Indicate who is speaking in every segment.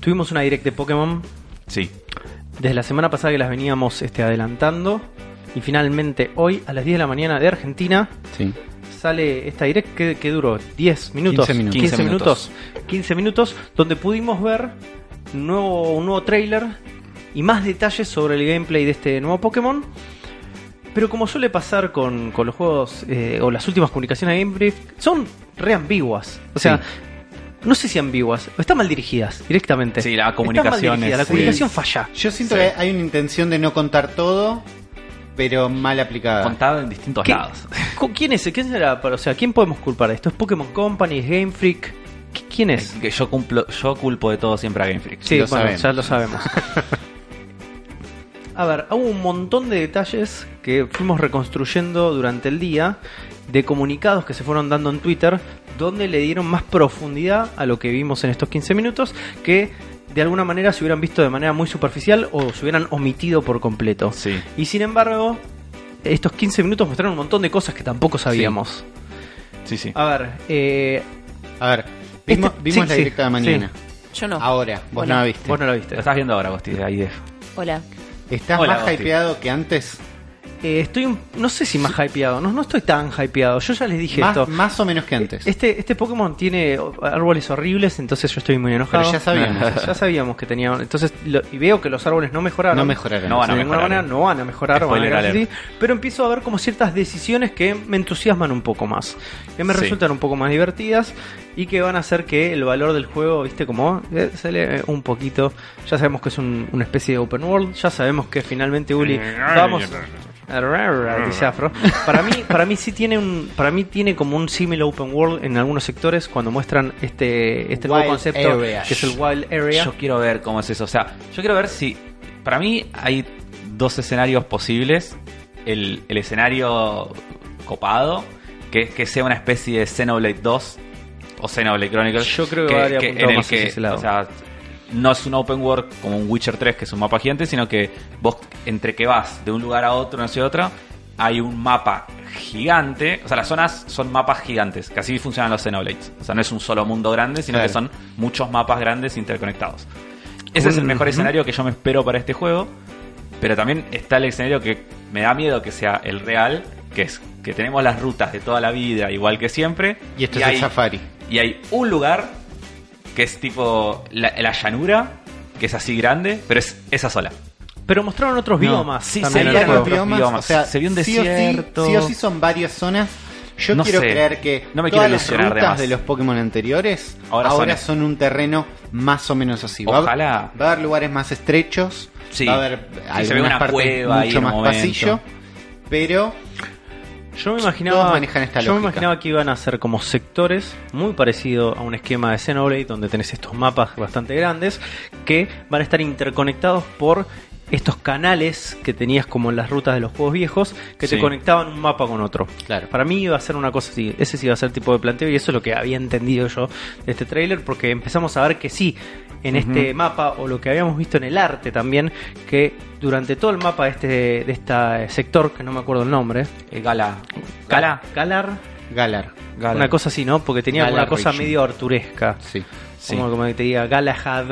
Speaker 1: Tuvimos una direct de Pokémon
Speaker 2: Sí.
Speaker 1: desde la semana pasada que las veníamos este, adelantando. Y finalmente hoy a las 10 de la mañana de Argentina
Speaker 3: Sí.
Speaker 1: sale esta direct que, que duró 10 minutos.
Speaker 3: 15 minutos.
Speaker 1: 15 minutos. 15 minutos, donde pudimos ver un nuevo, un nuevo trailer y más detalles sobre el gameplay de este nuevo Pokémon. Pero como suele pasar con, con los juegos eh, o las últimas comunicaciones de Game Brief, son re ambiguas. O sea, no sé si ambiguas, están mal dirigidas directamente.
Speaker 2: Sí, la
Speaker 1: Están mal
Speaker 2: comunicación es-
Speaker 1: dirigidas, La
Speaker 2: sí.
Speaker 1: comunicación falla.
Speaker 3: Yo siento
Speaker 2: Sí.
Speaker 3: que hay una intención de no contar todo, pero mal aplicada.
Speaker 2: Contado en distintos
Speaker 1: Ah. ¿Qué-
Speaker 2: lados.
Speaker 1: cu- ¿Quién es? ¿Quién será? O sea, ¿quién podemos culpar de esto? ¿Es Pokémon Company? ¿Es Game Freak? ¿Qui- ¿Quién es?
Speaker 2: Que yo, cumplo, yo culpo de todo siempre a Game Freak.
Speaker 1: Sí,
Speaker 3: Lo
Speaker 1: bueno,
Speaker 3: sabemos.
Speaker 1: ya lo sabemos. A ver, hubo un montón de detalles que fuimos reconstruyendo durante el día, de comunicados que se fueron dando en Twitter, donde le dieron más profundidad a lo que vimos en estos 15 minutos, que de alguna manera se hubieran visto de manera muy superficial o se hubieran omitido por completo.
Speaker 2: Sí.
Speaker 1: Y sin embargo, estos 15 minutos mostraron un montón de cosas que tampoco sabíamos.
Speaker 2: Sí, sí.
Speaker 1: A ver, eh,
Speaker 3: A ver, vimos,
Speaker 1: Este-
Speaker 3: vimos
Speaker 1: sí,
Speaker 3: la
Speaker 1: sí,
Speaker 3: directa de mañana.
Speaker 4: Yo
Speaker 2: Ah,
Speaker 4: no.
Speaker 3: Ahora, vos
Speaker 1: bueno,
Speaker 3: no la viste.
Speaker 1: Vos no la viste.
Speaker 2: Lo estás viendo ahora, Gosti, de ahí de-
Speaker 4: Hola.
Speaker 3: ¿Estás
Speaker 2: Hola,
Speaker 3: más
Speaker 2: Gosti.
Speaker 3: hypeado que antes?
Speaker 1: Eh, estoy un- no sé si más hypeado, no, no estoy tan hypeado, yo ya les dije
Speaker 3: Más,
Speaker 1: esto.
Speaker 3: más o menos que antes.
Speaker 1: Este, este Pokémon tiene árboles horribles, entonces yo estoy muy enojado.
Speaker 3: Pero ya sabíamos eso.
Speaker 1: ya sabíamos que tenía. Entonces, lo- y veo que los árboles no mejoraron.
Speaker 3: No mejoraron.
Speaker 2: No van a
Speaker 1: de ninguna
Speaker 2: mejorar.
Speaker 1: manera no van a mejorar, van a
Speaker 2: Spoiler
Speaker 1: quedar
Speaker 2: alert.
Speaker 1: así, pero empiezo a ver como ciertas decisiones que me entusiasman un poco más, que me
Speaker 2: Sí.
Speaker 1: resultan un poco más divertidas y que van a hacer que el valor del juego, viste, como eh, sale eh, un poquito. Ya sabemos que es un- una especie de open world, ya sabemos que finalmente Uli, vamos. dice Afro. Para mí, para mí sí tiene un, para mí tiene como un símil open world en algunos sectores cuando muestran este, este nuevo
Speaker 3: Wild
Speaker 1: concepto
Speaker 3: area.
Speaker 1: que es el wild area.
Speaker 2: Yo quiero ver cómo es eso. O sea, yo quiero ver si. Para mí hay dos escenarios posibles. El, el escenario copado, que es que sea una especie de Xenoblade 2 o Xenoblade Chronicles.
Speaker 1: Yo creo que va a haber apuntado
Speaker 2: en el
Speaker 1: más hacia
Speaker 2: que,
Speaker 1: ese lado.
Speaker 2: O sea, no es un open world como un Witcher 3, que es un mapa gigante, sino que vos, entre que vas de un lugar a otro, una ciudad a otra, hay un mapa gigante. O sea, las zonas son mapas gigantes, que así funcionan los Xenoblades. O sea, no es un solo mundo grande, sino
Speaker 3: Claro.
Speaker 2: que son muchos mapas grandes interconectados. Ese es el
Speaker 1: Un-
Speaker 2: mejor
Speaker 1: ujú.
Speaker 2: escenario que yo me espero para este juego. Pero también está el escenario que me da miedo que sea el real, que es que tenemos las rutas de toda la vida igual que siempre.
Speaker 3: y esto es el
Speaker 2: hay-
Speaker 3: safari.
Speaker 2: y hay un lugar que es tipo la, la llanura, que es así grande, pero es esa sola.
Speaker 1: Pero mostraron otros
Speaker 2: No,
Speaker 1: biomas.
Speaker 2: sí,
Speaker 1: también
Speaker 2: se
Speaker 1: en
Speaker 3: Hay
Speaker 1: el
Speaker 2: vieron
Speaker 3: varios
Speaker 1: juego.
Speaker 2: otros
Speaker 3: biomas,
Speaker 2: biomas.
Speaker 3: o sea,
Speaker 2: Se vio un
Speaker 3: sí o sí-
Speaker 2: desierto.
Speaker 3: Sí o sí, son varias zonas. Yo
Speaker 2: No
Speaker 3: quiero
Speaker 2: sé.
Speaker 3: creer que
Speaker 2: No me quiero
Speaker 3: todas las
Speaker 2: ilusionar de
Speaker 3: rutas
Speaker 2: más.
Speaker 3: de, los Pokémon anteriores
Speaker 2: Ahora
Speaker 3: ahora,
Speaker 2: son-
Speaker 3: son un terreno más o menos así. Va a-
Speaker 2: Ojalá.
Speaker 3: Va a haber lugares más estrechos.
Speaker 2: Sí.
Speaker 3: Va a haber
Speaker 2: Sí, se ve
Speaker 3: algunas
Speaker 2: una
Speaker 3: partes
Speaker 2: cueva ahí
Speaker 3: mucho
Speaker 2: en
Speaker 3: más
Speaker 2: un momento.
Speaker 3: pasillo. Pero
Speaker 1: Yo me imaginaba,
Speaker 3: Todos manejan esta
Speaker 1: yo me
Speaker 3: lógica.
Speaker 1: imaginaba que iban a ser como sectores, muy parecido a un esquema de Xenoblade, donde tenés estos mapas bastante grandes, que van a estar interconectados por estos canales que tenías como en las rutas de los juegos viejos, que
Speaker 2: Sí.
Speaker 1: te conectaban un mapa con otro.
Speaker 3: Claro.
Speaker 1: Para mí iba a ser una cosa así, ese sí iba a ser el tipo de planteo, y eso es lo que había entendido yo de este tráiler, porque empezamos a ver que sí, en este mapa, o lo que habíamos visto en el arte también, que durante todo el mapa de este, de este sector, que no me acuerdo el nombre,
Speaker 2: Eh, Gala. Gala.
Speaker 1: Galar.
Speaker 3: Galar.
Speaker 2: Gala.
Speaker 1: Una cosa así, ¿no? Porque tenía
Speaker 3: Galar
Speaker 1: una cosa
Speaker 3: Region.
Speaker 1: medio arturesca.
Speaker 3: Sí.
Speaker 2: Sí.
Speaker 1: Como, como que te diga Galahad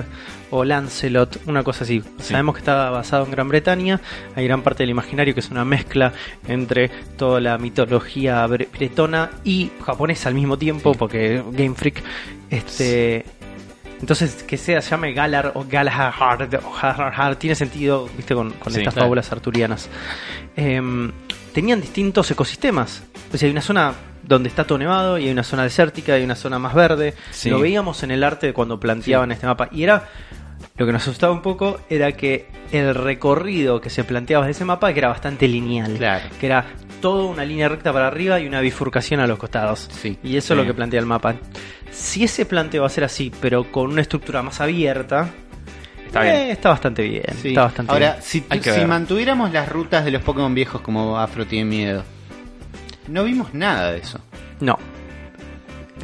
Speaker 1: o Lancelot, una cosa así.
Speaker 2: Sí.
Speaker 1: Sabemos que está basado en Gran Bretaña. Hay gran parte del imaginario que es una mezcla entre toda la mitología bre- bretona y japonesa al mismo tiempo, porque Game Freak. Este. Entonces, que sea, llame Galar o Galahad o Harhard, tiene sentido, viste, con, con
Speaker 2: Sí,
Speaker 1: estas
Speaker 3: claro.
Speaker 1: fábulas arturianas. Em, tenían distintos ecosistemas. O sea, hay una zona donde está todo nevado y hay una zona desértica y hay una zona más verde.
Speaker 2: Sí.
Speaker 1: Lo veíamos en el arte cuando planteaban este mapa. Y era, lo que nos asustaba un poco, era que el recorrido que se planteaba de ese mapa que era bastante lineal.
Speaker 3: Claro.
Speaker 1: Que era toda una línea recta para arriba y una bifurcación a los costados.
Speaker 3: Sí.
Speaker 1: Y eso es lo
Speaker 2: Sí.
Speaker 1: que plantea el mapa. Si ese planteo va a ser así, pero con una estructura más abierta,
Speaker 2: Está
Speaker 1: eh,
Speaker 2: bien.
Speaker 1: está bastante bien.
Speaker 3: Sí.
Speaker 1: Está bastante
Speaker 3: Ahora,
Speaker 1: bien.
Speaker 3: si, tu-
Speaker 2: Hay que
Speaker 3: si
Speaker 2: ver.
Speaker 3: mantuviéramos las rutas de los Pokémon viejos como Afro tiene miedo, no vimos nada de eso.
Speaker 1: No.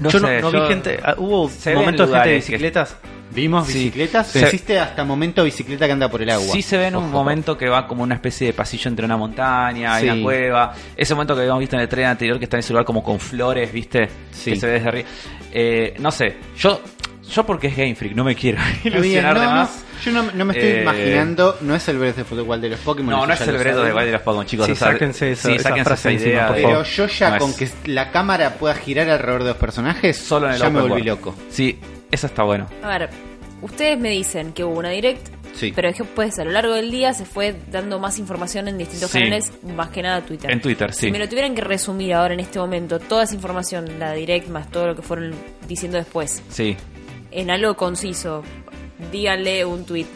Speaker 2: No
Speaker 1: yo
Speaker 2: sé,
Speaker 1: no, no
Speaker 2: yo-
Speaker 1: vi gente. ah, Hubo
Speaker 2: se ven
Speaker 1: momentos de gente de
Speaker 2: lugares que-
Speaker 1: bicicletas.
Speaker 3: Vimos
Speaker 2: Sí.
Speaker 3: bicicletas.
Speaker 2: Sí.
Speaker 3: Existe hasta momento bicicleta que anda por el agua.
Speaker 2: Sí se ve en un
Speaker 3: Ojo.
Speaker 2: momento que va como una especie de pasillo entre una montaña, y
Speaker 3: Sí.
Speaker 2: una cueva. Ese momento que habíamos visto en el tren anterior que está en ese lugar como con flores, ¿viste?
Speaker 3: Sí.
Speaker 2: Que se ve desde arriba. Eh, no sé, yo Yo porque es Game Freak, no me quiero
Speaker 3: Está bien,
Speaker 2: ilusionar
Speaker 3: no,
Speaker 2: de
Speaker 3: no,
Speaker 2: más.
Speaker 3: Yo no, no me estoy
Speaker 2: Eh,
Speaker 3: imaginando, no es el Breath of the Wild de los Pokémon.
Speaker 2: No, no,
Speaker 3: eso
Speaker 2: es
Speaker 3: ya
Speaker 2: el
Speaker 3: lo
Speaker 2: bredo de
Speaker 3: sabemos.
Speaker 2: Wild de los Pokémon, chicos.
Speaker 1: Sí,
Speaker 2: o sea,
Speaker 1: sáquense esa-
Speaker 2: sí,
Speaker 1: esa
Speaker 2: sáquense
Speaker 1: frase
Speaker 2: esa idea
Speaker 1: encima, por
Speaker 2: de-
Speaker 1: favor.
Speaker 3: Pero yo ya
Speaker 2: No es
Speaker 3: con que la cámara pueda girar alrededor de los personajes,
Speaker 2: solo en el
Speaker 3: ya me
Speaker 2: open
Speaker 3: volví
Speaker 2: world.
Speaker 3: loco.
Speaker 2: Sí, esa está bueno.
Speaker 4: A ver, ustedes me dicen que hubo una direct,
Speaker 3: Sí.
Speaker 4: pero después a lo largo del día se fue dando más información en distintos
Speaker 2: Sí.
Speaker 4: canales, más que nada Twitter.
Speaker 2: En Twitter, sí.
Speaker 4: Si me lo tuvieran que resumir ahora en este momento, toda esa información, la direct más todo lo que fueron diciendo después,
Speaker 2: Sí.
Speaker 4: en algo conciso, díganle un tweet.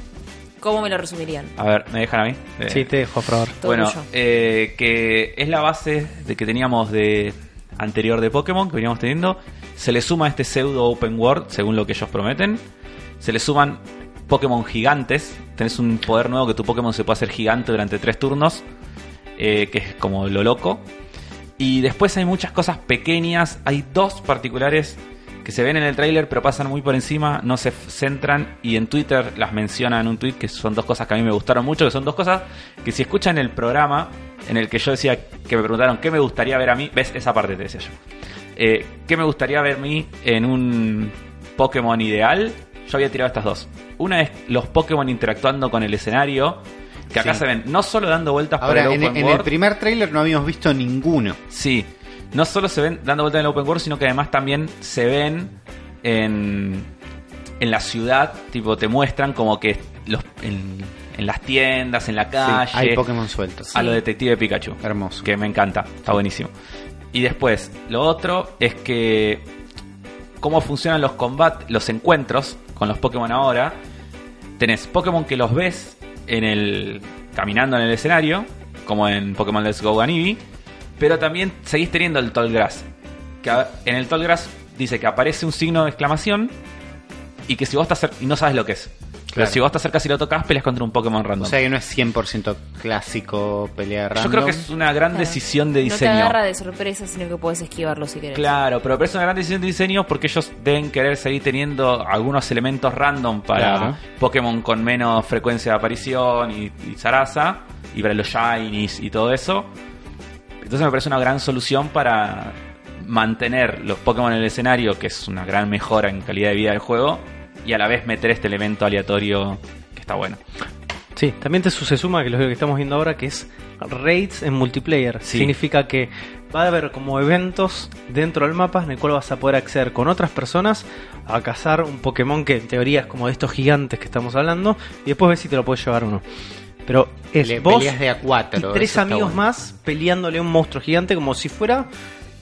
Speaker 4: ¿Cómo me lo resumirían?
Speaker 2: A ver, ¿me dejan a mí? Eh,
Speaker 1: Sí, te dejo, por favor.
Speaker 4: Todo
Speaker 2: Bueno,
Speaker 4: tuyo.
Speaker 2: eh, que es la base de que teníamos de anterior de Pokémon que veníamos teniendo. Se le suma este pseudo open world, según lo que ellos prometen. Se le suman Pokémon gigantes. Tenés un poder nuevo que tu Pokémon se puede hacer gigante durante tres turnos. eh, que es como lo loco. Y después hay muchas cosas pequeñas. Hay dos particulares que se ven en el tráiler, pero pasan muy por encima, no se f- centran y en Twitter las mencionan en un tweet que son dos cosas que a mí me gustaron mucho, que son dos cosas que si escuchan el programa en el que yo decía que me preguntaron qué me gustaría ver a mí, ves esa parte te decía yo. Eh, ¿Qué me gustaría ver a mí en un Pokémon ideal? Yo había tirado estas dos. Una es los Pokémon interactuando con el escenario, que acá
Speaker 3: Sí.
Speaker 2: se ven no solo dando vueltas
Speaker 3: Ahora,
Speaker 2: por el
Speaker 3: en,
Speaker 2: open
Speaker 3: en el
Speaker 2: world,
Speaker 3: primer trailer no habíamos visto ninguno.
Speaker 2: Sí. No solo se ven dando vueltas en el open world, sino que además también se ven en, en la ciudad. Tipo, te muestran como que los, en, en las tiendas, en la
Speaker 3: Sí,
Speaker 2: calle. Ah,
Speaker 3: hay Pokémon sueltos.
Speaker 2: A lo detective Pikachu.
Speaker 3: Hermoso.
Speaker 2: Que me encanta. Está buenísimo. Y después, lo otro es que. Cómo funcionan los combates, los encuentros con los Pokémon ahora. Tenés Pokémon que los ves en el. caminando en el escenario. Como en Pokémon Let's Go Eevee. Pero también seguís teniendo el Tallgrass. Que a- en el Tallgrass dice que aparece un signo de exclamación. Y que si vos te acer- y no sabes lo que es. Pero
Speaker 3: Claro.
Speaker 2: si vos te acercas y lo tocas, peleas contra un Pokémon random.
Speaker 3: O sea que no es 100% clásico pelea random.
Speaker 2: Yo creo que es una gran
Speaker 4: Claro.
Speaker 2: decisión de diseño.
Speaker 4: No te agarra de sorpresa, sino que puedes esquivarlo si querés.
Speaker 2: Claro, pero es una gran decisión de diseño porque ellos deben querer seguir teniendo algunos elementos random para
Speaker 3: Claro.
Speaker 2: Pokémon con menos frecuencia de aparición y, y zaraza, y para los shinies y todo eso. Entonces me parece una gran solución para mantener los Pokémon en el escenario, que es una gran mejora en calidad de vida del juego, y a la vez meter este elemento aleatorio que está bueno.
Speaker 1: Sí, también te su- se suma que lo que estamos viendo ahora que es raids en multiplayer.
Speaker 2: Sí.
Speaker 1: Significa que va a haber como eventos dentro del mapa en el cual vas a poder acceder con otras personas a cazar un Pokémon que en teoría es como de estos gigantes que estamos hablando y después ves si te lo puedes llevar o no. Pero es
Speaker 3: Le-
Speaker 1: vos
Speaker 3: peleas de a
Speaker 1: y
Speaker 3: cuatro.
Speaker 1: tres
Speaker 3: eso está
Speaker 1: amigos
Speaker 3: bueno.
Speaker 1: más peleándole a un monstruo gigante como si fuera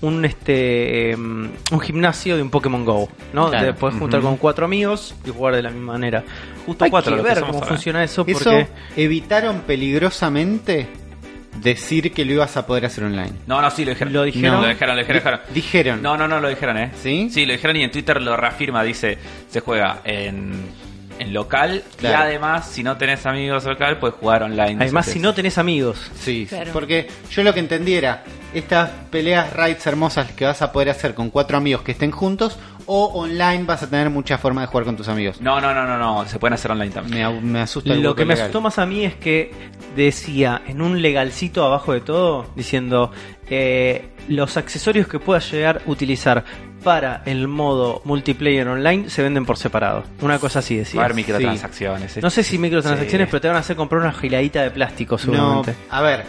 Speaker 1: un este em, un gimnasio de un Pokémon Go, ¿no?
Speaker 3: Claro.
Speaker 1: Te podés juntar
Speaker 2: Ujú.
Speaker 1: con cuatro amigos y jugar de la misma manera. Justo Hay
Speaker 2: cuatro,
Speaker 1: que
Speaker 2: lo que
Speaker 1: ver
Speaker 2: somos
Speaker 1: cómo
Speaker 2: ahora.
Speaker 1: funciona eso porque
Speaker 3: Eso evitaron peligrosamente decir que lo ibas a poder hacer online.
Speaker 2: No, no, sí, lo dijeron.
Speaker 1: ¿Lo dijeron?
Speaker 2: No, lo dijeron, lo dijeron, lo dijeron.
Speaker 3: Dijeron.
Speaker 2: No, no, no lo dijeron, ¿eh?
Speaker 3: ¿Sí?
Speaker 2: Sí, lo dijeron y en Twitter lo reafirma. Dice, se juega en, en local y
Speaker 3: Claro.
Speaker 2: además, si no tenés amigos local, puedes jugar online.
Speaker 1: Además,
Speaker 2: Entonces,
Speaker 1: si no tenés amigos.
Speaker 3: Sí, sí,
Speaker 4: Claro.
Speaker 3: porque yo lo que entendí era estas peleas raids hermosas que vas a poder hacer con cuatro amigos que estén juntos o online vas a tener muchas formas de jugar con tus amigos.
Speaker 2: No, no, no, no, no, se pueden hacer online también.
Speaker 3: Me, au- me asusta. el
Speaker 1: Lo
Speaker 3: hueco
Speaker 1: que me
Speaker 3: legal.
Speaker 1: asustó más a mí es que decía en un legalcito abajo de todo, diciendo eh, los accesorios que puedas llegar a utilizar para el modo multiplayer online se venden por separado. Una cosa así
Speaker 2: Va a
Speaker 1: decía.
Speaker 2: haber microtransacciones. ¿eh?
Speaker 1: No sé si microtransacciones,
Speaker 2: Sí.
Speaker 1: pero te van a hacer comprar una giladita de plástico
Speaker 3: Este, No,
Speaker 1: seguramente.
Speaker 3: a ver,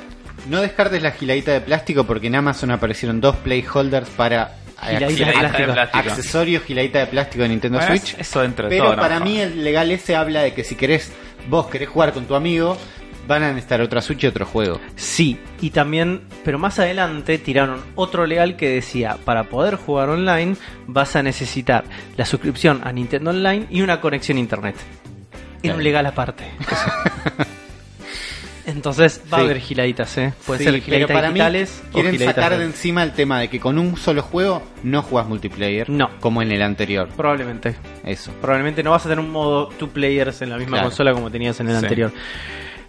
Speaker 3: no descartes la giladita de plástico porque en Amazon aparecieron dos playholders para
Speaker 1: Giladita
Speaker 3: acce-
Speaker 1: de
Speaker 2: plástico.
Speaker 3: accesorios giladita de plástico de Nintendo
Speaker 2: Bueno,
Speaker 3: Switch.
Speaker 2: Eso dentro de
Speaker 3: Pero
Speaker 2: todo. no,
Speaker 3: para
Speaker 2: no.
Speaker 3: mí el legal ese habla de que si querés, vos querés jugar con tu amigo, van a necesitar otra Switch y otro juego.
Speaker 1: Sí, y también, pero más adelante tiraron otro legal que decía, para poder jugar online vas a necesitar la suscripción a Nintendo Online y una conexión a Internet. Era
Speaker 3: Claro.
Speaker 1: un legal aparte. Entonces va a
Speaker 3: Sí.
Speaker 1: haber giladitas, ¿eh? Puede
Speaker 3: Sí,
Speaker 1: ser giladitas
Speaker 3: pero para mí
Speaker 1: digitales o
Speaker 3: quieren
Speaker 1: giladitas
Speaker 3: sacar de
Speaker 1: reales.
Speaker 3: encima el tema de que con un solo juego no jugás multiplayer.
Speaker 1: No.
Speaker 3: Como en el anterior.
Speaker 1: Probablemente.
Speaker 3: Eso.
Speaker 1: Probablemente no vas a tener un modo two players en la misma
Speaker 3: Claro.
Speaker 1: consola como tenías en el
Speaker 2: Sí.
Speaker 1: anterior.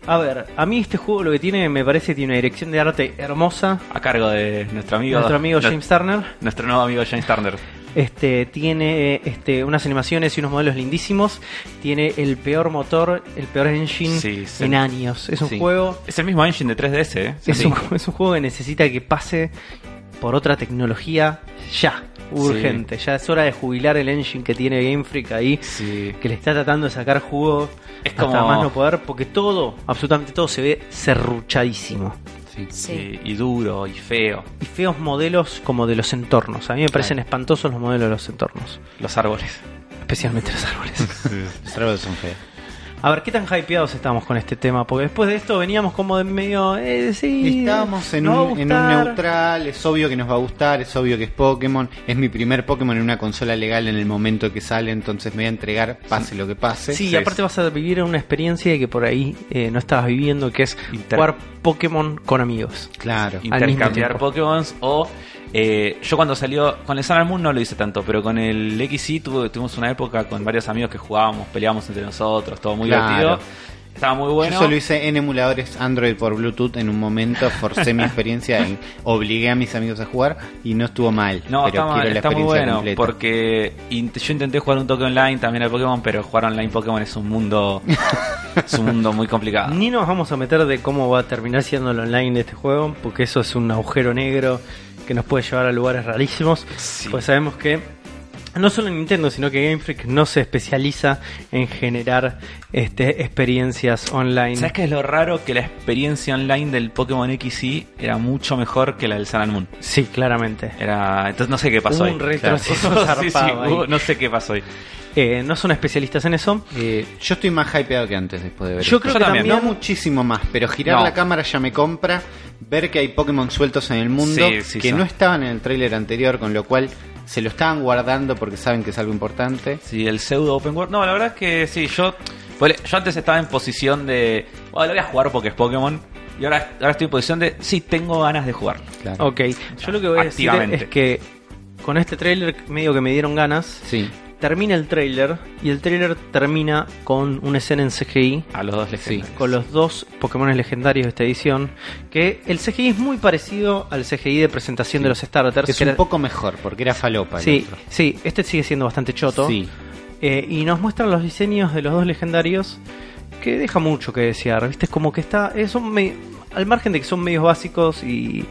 Speaker 1: A ver, a mí este juego lo que tiene, me parece, tiene una dirección de arte hermosa.
Speaker 2: A cargo de nuestro amigo.
Speaker 1: Nuestro amigo
Speaker 2: nu-
Speaker 1: James Turner.
Speaker 2: Nuestro nuevo amigo James Turner.
Speaker 1: Este, tiene eh, este, unas animaciones y unos modelos lindísimos. Tiene el peor motor, el peor engine
Speaker 2: Sí, sí.
Speaker 1: en años. Es un
Speaker 3: Sí.
Speaker 1: juego.
Speaker 2: Es el mismo engine de 3DS, ¿eh?
Speaker 1: Es, un, es un juego que necesita que pase por otra tecnología ya, urgente. Ya es hora de jubilar el engine que tiene Game Freak ahí,
Speaker 2: Sí.
Speaker 1: que le está tratando de sacar jugo
Speaker 2: Es
Speaker 1: hasta
Speaker 2: como-
Speaker 1: más no poder, porque todo, absolutamente todo, se ve serruchadísimo.
Speaker 2: Sí,
Speaker 4: Sí.
Speaker 2: Y duro y feo.
Speaker 1: Y feos modelos como de los entornos. A mí me parecen espantosos los modelos de los entornos,
Speaker 2: Los árboles.
Speaker 1: especialmente los árboles.
Speaker 3: Los árboles son feos.
Speaker 1: A ver, ¿qué tan hypeados estamos con este tema? Porque después de esto veníamos como de medio... Eh, sí,
Speaker 3: Estábamos en,
Speaker 1: nos va a
Speaker 3: un, en un
Speaker 1: gustar.
Speaker 3: neutral, es obvio que nos va a gustar, es obvio que es Pokémon, es mi primer Pokémon en una consola legal en el momento que sale, entonces me voy a entregar pase lo que pase.
Speaker 1: Sí, y aparte vas a vivir una experiencia que por ahí eh, no estabas viviendo, que es
Speaker 2: Inter-
Speaker 1: jugar Pokémon con amigos.
Speaker 3: Claro.
Speaker 1: Al mismo
Speaker 2: Intercambiar
Speaker 1: tiempo.
Speaker 2: Pokémon o... eh, yo cuando salió con el Sun and Moon no lo hice tanto, pero con el XY tuve- tuvimos una época con varios amigos que jugábamos, peleábamos entre nosotros, todo muy
Speaker 3: Claro.
Speaker 2: divertido. Estaba muy bueno.
Speaker 3: Yo solo hice en emuladores Android por Bluetooth en un momento, forcé mi experiencia y obligué a mis amigos a jugar y no estuvo mal.
Speaker 2: No,
Speaker 3: pero
Speaker 2: está, mal,
Speaker 3: quiero la
Speaker 2: está muy
Speaker 3: experiencia
Speaker 2: bueno.
Speaker 3: completa.
Speaker 2: Porque int- yo intenté jugar un toque online también al Pokémon, pero jugar online Pokémon es un mundo. es un mundo muy complicado.
Speaker 1: Ni nos vamos a meter de cómo va a terminar siendo el online de este juego, porque eso es un agujero negro que nos puede llevar a lugares rarísimos.
Speaker 2: Sí.
Speaker 1: Pues sabemos que no solo Nintendo, sino que Game Freak no se especializa en generar este, experiencias online.
Speaker 2: ¿Sabes qué es lo raro? Que la experiencia online del Pokémon XY era mucho mejor que la del Sun and Moon.
Speaker 1: Sí, claramente.
Speaker 2: Era... Entonces no sé qué
Speaker 1: Hubo
Speaker 2: pasó ahí.
Speaker 1: un retroceso
Speaker 2: Claro. Sí, sí,
Speaker 1: zarpado ahí.
Speaker 2: hubo- No sé qué pasó ahí.
Speaker 1: Eh, no son especialistas en eso.
Speaker 3: Eh, yo estoy más hypeado que antes después de ver
Speaker 1: Yo
Speaker 3: esto.
Speaker 1: creo
Speaker 2: Yo
Speaker 1: que
Speaker 2: también.
Speaker 1: también,
Speaker 3: No muchísimo más, pero girar
Speaker 2: No.
Speaker 3: la cámara ya me compra. Ver que hay Pokémon sueltos en el mundo
Speaker 2: Sí, sí,
Speaker 3: que
Speaker 2: son.
Speaker 3: no estaban en el tráiler anterior, con lo cual se lo estaban guardando porque saben que es algo importante.
Speaker 2: Sí, el pseudo open world. No, la verdad es que sí, yo. ponele, Yo antes estaba en posición de. Bueno, lo voy a jugar porque es Pokémon. Y ahora, ahora estoy en posición de. Sí, tengo ganas de jugar.
Speaker 3: Claro.
Speaker 1: Ok, yo lo que voy a decir
Speaker 2: Activamente.
Speaker 1: es que con este trailer medio que me dieron ganas,
Speaker 3: Sí.
Speaker 1: termina el trailer y el trailer termina con una escena en CGI
Speaker 2: A los dos les
Speaker 3: Sí.
Speaker 1: con los dos Pokémon legendarios de esta edición, que el CGI es muy parecido al CGI de presentación de los starters.
Speaker 3: Es
Speaker 1: que
Speaker 3: un
Speaker 1: era-
Speaker 3: poco mejor porque era falopa. el
Speaker 1: sí,
Speaker 3: otro.
Speaker 1: sí, este sigue siendo bastante choto.
Speaker 3: Sí.
Speaker 1: Eh, y nos muestran los diseños de los dos legendarios que deja mucho que desear. ¿Viste? Es como que está. eh, son me- al margen de que son medios básicos y,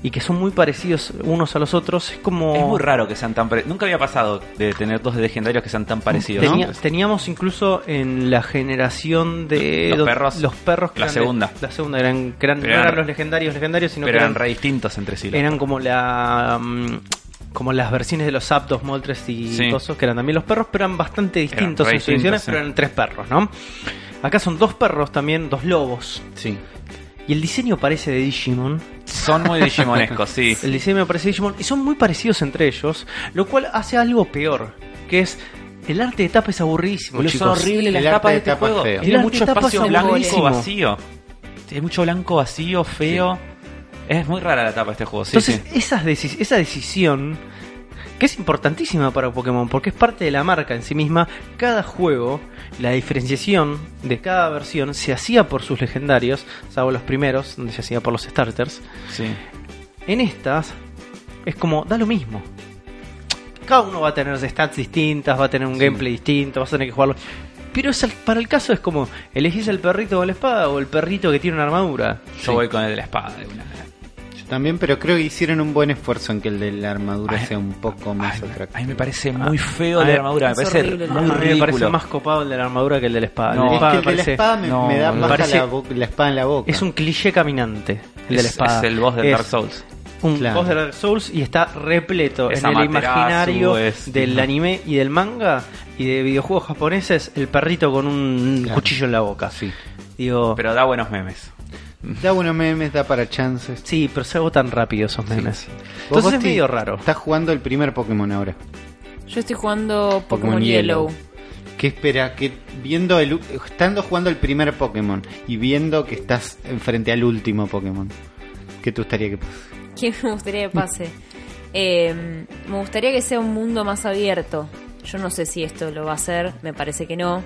Speaker 1: y que son muy parecidos unos a los otros, es como.
Speaker 2: Es muy raro que sean tan parecidos. Nunca había pasado de tener dos legendarios que sean tan parecidos.
Speaker 1: Tenía-
Speaker 2: ¿no?
Speaker 1: Teníamos incluso en la generación de
Speaker 2: Los
Speaker 1: do-
Speaker 2: perros.
Speaker 1: los perros que
Speaker 2: La
Speaker 1: eran-
Speaker 2: segunda.
Speaker 1: la segunda eran, que eran-
Speaker 2: Pero
Speaker 1: no
Speaker 2: eran-
Speaker 1: eran los legendarios legendarios, sino
Speaker 2: Pero
Speaker 1: que
Speaker 2: eran
Speaker 1: eran,
Speaker 2: re distintos entre sí. los-
Speaker 1: eran como la mm, como las versiones de los Aptos, Moltres y
Speaker 2: Sí.
Speaker 1: cosas que eran también los perros, pero eran bastante distintos
Speaker 2: re
Speaker 1: en sus ediciones,
Speaker 2: distintos, sí.
Speaker 1: pero eran tres perros, ¿no? Acá son dos perros también, dos lobos.
Speaker 3: Sí.
Speaker 1: Y el diseño parece de Digimon.
Speaker 2: Son muy digimonescos, sí.
Speaker 1: El diseño parece Digimon. Y son muy parecidos entre ellos. Lo cual hace algo peor. Que es. El arte de tapa es aburridísimo.
Speaker 2: Boludo, son
Speaker 1: chicos.
Speaker 2: horribles las
Speaker 3: el arte
Speaker 2: tapas de
Speaker 3: de
Speaker 2: este
Speaker 3: tapa es
Speaker 2: juego.
Speaker 3: feo.
Speaker 1: El
Speaker 2: Tiene
Speaker 1: arte
Speaker 2: mucho
Speaker 1: de tapa
Speaker 2: espacio
Speaker 1: es
Speaker 2: blanco
Speaker 1: aburridísimo.
Speaker 2: vacío. Tiene mucho blanco vacío, feo. Es muy rara la tapa de este juego, sí.
Speaker 1: Entonces,
Speaker 2: sí.
Speaker 1: esas deci- esa decisión, que es importantísima para Pokémon, porque es parte de la marca en sí misma, cada juego, la diferenciación de cada versión se hacía por sus legendarios, salvo los primeros, donde se hacía por los starters.
Speaker 2: Sí.
Speaker 1: En estas, es como, da lo mismo. Cada uno va a tener stats distintas, va a tener un gameplay distinto, vas a tener que jugarlo. Pero es al- para el caso es como, elegís el perrito con la espada o el perrito que tiene una armadura.
Speaker 2: Yo voy con el de la espada de una.
Speaker 3: Yo también, pero creo que hicieron un buen esfuerzo en que el de la armadura
Speaker 2: Ay,
Speaker 3: sea un poco más Ah.
Speaker 2: Ay,
Speaker 3: atractivo.
Speaker 2: a mí me parece muy feo
Speaker 1: Ay,
Speaker 2: el de la armadura. Me
Speaker 4: es
Speaker 2: parece
Speaker 4: horrible el de la
Speaker 2: muy
Speaker 1: a mí me parece
Speaker 2: ridículo.
Speaker 1: más copado el de la armadura que el de la espada. El
Speaker 2: No.
Speaker 1: de la
Speaker 3: Es
Speaker 1: espada
Speaker 3: que
Speaker 1: me
Speaker 3: el de la
Speaker 1: parece-
Speaker 3: espada me,
Speaker 2: no,
Speaker 3: me da
Speaker 2: me
Speaker 3: baja
Speaker 1: parece-
Speaker 3: la, bo- la espada en la boca.
Speaker 1: Es un cliché caminante, el de
Speaker 2: Es,
Speaker 1: la espada.
Speaker 2: es el boss de
Speaker 1: Es
Speaker 2: Dark Souls.
Speaker 1: Un
Speaker 3: Claro.
Speaker 1: boss de Dark Souls y está repleto
Speaker 2: Es
Speaker 1: en el
Speaker 2: Amaterasu,
Speaker 1: imaginario
Speaker 2: es-
Speaker 1: del
Speaker 2: no.
Speaker 1: anime y del manga y de videojuegos japoneses, el perrito con un
Speaker 3: Claro.
Speaker 1: cuchillo en la boca.
Speaker 3: Sí.
Speaker 1: Digo,
Speaker 2: Pero da buenos memes.
Speaker 3: Da buenos memes, da para chances.
Speaker 1: sí, pero se agotan rápido esos memes.
Speaker 3: Vos,
Speaker 1: Entonces es
Speaker 3: Gosti,
Speaker 1: medio raro.
Speaker 3: Estás jugando el primer Pokémon ahora.
Speaker 4: Yo estoy jugando Pokémon
Speaker 3: Pokémon
Speaker 4: Yellow.
Speaker 3: Yellow. ¿Qué espera? Que viendo el u- estando jugando el primer Pokémon y viendo que estás enfrente al último Pokémon. ¿Qué te gustaría que pase?
Speaker 4: ¿Qué me gustaría que pase? Eh, me gustaría que sea un mundo más abierto. Yo no sé si esto lo va a hacer, me parece que no.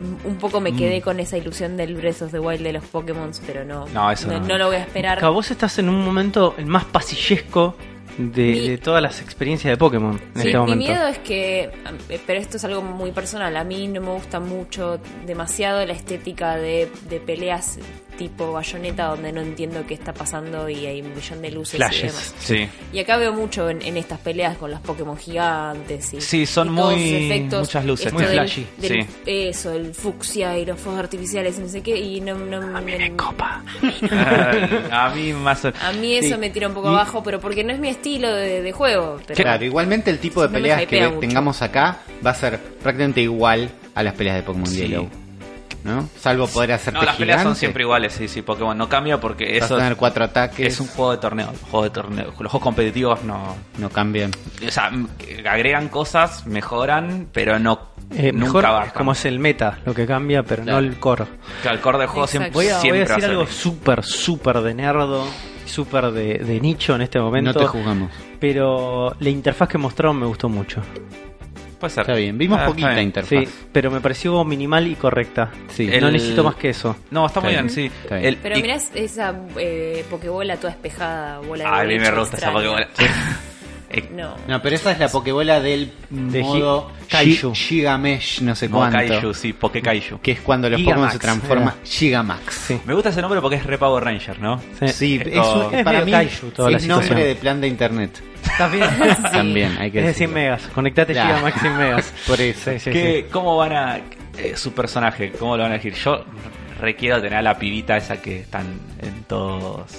Speaker 4: Un- Un poco
Speaker 2: Mm.
Speaker 4: me quedé con esa ilusión del Breath of the Wild de los Pokémon, pero no.
Speaker 2: No, eso no.
Speaker 4: lo voy a esperar.
Speaker 1: Acá vos estás en un momento el más pasillesco de,
Speaker 4: Mi-
Speaker 1: de todas las experiencias de Pokémon en
Speaker 4: Sí,
Speaker 1: este
Speaker 4: mi
Speaker 1: momento.
Speaker 4: miedo es que, eh, pero esto es algo muy personal, a mí no me gusta mucho demasiado la estética de, de peleas tipo bayoneta donde no entiendo qué está pasando y hay un millón de luces y demás.
Speaker 1: Flashes.
Speaker 2: Sí.
Speaker 4: Y acá veo mucho en, en estas peleas con las Pokémon gigantes y,
Speaker 2: Sí, son
Speaker 4: y todos
Speaker 2: muy-
Speaker 4: los efectos,
Speaker 2: muchas luces,
Speaker 4: esto
Speaker 1: muy
Speaker 4: del-
Speaker 1: flashy,
Speaker 4: del-
Speaker 2: sí.
Speaker 4: Eso, el fucsia y los fuegos artificiales, no sé qué, y no... no no-
Speaker 2: a mí más.
Speaker 4: A mí eso
Speaker 3: Sí.
Speaker 4: me tira un poco
Speaker 3: Y-
Speaker 4: abajo, pero porque no es mi estilo de, de juego. Pero
Speaker 3: Claro, igualmente el tipo de
Speaker 4: No me
Speaker 3: peleas que
Speaker 4: hypea
Speaker 3: ve-
Speaker 4: mucho.
Speaker 3: tengamos acá va a ser prácticamente igual a las peleas de Pokémon
Speaker 2: Sí.
Speaker 3: Yellow. ¿No? Salvo poder hacerte
Speaker 2: No, las peleas son
Speaker 3: gigante,
Speaker 2: siempre iguales, sí, sí, Pokémon no cambia porque
Speaker 3: Vas a
Speaker 2: eso
Speaker 3: tener cuatro ataques.
Speaker 2: es un juego de torneo. Juego de torneo. Los juegos competitivos no.
Speaker 3: No cambian.
Speaker 2: O sea, m- agregan cosas, mejoran, pero no.
Speaker 1: Eh,
Speaker 2: nunca
Speaker 1: mejor
Speaker 2: bajan.
Speaker 1: es como es el meta, lo que cambia, pero
Speaker 3: Claro.
Speaker 1: no el core.
Speaker 2: Que al core del juego
Speaker 4: Exacto.
Speaker 2: siempre,
Speaker 1: Voy a, voy a
Speaker 2: siempre va
Speaker 1: decir
Speaker 2: ser
Speaker 1: algo
Speaker 2: el mismo.
Speaker 1: súper, súper de nerdo, súper de, de nicho en este
Speaker 3: No
Speaker 1: momento.
Speaker 3: te jugamos.
Speaker 1: pero la interfaz que mostraron me gustó mucho.
Speaker 2: Puede ser.
Speaker 3: Está bien. Vimos
Speaker 2: Ah, está
Speaker 3: poquita
Speaker 2: bien.
Speaker 3: interfaz.
Speaker 1: Sí, pero me pareció minimal y correcta.
Speaker 3: Sí.
Speaker 1: No
Speaker 2: El-
Speaker 1: necesito más que eso.
Speaker 2: No, está,
Speaker 3: Está
Speaker 2: muy
Speaker 3: bien,
Speaker 2: bien, sí.
Speaker 3: está bien.
Speaker 4: Pero
Speaker 2: y-
Speaker 4: mirá esa eh, pokebola toda espejada, bola de
Speaker 2: Ah, a mí me
Speaker 4: boliche
Speaker 2: gusta esa
Speaker 4: extraña.
Speaker 2: Pokébola. Eh,
Speaker 4: No.
Speaker 3: No, pero esa es la Pokébola del
Speaker 1: De
Speaker 3: modo
Speaker 1: Gi- Kaiju.
Speaker 3: Gi- Gigamesh, no sé
Speaker 2: no,
Speaker 3: cuánto.
Speaker 2: Kaiju, sí, Poké Kaiju.
Speaker 3: Que es cuando los
Speaker 1: Gigamax,
Speaker 3: Pokémon se transforman
Speaker 1: era.
Speaker 3: Gigamax.
Speaker 1: Sí.
Speaker 2: Me gusta ese nombre porque es re Power Ranger, ¿no?
Speaker 1: Sí.
Speaker 3: Sí,
Speaker 2: Es
Speaker 3: es,
Speaker 2: como-
Speaker 3: un-
Speaker 1: Es
Speaker 3: para
Speaker 1: medio
Speaker 3: mí
Speaker 1: kaiju toda la
Speaker 3: es nombre
Speaker 1: situación.
Speaker 3: de plan de internet.
Speaker 1: ¿Estás bien?
Speaker 3: También, hay que
Speaker 1: es de 100
Speaker 3: decirlo.
Speaker 1: megas. Conectate
Speaker 3: Claro.
Speaker 1: Giga Max 100 megas.
Speaker 3: Por eso.
Speaker 1: Sí, sí,
Speaker 2: ¿Qué- ¿Cómo van a. eh, su personaje, ¿cómo lo van a elegir? Yo requiero tener a la pibita esa que están en todos.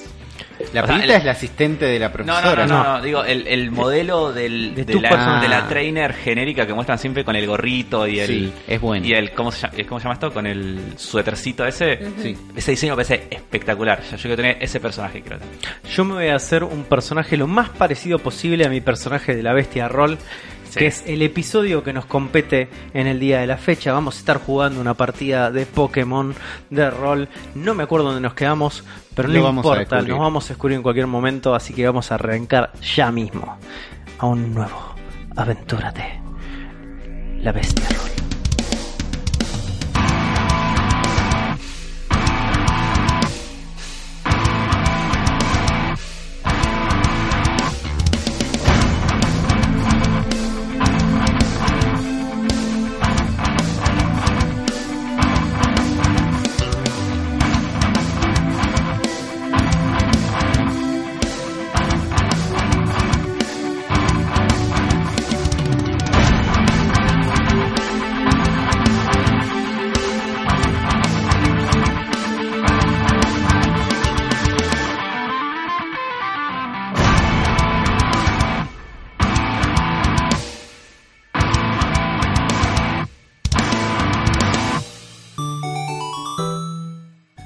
Speaker 3: La
Speaker 2: O sea,
Speaker 3: pibita
Speaker 2: el-
Speaker 3: es la asistente de la
Speaker 2: No, no,
Speaker 3: profesora.
Speaker 2: no,
Speaker 1: no.
Speaker 2: no, no, digo, el, el modelo del, de,
Speaker 1: De tu
Speaker 2: la,
Speaker 3: personaje.
Speaker 2: de la trainer genérica que muestran siempre con el gorrito y el.
Speaker 3: Sí, es bueno.
Speaker 2: Y el, ¿cómo se llama, cómo se llama esto? Con el suétercito ese.
Speaker 3: Sí.
Speaker 2: Ese diseño me parece espectacular. O sea, yo quiero tener ese personaje, creo. tener.
Speaker 1: sí. Yo me voy a hacer un personaje lo más parecido posible a mi personaje de la bestia Roll.
Speaker 2: Sí.
Speaker 1: Que es el episodio que nos compete en el día de la fecha. Vamos a estar jugando una partida de Pokémon, de rol. No me acuerdo dónde nos quedamos, pero
Speaker 3: Lo
Speaker 1: no
Speaker 3: vamos a
Speaker 1: importa.
Speaker 3: descubrir.
Speaker 1: Nos vamos a descubrir en cualquier momento, así que vamos a arrancar ya mismo a un nuevo Aventúrate. La bestia Roll.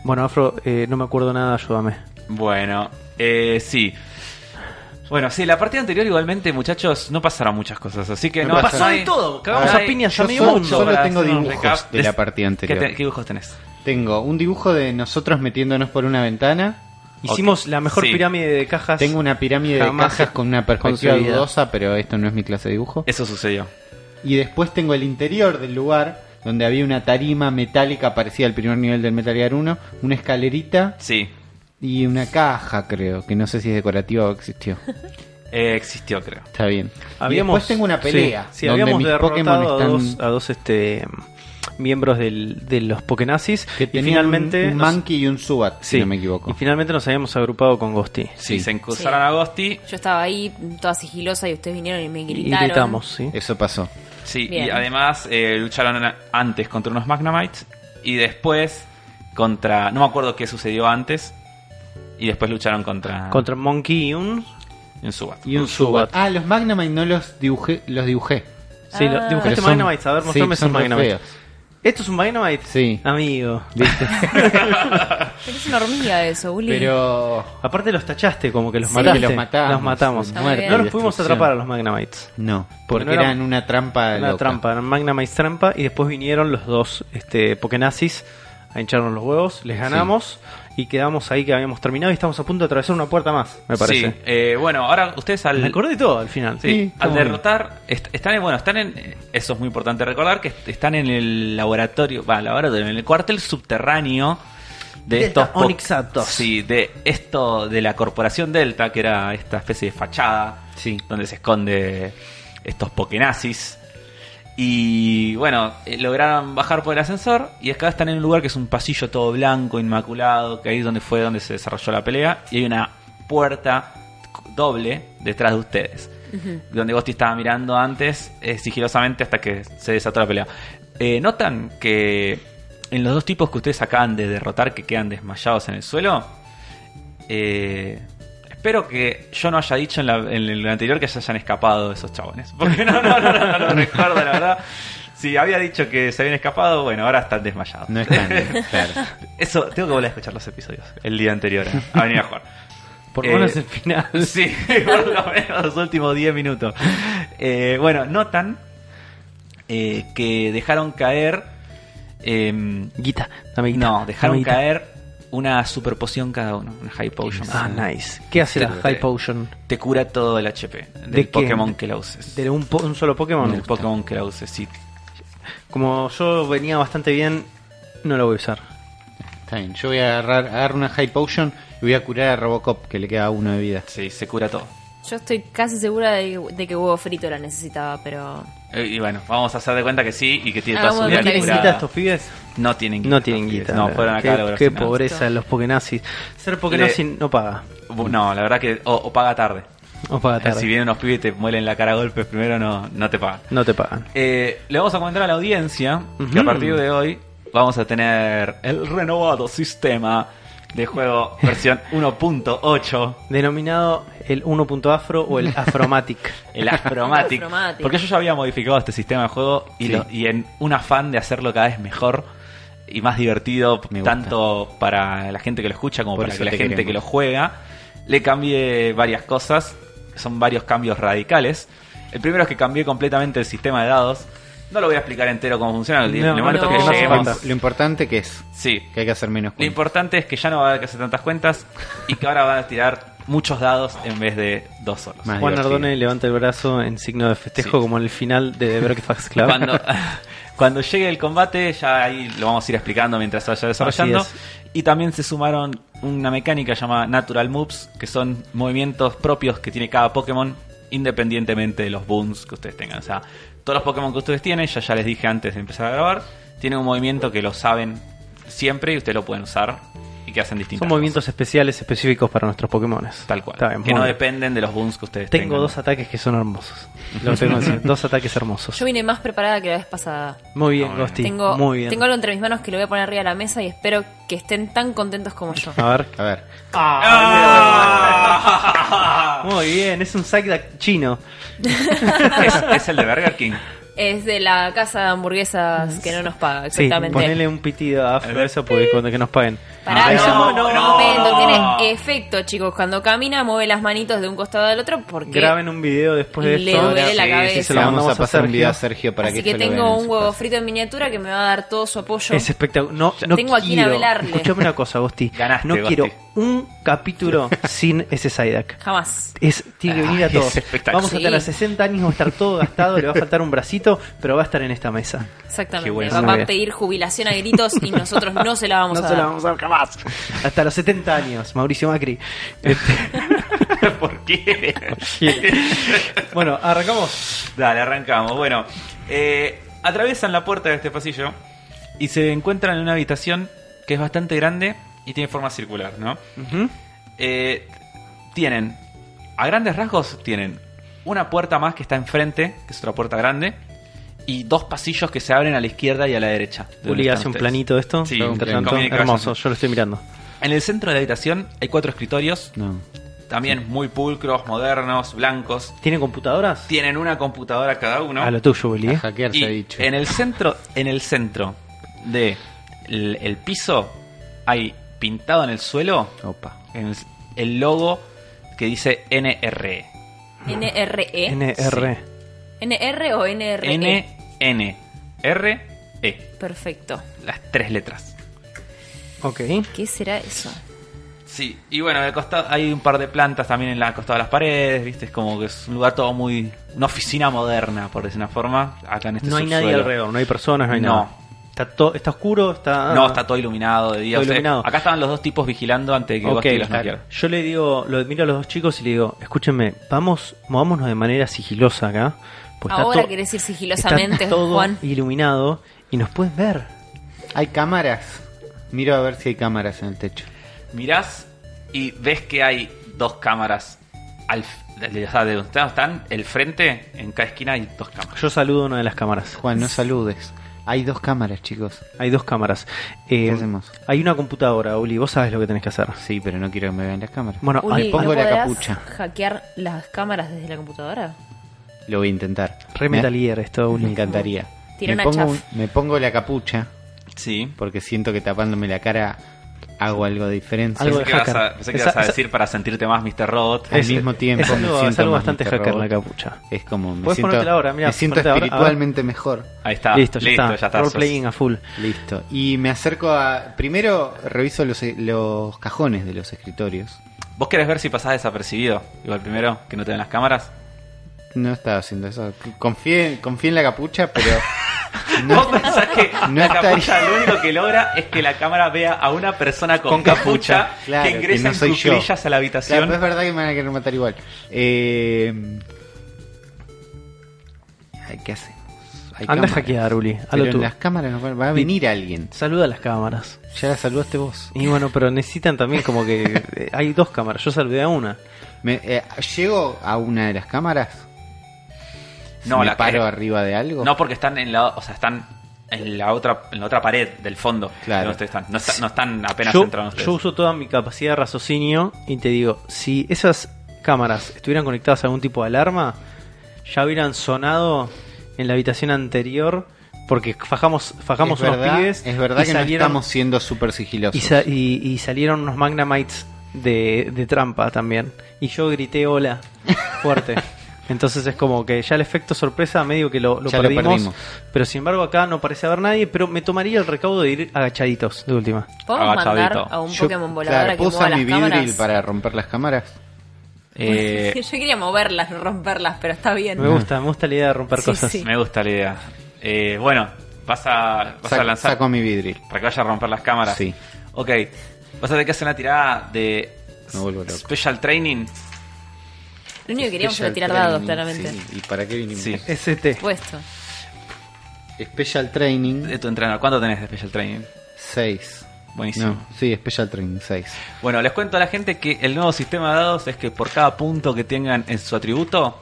Speaker 1: Bueno, Afro, eh, no me acuerdo nada, ayúdame.
Speaker 2: Bueno, eh, sí. Bueno, sí, la partida anterior igualmente, muchachos, no pasaron muchas cosas, así que
Speaker 3: No
Speaker 2: no,
Speaker 3: pasaron.
Speaker 2: no hay-
Speaker 1: todo,
Speaker 2: cagamos
Speaker 1: a
Speaker 2: ahí.
Speaker 1: piñas a
Speaker 3: Yo
Speaker 1: medio
Speaker 3: solo,
Speaker 1: mundo.
Speaker 3: solo
Speaker 2: para
Speaker 3: tengo
Speaker 2: hacer un
Speaker 3: dibujos
Speaker 2: recap.
Speaker 3: de la
Speaker 2: Des-
Speaker 3: partida
Speaker 2: ¿Qué,
Speaker 3: anterior.
Speaker 2: te- qué dibujos tenés?
Speaker 3: Tengo un dibujo de nosotros metiéndonos por una ventana.
Speaker 1: Hicimos la mejor
Speaker 2: Sí.
Speaker 1: pirámide de cajas.
Speaker 3: Tengo una pirámide
Speaker 1: Jamás
Speaker 3: de cajas con una perspectiva
Speaker 1: concebida.
Speaker 3: dudosa, pero esto no es mi clase de dibujo.
Speaker 2: Eso sucedió.
Speaker 3: Y después tengo el interior del lugar, donde había una tarima metálica parecida al primer nivel del Metal Gear 1, una escalerita
Speaker 2: Sí,
Speaker 3: y una caja, creo, que no sé si es decorativa o existió.
Speaker 2: eh, existió, creo.
Speaker 3: Está bien.
Speaker 1: Habíamos-
Speaker 3: y después tengo una pelea.
Speaker 1: Sí, sí,
Speaker 3: donde
Speaker 1: habíamos
Speaker 3: mis
Speaker 1: derrotado
Speaker 3: Pokémon
Speaker 1: a
Speaker 3: están...
Speaker 1: dos, a dos, este, miembros del- de los Pokenazis.
Speaker 3: que
Speaker 1: y
Speaker 3: tenían
Speaker 1: finalmente.
Speaker 3: un, un
Speaker 1: nos-
Speaker 3: Monkey y un Subat, si
Speaker 1: sí,
Speaker 3: no me equivoco.
Speaker 1: Y finalmente nos habíamos agrupado con Gosti.
Speaker 2: Sí,
Speaker 3: Sí.
Speaker 2: se cruzaron
Speaker 4: Sí.
Speaker 2: a Gosti.
Speaker 4: Yo estaba ahí, toda sigilosa, y ustedes vinieron y me
Speaker 1: Y
Speaker 4: gritaron.
Speaker 1: gritamos, sí.
Speaker 3: Eso pasó.
Speaker 2: Sí, y
Speaker 4: Bien.
Speaker 2: además eh, lucharon a- antes contra unos Magnamites y después contra. No me acuerdo qué sucedió antes. Y después lucharon
Speaker 3: ah.
Speaker 2: contra.
Speaker 1: Contra Monkey y un.
Speaker 2: En Subat.
Speaker 3: Y un
Speaker 1: Un Zubat.
Speaker 3: Subat. Ah, los Magnamite no los dibujé. Los dibujé.
Speaker 1: Sí, lo-
Speaker 4: Ah.
Speaker 1: dibujaste
Speaker 3: Pero son-
Speaker 1: Magnamites. A ver,
Speaker 3: sí,
Speaker 1: mostrame esos
Speaker 3: son re
Speaker 1: Magnamites.
Speaker 3: feos.
Speaker 1: ¿Esto es un Magnemite?
Speaker 3: Sí.
Speaker 1: Amigo.
Speaker 3: ¿Viste?
Speaker 4: Pero es una hormiga eso, Uli.
Speaker 3: Pero.
Speaker 1: Aparte los tachaste, como que los
Speaker 4: Sí.
Speaker 1: mataste.
Speaker 3: Los matamos.
Speaker 1: Los matamos.
Speaker 4: Está muy bien.
Speaker 1: No los pudimos
Speaker 3: Destrucción.
Speaker 1: atrapar a los Magnamites.
Speaker 3: No, porque
Speaker 1: No era-
Speaker 3: eran una trampa.
Speaker 1: Una
Speaker 3: loca.
Speaker 1: trampa, eran Magnamite trampa. Y después vinieron los dos este, Pokenazis a hincharnos los huevos. Les ganamos y quedamos ahí que habíamos terminado. Y estamos a punto de atravesar una puerta más, me parece.
Speaker 2: Sí, eh, bueno, ahora ustedes al.
Speaker 1: Me acordé de todo al final.
Speaker 2: Sí,
Speaker 3: Sí,
Speaker 2: al
Speaker 3: está bien.
Speaker 2: derrotar, est- están en, bueno, están en, eso es muy importante recordar, que est- están en el laboratorio, va, laboratorio, en el cuartel subterráneo de
Speaker 1: Delta
Speaker 2: estos... po-
Speaker 1: Onyx Aptos.
Speaker 2: Sí, de esto, de la corporación Delta, que era esta especie de fachada,
Speaker 3: Sí.
Speaker 2: donde se esconde estos pokenazis. Y bueno, eh, lograron bajar por el ascensor y acá están en un lugar que es un pasillo todo blanco, inmaculado, que ahí es donde fue donde se desarrolló la pelea. Y hay una puerta doble detrás de ustedes. Donde Gosti estaba mirando antes eh, sigilosamente hasta que se desató la pelea. Eh, Notan que en los dos tipos que ustedes acaban de derrotar, que quedan desmayados en el suelo, eh, espero que yo no haya dicho en, la- en el anterior que se hayan escapado esos chabones. Porque no, no, no, no, no lo recuerdo, la verdad. Si había dicho que se habían escapado, bueno, ahora están desmayados.
Speaker 3: No es tan claro.
Speaker 2: Eso, tengo que volver a escuchar los episodios el día anterior a- a venir a jugar.
Speaker 1: Por
Speaker 2: Eh,
Speaker 1: lo menos el final.
Speaker 2: Sí, por lo menos los últimos 10 minutos. Eh, bueno, notan eh, que dejaron caer. em,
Speaker 1: Guita, dame guita.
Speaker 2: no, dejaron
Speaker 1: Dame guita.
Speaker 2: caer una super poción cada uno, una high potion.
Speaker 1: Ah, nice. ¿Qué hace la High Potion?
Speaker 2: Te cura todo el HP del
Speaker 1: ¿De qué?
Speaker 2: Pokémon que la uses.
Speaker 1: ¿De un, po- un solo Pokémon?
Speaker 2: Del Pokémon que la uses, sí.
Speaker 1: Como yo venía bastante bien, no lo voy a usar.
Speaker 3: Está bien. Yo voy a agarrar, agarrar una High Potion y voy a curar a Robocop, que le queda uno de vida.
Speaker 2: Sí, se cura todo.
Speaker 4: Yo estoy casi segura de, de que huevo frito la necesitaba, pero.
Speaker 2: Eh, Y bueno, vamos a hacer de cuenta que sí y que tiene toda su
Speaker 4: Hagamos
Speaker 2: vida
Speaker 4: de cuenta que sí.
Speaker 2: curada.
Speaker 1: guita estos pibes?
Speaker 2: No tienen guita.
Speaker 1: No tienen
Speaker 2: estos pibes.
Speaker 1: guita.
Speaker 2: No, fueron acá a
Speaker 1: Qué,
Speaker 2: lograr
Speaker 1: qué
Speaker 2: sin nada.
Speaker 1: pobreza los Pokénazis. Ser Pokénazi
Speaker 2: Le-
Speaker 1: no paga.
Speaker 2: No, la verdad que. o- o paga tarde.
Speaker 1: No paga tarde.
Speaker 2: Eh, Si vienen unos pibes y te muelen la cara a golpes primero, no, no te pagan.
Speaker 1: No te pagan.
Speaker 2: Eh, le vamos a comentar a la audiencia que a
Speaker 1: Ujú.
Speaker 2: partir de hoy vamos a tener el renovado sistema de juego versión 1.8.
Speaker 1: Denominado el 1.afro o el Afromatic.
Speaker 2: El Astromatic.
Speaker 4: Astromatic.
Speaker 2: porque yo ya había modificado este sistema de juego y,
Speaker 3: Sí.
Speaker 2: lo- y en un afán de hacerlo cada vez mejor y más divertido,
Speaker 3: Me gusta.
Speaker 2: tanto para la gente que lo escucha como
Speaker 3: Por
Speaker 2: para
Speaker 3: eso
Speaker 2: que la
Speaker 3: te
Speaker 2: gente
Speaker 3: queremos.
Speaker 2: que lo juega, le cambié varias cosas. Son varios cambios radicales. El primero es que cambié completamente el sistema de dados. No lo voy a explicar entero cómo funciona. el
Speaker 1: No,
Speaker 2: momento
Speaker 4: no,
Speaker 2: que
Speaker 4: no hace
Speaker 2: lleguemos.
Speaker 1: falta.
Speaker 3: Lo importante que es
Speaker 2: Sí.
Speaker 3: que hay que hacer menos
Speaker 2: Lo
Speaker 3: cuentas.
Speaker 2: importante es que ya no va a haber que hacer tantas cuentas y que ahora van a tirar muchos dados en vez de dos solos.
Speaker 3: Más
Speaker 1: Juan
Speaker 3: divertido.
Speaker 1: Ardone levanta el brazo en signo de festejo
Speaker 2: Sí.
Speaker 1: como en el final de The Breakfast Club.
Speaker 2: Cuando, cuando llegue el combate, ya ahí lo vamos a ir explicando mientras se vaya desarrollando.
Speaker 1: Así
Speaker 2: Y también se sumaron una mecánica llamada Natural Moves, que son movimientos propios que tiene cada Pokémon, independientemente de los boons que ustedes tengan. O sea, todos los Pokémon que ustedes tienen, ya, ya les dije antes de empezar a grabar, tienen un movimiento que lo saben siempre y ustedes lo pueden usar y que hacen distintos
Speaker 1: Son movimientos especiales específicos para nuestros Pokémones.
Speaker 2: Tal cual.
Speaker 1: Está bien,
Speaker 2: que
Speaker 1: muy
Speaker 2: no
Speaker 1: bien.
Speaker 2: dependen de los boons que ustedes
Speaker 1: Tengo
Speaker 2: tengan.
Speaker 1: dos ataques que son hermosos. Lo tengo que decir, dos ataques hermosos.
Speaker 4: Yo vine más preparada que la vez pasada.
Speaker 1: Muy bien,
Speaker 2: Muy bien.
Speaker 1: Gosti.
Speaker 4: tengo,
Speaker 1: Muy bien.
Speaker 4: tengo algo entre mis manos que lo voy a poner arriba de la mesa y espero que estén tan contentos como yo.
Speaker 1: A ver.
Speaker 3: A ver.
Speaker 2: ¡Ah!
Speaker 1: Muy bien, es un sack chino.
Speaker 2: es, es el de Burger King.
Speaker 4: Es de la casa de hamburguesas que no nos paga,
Speaker 1: Sí,
Speaker 4: exactamente.
Speaker 1: ponele un Ah, pitido a Afro, eso porque cuando que nos paguen.
Speaker 4: Pará,
Speaker 2: Ay, no,
Speaker 4: no, no,
Speaker 2: no.
Speaker 4: momento, tiene efecto, chicos. Cuando camina, mueve las manitos de un costado al otro porque.
Speaker 1: Graben un video después de
Speaker 4: Le
Speaker 1: esto.
Speaker 4: duele la
Speaker 1: Sí,
Speaker 4: cabeza.
Speaker 1: sí, se
Speaker 3: Le
Speaker 1: lo
Speaker 3: vamos a
Speaker 1: mandamos a
Speaker 3: pasar un video a
Speaker 1: Sergio.
Speaker 3: Sergio para
Speaker 4: Así
Speaker 3: que,
Speaker 4: que,
Speaker 3: se lo vean
Speaker 4: tengo
Speaker 3: en
Speaker 4: un
Speaker 3: su
Speaker 4: huevo
Speaker 3: casa.
Speaker 4: frito en miniatura que me va a dar todo su apoyo.
Speaker 1: Es espectacular. No, no
Speaker 4: Tengo a quién
Speaker 1: quiero.
Speaker 4: hablarle.
Speaker 1: Escuchame una cosa, Gosti.
Speaker 2: Ganaste,
Speaker 1: no
Speaker 2: Gosti.
Speaker 1: quiero un capítulo sin ese Psyduck.
Speaker 4: Jamás.
Speaker 1: Es, tiene que venir a
Speaker 2: Ay,
Speaker 1: todos.
Speaker 2: es espectacular.
Speaker 1: Vamos a tener
Speaker 4: Sí.
Speaker 1: a 60 años, va a estar todo gastado, le va a faltar un bracito, pero va a estar en esta mesa.
Speaker 4: Exactamente.
Speaker 2: Qué bueno.
Speaker 4: va,
Speaker 1: Muy
Speaker 4: va a
Speaker 1: bien.
Speaker 4: pedir jubilación a gritos y nosotros no se la vamos
Speaker 1: no
Speaker 4: a
Speaker 1: se
Speaker 4: dar.
Speaker 1: la vamos a ver jamás. Hasta los 70 años, Mauricio Macri. Este,
Speaker 2: ¿Por qué?
Speaker 1: bueno, arrancamos.
Speaker 2: Dale, arrancamos. Bueno, eh, atraviesan la puerta de este pasillo y se encuentran en una habitación que es bastante grande y tiene forma circular, ¿no?
Speaker 1: Ujú.
Speaker 2: Eh, tienen, a grandes rasgos, tienen una puerta más que está enfrente, que es otra puerta grande, y dos pasillos que se abren a la izquierda y a la derecha. de donde
Speaker 1: Uli
Speaker 2: están
Speaker 1: hace un
Speaker 2: ustedes.
Speaker 1: planito de esto.
Speaker 2: Sí,
Speaker 1: Mientras
Speaker 3: un
Speaker 1: tanto,
Speaker 2: comunicación.
Speaker 1: hermoso, yo lo estoy mirando.
Speaker 2: En el centro de la habitación hay cuatro escritorios,
Speaker 3: No.
Speaker 2: también muy pulcros, modernos, blancos.
Speaker 1: ¿Tiene computadoras?
Speaker 2: Tienen una computadora cada uno.
Speaker 1: A lo tuyo, Uli.
Speaker 3: A
Speaker 1: ¿eh?
Speaker 3: hackear
Speaker 2: Y
Speaker 3: se ha dicho.
Speaker 2: En el centro, en el centro de el, el piso hay pintado en el suelo
Speaker 3: Opa.
Speaker 2: en el, el logo que dice E. NRE.
Speaker 4: NRE.
Speaker 1: NR.
Speaker 4: NR E o NRE.
Speaker 1: E.
Speaker 2: N N R E,
Speaker 4: Perfecto.
Speaker 2: las tres letras.
Speaker 1: Ok.
Speaker 4: ¿Qué será eso?
Speaker 2: Sí, y bueno, al costado hay un par de plantas también en la al costado de las paredes, ¿viste? Es como que es un lugar todo muy una oficina moderna, por decir una forma, acá en este
Speaker 1: No hay nadie
Speaker 2: subsuelo.
Speaker 1: alrededor, no hay personas, no hay
Speaker 2: No.
Speaker 1: nada. Está, to- está oscuro, está.
Speaker 2: No, está todo iluminado de día.
Speaker 1: Todo
Speaker 2: o sea,
Speaker 1: iluminado.
Speaker 2: acá estaban los dos tipos vigilando antes de que
Speaker 1: Ok,
Speaker 2: Basti los
Speaker 1: claro.
Speaker 2: noqueara.
Speaker 1: Yo le digo, lo miro a los dos chicos y le digo, escúchenme, vamos, movámonos de manera sigilosa acá, Pues está
Speaker 4: Ahora
Speaker 1: to-
Speaker 4: querés ir sigilosamente,
Speaker 1: está todo
Speaker 4: Juan.
Speaker 1: iluminado y nos pueden ver.
Speaker 3: ¿Hay cámaras? Miro a ver si hay cámaras en el techo.
Speaker 2: Mirás y ves que hay dos cámaras. Al, f- de- o sea, de donde están- están, el frente, en cada esquina hay dos cámaras.
Speaker 1: Yo saludo a una de las cámaras.
Speaker 3: Juan, no saludes. Hay dos cámaras, chicos.
Speaker 1: Hay dos cámaras. Eh,
Speaker 3: ¿Qué hacemos?
Speaker 1: hay una computadora, Uli, vos sabes lo que tenés que hacer.
Speaker 3: Sí, pero no quiero que me vean las cámaras.
Speaker 1: Bueno,
Speaker 4: Uli,
Speaker 1: ahí
Speaker 3: pongo
Speaker 4: ¿no
Speaker 3: la
Speaker 4: podrás
Speaker 3: capucha.
Speaker 4: hackear las cámaras desde la computadora?
Speaker 3: Lo voy a intentar.
Speaker 1: re
Speaker 3: Me-
Speaker 1: Metal Gear esto,
Speaker 3: Me
Speaker 1: Uli.
Speaker 3: encantaría.
Speaker 4: Tira
Speaker 3: me,
Speaker 4: una
Speaker 3: pongo
Speaker 4: chaf.
Speaker 3: un- me pongo la capucha
Speaker 2: Sí.
Speaker 3: porque siento que tapándome la cara hago algo de diferencia.
Speaker 1: Algo
Speaker 2: Pensé
Speaker 1: de
Speaker 2: que, vas
Speaker 1: hacker.
Speaker 2: a, pensé que
Speaker 1: Esa- Eh,
Speaker 2: ibas a
Speaker 1: esa-
Speaker 2: decir para sentirte más Mr. Robot.
Speaker 3: Al mismo tiempo
Speaker 1: es algo,
Speaker 3: me siento
Speaker 1: es algo
Speaker 3: más
Speaker 1: bastante
Speaker 3: Mr.
Speaker 1: hacker
Speaker 3: Robot.
Speaker 1: la capucha.
Speaker 3: Es como me
Speaker 1: Podés
Speaker 3: siento,
Speaker 1: ponértela ahora, mirá,
Speaker 3: me siento
Speaker 1: ponértela ahora, a ver.
Speaker 3: espiritualmente mejor.
Speaker 2: Ahí está.
Speaker 1: listo, ya está.
Speaker 2: ya está.
Speaker 1: Role
Speaker 2: sos-
Speaker 1: playing a full.
Speaker 3: Listo. Y me acerco a primero reviso los, e- los cajones de los escritorios.
Speaker 2: ¿Vos querés ver si pasás desapercibido? Igual primero, que no te ven las cámaras.
Speaker 3: No estaba haciendo eso. Confié, confié en la capucha, pero no-
Speaker 2: Vos pensás que
Speaker 3: no
Speaker 2: la
Speaker 3: estaría-
Speaker 2: capucha lo único que logra es que la cámara vea a una persona con,
Speaker 3: Con capucha,
Speaker 2: capucha,
Speaker 3: claro,
Speaker 2: que ingresa
Speaker 3: que no soy
Speaker 2: en
Speaker 3: yo.
Speaker 2: cuclillas a la habitación.
Speaker 3: Claro, pero es verdad que me van a querer matar igual. Eh, ay, ¿Qué hacemos? Hay
Speaker 1: Anda a
Speaker 3: cámaras.
Speaker 1: hackear, Uli.
Speaker 3: Pero
Speaker 1: Hazlo
Speaker 3: en
Speaker 1: tú.
Speaker 3: las cámaras no va- va a venir alguien.
Speaker 1: Saluda a las cámaras.
Speaker 3: Ya la saludaste vos.
Speaker 1: Y bueno, pero necesitan también como que eh, hay dos cámaras. Yo saludé a una.
Speaker 3: Me- eh, ¿Llego a una de las cámaras?
Speaker 2: No,
Speaker 3: ¿Me
Speaker 2: la
Speaker 3: paro
Speaker 2: que-
Speaker 3: arriba de algo?
Speaker 2: No, porque están en la, o sea, están en la otra, en la otra pared del fondo.
Speaker 3: Claro.
Speaker 2: de donde ustedes están. No, está- no están apenas
Speaker 1: yo,
Speaker 2: entrando ustedes.
Speaker 1: yo uso toda mi capacidad de raciocinio y te digo, si esas cámaras estuvieran conectadas a algún tipo de alarma, ya hubieran sonado en la habitación anterior porque fajamos, fajamos
Speaker 3: es
Speaker 1: unos
Speaker 3: verdad,
Speaker 1: pibes
Speaker 3: es verdad
Speaker 1: y
Speaker 3: que
Speaker 1: salieron,
Speaker 3: no estamos siendo súper sigilosos.
Speaker 1: y, sa- y- y salieron unos magnamites de, de trampa también. Y yo grité hola fuerte. Entonces es como que ya el efecto sorpresa medio que lo, lo
Speaker 3: Ya lo
Speaker 1: perdimos,
Speaker 3: perdimos.
Speaker 1: Pero sin embargo acá no parece haber nadie, pero me tomaría el recaudo de ir agachaditos de última.
Speaker 4: ¿Podemos
Speaker 2: Agachadito.
Speaker 4: mandar a un
Speaker 3: Yo-
Speaker 4: Pokémon volador
Speaker 3: claro,
Speaker 4: a que
Speaker 3: ¿puedo
Speaker 4: mueva
Speaker 3: usar mi
Speaker 4: las cámaras?
Speaker 3: vidril para romper las cámaras?
Speaker 2: Eh,
Speaker 4: Yo quería moverlas, no romperlas, pero está bien.
Speaker 3: Ah.
Speaker 1: Me gusta, me gusta la idea de romper
Speaker 4: Sí,
Speaker 1: cosas.
Speaker 4: sí.
Speaker 2: me gusta la idea. Eh, bueno, vas a, vas a
Speaker 3: Saco-
Speaker 2: lanzar
Speaker 3: Saco mi vidril.
Speaker 2: para que vaya a romper las cámaras.
Speaker 3: Sí.
Speaker 2: Ok. Vas a tener que hacer una tirada de
Speaker 3: Me vuelvo loco.
Speaker 2: Special Training.
Speaker 4: Lo único que queríamos
Speaker 3: Special
Speaker 4: era tirar dados,
Speaker 3: training,
Speaker 4: claramente.
Speaker 3: sí. ¿Y para qué vinimos?
Speaker 2: Sí.
Speaker 1: ST.
Speaker 4: Puesto.
Speaker 3: Special Training
Speaker 2: De tu entrenador. ¿Cuánto tenés de Special Training?
Speaker 3: 6.
Speaker 2: Buenísimo.
Speaker 3: No, sí, Special Training 6.
Speaker 2: Bueno, les cuento a la gente que el nuevo sistema de dados es que por cada punto que tengan en su atributo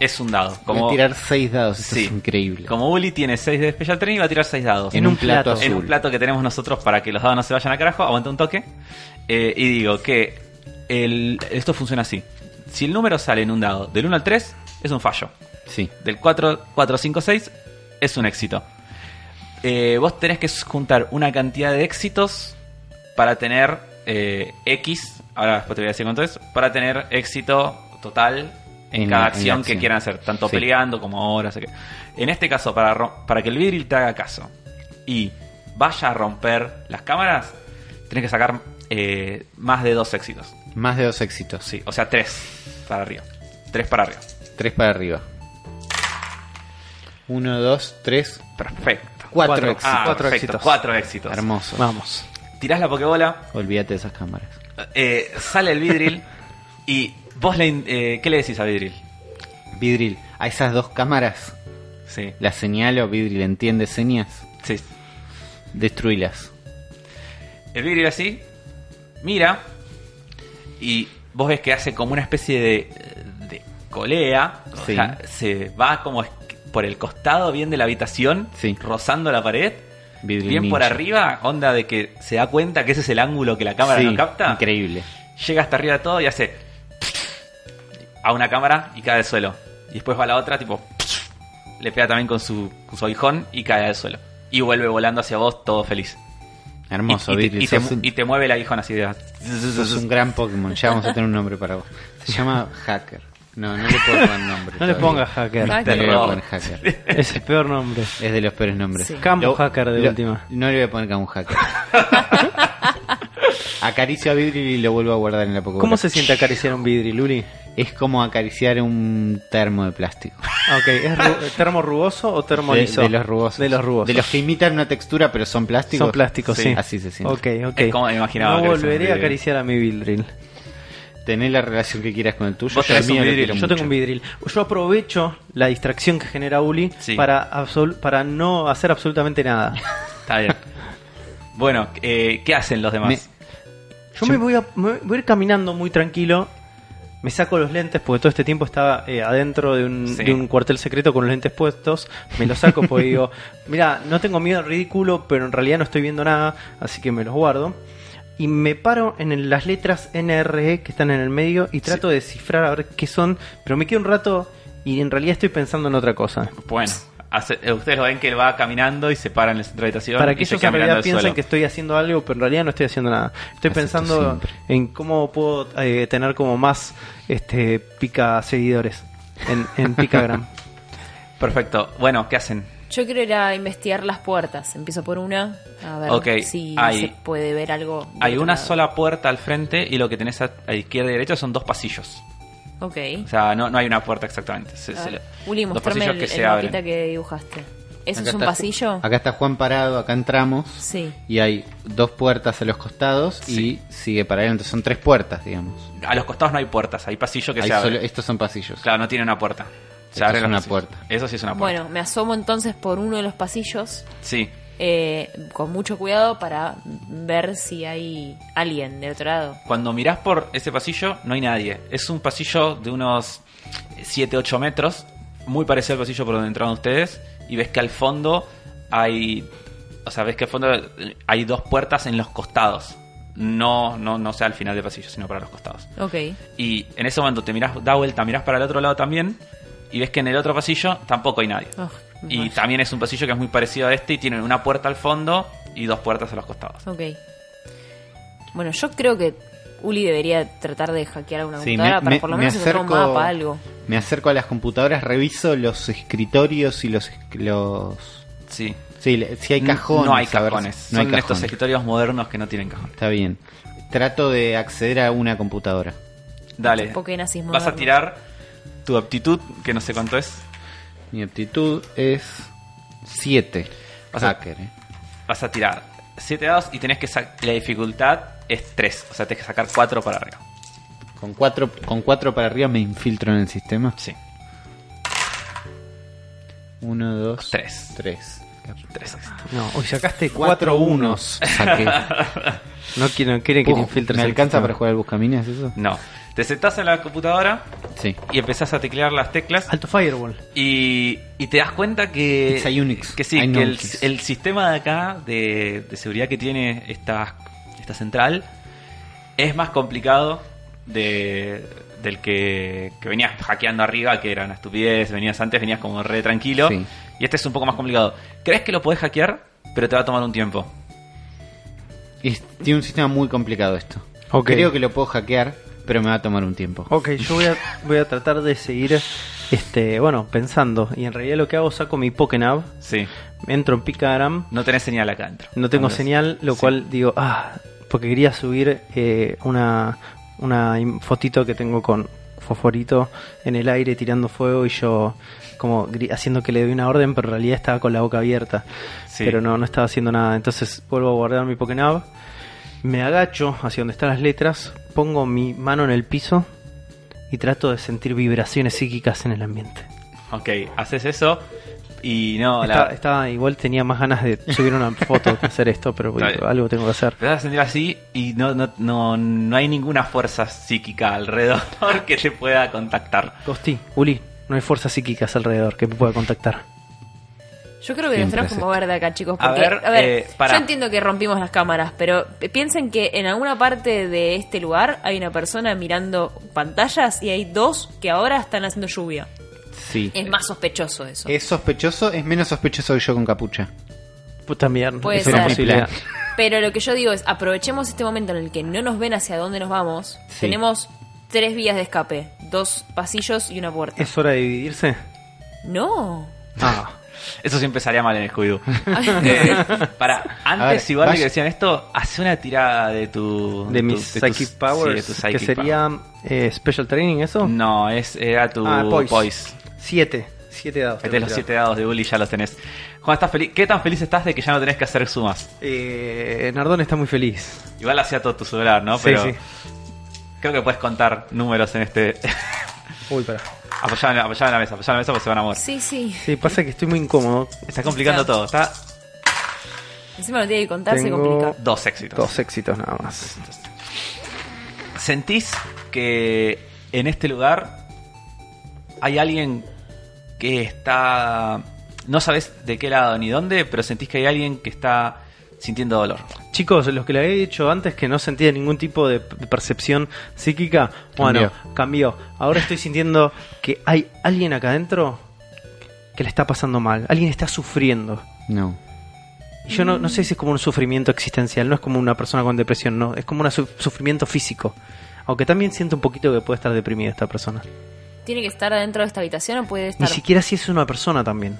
Speaker 2: es un dado.
Speaker 3: Como
Speaker 2: Como,
Speaker 3: tirar 6 dados, esto
Speaker 2: Sí.
Speaker 3: es increíble.
Speaker 2: como Uli tiene 6 de Special Training, va a tirar 6 dados.
Speaker 1: En un plato.
Speaker 2: en un plato que tenemos nosotros para que los dados no se vayan a carajo, aguanta un toque. Eh, y digo que el- esto funciona así. Si el número sale en un dado del 1 al 3, es un fallo.
Speaker 3: Sí.
Speaker 2: Del 4, 4 5, 6 es un éxito. Eh, vos tenés que juntar una cantidad de éxitos para tener eh, X, ahora después te voy a decir cuánto es, para tener éxito total en, cada
Speaker 3: En la- en la
Speaker 2: acción, que
Speaker 3: acción.
Speaker 2: quieran hacer, tanto
Speaker 3: Sí.
Speaker 2: peleando como ahora. sé que. En este caso, para, ro- para que el vidril te haga caso y vaya a romper las cámaras, tenés que sacar eh, más de dos éxitos.
Speaker 3: Más de dos éxitos.
Speaker 2: Sí, o sea, tres para arriba. Tres para arriba.
Speaker 3: 3 para arriba. 1, 2, 3,
Speaker 2: Perfecto.
Speaker 3: 4
Speaker 1: éxitos.
Speaker 2: Ah,
Speaker 3: éxitos.
Speaker 1: Cuatro
Speaker 2: perfecto,
Speaker 1: éxitos.
Speaker 2: Cuatro éxitos.
Speaker 3: Hermoso.
Speaker 1: Vamos.
Speaker 2: Tirás la pokebola,
Speaker 3: Olvídate de esas cámaras.
Speaker 2: eh, sale el vidril y vos le, in- eh, ¿qué le decís a vidril?
Speaker 3: Vidril, a esas dos cámaras
Speaker 2: Sí,
Speaker 3: las señalo. Vidril entiende señas.
Speaker 2: sí.
Speaker 3: Destruilas.
Speaker 2: El vidril así, mira y vos ves que hace como una especie de, de colea, o
Speaker 3: Sí.
Speaker 2: sea, se va como es- por el costado bien de la habitación,
Speaker 3: Sí.
Speaker 2: rozando la pared,
Speaker 3: Vidril
Speaker 2: bien por
Speaker 3: ninja.
Speaker 2: arriba, onda de que se da cuenta que ese es el ángulo que la cámara
Speaker 3: Sí,
Speaker 2: no capta.
Speaker 3: Increíble.
Speaker 2: llega hasta arriba de todo y hace a una cámara y cae al suelo. Y después va a la otra, tipo, le pega también con su, con su aguijón y cae al suelo. Y vuelve volando hacia vos todo feliz.
Speaker 3: Hermoso,
Speaker 2: y, y te-
Speaker 3: Vidril.
Speaker 2: y te,
Speaker 3: sos
Speaker 2: mu-
Speaker 3: un-
Speaker 2: y te mueve el aguijón así de...
Speaker 3: Sos un gran Pokémon, ya vamos a tener un nombre para vos. Se llama Hacker. No, no le puedo poner nombre.
Speaker 1: No le
Speaker 3: todavía.
Speaker 1: pongas hacker.
Speaker 4: No.
Speaker 3: No le voy a poner
Speaker 2: Terror.
Speaker 3: Hacker.
Speaker 1: es el peor nombre.
Speaker 3: Es de los peores nombres.
Speaker 4: Sí.
Speaker 1: Campo
Speaker 3: Lo-
Speaker 1: hacker de
Speaker 3: lo-
Speaker 1: última.
Speaker 3: No le voy a poner Campo Hacker. Acaricio a Vidril y lo vuelvo a guardar en la Pokémon.
Speaker 1: ¿Cómo se siente acariciar un vidrio, Luli?
Speaker 3: Es como acariciar un termo de plástico.
Speaker 1: Ah, Ok, ¿es ru- termo rugoso o termo
Speaker 3: De,
Speaker 1: liso?
Speaker 3: de los rugosos.
Speaker 1: De los rugosos.
Speaker 3: De los que imitan una textura pero son plásticos.
Speaker 1: Son plásticos, sí.
Speaker 3: Así se siente.
Speaker 1: Ok, ok.
Speaker 2: Es como me imaginaba
Speaker 1: No
Speaker 2: que eres un
Speaker 1: volveré a
Speaker 2: vidril.
Speaker 1: acariciar a mi vidril.
Speaker 3: tenés la relación que quieras con el tuyo.
Speaker 2: Vos tenés
Speaker 3: el mío
Speaker 2: un
Speaker 3: lo
Speaker 2: vidrio,
Speaker 1: Yo
Speaker 3: quiero
Speaker 1: tengo
Speaker 3: mucho.
Speaker 1: un vidril. Yo aprovecho la distracción que genera Uli
Speaker 2: Sí.
Speaker 1: para, absol- para no hacer absolutamente nada.
Speaker 2: Está bien. Bueno, eh, ¿qué hacen los demás?
Speaker 3: Me-
Speaker 1: Yo me voy, a, me voy a ir caminando muy tranquilo. Me saco los lentes porque todo este tiempo estaba eh, adentro de un,
Speaker 2: Sí.
Speaker 1: de un cuartel secreto con los lentes puestos. Me los saco porque digo, mira, no tengo miedo al ridículo, pero en realidad no estoy viendo nada, así que me los guardo. Y me paro en el- las letras NRE que están en el medio y trato de descifrar a ver qué son, pero me quedo un rato y en realidad estoy pensando en otra cosa.
Speaker 2: Bueno, hace- eh, ustedes lo ven que él va caminando y se para en el centro de habitación.
Speaker 1: Para que
Speaker 2: y se
Speaker 1: ellos
Speaker 2: queda
Speaker 1: en realidad
Speaker 2: mirando al
Speaker 1: piensen
Speaker 2: suelo.
Speaker 1: que estoy haciendo algo, pero en realidad no estoy haciendo nada. Estoy
Speaker 3: Haces esto
Speaker 1: pensando
Speaker 3: siempre.
Speaker 1: en cómo puedo eh, tener como más este pica seguidores en, en Picagram.
Speaker 2: Perfecto. Bueno, ¿qué hacen?
Speaker 4: Yo quiero ir a investigar las puertas. Empiezo por una, a ver
Speaker 2: Ok,
Speaker 4: si
Speaker 2: hay-
Speaker 4: se puede ver algo. del
Speaker 2: Hay
Speaker 4: otro
Speaker 2: una
Speaker 4: lado.
Speaker 2: sola puerta al frente y lo que tenés a, a izquierda y derecha son dos pasillos.
Speaker 4: Ok.
Speaker 2: O sea, no, no hay una puerta exactamente. Se-
Speaker 4: A
Speaker 2: se
Speaker 4: ver.
Speaker 2: le-
Speaker 4: Ah, Uli,
Speaker 2: dos
Speaker 4: mostrame
Speaker 2: pasillos
Speaker 4: el,
Speaker 2: que
Speaker 4: el
Speaker 2: se
Speaker 4: mapita
Speaker 2: abren.
Speaker 4: que dibujaste. ¿Eso
Speaker 3: Acá
Speaker 4: es un
Speaker 3: está-
Speaker 4: pasillo?
Speaker 3: Acá está Juan parado, acá entramos.
Speaker 4: Sí.
Speaker 3: Y hay dos puertas a los costados
Speaker 2: Sí.
Speaker 3: y sigue para adelante. Son tres puertas, digamos.
Speaker 2: A los costados no hay puertas, hay pasillo que
Speaker 3: Hay
Speaker 2: se abre.
Speaker 3: solo- estos son pasillos.
Speaker 2: Claro, no tiene una puerta.
Speaker 3: Esto es
Speaker 2: los
Speaker 3: una
Speaker 2: pasillos.
Speaker 3: puerta.
Speaker 2: Eso sí es una puerta.
Speaker 4: Bueno, me asomo entonces por uno de los pasillos
Speaker 2: Sí.
Speaker 4: eh, con mucho cuidado para ver si hay alguien del otro lado.
Speaker 2: Cuando mirás por ese pasillo, no hay nadie. Es un pasillo de unos 7, 8 metros, muy parecido al pasillo por donde entraron ustedes, y ves que al fondo hay... O sea, ves que al fondo hay dos puertas en los costados. No, no, no sea al final del pasillo, sino para los costados.
Speaker 4: Ok.
Speaker 2: Y en ese momento te mirás, da vuelta, mirás para el otro lado también, y ves que en el otro pasillo tampoco hay nadie.
Speaker 4: Ah,
Speaker 2: Y
Speaker 4: bueno.
Speaker 2: también es un pasillo que es muy parecido a este y tiene una puerta al fondo y dos puertas a los costados.
Speaker 4: Ok. Bueno, yo creo que Uli debería tratar de hackear una
Speaker 3: Sí,
Speaker 4: computadora
Speaker 3: me-
Speaker 4: para
Speaker 3: me-
Speaker 4: por lo
Speaker 3: me
Speaker 4: menos encontrar un
Speaker 3: acerco-
Speaker 4: mapa, algo.
Speaker 3: Me acerco a las computadoras, reviso los escritorios y los... los...
Speaker 2: Sí.
Speaker 3: Sí, le- si hay cajones.
Speaker 2: No hay
Speaker 3: a ver si-
Speaker 2: cajones. Son
Speaker 3: no hay cajones.
Speaker 2: estos escritorios modernos que no tienen cajones.
Speaker 3: Está bien. Trato de acceder a una computadora.
Speaker 2: Dale.
Speaker 4: Porque nazis
Speaker 2: Vas a
Speaker 4: modernos.
Speaker 2: tirar tu aptitud, que no sé cuánto es.
Speaker 3: Mi aptitud es 7.
Speaker 2: O sea-
Speaker 3: Hacker. eh.
Speaker 2: Vas a tirar 7 dados y tenés que sacar. La dificultad es 3. O sea, tenés que sacar 4 para arriba.
Speaker 3: Con 4 con cuatro para arriba me infiltro en el sistema.
Speaker 2: Sí.
Speaker 3: 1, 2,
Speaker 2: Tres.
Speaker 3: 3.
Speaker 2: 3
Speaker 1: No, hoy sacaste cuatro
Speaker 3: 4
Speaker 1: unos.
Speaker 3: unos. Saqué.
Speaker 1: No quieren, quieren que te
Speaker 3: Puf,
Speaker 1: infiltres.
Speaker 3: ¿Me
Speaker 1: el
Speaker 3: alcanza
Speaker 1: sistema.
Speaker 3: para jugar al Buscaminas eso?
Speaker 2: No. Te sentás en la computadora
Speaker 3: Sí.
Speaker 2: y empezás a teclear las teclas.
Speaker 1: Alto Firewall.
Speaker 2: Y, y te das cuenta que.
Speaker 3: It's a Unix.
Speaker 2: Que sí,
Speaker 3: I know
Speaker 2: que el,
Speaker 3: Unix.
Speaker 2: el sistema de acá, de, de seguridad que tiene esta, esta central, es más complicado de, del que, que venías hackeando arriba, que era una estupidez. Venías antes, venías como re tranquilo.
Speaker 3: Sí.
Speaker 2: Y este es un poco más complicado. ¿Crees que lo podés hackear? Pero te va a tomar un tiempo.
Speaker 3: Es- tiene un sistema muy complicado esto.
Speaker 1: Ok.
Speaker 3: Creo que lo puedo hackear, pero me va a tomar un tiempo.
Speaker 1: Ok, yo voy a, voy a tratar de seguir este, bueno, pensando. Y en realidad lo que hago, saco mi Pokénav,
Speaker 2: Sí.
Speaker 1: entro en Picagram,
Speaker 2: No tenés señal acá adentro.
Speaker 1: No tengo
Speaker 2: Andrés.
Speaker 1: señal, lo
Speaker 2: Sí.
Speaker 1: cual digo, ah, porque quería subir eh, una, una im- fotito que tengo con fosforito en el aire tirando fuego y yo como gri- haciendo que le doy una orden, pero en realidad estaba con la boca abierta.
Speaker 2: Sí.
Speaker 1: Pero no, no estaba haciendo nada. Entonces vuelvo a guardar mi Pokénav, me agacho hacia donde están las letras, pongo mi mano en el piso y trato de sentir vibraciones psíquicas en el ambiente.
Speaker 2: Ok, haces eso y no. la-
Speaker 1: Estaba, estaba- igual tenía más ganas de subir una foto que hacer esto, pero
Speaker 2: Está bien.
Speaker 1: algo tengo que hacer.
Speaker 2: Te vas a sentir así y no, no, no, no hay ninguna fuerza psíquica alrededor que te pueda contactar.
Speaker 1: Costi, Uli, no hay fuerzas psíquicas alrededor que me pueda contactar.
Speaker 4: Yo creo que nos
Speaker 3: Siempre
Speaker 4: tenemos
Speaker 3: es
Speaker 4: que
Speaker 3: esto.
Speaker 4: mover de acá, chicos.
Speaker 2: A
Speaker 4: Porque, a
Speaker 2: ver,
Speaker 4: ver,
Speaker 2: eh, pará.
Speaker 4: yo entiendo que rompimos las cámaras, pero eh, piensen que en alguna parte de este lugar hay una persona mirando pantallas y hay dos que ahora están haciendo lluvia.
Speaker 3: Sí.
Speaker 4: Es más sospechoso eso.
Speaker 3: Es sospechoso, es menos sospechoso que yo con capucha.
Speaker 1: Puta mierda,
Speaker 4: Puede
Speaker 1: es una
Speaker 4: ser.
Speaker 1: posibilidad.
Speaker 4: Pero lo que yo digo es, aprovechemos este momento en el que no nos ven hacia dónde nos vamos.
Speaker 3: Sí.
Speaker 4: Tenemos tres vías de escape, dos pasillos y una puerta.
Speaker 1: ¿Es hora de dividirse?
Speaker 4: No.
Speaker 1: Ah,
Speaker 2: Eso siempre salía mal en Scooby-Doo. Eh, para,
Speaker 3: A ver,
Speaker 2: antes igual de
Speaker 3: vaya-
Speaker 2: que decían esto, hace una tirada de tu...
Speaker 1: de
Speaker 2: tu-
Speaker 1: mis
Speaker 2: tu-
Speaker 1: Psychic
Speaker 2: sí, de
Speaker 1: Powers,
Speaker 2: tu psychic
Speaker 1: que sería eh, Special Training, ¿eso?
Speaker 2: power. No, es, era tu
Speaker 1: Ah,
Speaker 2: voice.
Speaker 1: Poise. Siete. Siete dados.
Speaker 2: Metés Este los
Speaker 1: tengo
Speaker 2: siete dados de Bully ya los tenés. Juan, ¿estás feliz? ¿qué tan feliz estás de que ya no tenés que hacer sumas?
Speaker 1: tirados. Eh, Nardón está muy feliz.
Speaker 2: Igual hacía todo tu celular, ¿no?
Speaker 1: Sí,
Speaker 2: Pero
Speaker 1: sí.
Speaker 2: Creo que puedes contar números en este.
Speaker 1: Uy, pará.
Speaker 2: apoyá, en la- apoyá en la mesa, apoyá en la mesa porque se van a morir.
Speaker 4: Sí, sí.
Speaker 1: Sí, pasa que estoy muy incómodo.
Speaker 2: Está complicando todo.
Speaker 4: Claro.
Speaker 2: Está
Speaker 4: Encima lo tiene que contar, se
Speaker 1: Tengo-
Speaker 4: complica.
Speaker 2: dos éxitos.
Speaker 1: Dos éxitos nada más.
Speaker 2: ¿Sentís que en este lugar hay alguien que está... No sabes de qué lado ni dónde, pero sentís que hay alguien que está sintiendo dolor.
Speaker 1: Chicos, los que le había dicho antes que no sentía ningún tipo de p- percepción psíquica, bueno, cambió. Ahora estoy sintiendo que hay alguien acá adentro que le está pasando mal. Alguien está sufriendo.
Speaker 3: No.
Speaker 1: Y yo no, no sé si es como un sufrimiento existencial, no es como una persona con depresión, no, es como un su- sufrimiento físico. Aunque también siento un poquito que puede estar deprimida esta persona.
Speaker 4: ¿Tiene que estar adentro de esta habitación o puede
Speaker 1: Ni
Speaker 4: estar?
Speaker 1: siquiera si es una persona también.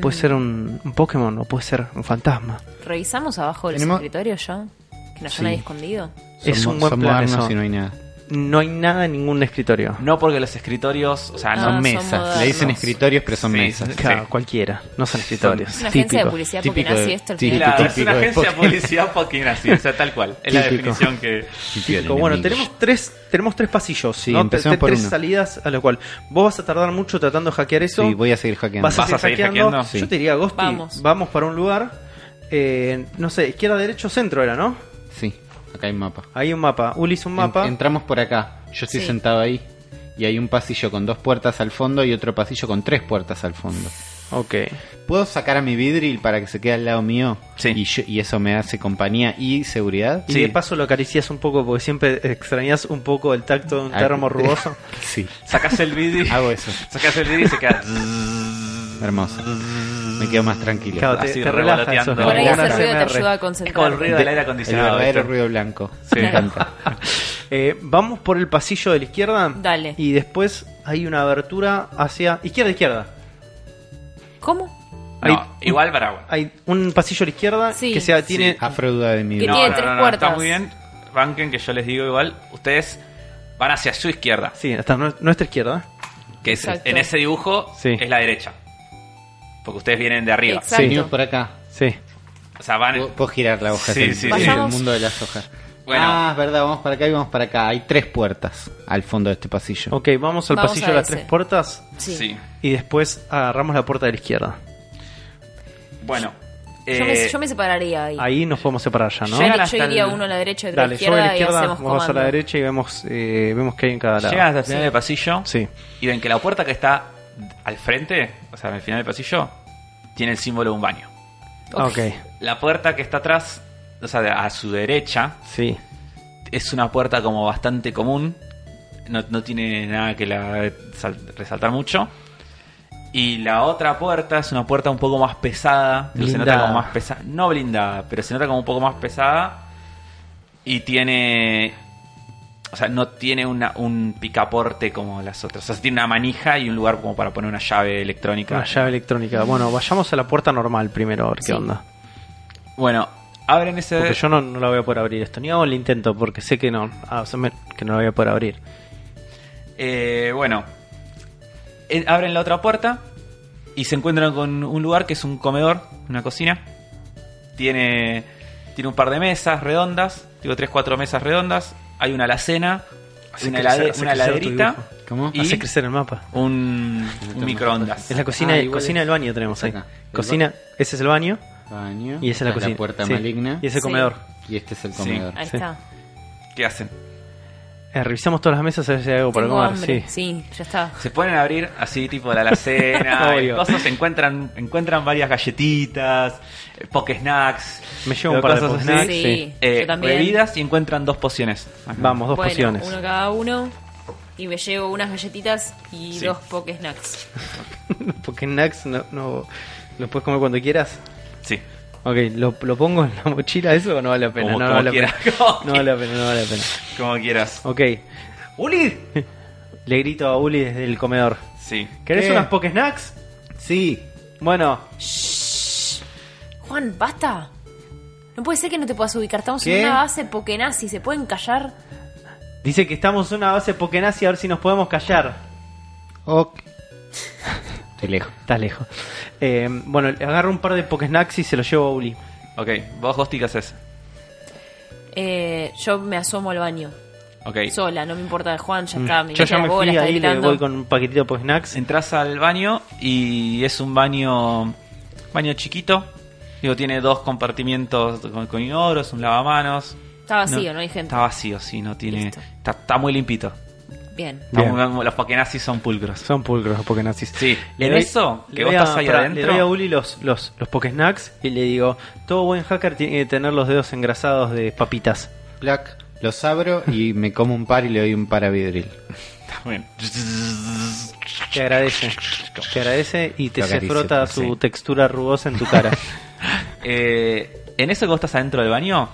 Speaker 1: Puede ser un, un Pokémon o puede ser un fantasma.
Speaker 4: ¿Revisamos abajo del
Speaker 3: Tenemos-
Speaker 4: escritorio ya? Que no haya
Speaker 3: Sí.
Speaker 4: nadie escondido.
Speaker 1: Es
Speaker 3: Son-
Speaker 1: un buen
Speaker 3: son
Speaker 1: plan
Speaker 3: modernos
Speaker 1: eso.
Speaker 3: y no hay nada.
Speaker 1: No hay nada en ningún escritorio.
Speaker 2: No porque los escritorios, o sea,
Speaker 4: Ah,
Speaker 2: no
Speaker 4: son
Speaker 2: me...
Speaker 4: modernos.
Speaker 3: mesas. Le dicen escritorios, pero son
Speaker 2: Sí,
Speaker 3: mesas.
Speaker 2: sí.
Speaker 1: Claro, cualquiera. No son escritorios.
Speaker 4: Es una agencia de
Speaker 1: Típico.
Speaker 4: publicidad
Speaker 3: típico
Speaker 4: porque
Speaker 3: de-
Speaker 4: esto al
Speaker 3: típico.
Speaker 4: final.
Speaker 2: Claro, es una
Speaker 3: Típico de
Speaker 2: agencia de
Speaker 3: Pokémon.
Speaker 2: publicidad Pokémon así, o sea, tal cual. Es la
Speaker 3: Típico.
Speaker 2: definición que...
Speaker 1: Típico. Bueno, tenemos tres, tenemos tres pasillos,
Speaker 3: Sí,
Speaker 1: ¿no?
Speaker 3: empecemos
Speaker 1: Te-
Speaker 3: por
Speaker 1: tres
Speaker 3: uno.
Speaker 1: salidas, a lo cual vos vas a tardar mucho tratando de hackear eso.
Speaker 3: Sí, voy a seguir hackeando.
Speaker 1: Vas a,
Speaker 2: ¿Vas a
Speaker 1: seguir
Speaker 2: seguir
Speaker 1: hackeando.
Speaker 2: hackeando?
Speaker 1: Yo
Speaker 3: Sí.
Speaker 1: te diría, Agosti, vamos.
Speaker 4: Vamos.
Speaker 1: para un lugar. eh, no sé, izquierda, derecho, centro era, ¿no?
Speaker 3: Sí, acá hay un mapa.
Speaker 1: Hay un mapa. Ulis un mapa.
Speaker 3: En- entramos por acá. Yo estoy
Speaker 4: Sí.
Speaker 3: sentado ahí. Y hay un pasillo con dos puertas al fondo y otro pasillo con tres puertas al fondo.
Speaker 1: ok.
Speaker 3: ¿Puedo sacar a mi vidril para que se quede al lado mío?
Speaker 2: Sí.
Speaker 3: Y, yo- y eso me hace compañía y seguridad.
Speaker 1: Y
Speaker 2: Sí.
Speaker 1: de paso lo acaricias un poco porque siempre extrañas un poco el tacto de un
Speaker 3: Ah,
Speaker 1: termo rugoso.
Speaker 3: Sí,
Speaker 2: Sacás el vídeo
Speaker 3: hago eso.
Speaker 2: sacás el vídeo y se queda...
Speaker 3: Hermoso. Me quedo más tranquilo.
Speaker 1: Claro, te,
Speaker 2: Así,
Speaker 1: te relaja
Speaker 2: revoloteando.
Speaker 1: eso.
Speaker 2: Por
Speaker 1: como
Speaker 4: Por ahí
Speaker 2: Bueno,
Speaker 1: una
Speaker 4: ese ruido te
Speaker 1: ASMR.
Speaker 4: ayuda a
Speaker 2: Es como el ruido
Speaker 4: concentrar.
Speaker 2: del aire
Speaker 3: El
Speaker 1: "Ah,
Speaker 2: acondicionado.
Speaker 3: verdadero
Speaker 2: ¿viste?
Speaker 3: ruido blanco.
Speaker 2: Sí.
Speaker 3: Me encanta.
Speaker 1: Eh, vamos por el pasillo de la izquierda.
Speaker 4: Dale.
Speaker 1: Y después hay una abertura hacia. Izquierda, izquierda.
Speaker 4: ¿Cómo?
Speaker 1: Hay,
Speaker 2: No, igual para...
Speaker 1: hay un pasillo a la izquierda
Speaker 4: Sí.
Speaker 1: que sea, tiene.
Speaker 3: Afroduda de mi
Speaker 4: ¿Qué
Speaker 3: vida.
Speaker 4: tiene? tres
Speaker 2: Está
Speaker 4: puertas.
Speaker 2: muy bien. Banquen, que yo les digo igual. Ustedes van hacia su izquierda,
Speaker 1: Sí, hasta nu- nuestra izquierda.
Speaker 2: que es,
Speaker 4: Exacto.
Speaker 2: en ese dibujo
Speaker 1: Sí.
Speaker 2: es la derecha. Porque ustedes vienen de arriba.
Speaker 4: Exacto. Oh.
Speaker 3: Venimos por acá.
Speaker 1: Sí.
Speaker 2: O sea, van.
Speaker 3: Puedo, puedo girar la hoja.
Speaker 2: Sí,
Speaker 3: es el-
Speaker 2: sí,
Speaker 3: es
Speaker 4: sí.
Speaker 3: el
Speaker 4: Pasamos.
Speaker 3: mundo de las hojas.
Speaker 2: Bueno.
Speaker 3: Ah, es verdad, vamos para acá y vamos para acá. Hay tres puertas al fondo de este pasillo.
Speaker 1: Ok, vamos al
Speaker 4: Vamos
Speaker 1: pasillo
Speaker 4: a
Speaker 1: de las
Speaker 4: ese.
Speaker 1: tres puertas
Speaker 4: Sí.
Speaker 2: Sí.
Speaker 1: y después agarramos la puerta de la izquierda.
Speaker 2: Bueno.
Speaker 4: yo, me,
Speaker 2: eh,
Speaker 4: yo me separaría ahí.
Speaker 1: Ahí nos podemos separar ya, ¿no?
Speaker 4: yo,
Speaker 2: Llegan
Speaker 4: yo
Speaker 2: hasta
Speaker 4: iría
Speaker 2: el-
Speaker 4: uno a la derecha y otro a la
Speaker 1: Dale, yo voy
Speaker 4: izquierda,
Speaker 1: a la
Speaker 4: y
Speaker 1: izquierda,
Speaker 4: hacemos
Speaker 1: vos vas a la
Speaker 4: comando.
Speaker 1: derecha y vemos, eh, vemos qué hay en cada lado.
Speaker 2: Llegas al final del pasillo
Speaker 1: Sí.
Speaker 2: y ven que la puerta que está al frente, o sea, en el final del pasillo, tiene el símbolo de un baño.
Speaker 1: Ok.
Speaker 2: La puerta que está atrás, o sea, de- a su derecha,
Speaker 1: Sí.
Speaker 2: es una puerta como bastante común. No, no tiene nada que la sal- resaltar mucho. Y la otra puerta es una puerta un poco más pesada. que Se nota
Speaker 1: Blindada.
Speaker 2: como más pesada. No blindada, pero se nota como un poco más pesada. Y tiene. O sea, no tiene una- un picaporte como las otras. O sea, tiene una manija y un lugar como para poner una llave electrónica.
Speaker 1: Una llave electrónica. Bueno, vayamos a la puerta normal primero, a ver qué
Speaker 4: Sí.
Speaker 1: onda.
Speaker 2: Bueno, abren ese.
Speaker 1: Porque yo no, no la voy a poder abrir esto. Ni hago el intento porque sé que no. Ah, o sea, me- que no la voy a poder abrir.
Speaker 2: Eh, bueno, Eh, abren la otra puerta y se encuentran con un lugar que es un comedor, una cocina. Tiene, tiene un par de mesas redondas, digo tres, cuatro mesas redondas. Hay una alacena,
Speaker 1: Hace
Speaker 2: una,
Speaker 1: crecer-
Speaker 2: helade-
Speaker 1: hace
Speaker 2: una
Speaker 1: crecer tu
Speaker 2: heladerita
Speaker 1: dibujo.
Speaker 3: ¿Cómo?
Speaker 2: y
Speaker 1: Hace crecer el mapa.
Speaker 2: un, un microondas.
Speaker 1: Es la cocina,
Speaker 3: Ah, igual
Speaker 1: cocina
Speaker 3: es-
Speaker 1: del baño tenemos ahí.
Speaker 3: acá. El
Speaker 1: Cocina, ese es el baño
Speaker 3: Baño.
Speaker 1: y esa es la
Speaker 3: Esta
Speaker 1: cocina.
Speaker 3: puerta
Speaker 1: Sí.
Speaker 3: maligna.
Speaker 1: Y ese
Speaker 4: Sí.
Speaker 1: comedor.
Speaker 3: Y este es el
Speaker 2: Sí.
Speaker 3: comedor.
Speaker 4: Ahí
Speaker 1: Sí.
Speaker 4: está.
Speaker 2: ¿Qué hacen?
Speaker 1: Eh, revisamos todas las mesas a ver si hay algo para
Speaker 4: Tengo
Speaker 1: comer.
Speaker 4: hambre.
Speaker 1: Sí.
Speaker 4: Sí. ya está.
Speaker 2: Se ponen a abrir así tipo la alacena, y
Speaker 1: Obvio.
Speaker 2: cosas, encuentran, encuentran varias galletitas, eh, poke snacks,
Speaker 1: Me llevo un par de poke
Speaker 2: cosas así.
Speaker 1: snacks.
Speaker 4: Sí,
Speaker 1: sí.
Speaker 2: Eh,
Speaker 4: yo también.
Speaker 2: bebidas y encuentran dos pociones. Acá.
Speaker 1: Vamos, dos
Speaker 4: bueno,
Speaker 1: pociones.
Speaker 4: uno cada uno. Y me llevo unas galletitas y
Speaker 2: Sí.
Speaker 4: dos poke snacks.
Speaker 1: Porque Nax no, no lo puedes comer cuando quieras.
Speaker 2: Sí.
Speaker 1: Ok, ¿lo, lo pongo en la mochila eso o no vale la pena?
Speaker 2: Como-
Speaker 1: no,
Speaker 2: como
Speaker 1: vale la
Speaker 2: quieras.
Speaker 1: pena.
Speaker 2: Como
Speaker 1: no vale la pena, no vale la pena.
Speaker 2: Como quieras.
Speaker 1: Ok. ¡Uli! Le grito a Uli desde el comedor.
Speaker 2: Sí.
Speaker 1: ¿Querés
Speaker 3: ¿Qué?
Speaker 1: unas poke snacks?
Speaker 3: Sí.
Speaker 1: Bueno,
Speaker 4: Juan, basta. No puede ser que no te puedas ubicar. Estamos
Speaker 3: ¿Qué?
Speaker 4: en una base pokenazi. ¿Se pueden callar?
Speaker 1: dice que estamos en una base Pokenazi a ver si nos podemos callar.
Speaker 3: Ok. Estoy lejos.
Speaker 1: Estás lejos. Eh, bueno, le agarro un par de poke snacks y se los llevo a Uli.
Speaker 2: Ok, vos, Gosti, ¿qué haces?
Speaker 4: Eh, yo me asomo al baño.
Speaker 2: Ok.
Speaker 4: sola, no me importa Juan, ya está,
Speaker 1: Mm.
Speaker 4: me
Speaker 1: Yo ya
Speaker 4: hincha
Speaker 1: me
Speaker 4: las bolas,
Speaker 1: fui
Speaker 4: está
Speaker 1: ahí, le
Speaker 4: gritando.
Speaker 1: voy con un paquetito por snacks.
Speaker 2: Entras al baño y es un baño baño chiquito. Digo, tiene dos compartimientos con, con inodoros, un lavamanos.
Speaker 4: Está vacío, no, hay gente.
Speaker 2: Está vacío, sí, no tiene.
Speaker 4: Listo.
Speaker 2: Está, está muy limpito.
Speaker 4: Bien.
Speaker 2: Está
Speaker 1: Bien.
Speaker 2: muy- los paquenazis son pulcros.
Speaker 1: Son pulcros los Pokénazis.
Speaker 2: Sí, en eso,
Speaker 1: le
Speaker 2: que vos
Speaker 1: doy a-
Speaker 2: estás ahí
Speaker 1: pará, Le doy a
Speaker 2: adentro.
Speaker 1: Uli los, los, los Pokésnacks y le digo: Todo buen hacker tiene que tener los dedos engrasados de papitas.
Speaker 3: Plac, los abro y me como un par y le doy un par a Vidril.
Speaker 2: Está bien.
Speaker 1: Te agradece. Te agradece y te
Speaker 3: Lo
Speaker 1: se
Speaker 3: acaricio,
Speaker 1: frota
Speaker 3: sí.
Speaker 1: su textura rugosa en tu cara.
Speaker 2: Eh, en eso que vos estás adentro del baño,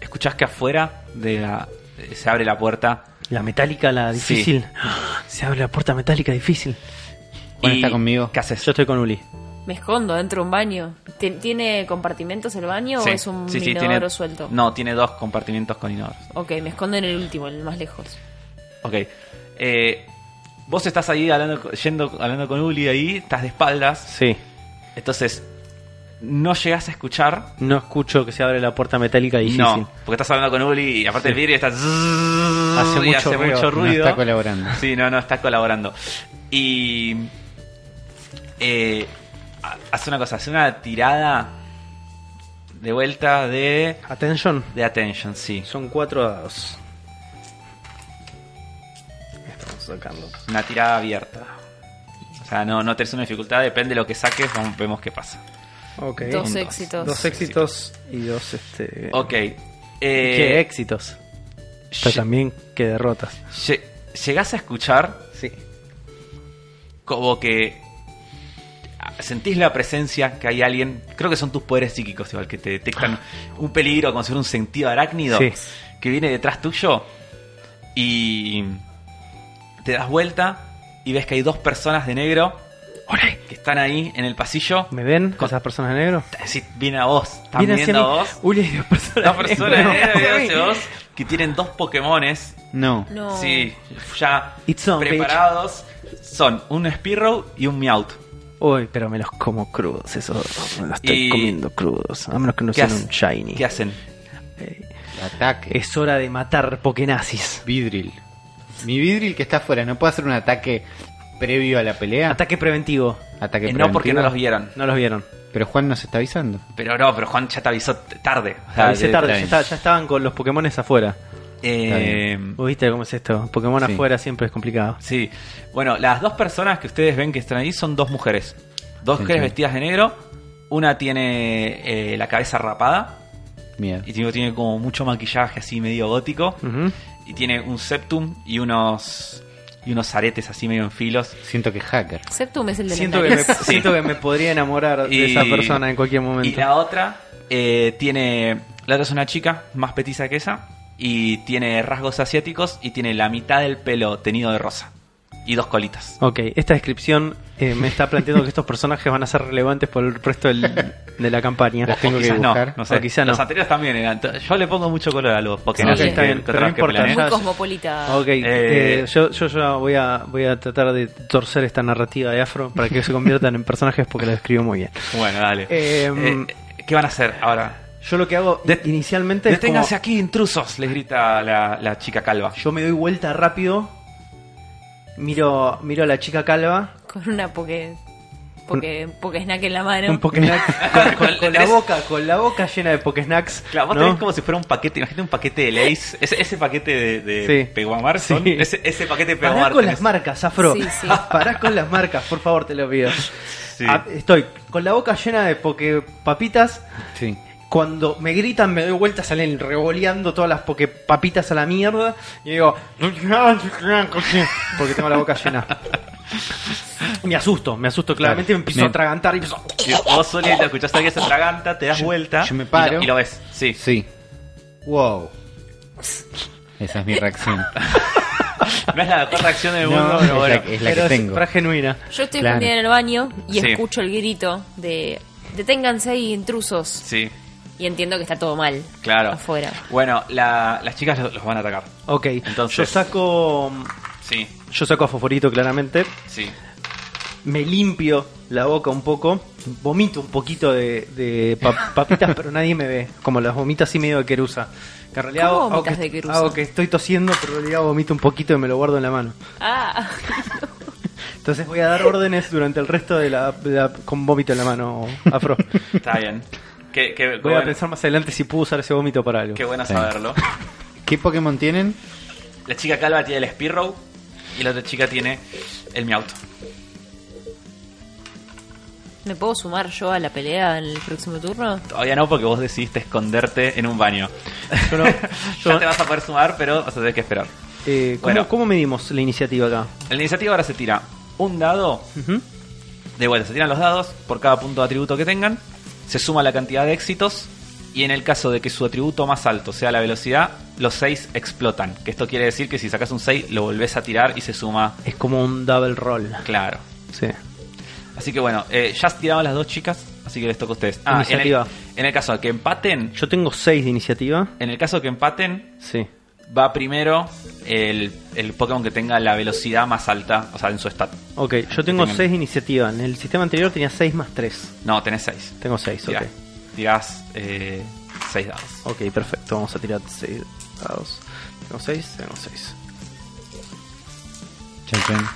Speaker 2: escuchás que afuera de la, eh, se abre la puerta.
Speaker 1: la metálica, la
Speaker 2: Sí.
Speaker 1: difícil. Se abre la puerta metálica difícil.
Speaker 3: Juan
Speaker 2: y-
Speaker 3: está conmigo.
Speaker 2: ¿Qué haces?
Speaker 1: Yo estoy con Uli.
Speaker 4: Me escondo dentro de un baño. ¿Ti- ¿Tiene compartimentos el baño
Speaker 2: Sí,
Speaker 4: o es un
Speaker 2: sí, sí,
Speaker 4: inodoro
Speaker 2: tiene-
Speaker 4: suelto?
Speaker 2: No, tiene dos compartimientos con inodoros.
Speaker 4: Ok, me escondo en el último, en el más lejos.
Speaker 2: Ok. Eh, vos estás ahí hablando, co- yendo, hablando con Uli ahí, estás de espaldas.
Speaker 1: Sí.
Speaker 2: Entonces, no llegás a escuchar.
Speaker 1: No escucho que se abre la puerta metálica difícil.
Speaker 2: No, porque estás hablando con Uli y aparte el vidrio está. Hace,
Speaker 1: mucho ruido. No
Speaker 3: No está colaborando.
Speaker 2: Sí, no, no, está colaborando. Y. eh, ha- hace una cosa, hace una tirada de vuelta de.
Speaker 1: Atención.
Speaker 2: de attention, sí.
Speaker 1: Son cuatro dados. Vamos a sacarlo.
Speaker 2: Una tirada abierta. O sea, no, no tenés una dificultad, depende de lo que saques, vamos- vemos qué pasa.
Speaker 1: Ok.
Speaker 4: Dos
Speaker 2: Dos.
Speaker 4: éxitos.
Speaker 1: Dos éxitos y dos este.
Speaker 2: Ok. Eh,
Speaker 1: ¿Qué éxitos? Pero también que derrotas.
Speaker 2: lle- llegás a escuchar
Speaker 1: Sí.
Speaker 2: como que sentís la presencia que hay alguien, creo que son tus poderes psíquicos igual, que te detectan un peligro como si fuera un sentido arácnido
Speaker 1: Ah. Sí.
Speaker 2: que viene detrás tuyo y te das vuelta y ves que hay dos personas de negro que están ahí en el pasillo.
Speaker 1: ¿Me ven?
Speaker 2: Con-
Speaker 1: ¿Esas personas de negro?
Speaker 2: Sí, viene a vos, están viendo a vos.
Speaker 1: Uli, hay dos personas
Speaker 2: Dos personas de
Speaker 1: negro.
Speaker 2: negro vienen hacia vos que tienen dos Pokémones
Speaker 3: No.
Speaker 4: No.
Speaker 2: Sí, ya
Speaker 1: It's on,
Speaker 2: preparados. Son un Spearow y un Meowth.
Speaker 1: Uy, pero me los como crudos, esos dos. Me los estoy
Speaker 2: Y-
Speaker 1: comiendo crudos. A menos que no
Speaker 2: ¿Qué
Speaker 1: sean
Speaker 2: hace-
Speaker 1: un shiny.
Speaker 2: ¿Qué hacen?
Speaker 3: Ataque.
Speaker 1: Es hora de matar Pokénazis.
Speaker 3: Vidril. Mi Vidril que está afuera, ¿no puedo hacer un ataque previo a la pelea?
Speaker 1: Ataque preventivo.
Speaker 3: Ataque
Speaker 2: Eh, no porque no
Speaker 3: preventivo.
Speaker 2: los vieron.
Speaker 1: No los vieron.
Speaker 3: Pero Juan nos está avisando.
Speaker 2: Pero no, pero Juan ya te avisó t- tarde. O sea,
Speaker 1: Avisé
Speaker 2: de-
Speaker 1: tarde, ya,
Speaker 3: bien.
Speaker 1: está- ya estaban con los Pokémones afuera.
Speaker 2: Eh,
Speaker 1: Vos ¿Viste cómo es esto? Pokémon
Speaker 3: Sí.
Speaker 1: afuera siempre es complicado.
Speaker 2: sí. Bueno, las dos personas que ustedes ven que están ahí son dos mujeres. Dos
Speaker 3: Sí,
Speaker 2: mujeres
Speaker 3: sí.
Speaker 2: vestidas de negro. Una tiene eh, la cabeza rapada
Speaker 3: Miedo.
Speaker 2: y tiene, tiene como mucho maquillaje así medio gótico.
Speaker 1: Ujú.
Speaker 2: Y tiene un septum y unos, y unos aretes así medio en filos.
Speaker 3: Siento que es hacker.
Speaker 4: Septum es el de la
Speaker 1: Siento, que me,
Speaker 4: nariz.
Speaker 1: siento que me podría enamorar de esa
Speaker 2: Y-
Speaker 1: persona en cualquier
Speaker 2: Y
Speaker 1: momento.
Speaker 2: la otra eh, tiene. La otra es una chica más petiza que esa. Y tiene rasgos asiáticos. Y tiene la mitad del pelo tenido de rosa. Y dos colitas.
Speaker 1: Ok, esta descripción eh, me está planteando que estos personajes van a ser relevantes por el resto del- de la campaña.
Speaker 3: Las tengo
Speaker 2: O
Speaker 3: que
Speaker 2: quizás no,
Speaker 3: buscar.
Speaker 2: no sé.
Speaker 1: O quizás no.
Speaker 2: Los anteriores también eran. Yo le pongo mucho color a los Pokémon.
Speaker 4: Sí, está
Speaker 2: que-
Speaker 1: bien,
Speaker 2: que
Speaker 1: pero no
Speaker 2: otras que
Speaker 1: importa,
Speaker 2: planeé.
Speaker 1: ya-
Speaker 4: Muy cosmopolita.
Speaker 1: Ok,
Speaker 2: Eh,
Speaker 1: eh, yo, yo ya voy a, voy a tratar de torcer esta narrativa de Afro para que se conviertan en personajes porque la describo muy bien.
Speaker 2: Bueno, dale.
Speaker 1: Eh,
Speaker 2: Eh, ¿Qué van a hacer ahora?
Speaker 1: Yo lo que hago
Speaker 2: De-
Speaker 1: inicialmente es como,
Speaker 2: Deténganse aquí, intrusos, les grita la, la chica calva.
Speaker 1: yo me doy vuelta rápido, miro, miro a la chica calva,
Speaker 4: Con una poke. Poke, poke snack en la mano.
Speaker 1: un Pokénac, con, con- con la boca, con la boca llena de Pokésnacks.
Speaker 2: Claro, vos
Speaker 1: ¿no?
Speaker 2: tenés como si fuera un paquete, imagínate un paquete de Lays, ese, ese paquete de, de
Speaker 1: Sí.
Speaker 2: Peguamar, son-
Speaker 1: Sí.
Speaker 2: ese, ese paquete de
Speaker 1: Pará
Speaker 2: Peguamar.
Speaker 1: con
Speaker 2: tenés.
Speaker 1: las marcas, Afro. Ah,
Speaker 4: Sí, sí.
Speaker 1: Pará con las marcas, por favor, te lo pido.
Speaker 2: Sí.
Speaker 1: Ah, estoy con la boca llena de Poképapitas.
Speaker 3: Sí.
Speaker 1: Cuando me gritan, me doy vuelta, salen revoleando todas las Poképapitas a la mierda. Y digo, porque tengo la boca llena. Me asusto, me asusto claramente, me empiezo
Speaker 3: Me-
Speaker 1: a atragantar y empiezo...
Speaker 2: Sí, vos solito escuchás a alguien se atraganta, te das vuelta.
Speaker 3: yo me
Speaker 2: Y
Speaker 3: paro.
Speaker 2: lo, y lo ves, sí.
Speaker 3: Sí. Wow. Esa es mi reacción.
Speaker 2: No es la mejor reacción del
Speaker 3: No,
Speaker 2: mundo,
Speaker 3: es
Speaker 2: pero
Speaker 3: la
Speaker 2: bueno.
Speaker 3: que- es la
Speaker 1: Pero
Speaker 3: tengo.
Speaker 1: para genuina.
Speaker 4: Yo estoy
Speaker 3: Claro.
Speaker 4: escondida en el baño y
Speaker 2: Sí.
Speaker 4: escucho el grito de. Deténganse ahí, intrusos.
Speaker 2: Sí,
Speaker 4: Y entiendo que está todo mal.
Speaker 2: claro.
Speaker 4: Afuera.
Speaker 2: Bueno, la- las chicas los, los van a atacar.
Speaker 1: Ok,
Speaker 2: Entonces-
Speaker 1: yo saco...
Speaker 2: Sí,
Speaker 1: Yo saco a Foforito claramente.
Speaker 2: sí.
Speaker 1: Me limpio la boca un poco, vomito un poquito de, de pa- papitas, pero nadie me ve. Como las vomito así medio de querusa. Que en realidad
Speaker 4: ¿Cómo
Speaker 1: hago- hago
Speaker 4: vomitas
Speaker 1: que-
Speaker 4: de querusa?
Speaker 1: hago que estoy tosiendo, pero en realidad vomito un poquito y me lo guardo en la mano.
Speaker 4: Ah,
Speaker 1: Entonces voy a dar órdenes durante el resto de la, de la- con vómito en la mano, afro.
Speaker 2: Está bien. Qué, qué- qué
Speaker 1: Voy a
Speaker 2: bueno,
Speaker 1: pensar más adelante si puedo usar ese vómito para algo.
Speaker 2: qué bueno
Speaker 3: Sí.
Speaker 2: saberlo.
Speaker 3: ¿Qué Pokémon tienen?
Speaker 2: La chica calva tiene el Spearow y la otra chica tiene el Miauto.
Speaker 4: ¿me puedo sumar yo a la pelea en el próximo turno?
Speaker 2: Todavía no, porque vos decidiste esconderte en un baño.
Speaker 1: Yo no-
Speaker 2: ya
Speaker 1: yo-
Speaker 2: te vas a poder sumar, pero vas a tener que esperar.
Speaker 1: eh, ¿cómo,
Speaker 2: Bueno.
Speaker 1: cómo medimos la iniciativa acá?
Speaker 2: La iniciativa ahora se tira un dado.
Speaker 1: Ujú.
Speaker 2: De vuelta, se tiran los dados por cada punto de atributo que tengan. Se suma la cantidad de éxitos. Y en el caso de que su atributo más alto sea la velocidad, los 6 explotan. Que esto quiere decir que si sacas un 6, lo volvés a tirar y se suma.
Speaker 1: Es como un double roll.
Speaker 2: Claro.
Speaker 1: Sí.
Speaker 2: Así que bueno, eh, ya tiraron las dos chicas, así que les toca a ustedes. Ah, en el,
Speaker 1: Iniciativa.
Speaker 2: en el caso de que empaten,
Speaker 1: Yo tengo 6 de iniciativa.
Speaker 2: en el caso de que empaten,
Speaker 1: Sí.
Speaker 2: va primero el, el Pokémon que tenga la velocidad más alta, o sea, en su stat.
Speaker 1: Ok, yo tengo
Speaker 2: Tengan-
Speaker 1: 6 de iniciativa. En el sistema anterior tenía 6 más 3.
Speaker 2: No, tenés 6.
Speaker 1: Tengo 6, ok.
Speaker 2: Tirás 6 dados.
Speaker 1: Ok, perfecto. Vamos a tirar 6 dados. Tengo 6, tengo 6.
Speaker 3: Chan, chan.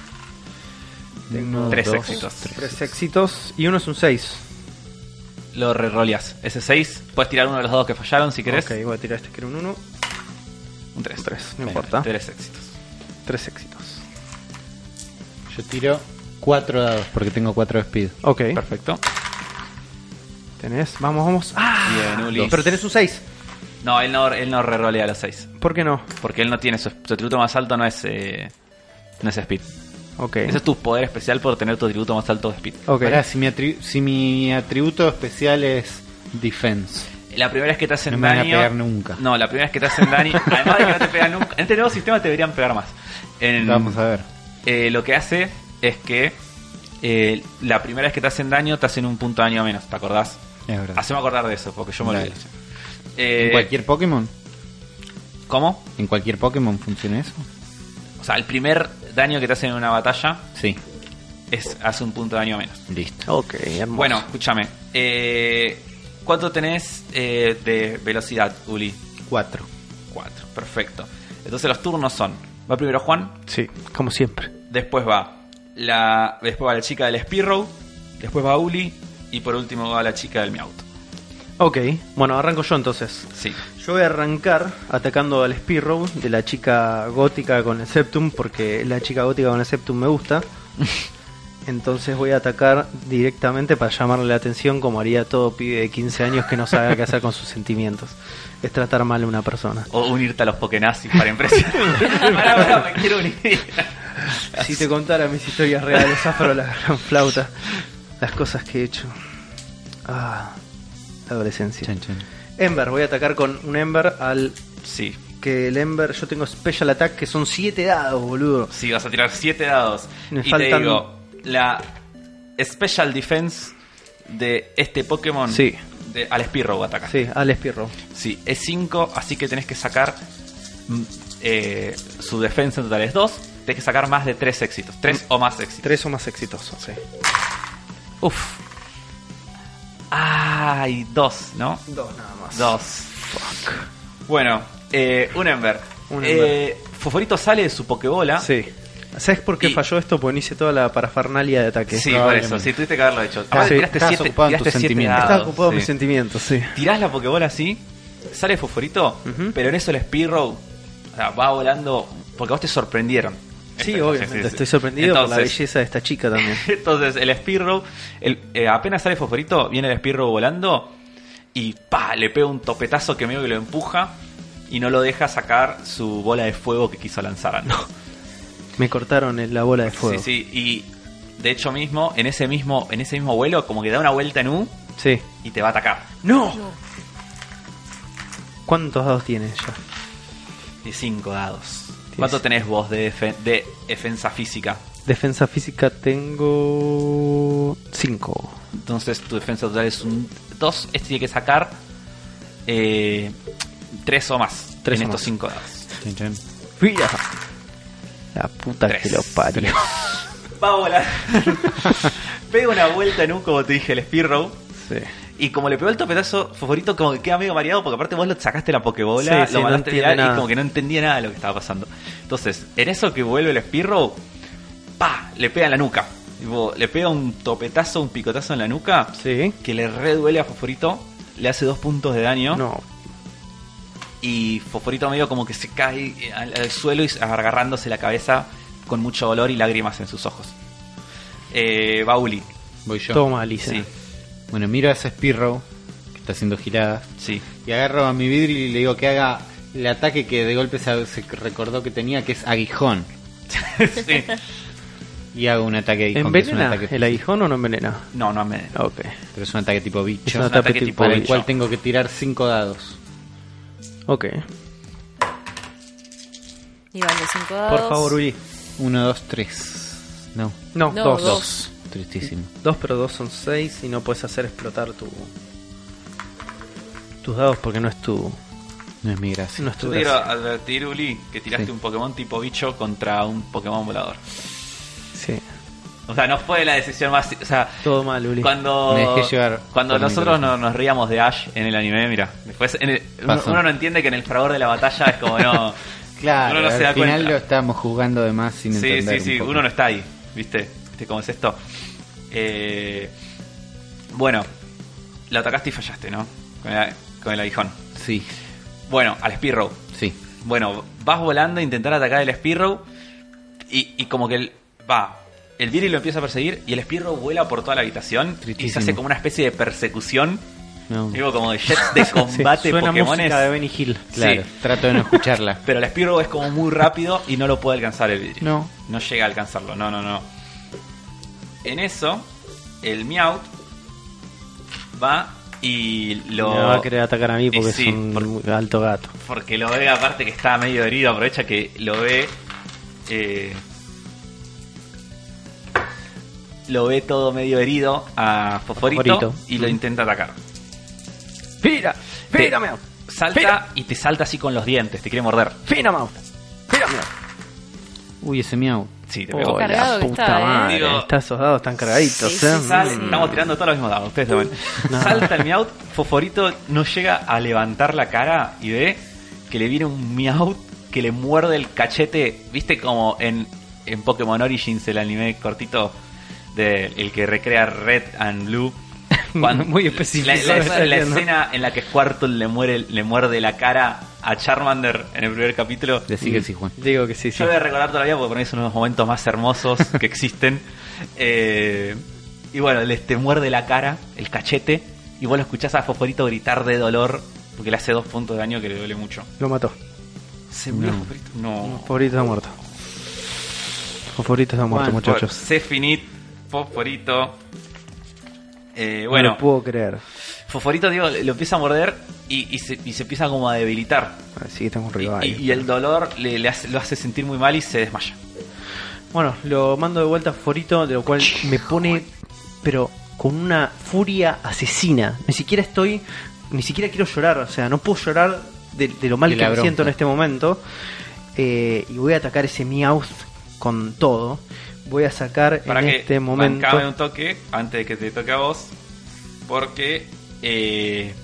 Speaker 1: Tengo
Speaker 2: Tres
Speaker 3: dos,
Speaker 2: éxitos.
Speaker 1: 3 éxitos y uno es un 6.
Speaker 2: Lo reroleas. Ese 6, puedes tirar uno de los dados que fallaron si querés.
Speaker 1: Ok, voy a tirar este que era un 1.
Speaker 2: Un 3.
Speaker 1: Un tres, no importa.
Speaker 2: 3 éxitos.
Speaker 1: 3 éxitos.
Speaker 3: Yo tiro cuatro dados porque tengo cuatro de speed.
Speaker 1: Ok.
Speaker 2: Perfecto.
Speaker 1: Tenés, vamos, vamos. ¡Ah!
Speaker 2: Bien, Ulis.
Speaker 1: Pero tenés un 6.
Speaker 2: No, él no, él no rerolea los 6.
Speaker 1: ¿Por qué no?
Speaker 2: Porque él no tiene su, su atributo más alto, no es, eh, no es speed.
Speaker 1: Ok.
Speaker 2: Ese es tu poder especial por tener tu atributo más alto de speed.
Speaker 1: Ok.
Speaker 3: Pará, si mi, atri- si mi atributo especial es defense.
Speaker 2: La primera vez que te hacen
Speaker 3: No me van a
Speaker 2: daño.
Speaker 3: pegar nunca.
Speaker 2: No, la primera vez que te hacen daño. además de que no te pegan nunca. En este nuevo sistema te deberían pegar más. En-
Speaker 3: Vamos a ver.
Speaker 2: eh, lo que hace es que eh, la primera vez que te hacen daño, te hacen un punto de daño menos, ¿te acordás?
Speaker 3: Es verdad.
Speaker 2: Haceme acordar de eso, porque yo me
Speaker 3: Dale.
Speaker 2: olvidé.
Speaker 3: ¿En
Speaker 2: Eh,
Speaker 3: cualquier Pokémon?
Speaker 2: ¿Cómo?
Speaker 3: ¿En cualquier Pokémon funciona eso?
Speaker 2: O sea, el primer daño que te hacen en una batalla
Speaker 3: Sí.
Speaker 2: es hace un punto de daño menos.
Speaker 3: Listo.
Speaker 1: Ok, hermoso.
Speaker 2: Bueno, escúchame. Eh, ¿Cuánto tenés eh, de velocidad, Uli?
Speaker 3: Cuatro.
Speaker 2: 4, perfecto. Entonces los turnos son, va primero Juan,
Speaker 1: Sí, como siempre.
Speaker 2: después va la después va la chica del Spearrow, después va Uli y por último va la chica del Miauto.
Speaker 1: Ok, bueno, arranco yo entonces.
Speaker 2: Sí.
Speaker 1: Yo voy a arrancar atacando al Spearrow de la chica gótica con el Septum, porque la chica gótica con el Septum me gusta. Entonces voy a atacar directamente para llamarle la atención, como haría todo pibe de 15 años que no sabe qué hacer con sus sentimientos. Es tratar mal a una persona.
Speaker 2: O unirte a los Pokenazis para impresionar. Pará, pará, me quiero unir.
Speaker 1: Si te contara mis historias reales, afro la gran flauta, las cosas que he hecho. Ah, la adolescencia.
Speaker 3: Chan, chan.
Speaker 1: Ember, voy a atacar con un Ember al
Speaker 2: Sí.
Speaker 1: que el Ember, yo tengo Special Attack, que son 7 dados, boludo.
Speaker 2: Sí, vas a tirar 7 dados.
Speaker 1: Me
Speaker 2: y te
Speaker 1: faltan-
Speaker 2: digo, la Special Defense de este Pokémon
Speaker 1: Sí.
Speaker 2: de, al Spearrow ataca.
Speaker 1: Sí, al Spirro.
Speaker 2: Sí, es 5, así que tenés que sacar. mm, eh, su defensa en total es 2. Tenés que sacar más de 3 éxitos. 3 o más éxitos.
Speaker 1: 3 o más exitoso, sí.
Speaker 2: Uf. Ay, 2, ¿no?
Speaker 1: 2 nada más.
Speaker 2: 2. Bueno, eh, un Ember.
Speaker 1: Un
Speaker 2: Eh, Fosforito sale de su Pokébola.
Speaker 1: Sí. ¿Sabes por qué
Speaker 2: Y-
Speaker 1: falló esto? Porque no hice toda la parafernalia de ataque.
Speaker 2: Sí, por
Speaker 3: Probablemente.
Speaker 2: eso. Sí, tuviste que haberlo hecho.
Speaker 1: Ah, sí.
Speaker 2: tiraste
Speaker 3: Estás
Speaker 2: 7
Speaker 3: ocupado en tus sentimientos.
Speaker 1: Estaba ocupado de mis
Speaker 2: sí.
Speaker 1: sentimientos, sí.
Speaker 2: Tirás la Pokébola así, sale Fosforito,
Speaker 1: Ujú.
Speaker 2: pero en eso el Spearow o sea, va volando. Porque a vos te sorprendieron.
Speaker 1: Sí,
Speaker 2: Esta-
Speaker 1: obviamente,
Speaker 2: sí, sí.
Speaker 1: estoy sorprendido por la
Speaker 2: Entonces,
Speaker 1: belleza de esta chica también.
Speaker 2: Entonces, el Spearrow, el- eh, apenas sale Fosforito, viene el Spearrow volando y pa, le pega un topetazo que medio que lo empuja y no lo deja sacar su bola de fuego que quiso lanzar. ¿no?
Speaker 1: Me cortaron el- la bola de
Speaker 2: Sí,
Speaker 1: fuego.
Speaker 2: sí, y de hecho mismo, en ese mismo, en ese mismo vuelo, como que da una vuelta en U
Speaker 1: Sí.
Speaker 2: y te va a atacar.
Speaker 1: ¡No! ¿Cuántos dados tiene ya?
Speaker 2: De 5 dados. ¿Cuánto
Speaker 1: Tienes-
Speaker 2: tenés vos de, defe- de defensa física?
Speaker 1: Defensa física tengo 5.
Speaker 2: Entonces tu defensa total es un 2. Este tiene que sacar 3 o más
Speaker 1: Tres
Speaker 2: en
Speaker 1: o
Speaker 2: estos
Speaker 1: más.
Speaker 2: 5 dados.
Speaker 3: Chan, chan.
Speaker 1: La puta
Speaker 2: Tres.
Speaker 1: que lo parió.
Speaker 2: Va a volar. pega una vuelta en un, como te dije, el Spearrow.
Speaker 1: Sí.
Speaker 2: Y como le pegó el topetazo, Fosforito como que queda medio mareado porque aparte vos lo sacaste la
Speaker 1: Sí,
Speaker 2: pokebola,
Speaker 1: sí,
Speaker 2: lo
Speaker 1: no
Speaker 2: mandaste
Speaker 1: entiende
Speaker 2: viral
Speaker 1: nada.
Speaker 2: y como que no entendía nada de lo que estaba pasando. Entonces, en eso que vuelve el Espirro, pa, le pega en la nuca. Tipo, le pega un topetazo, un picotazo en la nuca
Speaker 1: Sí.
Speaker 2: que le reduele a Fosforito, le hace dos puntos de daño
Speaker 1: No.
Speaker 2: y Fosforito medio como que se cae eh, al, al suelo y agarrándose la cabeza con mucho dolor y lágrimas en sus ojos. Eh, Bauli,
Speaker 3: Voy yo.
Speaker 1: Toma, Alicia.
Speaker 2: sí,
Speaker 3: Bueno, miro a ese Spirro que está haciendo giladas.
Speaker 2: sí.
Speaker 3: Y agarro a mi vidrio y le digo que haga el ataque que de golpe se, se recordó que tenía, que es aguijón.
Speaker 2: sí.
Speaker 3: Y hago un ataque aguijón. que es un
Speaker 1: ¿Envenena?
Speaker 3: ataque-
Speaker 1: ¿El aguijón o no envenena?
Speaker 2: No, no me...
Speaker 1: Ok.
Speaker 3: Pero es un ataque tipo
Speaker 1: Es
Speaker 3: bicho.
Speaker 1: un
Speaker 2: un ataque
Speaker 1: ataque tipo
Speaker 2: tipo
Speaker 3: para el
Speaker 1: bicho.
Speaker 3: cual tengo que tirar 5 dados.
Speaker 1: Ok.
Speaker 4: Y van los cinco dados.
Speaker 1: Por favor, Uri.
Speaker 3: 1, 2, 3. No.
Speaker 1: No,
Speaker 4: No,
Speaker 1: dos.
Speaker 4: dos.
Speaker 1: dos.
Speaker 3: Tristísimo.
Speaker 1: Dos, pero dos son seis y no puedes hacer explotar tu tus dados porque no es tu
Speaker 3: No es mi gracia.
Speaker 1: no es tu
Speaker 2: Yo te quiero
Speaker 1: gracia.
Speaker 2: advertir, Uli, que tiraste
Speaker 3: Sí.
Speaker 2: un Pokémon tipo bicho contra un Pokémon volador.
Speaker 1: Sí.
Speaker 2: O sea, no fue la decisión más... O sea,
Speaker 1: Todo mal, Uli.
Speaker 2: cuando,
Speaker 3: Me dejé llevar
Speaker 2: cuando
Speaker 3: por mi
Speaker 2: nosotros
Speaker 3: corazón.
Speaker 2: no- nos ríamos de Ash en el anime, mira. Después, en el- uno,
Speaker 3: Pasó.
Speaker 2: uno no entiende que en el fragor de la batalla es como no...
Speaker 3: Claro,
Speaker 2: uno no se da
Speaker 3: al final
Speaker 2: cuenta.
Speaker 3: lo estábamos jugando de más sin
Speaker 2: Sí, sí,
Speaker 3: entender.
Speaker 2: sí, uno no está ahí, ¿viste? ¿Viste cómo es esto? Eh, bueno, lo atacaste y fallaste, ¿no? Con el, con el aguijón.
Speaker 3: Sí,
Speaker 2: Bueno, al Spearrow.
Speaker 3: sí.
Speaker 2: Bueno, vas volando a intentar atacar el Spearrow y, y como que el- va. El Viri lo empieza a perseguir y el Spearrow vuela por toda la habitación y se
Speaker 3: Tristísimo.
Speaker 2: hace como una especie de persecución,
Speaker 3: No.
Speaker 2: digo, como de jets de combate
Speaker 1: Suena
Speaker 2: Pokémones.
Speaker 1: música de Benny Hill.
Speaker 3: Claro,
Speaker 2: sí.
Speaker 3: trato de no escucharla.
Speaker 2: Pero el Spearow es como muy rápido y no lo puede alcanzar el Viri.
Speaker 3: No.
Speaker 2: No llega a alcanzarlo, no, no, no. En eso, el Meowth va y lo...
Speaker 1: Me va a querer atacar a mí porque
Speaker 2: Y sí,
Speaker 1: es un alto gato.
Speaker 2: Porque lo ve, aparte que está medio herido, aprovecha que lo ve. eh, lo ve todo medio herido a Fosforito,
Speaker 1: Fosforito. Mm.
Speaker 2: y lo intenta atacar.
Speaker 1: ¡Pira!
Speaker 2: Te
Speaker 1: ¡Pira, Meow!
Speaker 2: Salta
Speaker 1: Mira.
Speaker 2: y te salta así con los dientes, te quiere morder.
Speaker 1: ¡Pira, Meow! ¡Pira, Meow!
Speaker 3: Uy, ese miau.
Speaker 2: Sí, te pegó.
Speaker 1: Oh, la
Speaker 4: Cargado que
Speaker 1: puta
Speaker 4: estaba, ¿eh?
Speaker 1: madre.
Speaker 2: Digo-
Speaker 1: Está- esos dados están cargaditos,
Speaker 4: Sí, sí,
Speaker 1: ¿eh?
Speaker 2: Sale-
Speaker 1: Mm.
Speaker 2: estamos tirando todos los mismos dados, ustedes lo ven.
Speaker 1: No.
Speaker 2: Salta el miaut, Fosforito no llega a levantar la cara y ve que le viene un miaut que le muerde el cachete, viste como en, en Pokémon Origins, el anime cortito de el que recrea Red and Blue.
Speaker 1: Muy específico
Speaker 2: La, la-
Speaker 1: está
Speaker 2: la
Speaker 1: haciendo.
Speaker 2: escena en la que Squirtle le, muere, le muerde la cara a Charmander en el primer capítulo.
Speaker 3: Decí que sí, Juan.
Speaker 1: Digo que sí, sí.
Speaker 2: Yo voy a recordar todavía porque para mí es uno de los momentos más hermosos que existen. Eh, y bueno, les te muerde la cara, el cachete, y vos lo escuchás a Fosforito gritar de dolor porque le hace dos puntos de daño que le duele mucho.
Speaker 1: Lo mató.
Speaker 2: ¿Se murió
Speaker 3: No.
Speaker 2: Fosforito? No.
Speaker 1: Favorito está muerto. Favorito está muerto,
Speaker 3: Juan,
Speaker 1: muchachos.
Speaker 2: Se finit, Fosforito. Eh,
Speaker 1: No
Speaker 2: bueno,
Speaker 1: lo puedo creer.
Speaker 2: Fosforito digo, lo empieza a morder y, y se, y se empieza como a debilitar.
Speaker 1: Así que tengo un
Speaker 2: Y,
Speaker 1: rival.
Speaker 2: y- y el dolor le, le hace- lo hace sentir muy mal y se desmaya.
Speaker 1: Bueno, lo mando de vuelta a Forito, de lo cual me pone, pero con una furia asesina. Ni siquiera estoy, ni siquiera quiero llorar, o sea, no puedo llorar de, de lo mal
Speaker 3: De
Speaker 1: que
Speaker 3: la
Speaker 1: me
Speaker 3: bronca.
Speaker 1: siento en este momento. Eh, y voy a atacar ese Meowth con todo. Voy a sacar
Speaker 2: para
Speaker 1: en
Speaker 2: que
Speaker 1: este momento.
Speaker 2: bancame un toque antes de que te toque a vos porque eh,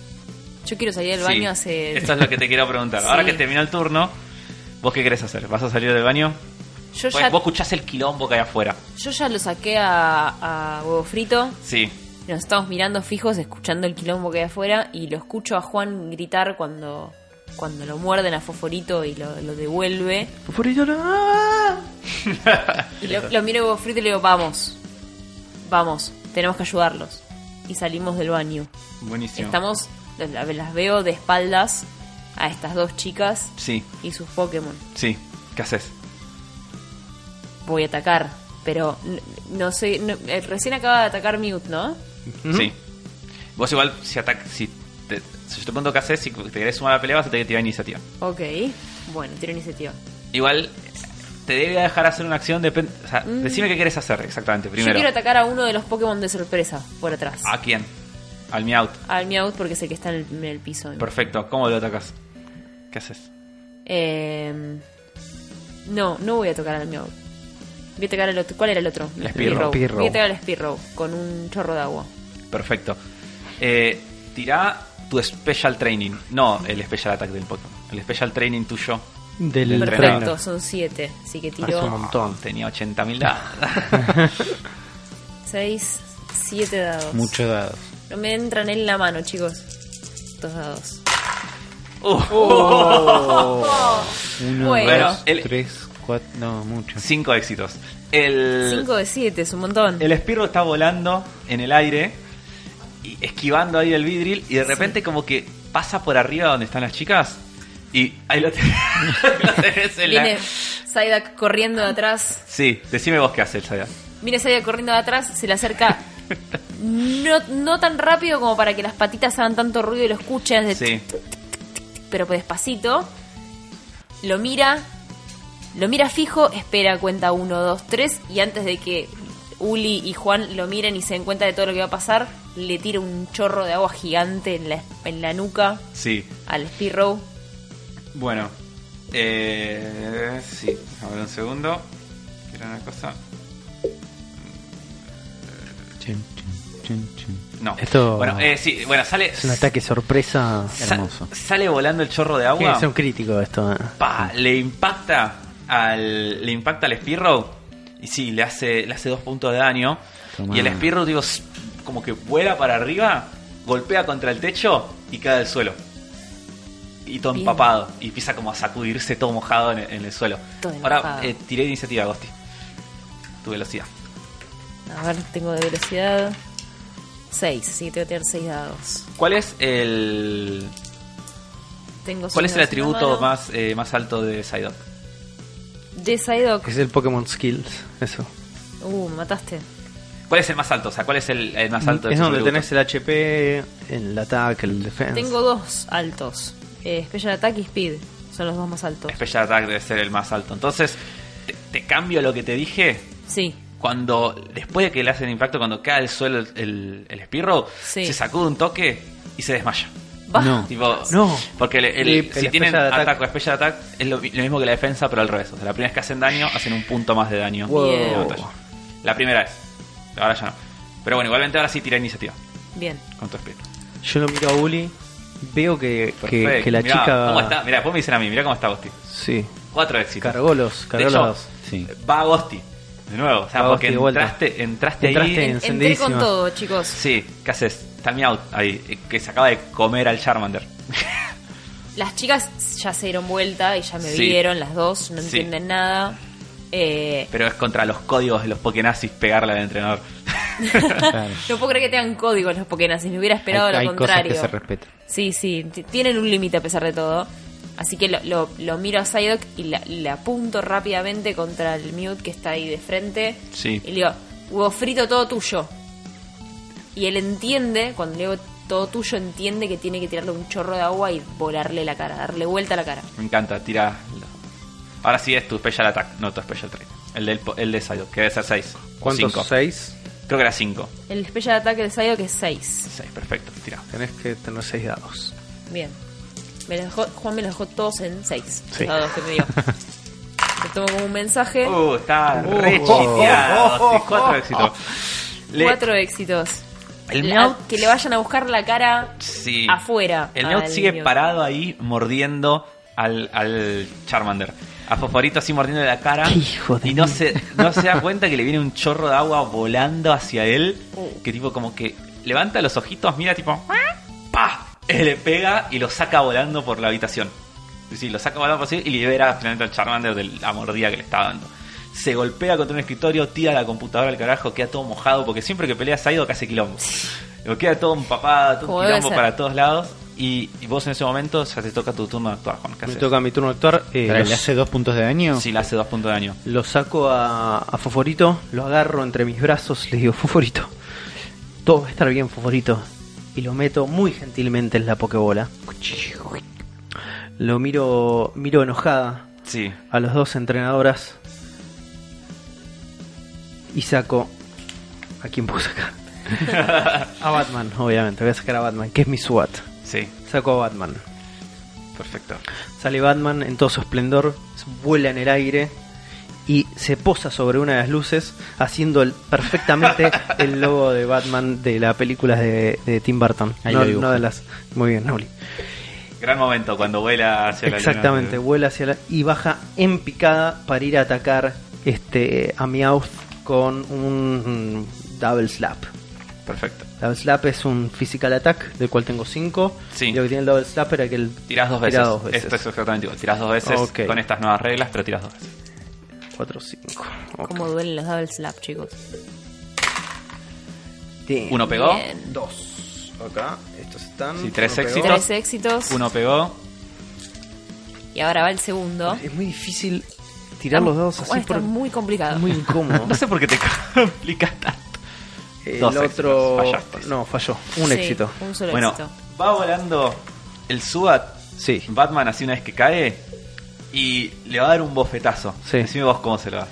Speaker 4: Yo quiero salir del
Speaker 2: sí,
Speaker 4: baño hace.
Speaker 2: esto es lo que te quiero preguntar ahora
Speaker 4: Sí.
Speaker 2: que terminó el turno vos qué querés hacer vas a salir del baño
Speaker 4: Yo,
Speaker 2: Pues,
Speaker 4: ya,
Speaker 2: vos escuchás el quilombo que hay afuera
Speaker 4: yo ya lo saqué a, a huevo frito.
Speaker 2: sí
Speaker 4: y Nos estamos mirando fijos, escuchando el quilombo que hay afuera. Y lo escucho a Juan gritar cuando, cuando lo muerden a Fosforito y lo, lo devuelve.
Speaker 1: Forito, no.
Speaker 4: Y lo, lo miro a huevo frito y le digo: Vamos, vamos, tenemos que ayudarlos. Y salimos del baño.
Speaker 2: buenísimo
Speaker 4: Estamos, la- las veo de espaldas a estas dos chicas
Speaker 2: sí
Speaker 4: y sus Pokémon.
Speaker 2: sí qué haces
Speaker 4: Voy a atacar, pero n- no sé, no- eh, recién acaba de atacar Mute, ¿no?
Speaker 1: ¿Mm?
Speaker 2: sí vos igual si atac si te, si yo te pregunto qué haces si te querés sumar a la pelea vas a tener que tirar iniciativa
Speaker 4: Ok, bueno, tiro iniciativa.
Speaker 2: igual te debe dejar hacer una acción depende o sea, decime qué querés hacer exactamente
Speaker 4: Mm. Yo
Speaker 2: primero Ah.
Speaker 4: quiero atacar a uno de los Pokémon de sorpresa, por atrás.
Speaker 2: a quién al Meowth
Speaker 4: Al Meowth porque es el que está en el, en el piso. ¿no?
Speaker 2: Perfecto, ¿cómo lo atacas? ¿Qué haces?
Speaker 4: Em, Eh, no, no voy a tocar al Meowth. Voy a tocar el otro. ¿Cuál era el otro?
Speaker 2: El Spearrow.
Speaker 4: Voy a tocar el Spearrow con un chorro de agua.
Speaker 2: Perfecto. Eh, tirá tu special training. No, el special attack del Pokémon. El special training tuyo.
Speaker 1: Del
Speaker 2: El
Speaker 4: Perfecto,
Speaker 1: tren.
Speaker 2: trainer.
Speaker 4: son siete. Así que
Speaker 1: Es un
Speaker 4: tiró
Speaker 1: montón.
Speaker 2: Tenía 80.000 dados.
Speaker 4: seis, siete dados.
Speaker 3: Muchos dados.
Speaker 4: No me entran en la mano, chicos. Dos dados.
Speaker 2: Uh,
Speaker 3: Uno,
Speaker 4: Bueno,
Speaker 3: dos,
Speaker 2: el-
Speaker 3: tres, cuatro. No, mucho.
Speaker 2: cinco éxitos. El,
Speaker 4: Cinco de siete es un montón.
Speaker 2: el Spirro está volando en el aire, y esquivando ahí el vidril, y de repente como que pasa por arriba donde están las chicas, y ahí lo tenés. lo tenés en la-
Speaker 4: Viene Psyduck corriendo de atrás.
Speaker 2: Sí, decime vos qué haces, Saya.
Speaker 4: Viene Psyduck corriendo de atrás, se le acerca. No, no tan rápido como para que las patitas hagan tanto ruido y lo escuchen, de
Speaker 2: Sí.
Speaker 4: pero pues despacito. Lo mira, lo mira fijo, espera, cuenta 1, 2, 3 y antes de que Uli y Juan lo miren y se den cuenta de todo lo que va a pasar, le tira un chorro de agua gigante en la, en la nuca
Speaker 2: Sí.
Speaker 4: al Spirrow.
Speaker 2: Bueno. Eh, sí, a ver un segundo. Era una cosa.
Speaker 3: Chin, chin, chin, chin.
Speaker 2: No.
Speaker 1: Esto-
Speaker 2: Bueno, eh, sí, bueno, sale.
Speaker 1: Es un ataque sorpresa.
Speaker 2: sa-
Speaker 3: hermoso.
Speaker 2: Sale volando el chorro de
Speaker 1: Tiene
Speaker 2: agua.
Speaker 1: que ser un crítico esto. eh.
Speaker 2: Pa, le impacta al le impacta al Spirro y sí, le hace le hace dos puntos de daño
Speaker 3: Tomá.
Speaker 2: y el Spirro digo s- como que vuela para arriba, golpea contra el techo y cae al suelo. Y todo
Speaker 4: Bien.
Speaker 2: empapado y empieza como a sacudirse todo mojado en, el- en el suelo.
Speaker 4: Todo
Speaker 2: Ahora
Speaker 4: empapado.
Speaker 2: eh, tiré de iniciativa, Gosti. Tu velocidad.
Speaker 4: A ver, tengo de velocidad 6, sí, tengo que tirar 6 dados.
Speaker 2: ¿Cuál es el
Speaker 4: Tengo
Speaker 2: cuál es el
Speaker 4: seis dados en la
Speaker 2: atributo
Speaker 4: mano.
Speaker 2: más eh, más alto de Psyduck?
Speaker 4: De Psyduck.
Speaker 1: Es el Pokémon Skills. Eso.
Speaker 4: Uh, me mataste.
Speaker 2: ¿Cuál es el más alto? O sea, ¿cuál es el, el más alto de
Speaker 1: es
Speaker 2: tus
Speaker 1: donde
Speaker 2: atributos?
Speaker 1: tenés el HP, el ataque, el defense.
Speaker 4: Tengo dos altos. Eh, Special Attack y Speed. Son los dos más altos.
Speaker 2: Special Attack debe ser el más alto. Entonces, te, te cambio lo que te dije.
Speaker 4: Sí,
Speaker 2: Cuando, después de que le hacen impacto, cuando cae al suelo el, el, el Spirro,
Speaker 4: Sí.
Speaker 2: se sacude un toque y se desmaya.
Speaker 4: va.
Speaker 3: No.
Speaker 2: Tipo,
Speaker 1: No.
Speaker 2: Porque el- el-
Speaker 1: Sí,
Speaker 2: si
Speaker 1: el
Speaker 2: tienen
Speaker 1: Special Attack.
Speaker 2: ataque o Special Attack, es lo, mi- lo mismo que la defensa, pero al revés. O sea, la primera vez que hacen daño, hacen un punto más de daño.
Speaker 4: Wow.
Speaker 2: en la batalla. La primera vez. Ahora ya no. Pero bueno, igualmente ahora sí tira iniciativa
Speaker 4: Bien.
Speaker 2: con tu Spirro.
Speaker 1: Yo lo miro a Uli, veo que, que,
Speaker 2: Perfecto.
Speaker 1: que la
Speaker 2: Mirá,
Speaker 1: chica.
Speaker 2: ¿Cómo está? Mirá, después me dicen a mí, mirá cómo está Agustín.
Speaker 1: Sí.
Speaker 2: Cuatro éxitos.
Speaker 1: Cargó los, cargó
Speaker 2: de hecho,
Speaker 1: los.
Speaker 3: Sí.
Speaker 2: va Agosti. De nuevo. O sea,
Speaker 1: Va Agosti
Speaker 2: porque
Speaker 1: de vuelta.
Speaker 2: entraste, entraste,
Speaker 1: Entraste
Speaker 2: ahí.
Speaker 1: en-
Speaker 4: Entré
Speaker 1: Encendidísima.
Speaker 4: con todo, chicos.
Speaker 2: Sí, ¿qué haces? Está out ahí, eh, que se acaba de comer al Charmander.
Speaker 4: Las chicas ya se dieron vuelta y ya me
Speaker 2: Sí.
Speaker 4: vieron, las dos, no
Speaker 2: Sí.
Speaker 4: entienden nada. Eh,
Speaker 2: Pero es contra los códigos de los Pokénazis pegarle al entrenador.
Speaker 3: Claro.
Speaker 4: no puedo creer que tengan códigos los Pokénas, si me hubiera esperado
Speaker 3: hay,
Speaker 4: lo
Speaker 3: hay cosas
Speaker 4: contrario.
Speaker 3: que se respetan.
Speaker 4: sí, sí, t- tienen un límite a pesar de todo. Así que lo, lo- lo miro a Psyduck y la- le apunto rápidamente contra el Mute que está ahí de frente.
Speaker 2: Sí.
Speaker 4: Y le digo, huevo frito todo tuyo. Y él entiende, cuando le digo todo tuyo, entiende que tiene que tirarle un chorro de agua y volarle la cara, darle vuelta a la cara.
Speaker 2: Me encanta, tira. Ahora sí es tu Special Attack, no tu Special Trade. El, del, po- el de Psyduck, que debe ser 6.
Speaker 1: ¿Cuántos? ¿Seis?
Speaker 2: Creo que era 5.
Speaker 4: El especial de ataque de Psyduck que es 6.
Speaker 2: 6, perfecto, tira.
Speaker 1: Tenés que tener seis dados.
Speaker 4: Bien. Me los dejó- Juan me los dejó todos en 6.
Speaker 1: Sí.
Speaker 4: que me dio. Lo tomo como un mensaje.
Speaker 2: Uh, está
Speaker 1: Oh,
Speaker 2: re
Speaker 1: oh,
Speaker 2: chiteado.
Speaker 1: oh,
Speaker 2: Sí, cuatro
Speaker 1: oh,
Speaker 2: éxitos. Le-
Speaker 4: Cuatro éxitos.
Speaker 2: El
Speaker 4: La-
Speaker 2: Meowth-
Speaker 4: que le vayan a buscar la cara
Speaker 2: Sí.
Speaker 4: afuera.
Speaker 2: El Meowth
Speaker 4: al
Speaker 2: sigue
Speaker 4: niño.
Speaker 2: parado ahí mordiendo al, al Charmander. A Fosforito así mordiendo la cara.
Speaker 1: Qué hijo de
Speaker 2: y no
Speaker 1: mil.
Speaker 2: se, no se da cuenta que le viene un chorro de agua volando hacia él.
Speaker 4: Oh.
Speaker 2: Que tipo como que levanta los ojitos, mira tipo... ¡ah! ¡Pa! Él le pega y lo saca volando por la habitación. Sí, Sí, lo saca volando por así y libera finalmente al Charmander de la mordida que le está dando. Se golpea contra un escritorio, tira la computadora al carajo, queda todo mojado, porque siempre que pelea Saido hace quilombo. Lo queda todo empapado, todo
Speaker 4: Como
Speaker 2: un
Speaker 4: debe
Speaker 2: quilombo
Speaker 4: ser.
Speaker 2: para todos lados. Y, y vos en ese momento ya te toca tu turno de actuar, Juan. ¿Qué
Speaker 1: Me
Speaker 2: haces?
Speaker 1: toca mi turno de actuar. eh,
Speaker 3: Pero
Speaker 1: los-
Speaker 3: ¿Le hace dos puntos de daño?
Speaker 2: Si le hace dos puntos de daño.
Speaker 1: Lo saco a, a Foforito, lo agarro entre mis brazos, le digo, Foforito, todo va a estar bien, Foforito. Y lo meto muy gentilmente en la pokebola. Lo miro, miro enojada
Speaker 2: Sí.
Speaker 1: a los dos entrenadoras. Y saco... ¿A quién puedo sacar? a Batman, obviamente. Voy a sacar a Batman, que es mi SWAT.
Speaker 2: Sí,
Speaker 1: Saco a Batman.
Speaker 2: perfecto.
Speaker 1: Sale Batman en todo su esplendor, vuela en el aire y se posa sobre una de las luces haciendo el- perfectamente el logo de Batman de la película de, de Tim Burton.
Speaker 3: Ahí
Speaker 1: no,
Speaker 3: lo dibujo.
Speaker 1: no de las... Muy bien, Noli.
Speaker 2: Gran momento cuando vuela hacia la luna.
Speaker 1: Exactamente, vuela hacia la... y baja en picada para ir a atacar este, a Meowth con un mm, double slap.
Speaker 2: Perfecto.
Speaker 1: Double slap es un physical attack, del cual tengo 5.
Speaker 2: Sí.
Speaker 1: Y lo que tiene el double slap era que el...
Speaker 2: Tirás dos veces.
Speaker 1: Tirá dos veces.
Speaker 2: Esto es exactamente igual. Tirás dos veces
Speaker 1: Ok.
Speaker 2: con estas nuevas reglas, pero tirás dos veces.
Speaker 1: 4, 5.
Speaker 4: Como duelen los double slap, chicos.
Speaker 2: Uno pegó,
Speaker 4: Bien.
Speaker 1: 2. Acá, estos están...
Speaker 2: Sí, tres
Speaker 1: uno pegó.
Speaker 2: éxitos.
Speaker 4: Tres éxitos.
Speaker 2: uno pegó.
Speaker 4: Y ahora va el segundo.
Speaker 1: Es muy difícil tirar los dados así
Speaker 4: Bueno, está
Speaker 1: por...
Speaker 4: muy complicado.
Speaker 1: muy incómodo.
Speaker 2: No sé por qué te complicas tanto.
Speaker 1: el
Speaker 2: Dos
Speaker 1: otro...
Speaker 2: éxitos, fallaste.
Speaker 1: No, falló. Un
Speaker 4: Sí,
Speaker 1: éxito.
Speaker 4: Un solo
Speaker 2: bueno,
Speaker 4: éxito.
Speaker 2: va volando el SWAT.
Speaker 1: Sí.
Speaker 2: Batman así una vez que cae y le va a dar un bofetazo.
Speaker 1: Sí.
Speaker 2: Decime vos cómo se lo da.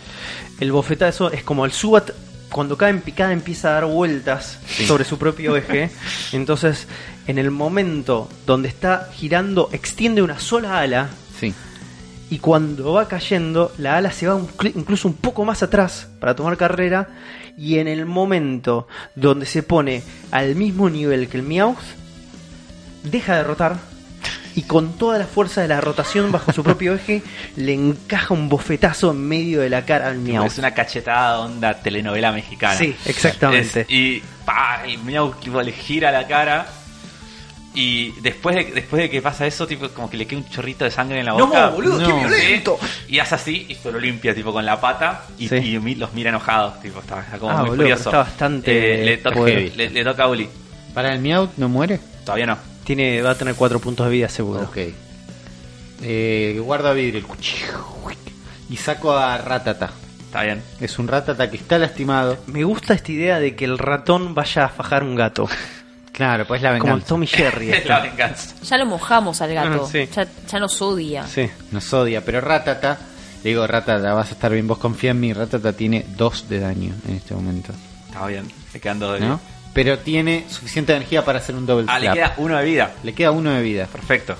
Speaker 1: El bofetazo es como el Subat cuando cae en picada empieza a dar vueltas sobre su propio eje. Entonces, en el momento donde está girando, extiende una sola ala
Speaker 3: Sí.
Speaker 1: y cuando va cayendo, la ala se va un cli- incluso un poco más atrás para tomar carrera. Y en el momento donde se pone al mismo nivel que el Meowth, deja de rotar y con toda la fuerza de la rotación bajo su propio eje, le encaja un bofetazo en medio de la cara al Meowth.
Speaker 2: Es una cachetada onda telenovela mexicana.
Speaker 1: Sí, exactamente.
Speaker 2: Es- y pa, el miau tipo, le gira la cara. Y después de, después de que pasa eso, tipo, como que le queda un chorrito de sangre en la
Speaker 1: No,
Speaker 2: boca.
Speaker 1: boludo, qué
Speaker 2: Sí.
Speaker 1: violento.
Speaker 2: Y hace así y se lo limpia, tipo, con la pata. Y,
Speaker 1: Sí.
Speaker 2: y mi- los mira enojados, tipo, está, está como
Speaker 1: Ah,
Speaker 2: muy
Speaker 1: boludo, pero
Speaker 2: furioso.
Speaker 1: está bastante
Speaker 2: Eh, le, toca,
Speaker 1: heavy.
Speaker 2: le, le toca a Uli.
Speaker 3: ¿Para el Meowth no muere?
Speaker 2: Todavía no.
Speaker 1: Tiene, va a tener cuatro puntos de vida seguro.
Speaker 3: Ok. Eh, guarda vidrio. el cuchillo. Y saco a Ratata.
Speaker 2: Está bien.
Speaker 3: Es un Ratata que está lastimado.
Speaker 1: Me gusta esta idea de que el ratón vaya a fajar un gato.
Speaker 3: Claro, pues la
Speaker 1: Como el
Speaker 3: venganza.
Speaker 1: Tommy Jerry.
Speaker 2: Es la venganza.
Speaker 4: Ya lo mojamos al gato.
Speaker 1: Ah, sí.
Speaker 4: ya, ya nos odia.
Speaker 1: Sí.
Speaker 3: Nos odia, pero Ratata. Le digo, Ratata, vas a estar bien. Vos confía en mí. Ratata tiene 2 de daño en este momento.
Speaker 2: Está bien. Le quedan dos de vida.
Speaker 3: ¿No? Pero tiene suficiente energía para hacer un double
Speaker 2: Ah, le
Speaker 3: slap.
Speaker 2: queda uno de vida.
Speaker 3: Le queda uno de vida.
Speaker 2: Perfecto.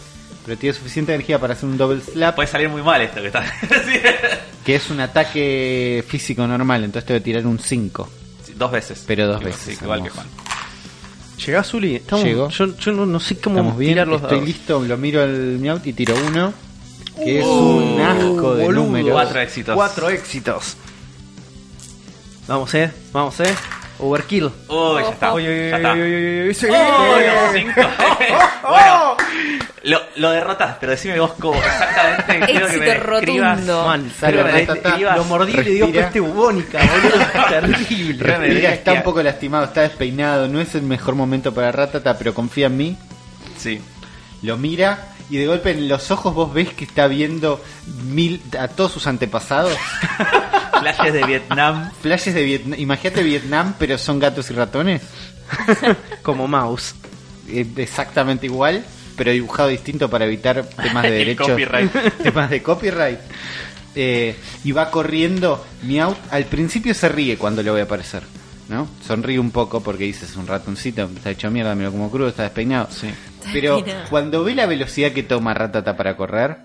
Speaker 3: Pero tiene suficiente energía para hacer un double slap.
Speaker 2: Puede salir muy mal esto que está.
Speaker 3: Que es un ataque físico normal. Entonces te voy a tirar un 5.
Speaker 2: Sí, dos veces.
Speaker 3: Pero dos
Speaker 2: Sí,
Speaker 3: veces,
Speaker 2: sí, igual que
Speaker 3: hermoso.
Speaker 2: Juan.
Speaker 1: ¿Llegás, Uli? Estamos-
Speaker 3: Llegó.
Speaker 1: Yo, yo no, no sé cómo
Speaker 3: Estamos bien,
Speaker 1: tirar los
Speaker 3: estoy
Speaker 1: dados.
Speaker 3: listo, lo miro al Meowth y tiro uno. Que es
Speaker 2: Uh,
Speaker 3: un asco de
Speaker 1: Boludo.
Speaker 3: números.
Speaker 2: Cuatro éxitos.
Speaker 1: Cuatro éxitos. Vamos, eh. Vamos, eh. Overkill.
Speaker 2: Uy, ya está.
Speaker 1: Oye,
Speaker 2: ya está.
Speaker 1: oye, oye, oye, sí.
Speaker 2: Uy, los cinco. bueno, lo, lo derrotas, pero decime vos cómo exactamente. quiero que me
Speaker 4: Éxito
Speaker 2: describas.
Speaker 4: rotundo.
Speaker 1: Man,
Speaker 3: Sale
Speaker 1: pero
Speaker 3: la
Speaker 1: le-
Speaker 3: tata,
Speaker 1: le- lo mordí y le dio
Speaker 3: respira.
Speaker 1: peste este bubónica, boludo. Es terrible.
Speaker 2: Re-
Speaker 3: Mira, está
Speaker 2: Bestia.
Speaker 3: un poco lastimado, está despeinado, no es el mejor momento para Ratata, pero confía en mí.
Speaker 2: Sí.
Speaker 3: Lo mira y de golpe en los ojos vos ves que está viendo mil a todos sus antepasados.
Speaker 2: Flashes de Vietnam.
Speaker 3: Flashes de Vietnam, imagínate Vietnam, pero son gatos y ratones.
Speaker 1: Como mouse.
Speaker 3: Eh, exactamente igual, pero dibujado distinto para evitar temas de
Speaker 2: El
Speaker 3: derechos.
Speaker 2: copyright.
Speaker 3: temas de copyright. Eh, y va corriendo. Meowth al principio se ríe cuando lo ve aparecer. ¿no? Sonríe un poco porque dices un ratoncito, está hecho mierda, mira como crudo, está despeinado.
Speaker 2: Sí.
Speaker 3: Pero
Speaker 4: Mira.
Speaker 3: cuando ve la velocidad que toma Ratata para correr,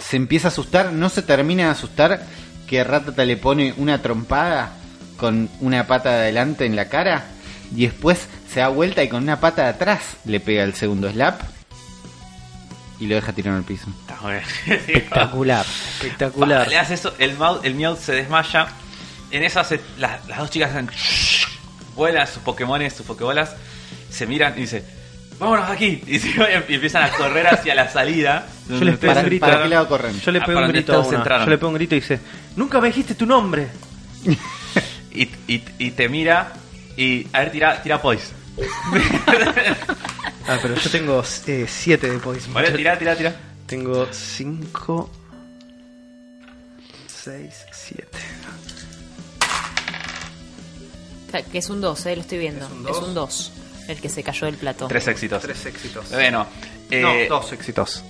Speaker 3: se empieza a asustar, no se termina de asustar que Ratata le pone una trompada con una pata de adelante en la cara y después se da vuelta y con una pata de atrás le pega el segundo slap y lo deja tirado en el piso.
Speaker 2: Está bien.
Speaker 1: Espectacular.
Speaker 2: Pa,
Speaker 1: Espectacular.
Speaker 2: Le hace eso, el, Mau- el Meowth se desmaya. En eso hace- la- las dos chicas hacen vuelan sus Pokémones, sus Pokébolas, se miran y dice, vámonos de aquí. Y, se- y empiezan a correr hacia la salida.
Speaker 1: Yo les pego
Speaker 3: Para,
Speaker 1: un grito.
Speaker 3: ¿Para qué lado corren?
Speaker 1: Yo le
Speaker 2: Ah,
Speaker 1: pego
Speaker 2: para
Speaker 1: un
Speaker 2: donde
Speaker 1: grito a
Speaker 2: todos
Speaker 1: una.
Speaker 2: entraron.
Speaker 1: Yo le pego un grito y dice, nunca me dijiste tu nombre.
Speaker 2: y, y- y te mira y, a ver, tira, tira Poise.
Speaker 1: Ah, pero yo tengo 7 de Poison.
Speaker 2: Vale, tira, tira, tira.
Speaker 1: Tengo 5, 6, 7.
Speaker 4: O sea, que es un 2, eh, lo estoy viendo. Es un 2. El que se cayó del plató.
Speaker 2: Tres éxitos.
Speaker 1: éxitos.
Speaker 2: Bueno,
Speaker 1: no,
Speaker 2: eh,
Speaker 1: dos éxitos.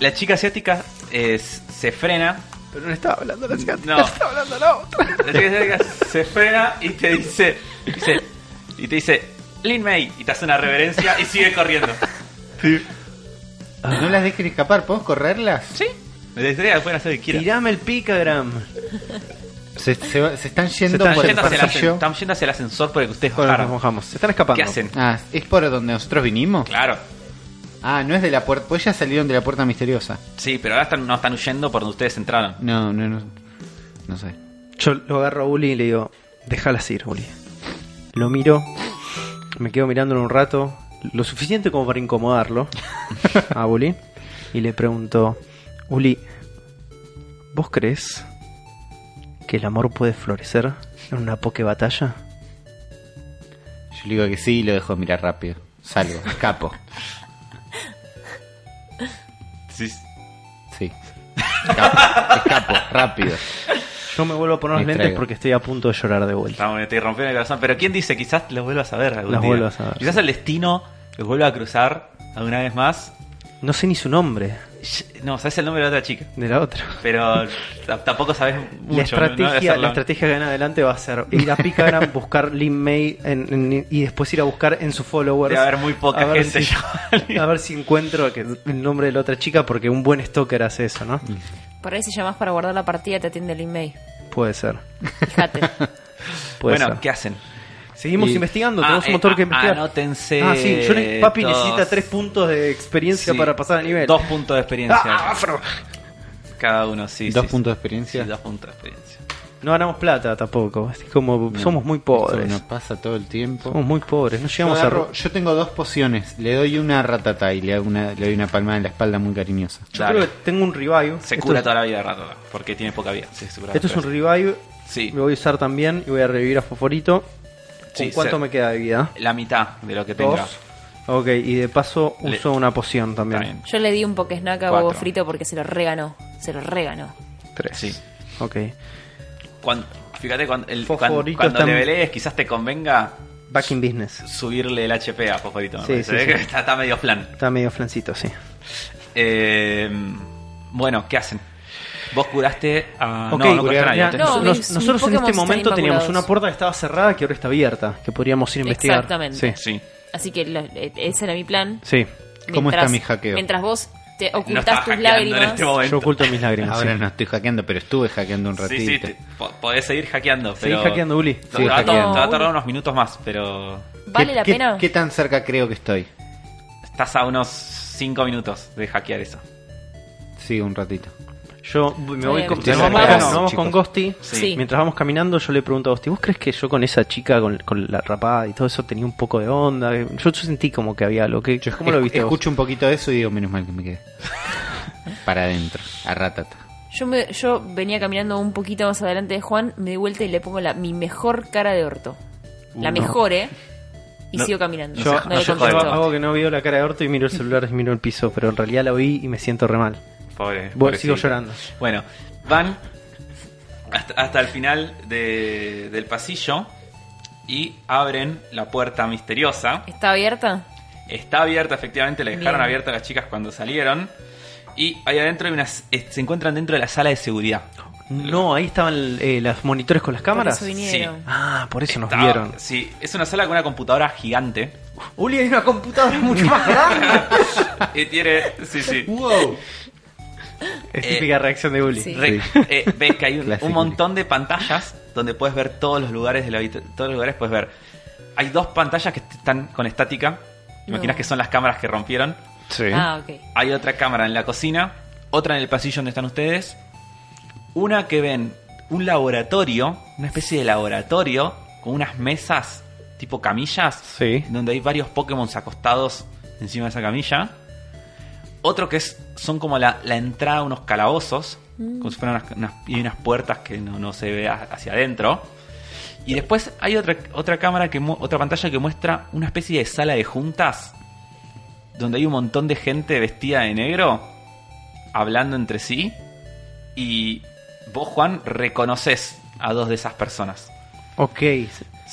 Speaker 2: la chica asiática eh, se frena.
Speaker 1: Pero no estaba hablando la chica,
Speaker 2: No.
Speaker 1: no. estaba hablando la otra.
Speaker 2: La chica asiática se frena y te dice, dice- y te dice, Lin May, y te hace una reverencia y sigue corriendo.
Speaker 3: No las dejen escapar, ¿podemos correrlas?
Speaker 2: Ah. Sí. Me gustaría que fuera a hacer Kira.
Speaker 1: Tirame el picagram.
Speaker 3: Se, se va- se están
Speaker 2: Se
Speaker 3: yendo
Speaker 2: están
Speaker 3: por el
Speaker 2: yendo, hacia el ascen-
Speaker 3: pasillo.
Speaker 2: están yendo hacia el ascensor por el que ustedes
Speaker 1: Bueno, nos
Speaker 2: bajaron.
Speaker 1: mojamos. Se están escapando.
Speaker 2: ¿Qué hacen?
Speaker 3: Ah, ¿es por donde nosotros vinimos?
Speaker 2: Claro.
Speaker 3: Ah, no es de la puerta. Pues ya salieron de la puerta misteriosa.
Speaker 2: Sí, pero ahora están, no están huyendo por donde ustedes entraron.
Speaker 3: No, no, no. No sé.
Speaker 1: Yo lo agarro a Uli y le digo, déjalas ir, Uli. Lo miro, me quedo mirándolo un rato, lo suficiente como para incomodarlo a Uli, y le pregunto, Uli, ¿vos crees que el amor puede florecer en una poke batalla?
Speaker 3: Yo le digo que sí y lo dejo mirar rápido. Salgo, escapo.
Speaker 2: Sí.
Speaker 3: Sí. Escapo, escapo, rápido.
Speaker 1: Yo me vuelvo a poner
Speaker 3: Me
Speaker 1: los lentes
Speaker 3: distraigo.
Speaker 1: porque estoy a punto de llorar de vuelta.
Speaker 2: Estamos, te rompieron el corazón. Pero ¿quién dice? Quizás los vuelvas a ver algún
Speaker 1: Los
Speaker 2: día.
Speaker 1: vuelvas a ver,
Speaker 2: Quizás el destino los vuelva a cruzar alguna vez más.
Speaker 1: No sé ni su nombre
Speaker 2: Sh- No, sabes el nombre de la otra chica.
Speaker 1: de la otra.
Speaker 2: Pero t- tampoco sabes mucho.
Speaker 1: la
Speaker 2: ¿no? No
Speaker 1: estrategia,
Speaker 2: debe ser
Speaker 1: la
Speaker 2: lo-
Speaker 1: estrategia que en adelante va a ser ir a Picagram, buscar Lin May en- en- y después ir a buscar en sus followers.
Speaker 2: Debe haber muy poca
Speaker 1: a ver
Speaker 2: gente
Speaker 1: si-
Speaker 2: ya.
Speaker 1: a ver si encuentro que- el nombre de la otra chica, porque un buen stalker hace eso, ¿no?
Speaker 2: Mm.
Speaker 4: Por ahí si llamás para guardar la partida te atiende el email.
Speaker 1: Puede ser.
Speaker 4: Fíjate.
Speaker 1: Puede
Speaker 2: bueno,
Speaker 1: ser.
Speaker 2: ¿qué hacen?
Speaker 1: Seguimos
Speaker 3: Y-
Speaker 1: investigando,
Speaker 2: Ah,
Speaker 1: tenemos
Speaker 2: eh,
Speaker 1: un motor que
Speaker 2: a-
Speaker 1: investigar.
Speaker 2: anótense
Speaker 1: Ah, sí, yo ne- papi
Speaker 2: todos.
Speaker 1: necesita tres puntos de experiencia
Speaker 2: Sí,
Speaker 1: para pasar a nivel.
Speaker 2: Dos puntos de experiencia.
Speaker 1: Ah, afro.
Speaker 2: Cada uno, sí.
Speaker 3: Dos
Speaker 2: sí,
Speaker 3: puntos de
Speaker 2: sí,
Speaker 3: experiencia.
Speaker 2: dos puntos de experiencia.
Speaker 1: No ganamos plata tampoco. Es como
Speaker 3: No,
Speaker 1: somos muy pobres.
Speaker 3: Esto nos pasa todo el tiempo.
Speaker 1: Somos muy pobres. No
Speaker 3: yo,
Speaker 1: llegamos
Speaker 3: agarro-
Speaker 1: a.
Speaker 3: yo tengo dos pociones. Le doy una a ratata y le, hago una, le doy una palmada en la espalda muy cariñosa.
Speaker 1: Yo
Speaker 2: Dale.
Speaker 1: creo que tengo un revive.
Speaker 2: Se
Speaker 1: Esto-
Speaker 2: cura toda la vida de ratata, porque tiene poca vida. Sí, se cura
Speaker 1: Esto es un
Speaker 2: bastante.
Speaker 1: revive.
Speaker 2: Sí.
Speaker 1: Lo voy a usar también y voy a revivir a Fosforito. ¿Con
Speaker 2: Sí,
Speaker 1: cuánto
Speaker 2: se-
Speaker 1: me queda de vida?
Speaker 2: La mitad de lo que tenga.
Speaker 1: Dos. Ok, y de paso
Speaker 2: Le-
Speaker 1: uso una poción
Speaker 2: Está
Speaker 1: también.
Speaker 2: bien.
Speaker 4: Yo le di un pokesnack a
Speaker 2: Cuatro.
Speaker 4: huevo frito porque se lo reganó. Se lo reganó.
Speaker 1: Tres.
Speaker 2: Sí.
Speaker 1: Ok.
Speaker 2: Cuando- fíjate, cuando, el,
Speaker 1: Fosforito
Speaker 2: cuando, cuando
Speaker 1: está-
Speaker 2: levelees, quizás te convenga
Speaker 1: Back in business.
Speaker 2: subirle el HP a Fosforito. me
Speaker 1: Sí,
Speaker 2: parece.
Speaker 1: sí,
Speaker 2: Ve
Speaker 1: sí.
Speaker 2: que Está, está medio plan.
Speaker 1: Está medio flancito, sí.
Speaker 2: Eh, bueno, ¿qué hacen? Vos curaste
Speaker 1: ok,
Speaker 2: a. Ah, no, no curaste a
Speaker 1: Julián,
Speaker 2: nadie.
Speaker 1: ya,
Speaker 2: no
Speaker 4: No,
Speaker 1: nos-
Speaker 4: mis-
Speaker 1: nos-
Speaker 4: mis
Speaker 1: nosotros en
Speaker 4: Pokémon
Speaker 1: este
Speaker 4: están
Speaker 1: momento teníamos
Speaker 4: inmaculados.
Speaker 1: una puerta que estaba cerrada que ahora está abierta, que podríamos ir a investigar.
Speaker 4: Exactamente.
Speaker 2: te-
Speaker 1: Sí.
Speaker 2: Sí.
Speaker 4: Así que lo- eh, ese era mi plan.
Speaker 1: Sí.
Speaker 3: ¿Cómo
Speaker 4: Mientras-
Speaker 3: está mi hackeo?
Speaker 4: Mientras vos te
Speaker 2: No estás
Speaker 4: ocultás tus
Speaker 2: hackeando
Speaker 4: lágrimas.
Speaker 2: en este momento.
Speaker 1: Yo oculto mis lágrimas.
Speaker 3: Ahora
Speaker 1: sí.
Speaker 3: no estoy hackeando, pero estuve hackeando un
Speaker 2: Sí,
Speaker 3: ratito.
Speaker 2: sí, te- po- podés seguir hackeando. Pero
Speaker 1: Seguí hackeando, Uli.
Speaker 2: Te
Speaker 3: Sigue
Speaker 2: va a to-
Speaker 3: hackeando.
Speaker 2: te va a tardar unos minutos más, pero.
Speaker 4: ¿Vale
Speaker 3: ¿Qué-
Speaker 4: la
Speaker 3: qué-
Speaker 4: pena?
Speaker 3: ¿Qué tan cerca creo que estoy?
Speaker 2: Estás a unos 5 minutos de hackear eso.
Speaker 3: Sí, un ratito.
Speaker 1: Yo me
Speaker 4: Está
Speaker 1: voy
Speaker 4: bien.
Speaker 1: con,
Speaker 4: Estoy
Speaker 1: nos vamos,
Speaker 4: cerca,
Speaker 1: con-
Speaker 3: no,
Speaker 1: nos vamos
Speaker 3: chicos.
Speaker 1: con Ghosty.
Speaker 4: Sí.
Speaker 1: Mientras vamos caminando, yo le pregunto a Gosti, ¿vos crees que yo con esa chica, con, con la rapada y todo eso, tenía un poco de onda? Yo, yo sentí como que había algo. Que, ¿Cómo lo
Speaker 3: Esc-
Speaker 1: viste vos?
Speaker 3: Escucho un poquito de eso y digo, menos mal que me quedé. Para adentro, a ratata.
Speaker 4: Yo, me, yo venía caminando un poquito más adelante de Juan, me doy vuelta y le pongo la, mi mejor cara de orto. La
Speaker 1: Uh, No.
Speaker 4: mejor, ¿eh? Y
Speaker 2: No-
Speaker 4: sigo
Speaker 2: no
Speaker 4: caminando. No,
Speaker 2: se-
Speaker 4: le
Speaker 2: no se
Speaker 1: Yo
Speaker 2: Joder,
Speaker 4: contesto.
Speaker 2: jode.
Speaker 1: hago que no veo la cara de orto y miro el celular y miro el piso, pero en realidad la vi y me siento re mal.
Speaker 2: Pobre.
Speaker 1: Voy-
Speaker 2: pobrecito.
Speaker 1: sigo llorando.
Speaker 2: Bueno, van hasta, hasta el final de- del pasillo y abren la puerta misteriosa.
Speaker 4: ¿Está abierta?
Speaker 2: Está abierta, efectivamente, la dejaron
Speaker 4: Bien.
Speaker 2: abierta las chicas cuando salieron. Y ahí adentro hay unas, eh, se encuentran dentro de la sala de seguridad.
Speaker 1: No, ahí estaban eh, los monitores con las cámaras.
Speaker 4: Por eso vinieron.
Speaker 1: Ah, por eso nos
Speaker 2: Está-
Speaker 1: vieron.
Speaker 2: Sí, es una sala con una computadora gigante.
Speaker 1: Uli, hay una computadora mucho más grande.
Speaker 2: y tiene. Sí, sí.
Speaker 1: Es
Speaker 2: Eh,
Speaker 1: típica reacción de Uli.
Speaker 4: sí.
Speaker 2: Re- eh, ves que hay un,
Speaker 3: Clásico.
Speaker 2: un montón de pantallas donde puedes ver todos los lugares de la habita- todos los lugares puedes ver. Hay dos pantallas que están con estática. ¿Te Imaginas
Speaker 4: No.
Speaker 2: que son las cámaras que rompieron.
Speaker 4: Ah, ok.
Speaker 2: Hay otra cámara en la cocina, otra en el pasillo donde están ustedes, una que ven un laboratorio, una especie de laboratorio con unas mesas tipo camillas,
Speaker 1: Sí.
Speaker 2: donde hay varios Pokémon acostados encima de esa camilla. Otro que es, son como la, la entrada a unos calabozos, como si fueran unas, unas- y unas puertas que no, no se ve a- hacia adentro. Y después hay otra, otra cámara, que mu- otra pantalla que muestra una especie de sala de juntas donde hay un montón de gente vestida de negro hablando entre sí y vos, Juan, reconoces a dos de esas personas.
Speaker 1: Ok,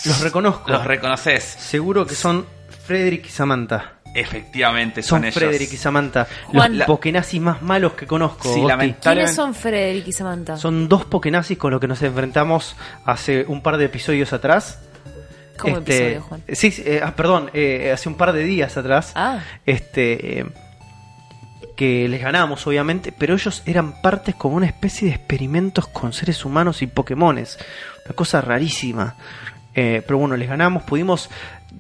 Speaker 1: los reconozco.
Speaker 2: Los reconoces.
Speaker 1: Seguro que son Frederick y Samantha.
Speaker 2: Efectivamente, son,
Speaker 1: Son
Speaker 2: ellos.
Speaker 1: Frederick y Samantha.
Speaker 4: Juan-
Speaker 1: los
Speaker 2: La-
Speaker 1: pokenazis más malos que conozco. Gosti.
Speaker 2: Sí, lamento-
Speaker 4: ¿Quiénes
Speaker 2: Lamentablemente-
Speaker 4: son Frederick y Samantha?
Speaker 1: Son dos pokenazis con los que nos enfrentamos hace un par de episodios atrás.
Speaker 4: ¿Cómo
Speaker 1: Este,
Speaker 4: episodio, Juan?
Speaker 1: ah, eh, Sí, sí, eh, ah, perdón, eh, hace un par de días atrás.
Speaker 4: Ah,
Speaker 1: Este. eh, que les ganamos obviamente, pero ellos eran partes como una especie de experimentos con seres humanos y Pokémones. Una cosa rarísima. Eh, pero bueno, les ganamos, pudimos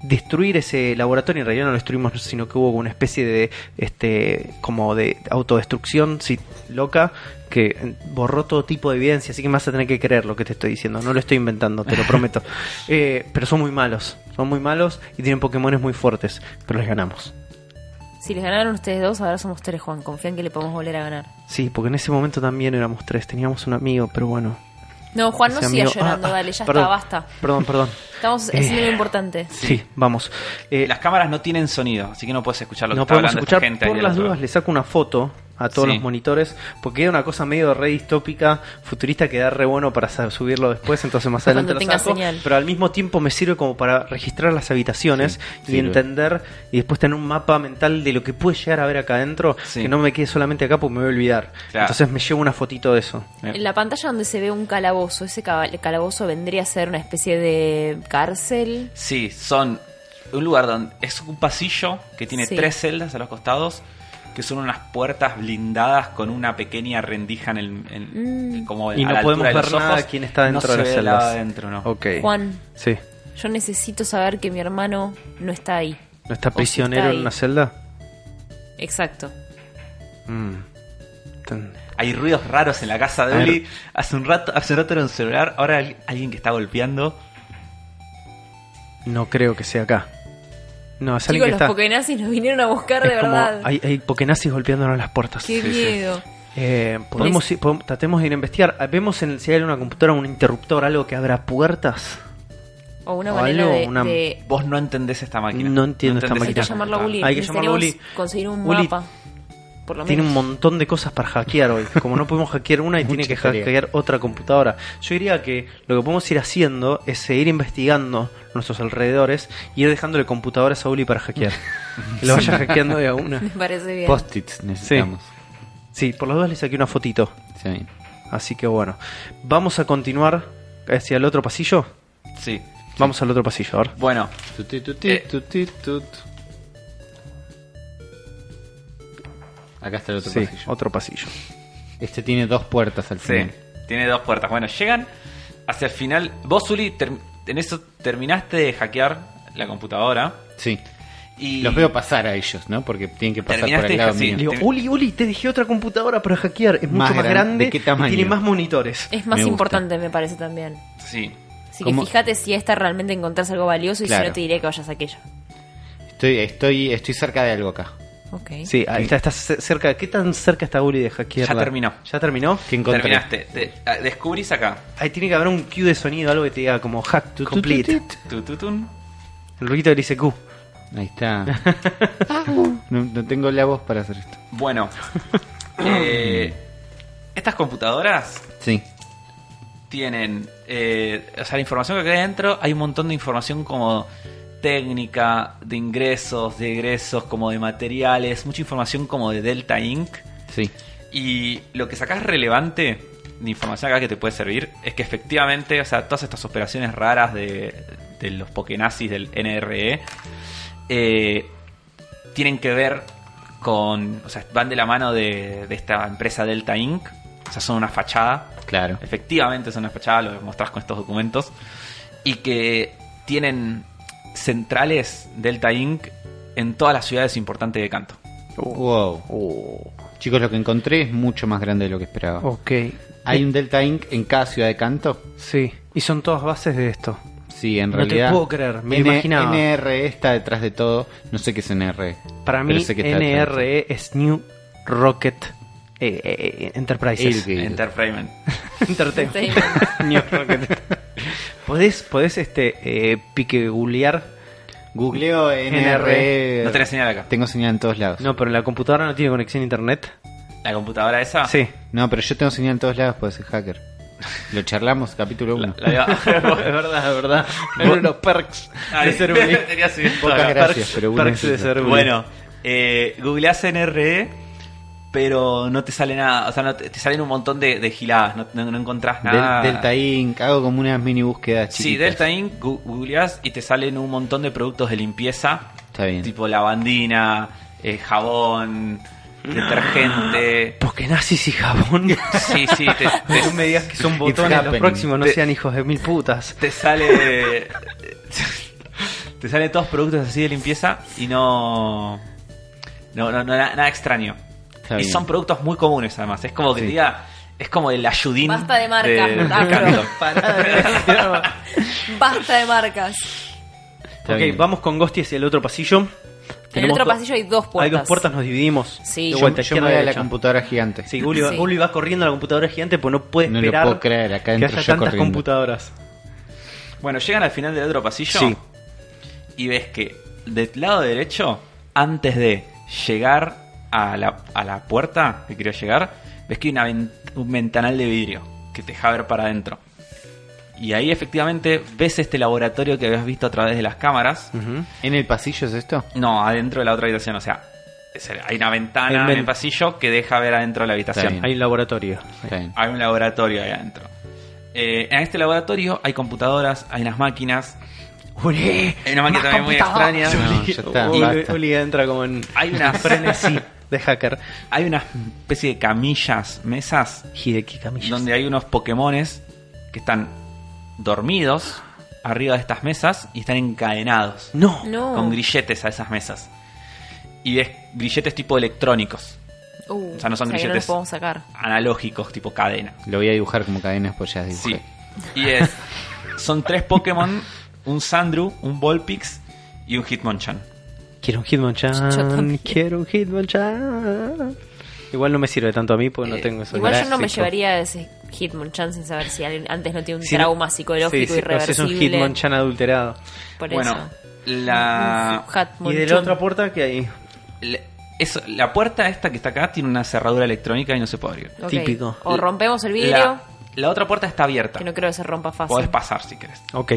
Speaker 1: destruir ese laboratorio, en realidad no lo destruimos, sino que hubo una especie de este como de autodestrucción sí, loca que borró todo tipo de evidencia, así que me vas a tener que creer lo que te estoy diciendo, no lo estoy inventando, te lo prometo. Eh, pero son muy malos, son muy malos y tienen Pokémones muy fuertes, pero les ganamos.
Speaker 4: Si les ganaron ustedes dos, ahora somos tres, Juan. Confían que le podemos volver a ganar.
Speaker 1: Sí, porque en ese momento también éramos tres, teníamos un amigo, pero bueno.
Speaker 4: No, Juan, no
Speaker 1: ese
Speaker 4: siga
Speaker 1: amigo-
Speaker 4: llorando,
Speaker 1: Ah, ah,
Speaker 4: dale, ya
Speaker 1: perdón, Eh.
Speaker 4: está, basta.
Speaker 1: Perdón, perdón.
Speaker 4: Estamos haciendo lo importante.
Speaker 1: Sí, vamos. Eh,
Speaker 2: Las cámaras no tienen sonido, así que no puedes escuchar lo que
Speaker 1: no
Speaker 2: está
Speaker 1: podemos
Speaker 2: hablando esta
Speaker 1: escuchar.
Speaker 2: gente. ahí
Speaker 1: por
Speaker 2: del
Speaker 1: las
Speaker 2: otro
Speaker 1: dudas
Speaker 2: lado.
Speaker 1: le saco una foto a todos
Speaker 2: Sí.
Speaker 1: los monitores, porque era una cosa medio re distópica, futurista, que da re bueno para sa- subirlo después, entonces más
Speaker 4: Cuando
Speaker 1: adelante lo
Speaker 4: tenga
Speaker 1: saco,
Speaker 4: señal.
Speaker 1: pero al mismo tiempo me sirve como para registrar las habitaciones y
Speaker 3: sirve.
Speaker 1: entender y después tener un mapa mental de lo que puede llegar a ver acá adentro,
Speaker 2: Sí.
Speaker 1: que no me quede solamente acá porque me voy a olvidar.
Speaker 2: Claro.
Speaker 1: Entonces me llevo una fotito de eso.
Speaker 4: En la pantalla donde se ve un calabozo, ese caba- calabozo vendría a ser una especie de cárcel.
Speaker 2: Sí, son un lugar donde es un pasillo que tiene
Speaker 4: Sí.
Speaker 2: tres celdas a los costados, que son unas puertas blindadas con una pequeña rendija en el, en-
Speaker 4: Mm.
Speaker 2: como
Speaker 1: Y
Speaker 2: a
Speaker 1: no
Speaker 2: la
Speaker 1: podemos
Speaker 2: altura de
Speaker 1: ver
Speaker 2: los
Speaker 1: nada
Speaker 2: ojos.
Speaker 1: de quién está dentro
Speaker 2: no
Speaker 1: de
Speaker 2: se
Speaker 1: las
Speaker 2: ve
Speaker 1: celdas.
Speaker 2: nada adentro, no.
Speaker 1: Ok.
Speaker 4: Juan,
Speaker 1: Sí.
Speaker 4: yo necesito saber que mi hermano no está ahí.
Speaker 1: ¿No está
Speaker 4: O si
Speaker 1: prisionero
Speaker 4: está
Speaker 1: en
Speaker 4: ahí.
Speaker 1: una celda?
Speaker 4: Exacto.
Speaker 1: Mm. Tan-
Speaker 2: Hay ruidos raros en la casa de
Speaker 1: A ver.
Speaker 2: Uli. Hace un rato, hace un rato era un celular, ahora hay alguien que está golpeando.
Speaker 1: No creo que sea acá. No, es alguien
Speaker 4: Chicos,
Speaker 1: que
Speaker 4: los
Speaker 1: está.
Speaker 4: Pokénazis nos vinieron a buscar de
Speaker 1: es como-
Speaker 4: verdad.
Speaker 1: hay, hay pokenazis golpeándonos las puertas.
Speaker 4: Qué
Speaker 2: sí.
Speaker 4: miedo.
Speaker 1: Eh, podemos, ir- podemos- tratemos de ir a investigar. Ah, Vemos en el si hay una computadora, un interruptor, algo que abra puertas.
Speaker 4: O una
Speaker 1: O
Speaker 4: manera
Speaker 1: algo,
Speaker 4: de,
Speaker 1: una-
Speaker 4: de-
Speaker 2: Vos no entendés esta máquina.
Speaker 1: No entiendo esta
Speaker 2: entendés
Speaker 4: Eh. Hay que
Speaker 1: máquina.
Speaker 4: llamarlo a Uli.
Speaker 1: Hay que llamarlo a Uli.
Speaker 4: Necesitaríamos conseguir un
Speaker 1: Uli
Speaker 4: mapa. Por lo
Speaker 1: Tiene un
Speaker 4: menos.
Speaker 1: montón de cosas para hackear hoy. Como no podemos hackear una y tiene que
Speaker 3: Mucha tarea.
Speaker 1: hackear otra computadora. Yo diría que lo que podemos ir haciendo es seguir investigando nuestros alrededores y ir dejándole computadoras a Uli para hackear. que lo vaya hackeando de a una.
Speaker 4: Me parece bien.
Speaker 3: Post-its necesitamos.
Speaker 1: Sí, por las dudas le saqué una fotito.
Speaker 3: Sí.
Speaker 1: Así que bueno, vamos a continuar hacia el otro pasillo.
Speaker 2: Sí.
Speaker 1: Vamos al otro pasillo, a ver.
Speaker 2: Bueno,
Speaker 3: Tuti, tuti,
Speaker 2: Eh.
Speaker 3: tuti, tut. Acá está el otro
Speaker 1: sí,
Speaker 3: pasillo.
Speaker 1: otro pasillo.
Speaker 3: Este tiene dos puertas al
Speaker 2: Sí,
Speaker 3: final.
Speaker 2: tiene dos puertas. Bueno, llegan hacia el final. Vos, Uli, ter- en eso terminaste de hackear la computadora.
Speaker 3: Sí.
Speaker 2: Y
Speaker 3: Los veo pasar a ellos, ¿no? Porque tienen que pasar por
Speaker 2: Terminaste
Speaker 3: el lado
Speaker 2: así.
Speaker 1: Le
Speaker 3: mío.
Speaker 1: digo,
Speaker 2: Te-
Speaker 1: Uli, Uli, te dejé otra computadora para hackear. Es
Speaker 3: Más
Speaker 1: mucho más
Speaker 3: gran-
Speaker 1: grande
Speaker 3: ¿de qué
Speaker 1: y
Speaker 3: tamaño?
Speaker 1: tiene más monitores.
Speaker 4: Es más
Speaker 3: Me gusta.
Speaker 4: importante, me parece también.
Speaker 2: Sí.
Speaker 4: Así
Speaker 3: ¿Cómo?
Speaker 4: que fíjate si esta realmente encontrás algo valioso y si
Speaker 3: Claro.
Speaker 4: no te diré que vayas a aquella.
Speaker 3: Estoy, estoy, estoy cerca de algo acá.
Speaker 4: Ok.
Speaker 1: Sí, ahí está, está ce- cerca. ¿Qué tan cerca está Uli de hackear?
Speaker 2: Ya terminó.
Speaker 1: ¿Ya terminó?
Speaker 3: ¿Qué encontré?
Speaker 2: Terminaste. Te- ah, descubrís acá.
Speaker 1: Ahí tiene que haber un cue de sonido, algo que te diga como hack
Speaker 3: Tu, tu,
Speaker 1: complete.
Speaker 3: tu, tu.
Speaker 2: Tu, tu, tun.
Speaker 1: El ruido del ICQ.
Speaker 3: Ahí está. no, no tengo la voz para hacer esto.
Speaker 2: Bueno. eh, estas computadoras
Speaker 3: Sí.
Speaker 2: tienen. eh, o sea, la información que hay dentro, hay un montón de información como técnica, de ingresos, de egresos, como de materiales, mucha información como de Delta Inc.
Speaker 3: Sí.
Speaker 2: Y lo que sacás relevante de información acá que te puede servir es que efectivamente, o sea, todas estas operaciones raras de, de los pokenazis del NRE eh, tienen que ver con, o sea, van de la mano de, de esta empresa Delta Inc. O sea, son una fachada,
Speaker 3: Claro.
Speaker 2: efectivamente son una fachada, lo mostrás con estos documentos, y que tienen centrales Delta Inc. en todas las ciudades importantes de Canto.
Speaker 3: Wow. Chicos, lo que encontré es mucho más grande de lo que esperaba.
Speaker 1: ok. Eh,
Speaker 3: ¿Hay un Delta Inc. en cada ciudad de Canto?
Speaker 1: Sí. Y son todas bases de esto.
Speaker 3: Sí, en
Speaker 1: No te
Speaker 3: realidad.
Speaker 1: puedo creer, me
Speaker 3: N-
Speaker 1: imaginaba.
Speaker 3: NRE está detrás de todo. No sé qué es NRE.
Speaker 1: Para
Speaker 3: pero
Speaker 1: mí,
Speaker 3: sé que está detrás de
Speaker 1: NRE es New Rocket eh, eh, Enterprises.
Speaker 3: Irving.
Speaker 2: Entertainment.
Speaker 1: Entertainment.
Speaker 4: Entertainment.
Speaker 1: New Rocket. ¿Podés, podés este, eh, piquegulear?
Speaker 3: todo. Googleo NRE.
Speaker 2: No tenés señal acá.
Speaker 3: Tengo señal en todos lados. No.
Speaker 1: No, pero la computadora no tiene conexión a internet.
Speaker 2: La computadora esa.
Speaker 1: Sí.
Speaker 3: pero yo tengo señal en todos lados, puedo ser hacker. Lo charlamos, capítulo 1.
Speaker 2: La
Speaker 1: es
Speaker 2: iba-
Speaker 1: verdad, es verdad. Es uno de los perks
Speaker 2: Ay,
Speaker 1: de ser bully.
Speaker 2: tenía subir todo
Speaker 3: Pocas
Speaker 2: acá.
Speaker 3: gracias, pero bueno,
Speaker 1: perks de
Speaker 3: sí.
Speaker 1: ser bully.
Speaker 2: Bueno, eh, googleás NRE, pero no te sale nada. O sea, no te, te salen un montón de, de giladas. No, no- no encontrás
Speaker 1: ah.
Speaker 2: nada.
Speaker 3: Delta Inc. Hago como unas mini búsquedas chiquitas.
Speaker 2: Sí, Delta Inc. gu- Googleás y te salen un montón de productos de limpieza.
Speaker 3: Está bien.
Speaker 1: Ah.
Speaker 2: Tipo lavandina, eh, jabón, detergente.
Speaker 1: Porque nazis y Japón.
Speaker 2: Sí, sí, te, te-
Speaker 1: No me digas que son botones los
Speaker 3: happening.
Speaker 1: próximos, no
Speaker 2: Te-
Speaker 1: sean hijos de mil putas.
Speaker 2: te sale. Te sale todos productos así de limpieza y no. No, no, no, na- nada, extraño.
Speaker 3: Está
Speaker 2: y
Speaker 3: bien.
Speaker 2: son productos muy comunes además. Es como que
Speaker 3: Sí.
Speaker 2: te diga. Es como el ayudín.
Speaker 4: Basta de marcas,
Speaker 2: del
Speaker 4: Acro.
Speaker 2: Cantón.
Speaker 4: Basta de marcas.
Speaker 3: Está
Speaker 1: Ok,
Speaker 3: bien.
Speaker 1: vamos con Ghosti hacia el otro pasillo.
Speaker 4: En el
Speaker 1: Tenemos
Speaker 4: otro
Speaker 1: do-
Speaker 4: pasillo hay dos puertas.
Speaker 1: Hay dos puertas, nos dividimos.
Speaker 4: Sí.
Speaker 1: de
Speaker 4: Yo-
Speaker 1: vuelta,
Speaker 3: Yo me
Speaker 1: izquierda
Speaker 3: voy
Speaker 1: y
Speaker 3: a la
Speaker 1: derecha.
Speaker 3: computadora gigante.
Speaker 1: Sí, Gulli, va-
Speaker 4: Sí.
Speaker 1: Gulli va corriendo a la computadora gigante porque no puede
Speaker 3: No lo
Speaker 1: esperar
Speaker 3: puedo creer, acá
Speaker 1: que
Speaker 3: entro
Speaker 1: haya
Speaker 3: yo
Speaker 1: tantas
Speaker 3: corriendo.
Speaker 1: computadoras.
Speaker 2: Bueno, llegan al final del otro pasillo.
Speaker 1: Sí.
Speaker 2: Y ves que del lado derecho, antes de llegar a la, a la puerta que quería llegar, ves que hay una ven- un ventanal de vidrio que te deja ver para adentro. Y ahí efectivamente ves este laboratorio que habías visto a través de las cámaras.
Speaker 1: Mm.
Speaker 3: ¿En el pasillo es esto?
Speaker 2: No, adentro de la otra habitación, o sea, es el- hay una
Speaker 1: El
Speaker 2: ventana en
Speaker 1: ven-
Speaker 2: el pasillo que deja ver adentro de la
Speaker 3: Está
Speaker 2: habitación.
Speaker 3: bien.
Speaker 1: Hay un laboratorio.
Speaker 3: Está bien.
Speaker 2: Hay un laboratorio ahí adentro. Eh, en este laboratorio hay computadoras, hay unas máquinas.
Speaker 3: Eh,
Speaker 1: Uli,
Speaker 2: Hay una
Speaker 1: más
Speaker 2: máquina también muy
Speaker 1: computadoras.
Speaker 2: extraña.
Speaker 3: No, ya está,
Speaker 1: Uli,
Speaker 3: basta.
Speaker 1: Uli entra como en
Speaker 2: Hay unas
Speaker 1: frenesí de hacker.
Speaker 2: Hay una especie de camillas, mesas,
Speaker 1: Hideki Kamiya.
Speaker 2: donde hay unos Pokémones que están dormidos arriba de estas mesas y están encadenados
Speaker 1: No.
Speaker 4: No.
Speaker 2: con grilletes a esas mesas. Y ves grilletes tipo electrónicos,
Speaker 4: Uh,
Speaker 2: O sea, no son
Speaker 4: o sea, que no
Speaker 2: grilletes.
Speaker 4: los podemos sacar.
Speaker 2: analógicos, tipo cadena.
Speaker 3: Lo voy a dibujar como cadenas, pues ya dibujé.
Speaker 2: Sí. Y es. Son tres Pokémon: un Sandru, un Volpix y un Hitmonchan.
Speaker 1: Quiero un
Speaker 4: Yo
Speaker 1: Hitmonchan.
Speaker 4: también.
Speaker 1: Quiero un Hitmonchan. Igual no me sirve tanto a mí porque no
Speaker 4: Eh,
Speaker 1: tengo eso.
Speaker 4: Igual yo no me llevaría ese Hitmonchan sin saber si alguien antes no tiene un
Speaker 1: Sí,
Speaker 4: trauma psicológico
Speaker 1: es un
Speaker 4: irreversible.
Speaker 1: Hitmonchan adulterado.
Speaker 4: Por
Speaker 2: Bueno,
Speaker 4: eso.
Speaker 2: la.
Speaker 4: Un Hatmonchan.
Speaker 1: ¿Y de la otra puerta que hay?
Speaker 2: la- eso- la puerta esta que está acá tiene una cerradura electrónica y no se puede abrir.
Speaker 4: Ok.
Speaker 1: típico.
Speaker 4: O rompemos el vidrio,
Speaker 2: La, la otra puerta está abierta.
Speaker 4: que no creo que se rompa fácil.
Speaker 2: Podés pasar si querés.
Speaker 1: Ok.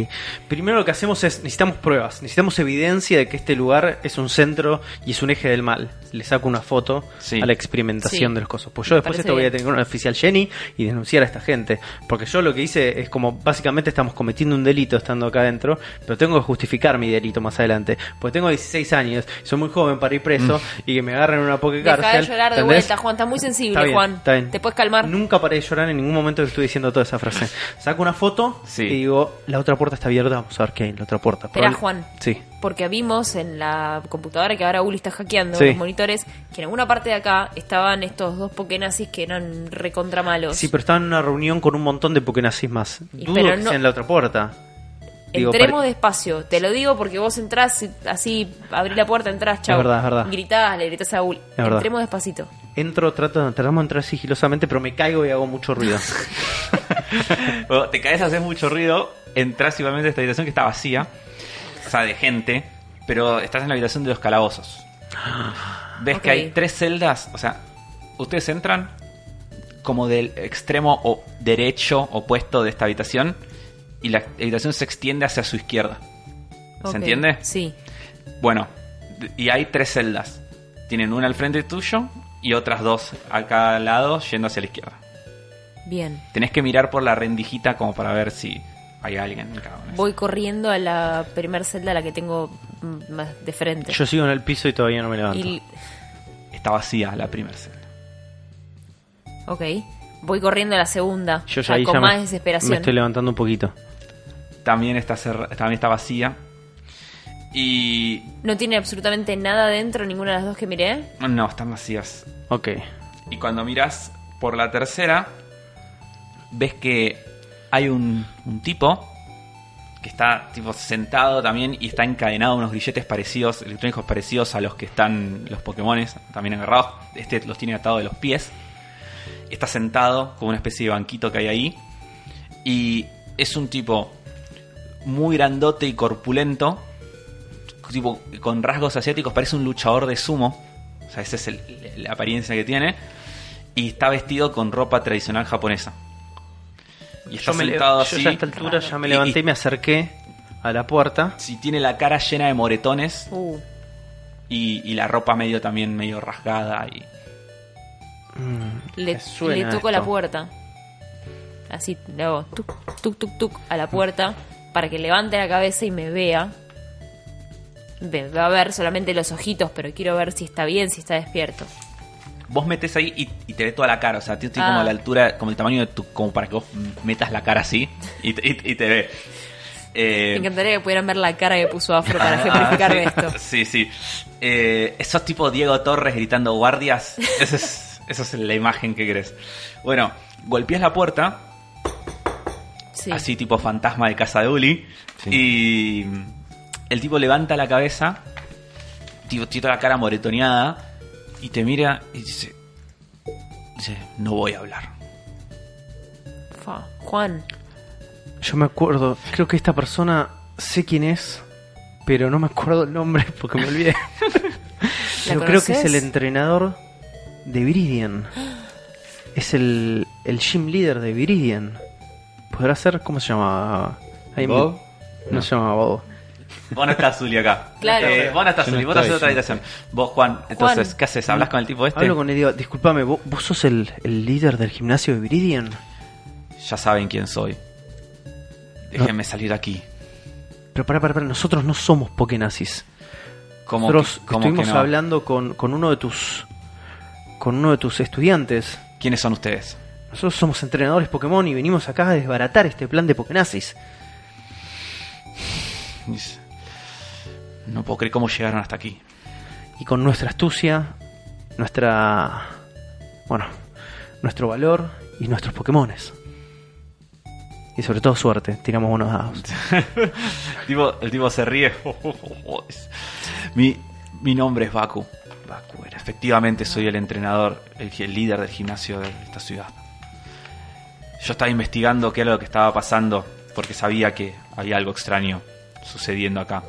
Speaker 1: Primero lo que hacemos es, necesitamos pruebas, necesitamos evidencia de que este lugar es un centro y es un eje del mal. Le saco una foto
Speaker 2: Sí.
Speaker 1: a la experimentación
Speaker 4: Sí.
Speaker 1: de los cosas. Pues yo
Speaker 4: Me
Speaker 1: después
Speaker 4: parece
Speaker 1: esto voy a
Speaker 4: bien.
Speaker 1: tener un oficial Jenny y denunciar a esta gente. Porque yo lo que hice es como, básicamente estamos cometiendo un delito estando acá adentro, pero tengo que justificar mi delito más adelante. Porque tengo 16 años, soy muy joven para ir preso y que me agarren en una poca
Speaker 4: Deja
Speaker 1: cárcel.
Speaker 4: de llorar de
Speaker 1: ¿entendés?
Speaker 4: vuelta, Juan. Estás muy sensible,
Speaker 1: Está bien,
Speaker 4: Juan.
Speaker 1: está bien.
Speaker 4: Te puedes calmar.
Speaker 1: Nunca paré de llorar en ningún momento que estuve diciendo toda esa frase. Saco una foto
Speaker 2: Sí.
Speaker 1: y digo, la otra puerta está abierta, vamos a ver qué hay en la otra puerta.
Speaker 4: Esperá,
Speaker 1: Probable-
Speaker 4: Juan.
Speaker 1: Sí.
Speaker 4: Porque vimos en la computadora que ahora Uli está hackeando
Speaker 1: Sí.
Speaker 4: los monitores que en alguna parte de acá estaban estos dos pokenazis que eran recontra malos.
Speaker 1: Sí, pero estaba en una reunión con un montón de pokenazis más.
Speaker 4: Y
Speaker 1: Dudo
Speaker 4: pero
Speaker 1: que
Speaker 4: no-
Speaker 1: sea en la otra puerta. Digo,
Speaker 4: Entremos
Speaker 1: pare-
Speaker 4: despacio, te lo digo porque vos entrás y así, abrí la puerta, entrás, chao.
Speaker 1: verdad, es verdad.
Speaker 4: Gritás, le gritás a Uli.
Speaker 1: verdad.
Speaker 4: Entremos despacito.
Speaker 1: Entro, trato, tratamos de entrar sigilosamente, pero me caigo y hago mucho ruido.
Speaker 2: Bueno, te caes, haces mucho ruido, entras igualmente a esta habitación que está vacía, o sea, de gente, pero estás en la habitación de los calabozos. Ves que
Speaker 4: Ok.
Speaker 2: hay tres celdas, o sea, ustedes entran como del extremo o derecho opuesto de esta habitación y la habitación se extiende hacia su izquierda. ¿Se
Speaker 4: Ok,
Speaker 2: entiende?
Speaker 4: Sí.
Speaker 2: Bueno, d- y hay tres celdas. Tienen una al frente tuyo y otras dos a cada lado yendo hacia la izquierda.
Speaker 4: Bien.
Speaker 2: Tenés que mirar por la rendijita como para ver si hay alguien en cada una.
Speaker 4: Voy corriendo a la primer celda, la que tengo mm, más de frente.
Speaker 1: Yo sigo en el piso y todavía no me levanto.
Speaker 4: Y-
Speaker 2: Está vacía la primera celda.
Speaker 4: ok. Voy corriendo a la segunda.
Speaker 1: Yo
Speaker 4: ya
Speaker 1: ya ahí
Speaker 4: con
Speaker 1: ya
Speaker 4: más
Speaker 1: me,
Speaker 4: desesperación.
Speaker 1: me estoy levantando un poquito.
Speaker 2: También está, cerra- también está vacía. Y...
Speaker 4: No tiene absolutamente nada dentro, ninguna de las dos que miré.
Speaker 2: No, están vacías.
Speaker 1: Ok.
Speaker 2: Y cuando miras por la tercera, ves que hay un, un tipo que está tipo sentado también y está encadenado a unos grilletes parecidos, electrónicos parecidos a los que están los Pokémones, también agarrados. Este los tiene atados de los pies. Está sentado como una especie de banquito que hay ahí. Y es un tipo muy grandote y corpulento. Tipo, con rasgos asiáticos, parece un luchador de sumo. O sea, esa es el- la apariencia que tiene. Y está vestido con ropa tradicional japonesa. Y está
Speaker 1: Yo, me le-
Speaker 2: sentado
Speaker 1: yo
Speaker 2: así.
Speaker 1: ya a esta altura ya me
Speaker 2: Y-
Speaker 1: levanté y
Speaker 2: y-
Speaker 1: me acerqué a la puerta.
Speaker 2: si tiene la cara llena de moretones
Speaker 4: Uh,
Speaker 2: y, y la ropa medio también medio rasgada y
Speaker 1: Mm,
Speaker 4: le,
Speaker 1: me suena
Speaker 4: le toco la
Speaker 1: esto.
Speaker 4: puerta. Así, le hago tuk, tuk, tuk, tuk a la puerta para que levante la cabeza y me vea. Me va a ver solamente los ojitos, pero quiero ver si está bien, si está despierto.
Speaker 2: vos metes ahí y, y te ve toda la cara. O sea, tiene tiene como
Speaker 4: Ah.
Speaker 2: la altura, como el tamaño de tu. como para que vos metas la cara así y te, y- y te ve. Eh,
Speaker 4: Me encantaría que pudieran ver la cara que puso Afro para
Speaker 2: Ah,
Speaker 4: ejemplificarme
Speaker 2: sí.
Speaker 4: esto.
Speaker 2: Sí, sí. Eh, esos tipo Diego Torres gritando guardias. Esa es, esa es la imagen que crees. Bueno, golpeas la puerta,
Speaker 4: Sí.
Speaker 2: así tipo fantasma de casa de Uli. Y el tipo levanta la cabeza, tipo, tiene toda la cara moretoneada, y te mira y dice, dice, no voy a hablar.
Speaker 4: Fa, Juan.
Speaker 1: Yo me acuerdo, creo que esta persona sé quién es, pero no me acuerdo el nombre porque me olvidé. pero creo que es
Speaker 4: conoces?
Speaker 1: el entrenador de Viridian. Es el, el gym leader de Viridian. ¿Podrá ser? ¿Cómo se llamaba? Ahí me-
Speaker 3: ¿Bob?
Speaker 1: No, se llamaba Bob.
Speaker 2: Vos no estás Zuli acá.
Speaker 4: Claro.
Speaker 2: Eh, vos no estás
Speaker 3: Yo no
Speaker 2: Zuli, vos estás en otra
Speaker 3: estoy,
Speaker 2: habitación. Vos, Juan, entonces,
Speaker 4: Juan.
Speaker 2: ¿qué haces? ¿Hablas con el tipo este?
Speaker 1: Hablo con él y digo, disculpame, ¿vo- ¿vos, sos el, el líder del gimnasio de Viridian?
Speaker 2: Ya saben quién soy.
Speaker 3: Ah.
Speaker 2: Déjenme salir de aquí.
Speaker 1: Pero pará, pará, pará, nosotros no somos pokenazis.
Speaker 2: Como
Speaker 1: Nosotros
Speaker 2: que- como
Speaker 1: estuvimos
Speaker 2: que no.
Speaker 1: hablando con, con uno de tus. con uno de tus estudiantes.
Speaker 2: ¿Quiénes son ustedes?
Speaker 1: Nosotros somos entrenadores Pokémon y venimos acá a desbaratar este plan de Pokénazis.
Speaker 2: Dice, No puedo creer cómo llegaron hasta aquí.
Speaker 1: Y con nuestra astucia, nuestra. bueno, nuestro valor y nuestros Pokémones. Y sobre todo suerte, tiramos unos dados.
Speaker 2: El tipo, el tipo se ríe. mi, mi nombre es Baku. Baku era. Efectivamente soy el entrenador, el, el líder del gimnasio de esta ciudad. Yo estaba investigando qué era lo que estaba pasando porque sabía que había algo extraño sucediendo acá.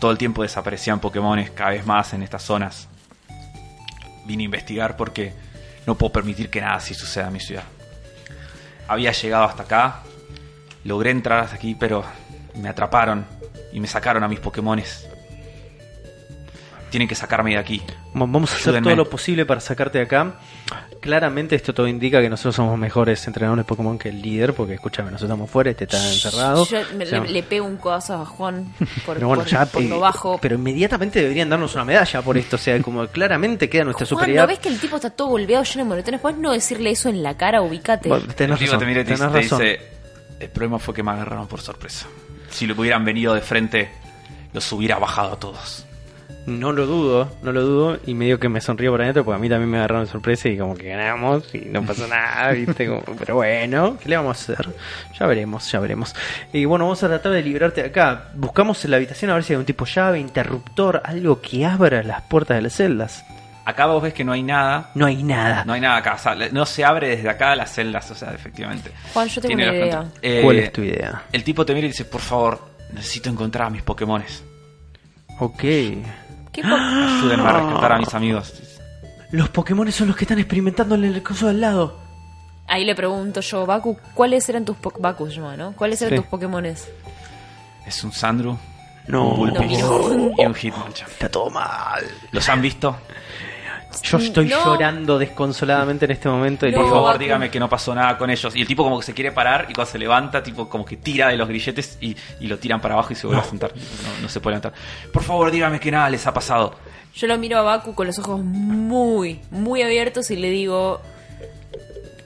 Speaker 2: Todo el tiempo desaparecían Pokémones cada vez más en estas zonas. Vine a investigar porque no puedo permitir que nada así suceda en mi ciudad. Había llegado hasta acá, Logré entrar hasta aquí, pero me atraparon y me sacaron a mis Pokémones. Tienen que sacarme de aquí.
Speaker 1: Va- Vamos a hacer
Speaker 2: Ayúdenme.
Speaker 1: todo lo posible para sacarte de acá. Claramente esto todo indica que nosotros somos mejores entrenadores Pokémon que el líder, porque escúchame, nosotros estamos fuera, este está encerrado.
Speaker 4: Yo me-
Speaker 1: O sea,
Speaker 4: le, le pego un codazo a Juan por,
Speaker 1: pero bueno,
Speaker 4: por-
Speaker 1: ya,
Speaker 4: por
Speaker 1: eh,
Speaker 4: lo bajo.
Speaker 1: Pero inmediatamente deberían darnos una medalla por esto, o sea, como claramente queda nuestra
Speaker 4: Juan, ¿no
Speaker 1: superioridad.
Speaker 4: ves que el tipo está todo golpeado lleno de moretones? ¿Puedes no decirle eso en la cara? Ubicate.
Speaker 1: Bueno, tenés
Speaker 2: El tipo
Speaker 1: razón,
Speaker 2: te mira y te
Speaker 1: tenés
Speaker 2: dice-
Speaker 1: razón.
Speaker 2: te dice, el problema fue que me agarraron por sorpresa. Si lo hubieran venido de frente, los hubiera bajado a todos.
Speaker 1: No lo dudo, no lo dudo. Y medio que me sonrío para adentro porque a mí también me agarraron de sorpresa y como que ganamos y no pasó nada, ¿viste? Como, pero bueno, ¿qué le vamos a hacer? Ya veremos, ya veremos. Y bueno, vamos a tratar de librarte de acá. Buscamos en la habitación a ver si hay un tipo llave, interruptor, algo que abra las puertas de las celdas.
Speaker 2: Acá vos ves que no hay nada.
Speaker 1: No hay nada.
Speaker 2: No hay nada acá. O sea, no se abre desde acá las celdas, o sea, efectivamente.
Speaker 4: Juan, yo tengo
Speaker 2: Tiene
Speaker 4: una
Speaker 2: los
Speaker 4: idea.
Speaker 2: contra- Eh,
Speaker 1: ¿Cuál es tu idea?
Speaker 2: El tipo te mira y dice, por favor, necesito encontrar a mis Pokémones.
Speaker 1: Ok.
Speaker 4: ¿Qué po-
Speaker 2: Ayúdenme
Speaker 1: Ah.
Speaker 2: a rescatar a mis amigos.
Speaker 1: Los Pokémon son los que están experimentando en el coso de al lado.
Speaker 4: Ahí le pregunto yo, Baku, ¿cuáles eran tus Pokémon? Baku se llama, ¿no? ¿Cuáles eran
Speaker 1: Sí.
Speaker 4: tus Pokémones?
Speaker 2: Es un Sandru,
Speaker 1: No,
Speaker 2: un Bulbis
Speaker 4: No.
Speaker 2: y un Hitmonchan.
Speaker 1: Está todo mal.
Speaker 2: ¿Los han visto?
Speaker 1: Yo estoy
Speaker 4: Mm, No.
Speaker 1: llorando desconsoladamente en este momento. y
Speaker 4: No.
Speaker 1: le
Speaker 2: Por
Speaker 1: digo,
Speaker 2: favor,
Speaker 4: Baku.
Speaker 2: dígame que no pasó nada con ellos. Y el tipo como que se quiere parar y cuando se levanta, tipo como que tira de los grilletes y, y lo tiran para abajo y se vuelve a sentar. No, no se puede levantar. Por favor, dígame que nada les ha pasado.
Speaker 4: Yo lo miro a Baku con los ojos muy, muy abiertos y le digo,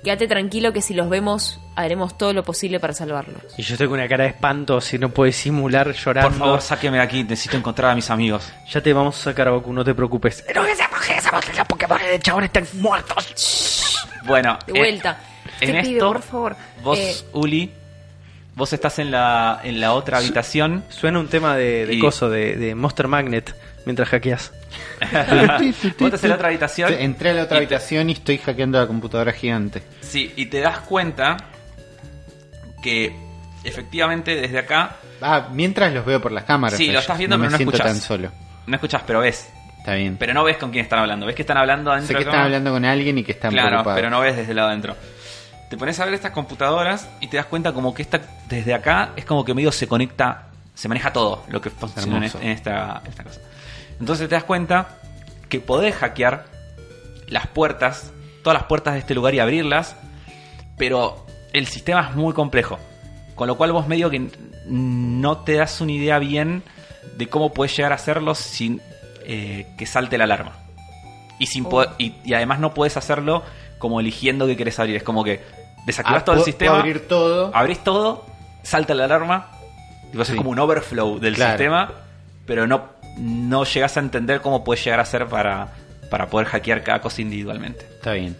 Speaker 4: quédate tranquilo que si los vemos, haremos todo lo posible para salvarlos.
Speaker 1: Y yo estoy con una cara de espanto, si no puedes simular llorando.
Speaker 2: Por favor, sáqueme de aquí. Necesito encontrar a mis amigos.
Speaker 1: Ya te vamos a sacar, Baku, no te preocupes. Pero
Speaker 2: Bueno.
Speaker 4: De
Speaker 2: eh,
Speaker 4: vuelta.
Speaker 2: en
Speaker 4: Te
Speaker 2: esto,
Speaker 4: pido, por favor.
Speaker 2: Vos,
Speaker 4: Eh,
Speaker 2: Uli, vos estás en la, en la otra habitación.
Speaker 1: Suena un tema de, de
Speaker 2: Y-
Speaker 1: coso, de, de Monster Magnet, mientras hackeas.
Speaker 2: Vos estás en la otra habitación.
Speaker 3: Entré a la otra
Speaker 2: y te-
Speaker 3: habitación y estoy hackeando la computadora gigante.
Speaker 2: Sí, y te das cuenta que efectivamente desde acá
Speaker 3: Ah, mientras los veo por las cámaras.
Speaker 2: Sí, lo
Speaker 3: Yo
Speaker 2: estás viendo,
Speaker 3: no
Speaker 2: pero
Speaker 3: me
Speaker 2: no
Speaker 3: siento
Speaker 2: escuchás.
Speaker 3: tan solo.
Speaker 2: no escuchás, pero ves.
Speaker 3: Está bien.
Speaker 2: Pero no ves con quién están hablando. Ves que están hablando adentro
Speaker 3: sé que
Speaker 2: de
Speaker 3: están
Speaker 2: cámara.
Speaker 3: hablando con alguien y que están
Speaker 2: Claro,
Speaker 3: preocupados.
Speaker 2: pero no ves desde el lado adentro. Te pones a ver estas computadoras y te das cuenta como que esta, desde acá es como que medio se conecta, se maneja todo lo que funciona en,
Speaker 3: Hermoso.
Speaker 2: en esta, esta cosa. Entonces te das cuenta que podés hackear las puertas, todas las puertas de este lugar y abrirlas, pero el sistema es muy complejo. Con lo cual vos medio que no te das una idea bien de cómo puedes llegar a hacerlo sin eh, que salte la alarma. Y, sin poder- y, y además no puedes hacerlo como eligiendo qué querés abrir. Es como que desactivas
Speaker 3: Ah,
Speaker 2: todo el
Speaker 3: puedo-
Speaker 2: sistema,
Speaker 3: puedo abrir todo.
Speaker 2: abrís todo, salta la alarma. Tipo,
Speaker 3: Sí.
Speaker 2: Es como un overflow del
Speaker 3: Claro.
Speaker 2: sistema, pero no, no llegas a entender cómo puedes llegar a ser para, para poder hackear cada cosa individualmente.
Speaker 3: Está bien.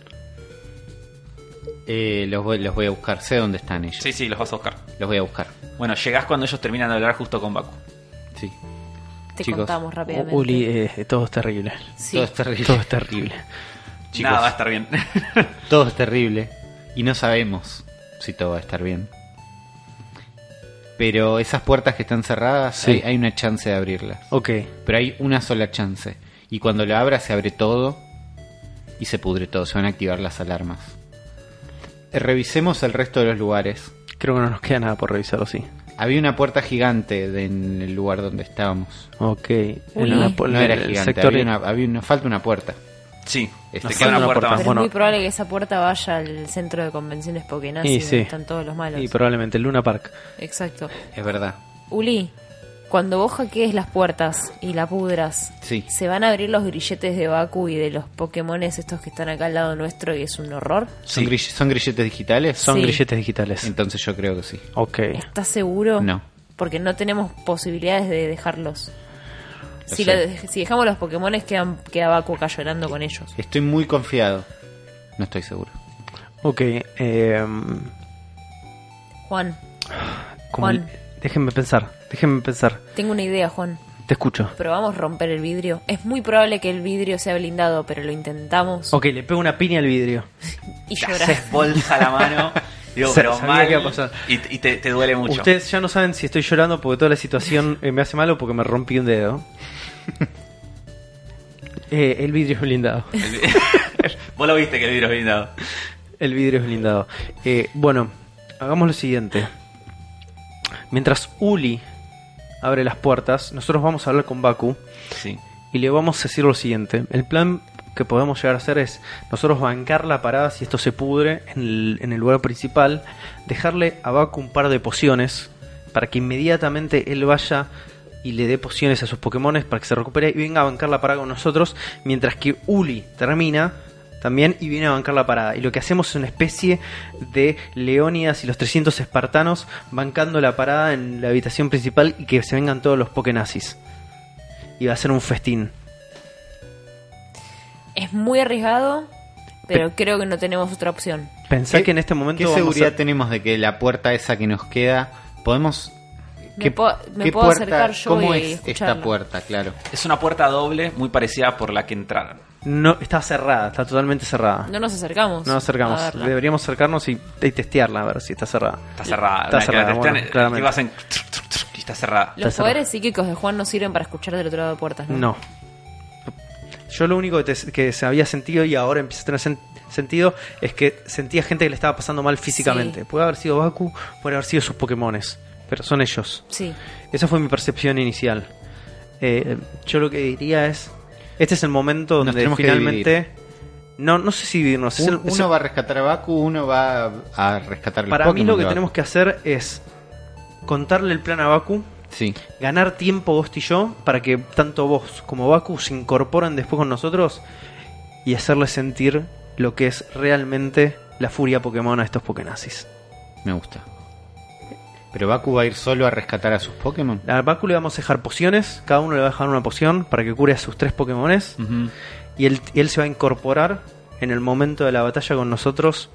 Speaker 3: Eh, los, voy, los voy a buscar. Sé dónde están ellos.
Speaker 2: Sí, sí, los vas a buscar.
Speaker 3: Los voy a buscar.
Speaker 2: Bueno, llegás cuando ellos terminan de hablar justo con Baku.
Speaker 3: Sí.
Speaker 4: Te
Speaker 3: Chicos,
Speaker 4: contamos rápidamente.
Speaker 1: Uli, eh, todo es terrible.
Speaker 4: Sí.
Speaker 3: Todo es terrible.
Speaker 1: Todo es terrible.
Speaker 3: Chicos.
Speaker 2: Nada va a estar bien.
Speaker 3: Todo es terrible. Y no sabemos si todo va a estar bien. Pero esas puertas que están cerradas,
Speaker 1: Sí.
Speaker 3: hay, hay una chance de abrirlas.
Speaker 1: Ok.
Speaker 3: Pero hay una sola chance. Y cuando la abra se abre todo y se pudre todo. Se van a activar las alarmas. Eh, Revisemos el resto de los lugares.
Speaker 1: Creo que no nos queda nada por revisar, ¿o sí?
Speaker 3: Había una puerta gigante de- en el lugar donde estábamos.
Speaker 1: Ok.
Speaker 4: Uli.
Speaker 1: En la-
Speaker 3: No
Speaker 1: en
Speaker 3: era
Speaker 1: el
Speaker 3: gigante,
Speaker 1: sector-
Speaker 3: había, una, había una- falta una puerta.
Speaker 2: sí, te
Speaker 3: Este,
Speaker 1: falta
Speaker 2: queda una
Speaker 1: una
Speaker 2: puerta
Speaker 1: puerta.
Speaker 2: más.
Speaker 4: Pero es muy
Speaker 1: Bueno.
Speaker 4: probable que esa puerta vaya al centro de convenciones Pokénazi,
Speaker 1: Y
Speaker 4: donde
Speaker 1: sí.
Speaker 4: están todos los malos.
Speaker 1: Y probablemente el Luna Park.
Speaker 4: Exacto.
Speaker 3: Es verdad.
Speaker 4: Uli, cuando vos hackees las puertas y la pudras,
Speaker 3: Sí.
Speaker 4: ¿se van a abrir los grilletes de Baku y de los Pokémones estos que están acá al lado nuestro y es un horror?
Speaker 3: ¿Son,
Speaker 2: Sí.
Speaker 3: grill- son grilletes digitales?
Speaker 1: Son
Speaker 4: Sí.
Speaker 1: grilletes digitales.
Speaker 3: Entonces yo creo que sí.
Speaker 1: Ok.
Speaker 4: ¿Estás seguro?
Speaker 3: No.
Speaker 4: Porque no tenemos posibilidades de dejarlos.
Speaker 3: Lo
Speaker 4: Si,
Speaker 3: sé.
Speaker 4: la dej- si dejamos los Pokémones, quedan, queda Baku acá llorando con ellos.
Speaker 3: Estoy muy confiado. No estoy seguro.
Speaker 1: Ok. em,
Speaker 4: Juan,
Speaker 1: como
Speaker 4: Juan.
Speaker 1: el- déjenme pensar. Déjenme pensar.
Speaker 4: tengo una idea, Juan.
Speaker 1: Te escucho.
Speaker 4: Probamos romper el vidrio. Es muy probable que el vidrio sea blindado, pero lo intentamos.
Speaker 3: Oh,
Speaker 1: Ok, le pego una piña al vidrio.
Speaker 4: Y
Speaker 2: Te
Speaker 4: llorar.
Speaker 2: haces bolsa la mano. Digo,
Speaker 1: Sa-
Speaker 2: pero
Speaker 1: sabía
Speaker 2: mal.
Speaker 1: que iba a pasar.
Speaker 2: Y, y te, te duele mucho.
Speaker 1: Ustedes ya no saben si estoy llorando porque toda la situación eh, me hace malo porque me rompí un dedo. Eh, el vidrio es blindado.
Speaker 2: Vos lo viste que el vidrio es blindado.
Speaker 1: El vidrio es blindado. Eh, bueno, hagamos lo siguiente. Mientras Uli abre las puertas, nosotros vamos a hablar con Baku
Speaker 2: Sí.
Speaker 1: y le vamos a decir lo siguiente. El plan que podemos llegar a hacer es nosotros bancar la parada si esto se pudre en el, en el lugar principal, dejarle a Baku un par de pociones para que inmediatamente él vaya y le dé pociones a sus Pokémones para que se recupere y venga a bancar la parada con nosotros, mientras que Uli termina también y viene a bancar la parada. Y lo que hacemos es una especie de Leónidas y los 300 espartanos bancando la parada en la habitación principal y que se vengan todos los Pokénazis. Y va a ser un festín.
Speaker 4: Es muy arriesgado, pero creo que no tenemos otra opción.
Speaker 1: Pensá
Speaker 3: ¿Qué-
Speaker 1: que en este momento
Speaker 3: ¿Qué
Speaker 1: vamos
Speaker 3: seguridad
Speaker 1: a-
Speaker 3: tenemos de que la puerta esa que nos queda podemos...
Speaker 4: Me puedo- me puedo acercar yo
Speaker 3: ¿Cómo
Speaker 4: y
Speaker 3: es esta
Speaker 4: escucharla?
Speaker 3: puerta? Claro.
Speaker 2: Es una puerta doble muy parecida por la que entraron.
Speaker 1: no está cerrada, está totalmente cerrada. No,
Speaker 4: No nos acercamos.
Speaker 1: nos acercamos.
Speaker 4: a verla.
Speaker 1: Deberíamos acercarnos y, y testearla a ver si está cerrada.
Speaker 2: Está cerrada.
Speaker 1: Está
Speaker 2: La que la
Speaker 1: cerrada,
Speaker 2: testean,
Speaker 1: bueno, claramente. Eh.
Speaker 2: y vas en- y está cerrada.
Speaker 4: Los
Speaker 1: Está
Speaker 4: poderes psíquicos de Juan no sirven para escuchar del otro lado de puertas, ¿no?
Speaker 1: No. Yo lo único que, te- que se había sentido y ahora empieza a tener sen- sentido es que sentía gente que le estaba pasando mal físicamente.
Speaker 4: Sí.
Speaker 1: Puede haber sido Baku, puede haber sido sus Pokémones, pero son ellos.
Speaker 4: Sí.
Speaker 1: Esa fue mi percepción inicial. Eh, yo lo que diría es, este es el momento
Speaker 3: Nos
Speaker 1: donde
Speaker 3: tenemos que
Speaker 1: finalmente... No, no sé si dividirnos. es el-
Speaker 3: Un-
Speaker 1: es
Speaker 3: uno
Speaker 1: el-
Speaker 3: va a rescatar a Baku, uno va a rescatar a los
Speaker 1: para mí
Speaker 3: Pokémon
Speaker 1: lo
Speaker 3: de
Speaker 1: que
Speaker 3: Baku.
Speaker 1: tenemos que hacer es contarle el plan a Baku,
Speaker 3: Sí.
Speaker 1: ganar tiempo vos y yo, para que tanto vos como Baku se incorporen después con nosotros y hacerles sentir lo que es realmente la furia Pokémon a estos Pokénazis.
Speaker 3: Me gusta. ¿Pero Baku va a ir solo a rescatar a sus Pokémon?
Speaker 1: A Baku le vamos a dejar pociones, cada uno le va a dejar una poción para que cure a sus tres Pokémones y él, y él se va a incorporar en el momento de la batalla con nosotros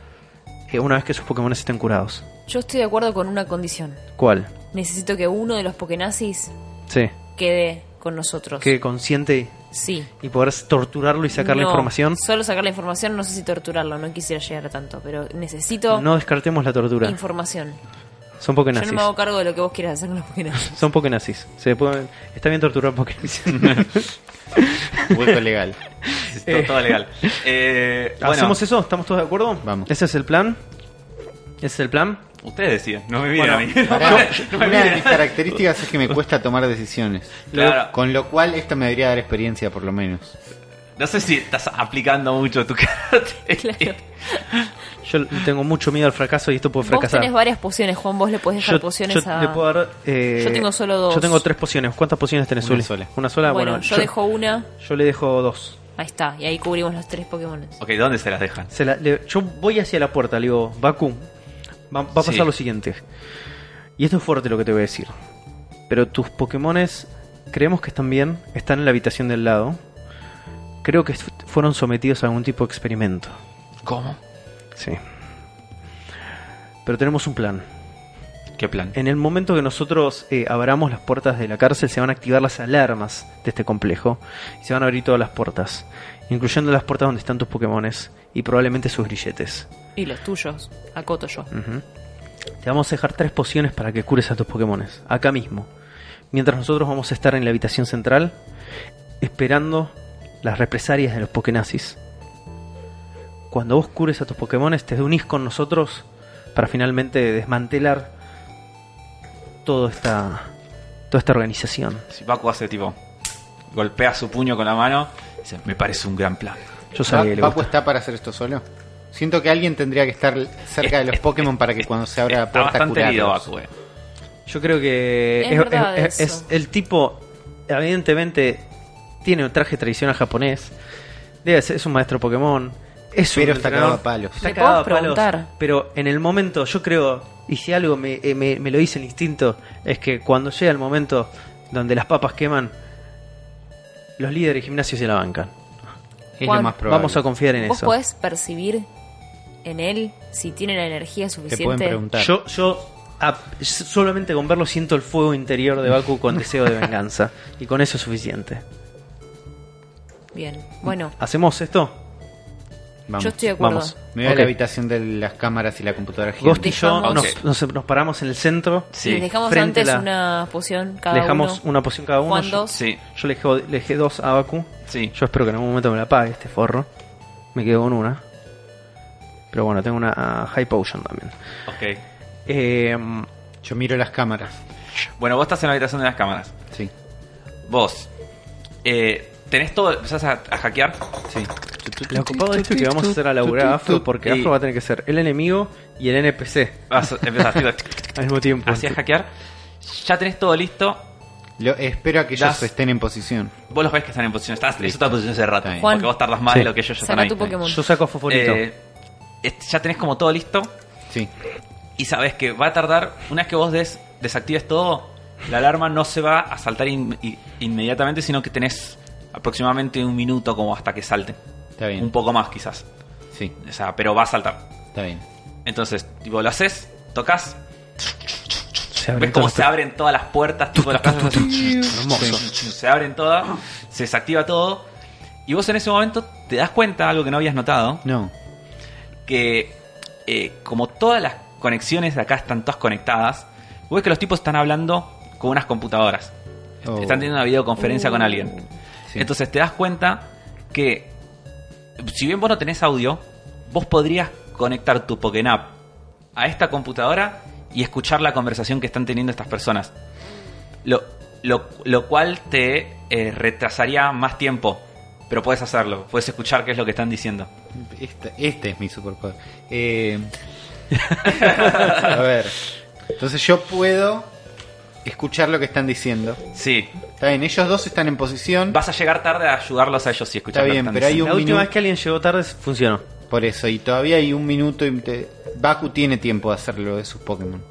Speaker 1: eh, una vez que sus Pokémones estén curados.
Speaker 4: Yo estoy de acuerdo con una condición.
Speaker 1: ¿Cuál?
Speaker 4: Necesito que uno de los Pokénazis
Speaker 1: Sí.
Speaker 4: quede con nosotros.
Speaker 1: Que consciente
Speaker 4: Sí.
Speaker 1: y poder torturarlo y sacar la
Speaker 4: No,
Speaker 1: información.
Speaker 4: Solo sacar la información, no sé si torturarlo, no quisiera llegar a tanto, pero necesito
Speaker 1: No descartemos la tortura.
Speaker 4: información.
Speaker 1: Son poco
Speaker 4: Yo
Speaker 1: nazis.
Speaker 4: no me hago cargo de lo que vos quieras hacer con los Pokénazis.
Speaker 1: Son poco nazis. Se pueden- Está bien torturar poco
Speaker 3: Hueco legal.
Speaker 2: Todo, todo legal. Eh, bueno,
Speaker 1: ¿Hacemos eso? ¿Estamos todos de acuerdo?
Speaker 3: Vamos.
Speaker 1: ¿Ese es el plan? ¿Ese es el plan?
Speaker 2: ustedes deciden. No me miren
Speaker 1: Bueno,
Speaker 2: a mí.
Speaker 3: Pará,
Speaker 2: No me
Speaker 3: una de
Speaker 2: miren.
Speaker 3: mis características es que me cuesta tomar decisiones.
Speaker 2: Claro.
Speaker 3: Con lo cual, esta me debería dar experiencia, por lo menos.
Speaker 2: No sé si estás aplicando mucho tu karate.
Speaker 1: Yo tengo mucho miedo al fracaso y esto puede
Speaker 4: Vos
Speaker 1: fracasar.
Speaker 4: tenés varias pociones, Juan, vos le podés dejar
Speaker 1: Yo,
Speaker 4: pociones
Speaker 1: yo
Speaker 4: a...
Speaker 1: le puedo dar, eh,
Speaker 4: Yo tengo solo dos.
Speaker 1: Yo tengo tres pociones. ¿Cuántas pociones tenés,
Speaker 3: Una
Speaker 1: Uli?
Speaker 3: sola.
Speaker 1: Una sola,
Speaker 4: bueno,
Speaker 1: bueno.
Speaker 4: yo, dejo una.
Speaker 1: yo le dejo dos.
Speaker 4: Ahí está, y ahí cubrimos los tres Pokémon.
Speaker 2: Ok, ¿dónde se las dejan?
Speaker 1: Se la- le- yo voy hacia la puerta, le digo, Baku, va, va a pasar
Speaker 2: Sí.
Speaker 1: lo siguiente. Y esto es fuerte lo que te voy a decir. Pero tus Pokémones, creemos que están bien, están en la habitación del lado. Creo que est- fueron sometidos a algún tipo de experimento.
Speaker 2: ¿Cómo?
Speaker 1: Sí. Pero tenemos un plan.
Speaker 2: ¿Qué plan?
Speaker 1: En el momento que nosotros eh, abramos las puertas de la cárcel, se van a activar las alarmas de este complejo. Y se van a abrir todas las puertas, incluyendo las puertas donde están tus Pokémones y probablemente sus grilletes.
Speaker 4: Y los tuyos, acoto yo.
Speaker 1: Ujú. Te vamos a dejar tres pociones para que cures a tus Pokémones, acá mismo. Mientras nosotros vamos a estar en la habitación central, esperando las represalias de los Pokénazis. Cuando vos cures a tus Pokémones, te unís con nosotros para finalmente desmantelar toda esta, toda esta organización.
Speaker 2: Si Baku hace tipo, golpea su puño con la mano, dice, me parece un gran plan.
Speaker 1: Yo sabía que le
Speaker 3: ¿Papu
Speaker 1: gusta.
Speaker 3: está para hacer esto solo? Siento que alguien tendría que estar cerca de los Pokémon para que cuando se abra la
Speaker 2: Está
Speaker 3: puerta
Speaker 2: bastante herido
Speaker 3: curarlos.
Speaker 2: Baku, eh.
Speaker 1: Yo creo que
Speaker 4: Es verdad eso.
Speaker 1: es- el tipo, evidentemente, tiene un traje tradicional japonés. Debe ser- es un maestro Pokémon. Es un
Speaker 3: Pero está
Speaker 1: entrenador.
Speaker 3: cagado a palos.
Speaker 1: Está
Speaker 4: ¿Le
Speaker 1: cagado
Speaker 4: puedo
Speaker 1: a palos,
Speaker 4: preguntar?
Speaker 1: Pero en el momento, yo creo, y si algo me, eh, me- me lo dice el instinto, es que cuando llega el momento donde las papas queman, los líderes de gimnasio se la bancan.
Speaker 3: Es lo
Speaker 4: Juan,
Speaker 3: más probable.
Speaker 1: Vamos a confiar en
Speaker 4: ¿Vos
Speaker 1: eso.
Speaker 4: podés percibir en él si tiene la energía
Speaker 3: Te pueden
Speaker 4: suficiente?
Speaker 3: preguntar.
Speaker 1: Yo, yo ah, s- solamente con verlo siento el fuego interior de Baku con deseo de venganza. Y con eso es suficiente.
Speaker 4: Bien, bueno,
Speaker 1: ¿Hacemos esto?
Speaker 3: Vamos.
Speaker 4: yo estoy de acuerdo.
Speaker 1: Vamos.
Speaker 3: Me voy a
Speaker 1: Ok.
Speaker 3: la habitación de las cámaras y la computadora
Speaker 1: Ghost
Speaker 3: gigante.
Speaker 1: y yo
Speaker 4: Dejamos-
Speaker 1: nos, nos- nos paramos en el centro.
Speaker 2: Sí.
Speaker 4: Les dejamos
Speaker 1: Frente
Speaker 4: antes
Speaker 1: a la-
Speaker 4: una poción cada
Speaker 1: le dejamos
Speaker 4: uno.
Speaker 1: una poción cada uno.
Speaker 4: Juan
Speaker 1: yo,
Speaker 4: dos.
Speaker 2: Sí,
Speaker 1: yo le, dejo- le dejé dos a Baku.
Speaker 2: sí.
Speaker 1: Yo espero que en algún momento me la pague este forro. Me quedo con una. Pero bueno, tengo una ah, High Potion también.
Speaker 2: Ok.
Speaker 1: Eh,
Speaker 3: Yo miro las cámaras.
Speaker 2: Bueno, vos estás en la habitación de las cámaras.
Speaker 3: Sí,
Speaker 2: Vos, eh, tenés todo, empezás a, a hackear.
Speaker 3: sí.
Speaker 1: lo ocupado de esto es que vamos a hacer a laburar a Afro porque
Speaker 2: Y-
Speaker 1: Afro va a tener que ser el enemigo y el NPC
Speaker 2: Vas, empezás tipo, tic, tic,
Speaker 1: al mismo tiempo.
Speaker 2: así a hackear. Ya tenés todo listo.
Speaker 3: Lo, espero a que ellos
Speaker 2: Das-
Speaker 3: estén en posición.
Speaker 2: Vos los ves que están en posición. Estás listo, estás en posición hace rato.
Speaker 3: Está bien.
Speaker 2: Porque
Speaker 4: Juan,
Speaker 2: vos tardas más
Speaker 1: sí.
Speaker 2: de lo que ellos ya están
Speaker 4: Saca
Speaker 2: ahí.
Speaker 4: tu Pokémon.
Speaker 1: Yo saco a Foforito.
Speaker 2: Eh, este, ya tenés como todo listo.
Speaker 3: Sí.
Speaker 2: Y sabés que va a tardar. Una vez que vos des- desactives todo, la alarma no se va a saltar in- in- inmediatamente, sino que tenés aproximadamente un minuto como hasta que salte.
Speaker 3: Está bien.
Speaker 2: Un poco más quizás.
Speaker 3: Sí,
Speaker 2: O sea, pero va a saltar.
Speaker 3: está bien.
Speaker 2: Entonces, tipo, lo haces, tocas,
Speaker 1: se abren
Speaker 2: ves cómo
Speaker 1: todos
Speaker 2: se abren todas las puertas, tipo, las casas,
Speaker 1: Hermoso.
Speaker 2: se abren todas, se desactiva todo. Y vos en ese momento te das cuenta, algo que no habías notado,
Speaker 3: No.
Speaker 2: que eh, como todas las conexiones de acá están todas conectadas, vos ves que los tipos están hablando con unas computadoras.
Speaker 3: Oh.
Speaker 2: Están teniendo una videoconferencia con
Speaker 4: Oh.
Speaker 2: alguien.
Speaker 3: Sí.
Speaker 2: Entonces te das cuenta que, si bien vos no tenés audio, vos podrías conectar tu Pokénap a esta computadora y escuchar la conversación que están teniendo estas personas. Lo, lo- lo cual te eh, retrasaría más tiempo, pero puedes hacerlo, puedes escuchar qué es lo que están diciendo.
Speaker 3: Este, este es mi superpoder. Eh, a ver. Entonces yo puedo escuchar lo que están diciendo.
Speaker 2: Sí,
Speaker 3: Está bien, ellos dos están en posición.
Speaker 2: vas a llegar tarde a ayudarlos a ellos y escuchar lo
Speaker 3: Está
Speaker 2: que
Speaker 3: bien,
Speaker 2: están
Speaker 3: pero hay
Speaker 2: diciendo.
Speaker 1: La
Speaker 3: un
Speaker 1: última
Speaker 3: minuto.
Speaker 1: vez que alguien llegó tarde funcionó.
Speaker 3: Por eso, y todavía hay un minuto. Y te- Baku tiene tiempo de hacerlo de sus Pokémon.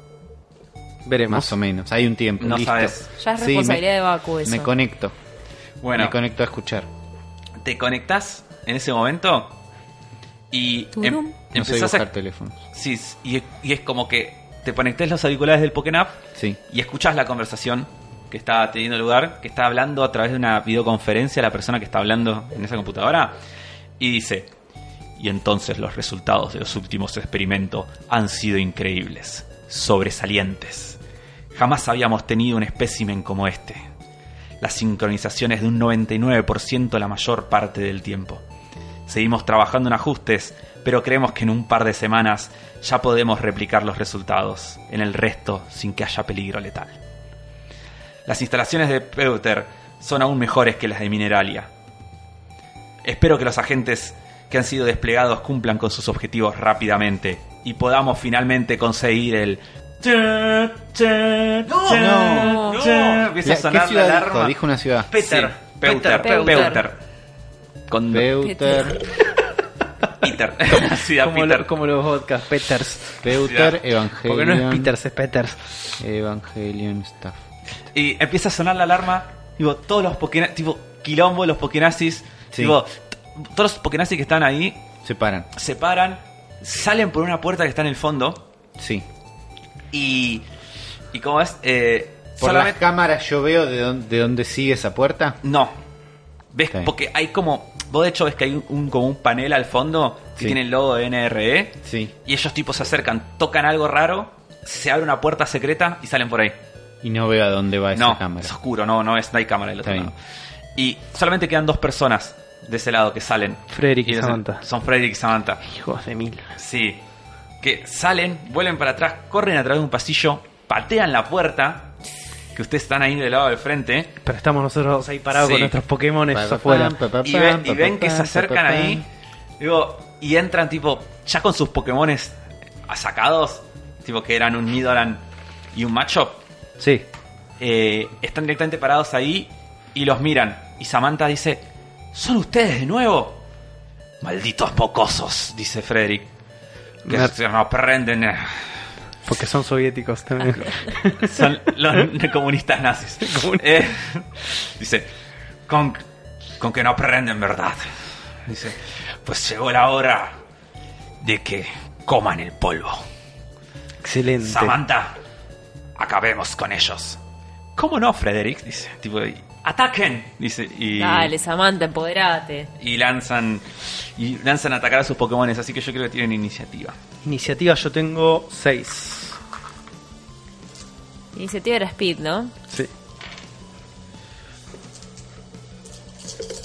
Speaker 1: Veremos.
Speaker 3: Más o menos. Hay un tiempo.
Speaker 2: No
Speaker 3: listo.
Speaker 2: sabes.
Speaker 4: Ya es
Speaker 3: Sí,
Speaker 4: responsabilidad
Speaker 3: me-
Speaker 4: de Baku eso.
Speaker 3: Me conecto.
Speaker 2: Bueno,
Speaker 3: Me conecto a escuchar.
Speaker 2: te conectás en ese momento y em-
Speaker 4: Turum. No
Speaker 3: No sé
Speaker 2: empezás
Speaker 3: buscar
Speaker 2: a
Speaker 3: teléfonos.
Speaker 2: Sí, s- y, y es como que te conectes los auriculares del Pokénap
Speaker 3: Sí.
Speaker 2: y escuchas la conversación que está teniendo lugar, que está hablando a través de una videoconferencia la persona que está hablando en esa computadora y dice, y entonces los resultados de los últimos experimentos han sido increíbles, sobresalientes. Jamás habíamos tenido un espécimen como este. Las sincronizaciones de un 99% la mayor parte del tiempo. Seguimos trabajando en ajustes, pero creemos que en un par de semanas ya podemos replicar los resultados en el resto sin que haya peligro letal. Las instalaciones de Peuter son aún mejores que las de Mineralia. Espero que los agentes que han sido desplegados cumplan con sus objetivos rápidamente y podamos finalmente conseguir el...
Speaker 3: No.
Speaker 2: Empieza a
Speaker 3: La- ¿Qué
Speaker 2: sonar la
Speaker 3: ciudad dijo?
Speaker 2: alarma.
Speaker 3: Dijo una ciudad.
Speaker 2: Peter,
Speaker 1: Sí,
Speaker 2: Peuter,
Speaker 1: Peuter,
Speaker 2: Peuter. con
Speaker 3: Peuter,
Speaker 2: Peter. sí, a
Speaker 1: Como,
Speaker 2: Peter.
Speaker 1: lo- como los vodkas, Peters.
Speaker 3: Peuter,
Speaker 1: Porque
Speaker 3: Evangelion.
Speaker 1: no es Peters, es Peters.
Speaker 3: Evangelion Staff.
Speaker 2: Y empieza a sonar la alarma. Digo, todos los Pokénazis, tipo, quilombo, los Pokénazis.
Speaker 3: Sí.
Speaker 2: Digo, t- todos los Pokénazis que están ahí
Speaker 3: Se paran.
Speaker 2: se paran, salen por una puerta que está en el fondo.
Speaker 3: Sí.
Speaker 2: Y. ¿Y cómo es? Eh,
Speaker 3: Por las
Speaker 2: solamente-
Speaker 3: cámaras yo veo de dónde, de dónde sigue esa puerta.
Speaker 2: No. ¿Ves?
Speaker 3: Ok.
Speaker 2: Porque hay como. Vos de hecho ves que hay un, un- como un panel al fondo que
Speaker 3: Sí.
Speaker 2: tiene el logo de E, NRE.
Speaker 3: Sí.
Speaker 2: Y ellos tipo se acercan, tocan algo raro, se abre una puerta secreta y salen por ahí.
Speaker 3: Y no veo a dónde va esa
Speaker 2: no,
Speaker 3: cámara.
Speaker 2: es oscuro, no, no es, no hay cámara del otro
Speaker 3: Está
Speaker 2: lado. Y solamente quedan dos personas de ese lado que salen.
Speaker 1: Frederick y
Speaker 2: dicen-
Speaker 1: Samantha.
Speaker 2: Son Frederick y Samantha.
Speaker 1: Hijos de mil.
Speaker 2: Sí. Que salen, vuelven para atrás, corren a través de un pasillo, patean la puerta, que ustedes están ahí del lado del frente.
Speaker 1: Pero estamos nosotros dos ahí parados
Speaker 2: Sí.
Speaker 1: con nuestros Pokémon
Speaker 3: Pa, pa,
Speaker 1: afuera.
Speaker 3: pam, pa, pa,
Speaker 2: y,
Speaker 3: pam,
Speaker 2: ven,
Speaker 3: pa,
Speaker 2: y ven
Speaker 3: pa,
Speaker 2: que
Speaker 3: pam,
Speaker 2: se
Speaker 3: pa,
Speaker 2: acercan
Speaker 3: pa,
Speaker 2: ahí. Digo, y entran tipo, ya con sus Pokémones sacados, tipo que eran un Nidoran y un Machop,
Speaker 1: Sí.
Speaker 2: eh, están directamente parados ahí y los miran. Y Samantha dice, ¿son ustedes de nuevo? Malditos mocosos, dice Frederick. Que
Speaker 1: Mer-
Speaker 2: se nos prenden. eh.
Speaker 1: Porque son soviéticos también.
Speaker 2: Son los comunistas nazis. Eh, dice, con, con que no prenden, ¿verdad? Dice, pues llegó la hora de que coman el polvo.
Speaker 1: Excelente.
Speaker 2: Samantha, acabemos con ellos. ¿Cómo no, Frederick? Dice, tipo, y- ataquen. Dice, y,
Speaker 4: Dale, Samantha, empoderate.
Speaker 2: y lanzan y lanzan a atacar a sus Pokémones, así que yo creo que tienen iniciativa.
Speaker 1: Iniciativa yo tengo 6.
Speaker 4: Iniciativa era Speed, ¿no?
Speaker 1: Sí.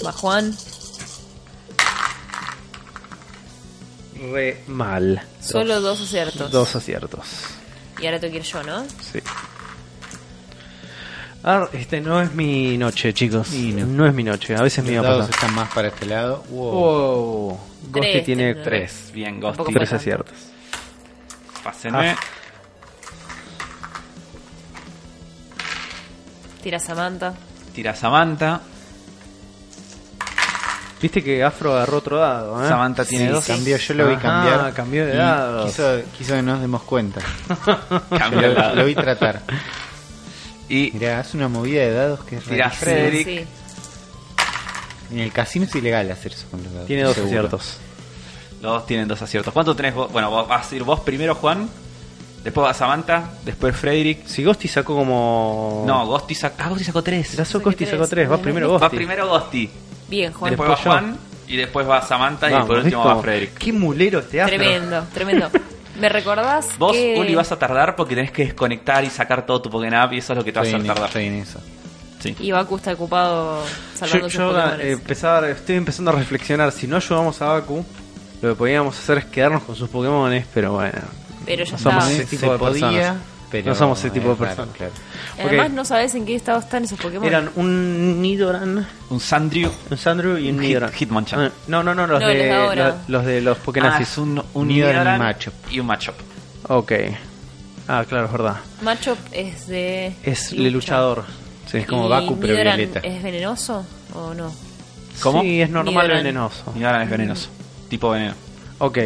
Speaker 4: Va Juan.
Speaker 1: Re mal.
Speaker 4: Solo dos aciertos.
Speaker 1: Dos aciertos.
Speaker 4: Y ahora tengo que ir yo, ¿no?
Speaker 1: Sí. Ah, este no es mi noche, chicos.
Speaker 3: Y no.
Speaker 1: no. es mi noche. A veces me
Speaker 3: Los
Speaker 1: iba a
Speaker 3: dados
Speaker 1: pasar.
Speaker 3: están más para este lado. Wow.
Speaker 1: Wow. Ghosty
Speaker 4: Tres
Speaker 1: tiene
Speaker 4: tengo.
Speaker 1: tres.
Speaker 2: Bien,
Speaker 4: Tampoco
Speaker 2: Ghosty.
Speaker 1: Tres
Speaker 4: faltan.
Speaker 1: aciertos.
Speaker 2: Pásenme.
Speaker 1: Ah.
Speaker 4: Tira Samantha.
Speaker 2: Tira Samantha.
Speaker 1: Viste que Afro agarró otro dado, ¿eh?
Speaker 2: Samantha tiene
Speaker 3: Sí,
Speaker 2: dos.
Speaker 3: cambió, yo lo vi
Speaker 1: Ajá,
Speaker 3: cambiar.
Speaker 1: cambió de
Speaker 3: y
Speaker 1: dados.
Speaker 3: Quiso, quiso que nos demos cuenta.
Speaker 2: Cambió el
Speaker 3: Lo,
Speaker 2: lado.
Speaker 3: lo vi tratar.
Speaker 2: Y
Speaker 3: Mirá, hace una movida de dados que es
Speaker 2: Tirá,
Speaker 3: rarísima.
Speaker 2: Frederick.
Speaker 4: Sí, sí.
Speaker 3: En el casino es ilegal hacer eso con los dados.
Speaker 1: Tiene dos
Speaker 3: seguro.
Speaker 1: aciertos.
Speaker 2: los dos tienen dos aciertos. ¿Cuánto tenés vos? Bueno, vos vas a ir vos primero, Juan. Después va Samantha. Después Frederick.
Speaker 1: Si Ghosty sacó como.
Speaker 2: No, Ghosty sacó. Ah, Ghosty sacó tres.
Speaker 1: Oh. Ya sacó Ghosty
Speaker 4: Saqué
Speaker 1: sacó
Speaker 4: tres.
Speaker 1: tres. Va
Speaker 4: Bueno,
Speaker 1: primero
Speaker 2: Va
Speaker 1: Ghosty.
Speaker 2: primero Ghosty.
Speaker 4: Bien, Juan.
Speaker 2: Después va
Speaker 1: Después yo.
Speaker 2: Juan. Y después va Samantha. y
Speaker 1: Vamos,
Speaker 2: por último
Speaker 1: ¿viste
Speaker 2: va
Speaker 1: cómo?
Speaker 2: Frederick.
Speaker 1: Qué mulero este Afro.
Speaker 4: Tremendo, tremendo. ¿Me recordás?
Speaker 2: Vos,
Speaker 4: que...
Speaker 2: Uli, vas a tardar porque tenés que desconectar y sacar todo tu Pokénap. Y eso es lo que te va a
Speaker 3: Estoy
Speaker 2: hacer
Speaker 3: en,
Speaker 2: tardar.
Speaker 3: estoy en eso.
Speaker 2: Sí.
Speaker 4: Y Baku está ocupado
Speaker 1: Yo,
Speaker 4: salvando sus
Speaker 1: yo ahora, eh,
Speaker 4: Pokémones.
Speaker 1: empezar- estoy empezando a reflexionar. Si no ayudamos a Baku, lo que podíamos hacer es quedarnos con sus Pokémones, pero bueno.
Speaker 4: Pero ya
Speaker 1: no somos
Speaker 4: está.
Speaker 1: ese
Speaker 3: Se
Speaker 1: tipo de
Speaker 3: podía,
Speaker 1: personas.
Speaker 3: pero
Speaker 1: no somos ese tipo de
Speaker 3: es raro,
Speaker 1: personas.
Speaker 3: claro.
Speaker 4: Además,
Speaker 1: ok.
Speaker 4: no sabes en qué estado están esos Pokémon.
Speaker 1: Eran un Nidoran,
Speaker 2: Un Sandrew.
Speaker 1: un Sandrew y un,
Speaker 2: Un Hit-
Speaker 1: Nidoran.
Speaker 2: Hitmonchan.
Speaker 1: Ah, No, no, no, los,
Speaker 4: No, los de
Speaker 1: de, lo-
Speaker 4: ahora.
Speaker 1: los, de los
Speaker 2: Ah,
Speaker 1: Pokénazis.
Speaker 2: es un, un
Speaker 3: Nidoran y
Speaker 2: Nidoran
Speaker 3: Machop.
Speaker 2: Y un Machop.
Speaker 1: Ok. Ah, claro, es verdad.
Speaker 4: Macho es de.
Speaker 1: Es
Speaker 4: lucha.
Speaker 1: el luchador. Sí.
Speaker 3: Es como
Speaker 4: ¿Y
Speaker 3: Baku, pero
Speaker 4: Nidoran
Speaker 3: violeta.
Speaker 4: ¿Es venenoso o no?
Speaker 2: ¿Cómo?
Speaker 1: Sí, es normal
Speaker 4: Nidoran.
Speaker 1: venenoso.
Speaker 2: Nidoran es venenoso.
Speaker 4: Mm.
Speaker 2: Tipo veneno.
Speaker 1: Ok.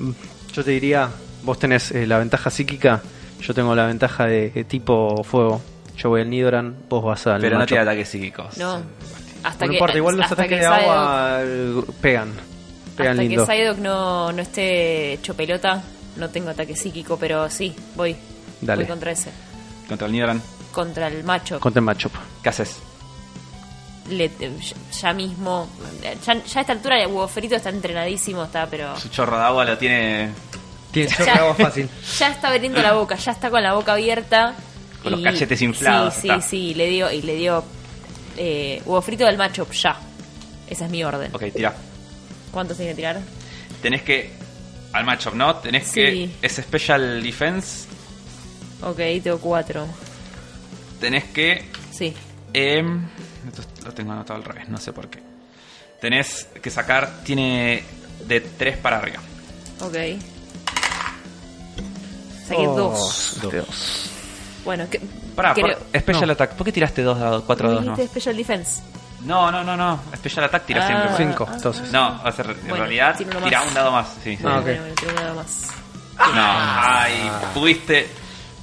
Speaker 1: mm, Yo te diría, vos tenés eh, la ventaja psíquica, yo tengo la ventaja de eh, tipo fuego. Yo voy al Nidoran, vos vas al
Speaker 2: Pero no
Speaker 1: Machop.
Speaker 2: tiene ataques psíquicos.
Speaker 4: No. Hasta
Speaker 1: No
Speaker 4: que,
Speaker 1: importa, igual los
Speaker 4: hasta
Speaker 1: ataques
Speaker 4: que
Speaker 1: de
Speaker 4: Psyduck-
Speaker 1: agua eh, pegan. Pegan
Speaker 4: hasta
Speaker 1: lindo.
Speaker 4: que Psyduck no, no esté hecho pelota, no tengo ataque psíquico, pero sí, voy.
Speaker 1: Dale.
Speaker 4: Voy contra ese.
Speaker 2: Contra el Nidoran.
Speaker 4: Contra el macho.
Speaker 1: Contra el Machop.
Speaker 2: ¿Qué haces?
Speaker 4: Le- eh, ya, ya mismo. Ya, ya a esta altura, el huevo frito está entrenadísimo, está, pero.
Speaker 2: Su chorro de agua lo tiene
Speaker 1: Tiene
Speaker 4: Ya- Ya está abriendo la boca, ya está con la boca abierta.
Speaker 2: Con los cachetes inflados,
Speaker 4: Sí,
Speaker 2: está.
Speaker 4: sí, sí, le dio, y le dio eh, huevo frito del macho, ya. Esa es mi orden.
Speaker 2: Ok, tira.
Speaker 4: ¿Cuántos tiene que tirar?
Speaker 2: Tenés que. Al matchup, ¿no? Tenés
Speaker 4: Sí.
Speaker 2: que. Es Special Defense.
Speaker 4: Ok, tengo cuatro.
Speaker 2: Tenés que.
Speaker 4: Sí.
Speaker 2: em, esto lo tengo anotado al revés, no sé por qué. Tenés que sacar. Tiene. De 3 para arriba.
Speaker 4: Ok. Saqué
Speaker 2: Oh.
Speaker 4: dos.
Speaker 1: Dos.
Speaker 4: Bueno, que.
Speaker 2: Pará,
Speaker 4: creo-
Speaker 2: por- Special Attack. ¿Por qué tiraste 2 dados? 4 dados, no?
Speaker 4: Dijiste Special Defense.
Speaker 2: No, no, no, no. Es pellora táctila
Speaker 4: Ah.
Speaker 2: siempre.
Speaker 1: Cinco, entonces.
Speaker 2: No, o sea, en
Speaker 4: Bueno,
Speaker 2: realidad
Speaker 4: tiene uno más.
Speaker 2: tira un dado más. Sí, sí.
Speaker 1: Ah, ok.
Speaker 4: Bueno, bueno, tiene un dado más.
Speaker 2: No, ay, pudiste,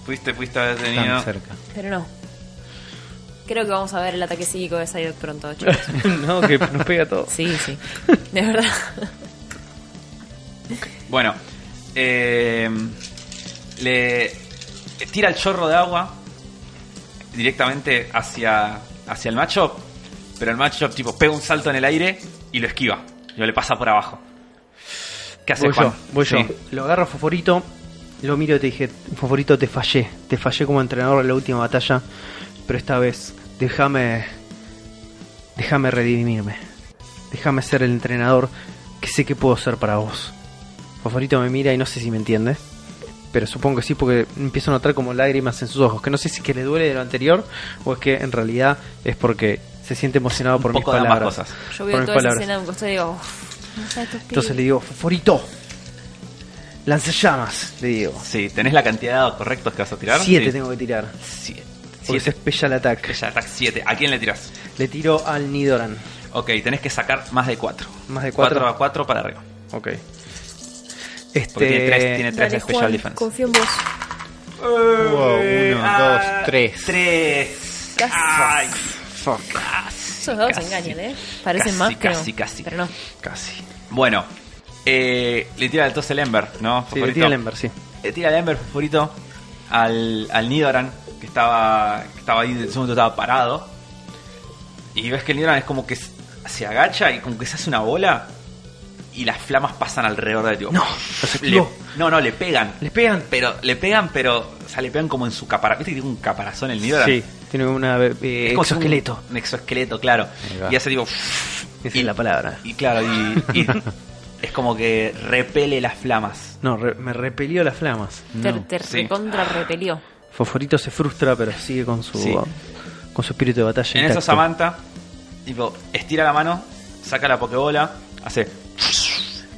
Speaker 2: pudiste, pudiste haber tenido.
Speaker 3: Tan cerca.
Speaker 4: Pero no. Creo que vamos a ver el ataque psíquico de Psyduck pronto, chicos.
Speaker 1: no, que nos pega todo.
Speaker 4: Sí, sí. De verdad.
Speaker 2: Bueno, eh, le tira el chorro de agua directamente hacia, hacia el macho, pero el macho tipo pega un salto en el aire y lo esquiva. Y le pasa por abajo. ¿Qué hace
Speaker 1: Voy
Speaker 2: Juan?
Speaker 1: yo, voy
Speaker 2: Sí.
Speaker 1: yo. Lo agarro a Foforito, lo miro y te dije, Foforito, te fallé. Te fallé como entrenador en la última batalla, pero esta vez déjame... Déjame redimirme. Déjame ser el entrenador que sé que puedo ser para vos. Foforito me mira y no sé si me entiende. Pero supongo que sí porque empiezo a notar como lágrimas en sus ojos. Que no sé si que le duele de lo anterior o es que en realidad es porque se siente emocionado por mis
Speaker 2: poco de ambas
Speaker 1: palabras.
Speaker 2: cosas.
Speaker 4: Yo
Speaker 1: Por
Speaker 4: veo
Speaker 1: mis
Speaker 4: toda esa
Speaker 1: palabras.
Speaker 4: escena de un costado y digo, "Oh, "Uf, no sabes tus pibes".
Speaker 1: Entonces le digo, Foforito, lanzallamas, le digo.
Speaker 2: Sí, ¿tenés la cantidad de dados correctos que vas a tirar?
Speaker 1: Siete
Speaker 2: Sí.
Speaker 1: tengo que tirar.
Speaker 2: Siete.
Speaker 1: Porque se
Speaker 2: Siete.
Speaker 1: espella el ataque.
Speaker 2: Ella ataca siete. ¿A quién le tirás?
Speaker 1: Le tiro al Nidoran.
Speaker 2: Ok, tenés que sacar más de cuatro.
Speaker 1: Más de cuatro.
Speaker 2: a cuatro para arriba.
Speaker 1: Ok.
Speaker 2: Porque tiene tres,
Speaker 1: Este.
Speaker 2: tiene tres de
Speaker 4: Dale,
Speaker 2: Special
Speaker 4: Juan,
Speaker 2: Defense. Eh,
Speaker 4: confío en vos.
Speaker 3: Wow, uno, dos, tres.
Speaker 2: ah, Tres.
Speaker 4: Casi.
Speaker 2: Ay,
Speaker 1: Fuck.
Speaker 2: casi,
Speaker 4: Esos dados
Speaker 2: casi.
Speaker 4: engañan, ¿eh? Parecen
Speaker 2: Casi,
Speaker 4: más que
Speaker 2: casi,
Speaker 4: no.
Speaker 2: casi.
Speaker 4: Pero no.
Speaker 1: Casi.
Speaker 2: Bueno, eh, le tira entonces el Ember, ¿no?
Speaker 1: Sí, le
Speaker 2: Fosforito?
Speaker 1: tiro al Ember, sí.
Speaker 2: Le tira el Ember, Fosforito, al, al Nidoran, que estaba, que estaba ahí, de segundo estaba parado. Y ves que el Nidoran es como que s- se agacha y como que se hace una bola. Y las flamas pasan alrededor de ti.
Speaker 1: No, los esquivó.
Speaker 2: no, no, le pegan.
Speaker 1: ¿Les pegan?
Speaker 2: Pero le pegan, pero. O sea, le pegan como en su caparazón. ¿Viste que tiene un caparazón el Nidoran?
Speaker 1: Sí, tiene como una eh,
Speaker 2: Es como si un-
Speaker 1: exoesqueleto.
Speaker 2: Un exoesqueleto, claro.
Speaker 3: Ahí va.
Speaker 2: Y hace tipo.
Speaker 1: Esa es la palabra.
Speaker 2: Y claro, y, y es como que repele las flamas.
Speaker 1: No, re- me repelió las flamas.
Speaker 4: Te,
Speaker 3: No,
Speaker 4: te
Speaker 2: sí.
Speaker 4: recontra repelió.
Speaker 1: Fosforito se frustra, pero sigue con su
Speaker 2: Sí.
Speaker 1: con su espíritu de batalla.
Speaker 2: En eso
Speaker 1: intacto.
Speaker 2: Samantha, tipo, estira la mano, saca la pokebola, hace.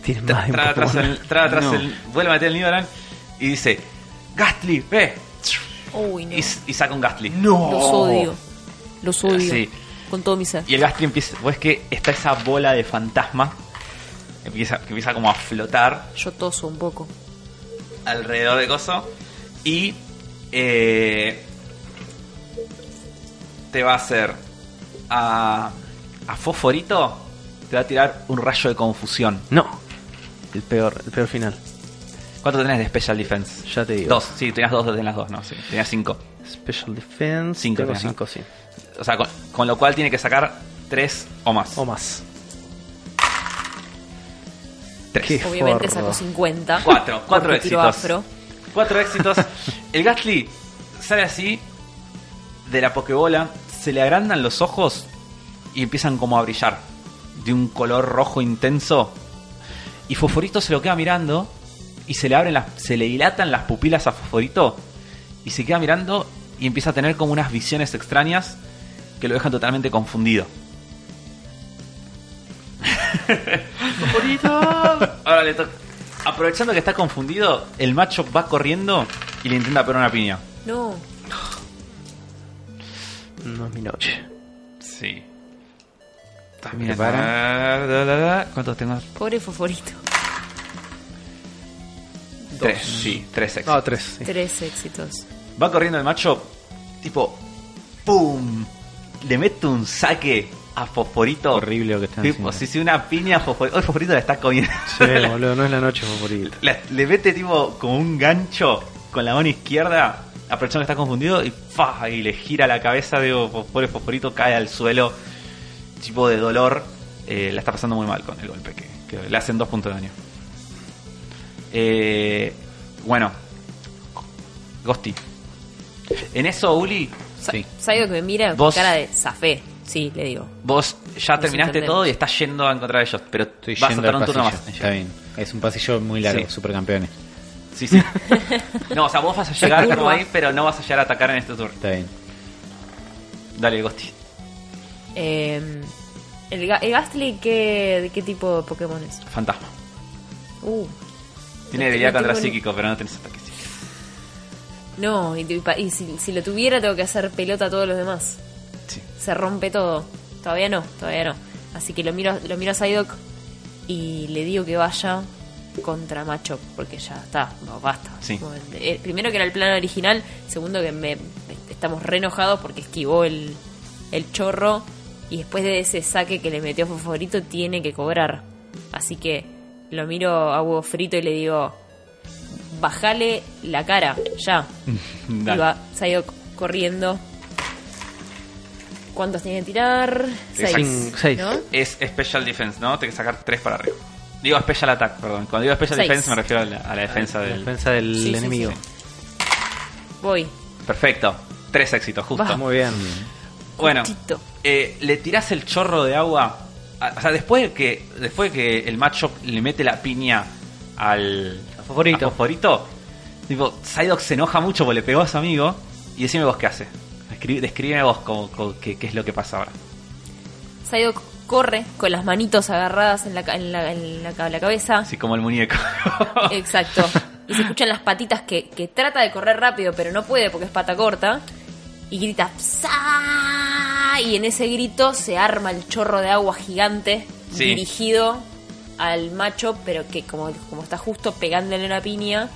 Speaker 1: Tiene más de un
Speaker 2: Trae atrás
Speaker 1: Pokémon.
Speaker 2: el. Trae atrás
Speaker 3: No.
Speaker 2: el. Vuelve a meter el Nidoran y dice: Gastly, ve.
Speaker 4: Uy, no.
Speaker 2: Y, y saca un Gastly.
Speaker 4: Los odio. Los odio.
Speaker 2: Sí.
Speaker 4: Con todo mi ser.
Speaker 2: Y el Gastly empieza. Vos es que está esa bola de fantasma empieza, que empieza como a flotar.
Speaker 4: Yo toso un poco.
Speaker 2: alrededor de Coso. Y eh, te va a hacer a, a Fosforito, te va a tirar un rayo de confusión.
Speaker 1: No. El peor, el peor final.
Speaker 2: ¿Cuánto tenés de Special Defense?
Speaker 1: Ya te digo.
Speaker 2: Dos, sí, tenías dos, tenías dos, no, sí, tenías cinco.
Speaker 1: Special Defense.
Speaker 2: Cinco
Speaker 1: Tengo
Speaker 2: tenés, ¿no?
Speaker 1: cinco, sí.
Speaker 2: O sea, con, con lo cual tiene que sacar tres o más.
Speaker 1: O más.
Speaker 2: Tres.
Speaker 1: ¿Qué?
Speaker 4: Obviamente
Speaker 1: forro.
Speaker 4: saco 50.
Speaker 2: Cuatro, cuatro
Speaker 4: porque tiro
Speaker 2: éxitos.
Speaker 4: afro.
Speaker 2: Cuatro éxitos. El Gastly sale así de la pokebola, se le agrandan los ojos y empiezan como a brillar de un color rojo intenso. Y Fosforito se lo queda mirando y se le abren las, se le dilatan las pupilas a Fosforito y se queda mirando y empieza a tener como unas visiones extrañas que lo dejan totalmente confundido. Ahora le toca. Aprovechando que está confundido, el macho va corriendo y le intenta pegar una piña.
Speaker 4: No.
Speaker 1: No es mi noche.
Speaker 2: Sí.
Speaker 3: mirando.
Speaker 2: ¿Cuántos tengo?
Speaker 4: Pobre Foforito.
Speaker 2: Tres. Sí, tres éxitos.
Speaker 1: No, tres. sí.
Speaker 4: Tres éxitos.
Speaker 2: Va corriendo el macho, tipo, ¡pum! Le mete un saque a Fosforito.
Speaker 3: Horrible lo que están
Speaker 2: Tipo,
Speaker 3: haciendo.
Speaker 2: si si una piña a Fosforito. Hoy Fosforito la está comiendo.
Speaker 1: Sí, boludo, no es la noche favorita.
Speaker 2: La- le mete tipo como un gancho con la mano izquierda, aprovechando que está confundido, y ¡fa! y le gira la cabeza, digo, po- pobre fosforito, cae al suelo, tipo de dolor. Eh, la está pasando muy mal con el golpe, que, que le hacen dos puntos de daño. Eh, bueno, Gosti. En eso, Uli,
Speaker 4: Sa-
Speaker 3: Sí.
Speaker 4: Psyduck me mira con
Speaker 2: Vos-
Speaker 4: cara de zafé. Sí, le digo.
Speaker 2: vos ya
Speaker 4: Nos
Speaker 2: terminaste
Speaker 4: entendemos.
Speaker 2: todo y estás yendo a encontrar a ellos, pero
Speaker 3: Estoy
Speaker 2: vas a
Speaker 3: yendo
Speaker 2: tardar
Speaker 3: al
Speaker 2: un turno
Speaker 3: pasillo.
Speaker 2: más.
Speaker 3: Está bien. Es un pasillo muy
Speaker 2: Sí.
Speaker 3: largo, supercampeones.
Speaker 2: Sí, sí. No, o sea, vos vas a llegar
Speaker 4: curva.
Speaker 2: como ahí, pero no vas a llegar a atacar en este turno.
Speaker 3: Está bien.
Speaker 2: Dale, Gosti.
Speaker 4: Eh, el, Ga- el Gastly, ¿qué, ¿de qué tipo de Pokémon es?
Speaker 2: Fantasma.
Speaker 4: Uh.
Speaker 2: Tiene
Speaker 4: No
Speaker 2: debilidad
Speaker 4: tengo
Speaker 2: contra
Speaker 4: ni-
Speaker 2: psíquico, pero no tenés ataque psíquico.
Speaker 4: No, y, y pa- y si, si lo tuviera tengo que hacer pelota a todos los demás.
Speaker 2: Sí.
Speaker 4: Se rompe todo. Todavía no, todavía no. Así que lo miro, lo miro a Psyduck y le digo que vaya contra Macho, porque ya está, no, basta.
Speaker 2: Sí.
Speaker 4: Como, eh, primero que era el plan original, segundo que me, estamos re enojados porque esquivó el, el chorro y después de ese saque que le metió Fosforito tiene que cobrar. Así que lo miro a huevo frito y le digo, bajale la cara, ya.
Speaker 2: Dale.
Speaker 4: Y va Psyduck corriendo. ¿Cuántos tiene que tirar?
Speaker 2: Seis.
Speaker 4: Seis.
Speaker 1: Seis.
Speaker 4: ¿no?
Speaker 2: Es Special Defense, ¿no? Tengo que sacar tres para arriba. Digo Special Attack, perdón. Cuando digo Special
Speaker 4: Seis.
Speaker 2: Defense me refiero a la, a la defensa del...
Speaker 1: defensa del
Speaker 4: Sí, sí,
Speaker 1: enemigo.
Speaker 4: Voy.
Speaker 2: Perfecto. Tres éxitos, justo.
Speaker 4: Va.
Speaker 1: Muy bien.
Speaker 2: Bueno,
Speaker 4: Justito.
Speaker 2: eh, le tirás el chorro de agua. a- o sea, después de que, después de que el macho le mete la piña al
Speaker 1: A Fosforito.
Speaker 2: a Fosforito, tipo, Psyduck se enoja mucho porque le pegó a su amigo. Y decime vos qué hace. Escri- describime vos cómo, cómo- qué, qué es lo que pasa ahora.
Speaker 4: Psyduck corre con las manitos agarradas en la, ca- en la, en la, ca- la cabeza.
Speaker 2: Así como el muñeco.
Speaker 4: Eh, Exacto. Y se escuchan las patitas que, que trata de correr rápido, pero no puede porque es pata corta. Y grita "Psa", Y en ese grito se arma el chorro de agua gigante
Speaker 2: Sí.
Speaker 4: dirigido al macho, pero que como, como está justo pegándole una piña,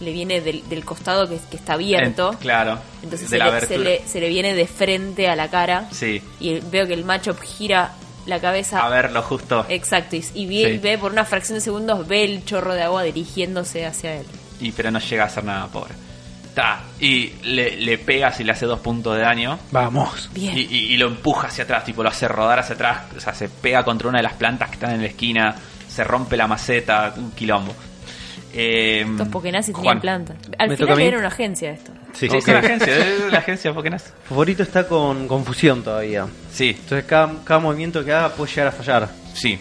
Speaker 4: le viene del, del costado que, que está abierto.
Speaker 2: En- claro.
Speaker 4: Entonces
Speaker 2: de
Speaker 4: se
Speaker 2: la
Speaker 4: le, se
Speaker 2: abertura.
Speaker 4: le- se le viene de frente a la cara.
Speaker 2: Sí.
Speaker 4: Y veo que el macho gira la cabeza
Speaker 2: A verlo justo.
Speaker 4: Exacto, y, y ve,
Speaker 2: Sí.
Speaker 4: ve por una fracción de segundos, ve el chorro de agua dirigiéndose hacia él.
Speaker 2: Y pero no llega a hacer nada, pobre. Ta. Y le, le pegas y le hace dos puntos de daño.
Speaker 1: Vamos.
Speaker 4: Bien.
Speaker 2: Y, y- y lo empuja hacia atrás, tipo lo hace rodar hacia atrás, o sea, se pega contra una de las plantas que están en la esquina, se rompe la maceta, un quilombo. Eh,
Speaker 4: Estos Pokenazis
Speaker 2: Juan.
Speaker 4: tenían planta. Al
Speaker 1: ¿Me toca a
Speaker 4: final
Speaker 1: mí?
Speaker 4: era una agencia esto.
Speaker 1: Sí.
Speaker 2: Sí, es una agencia, es la agencia Pokenaz.
Speaker 1: Fosforito está con confusión todavía.
Speaker 2: Sí,
Speaker 1: Entonces cada, cada movimiento que haga puede llegar a fallar.
Speaker 2: sí.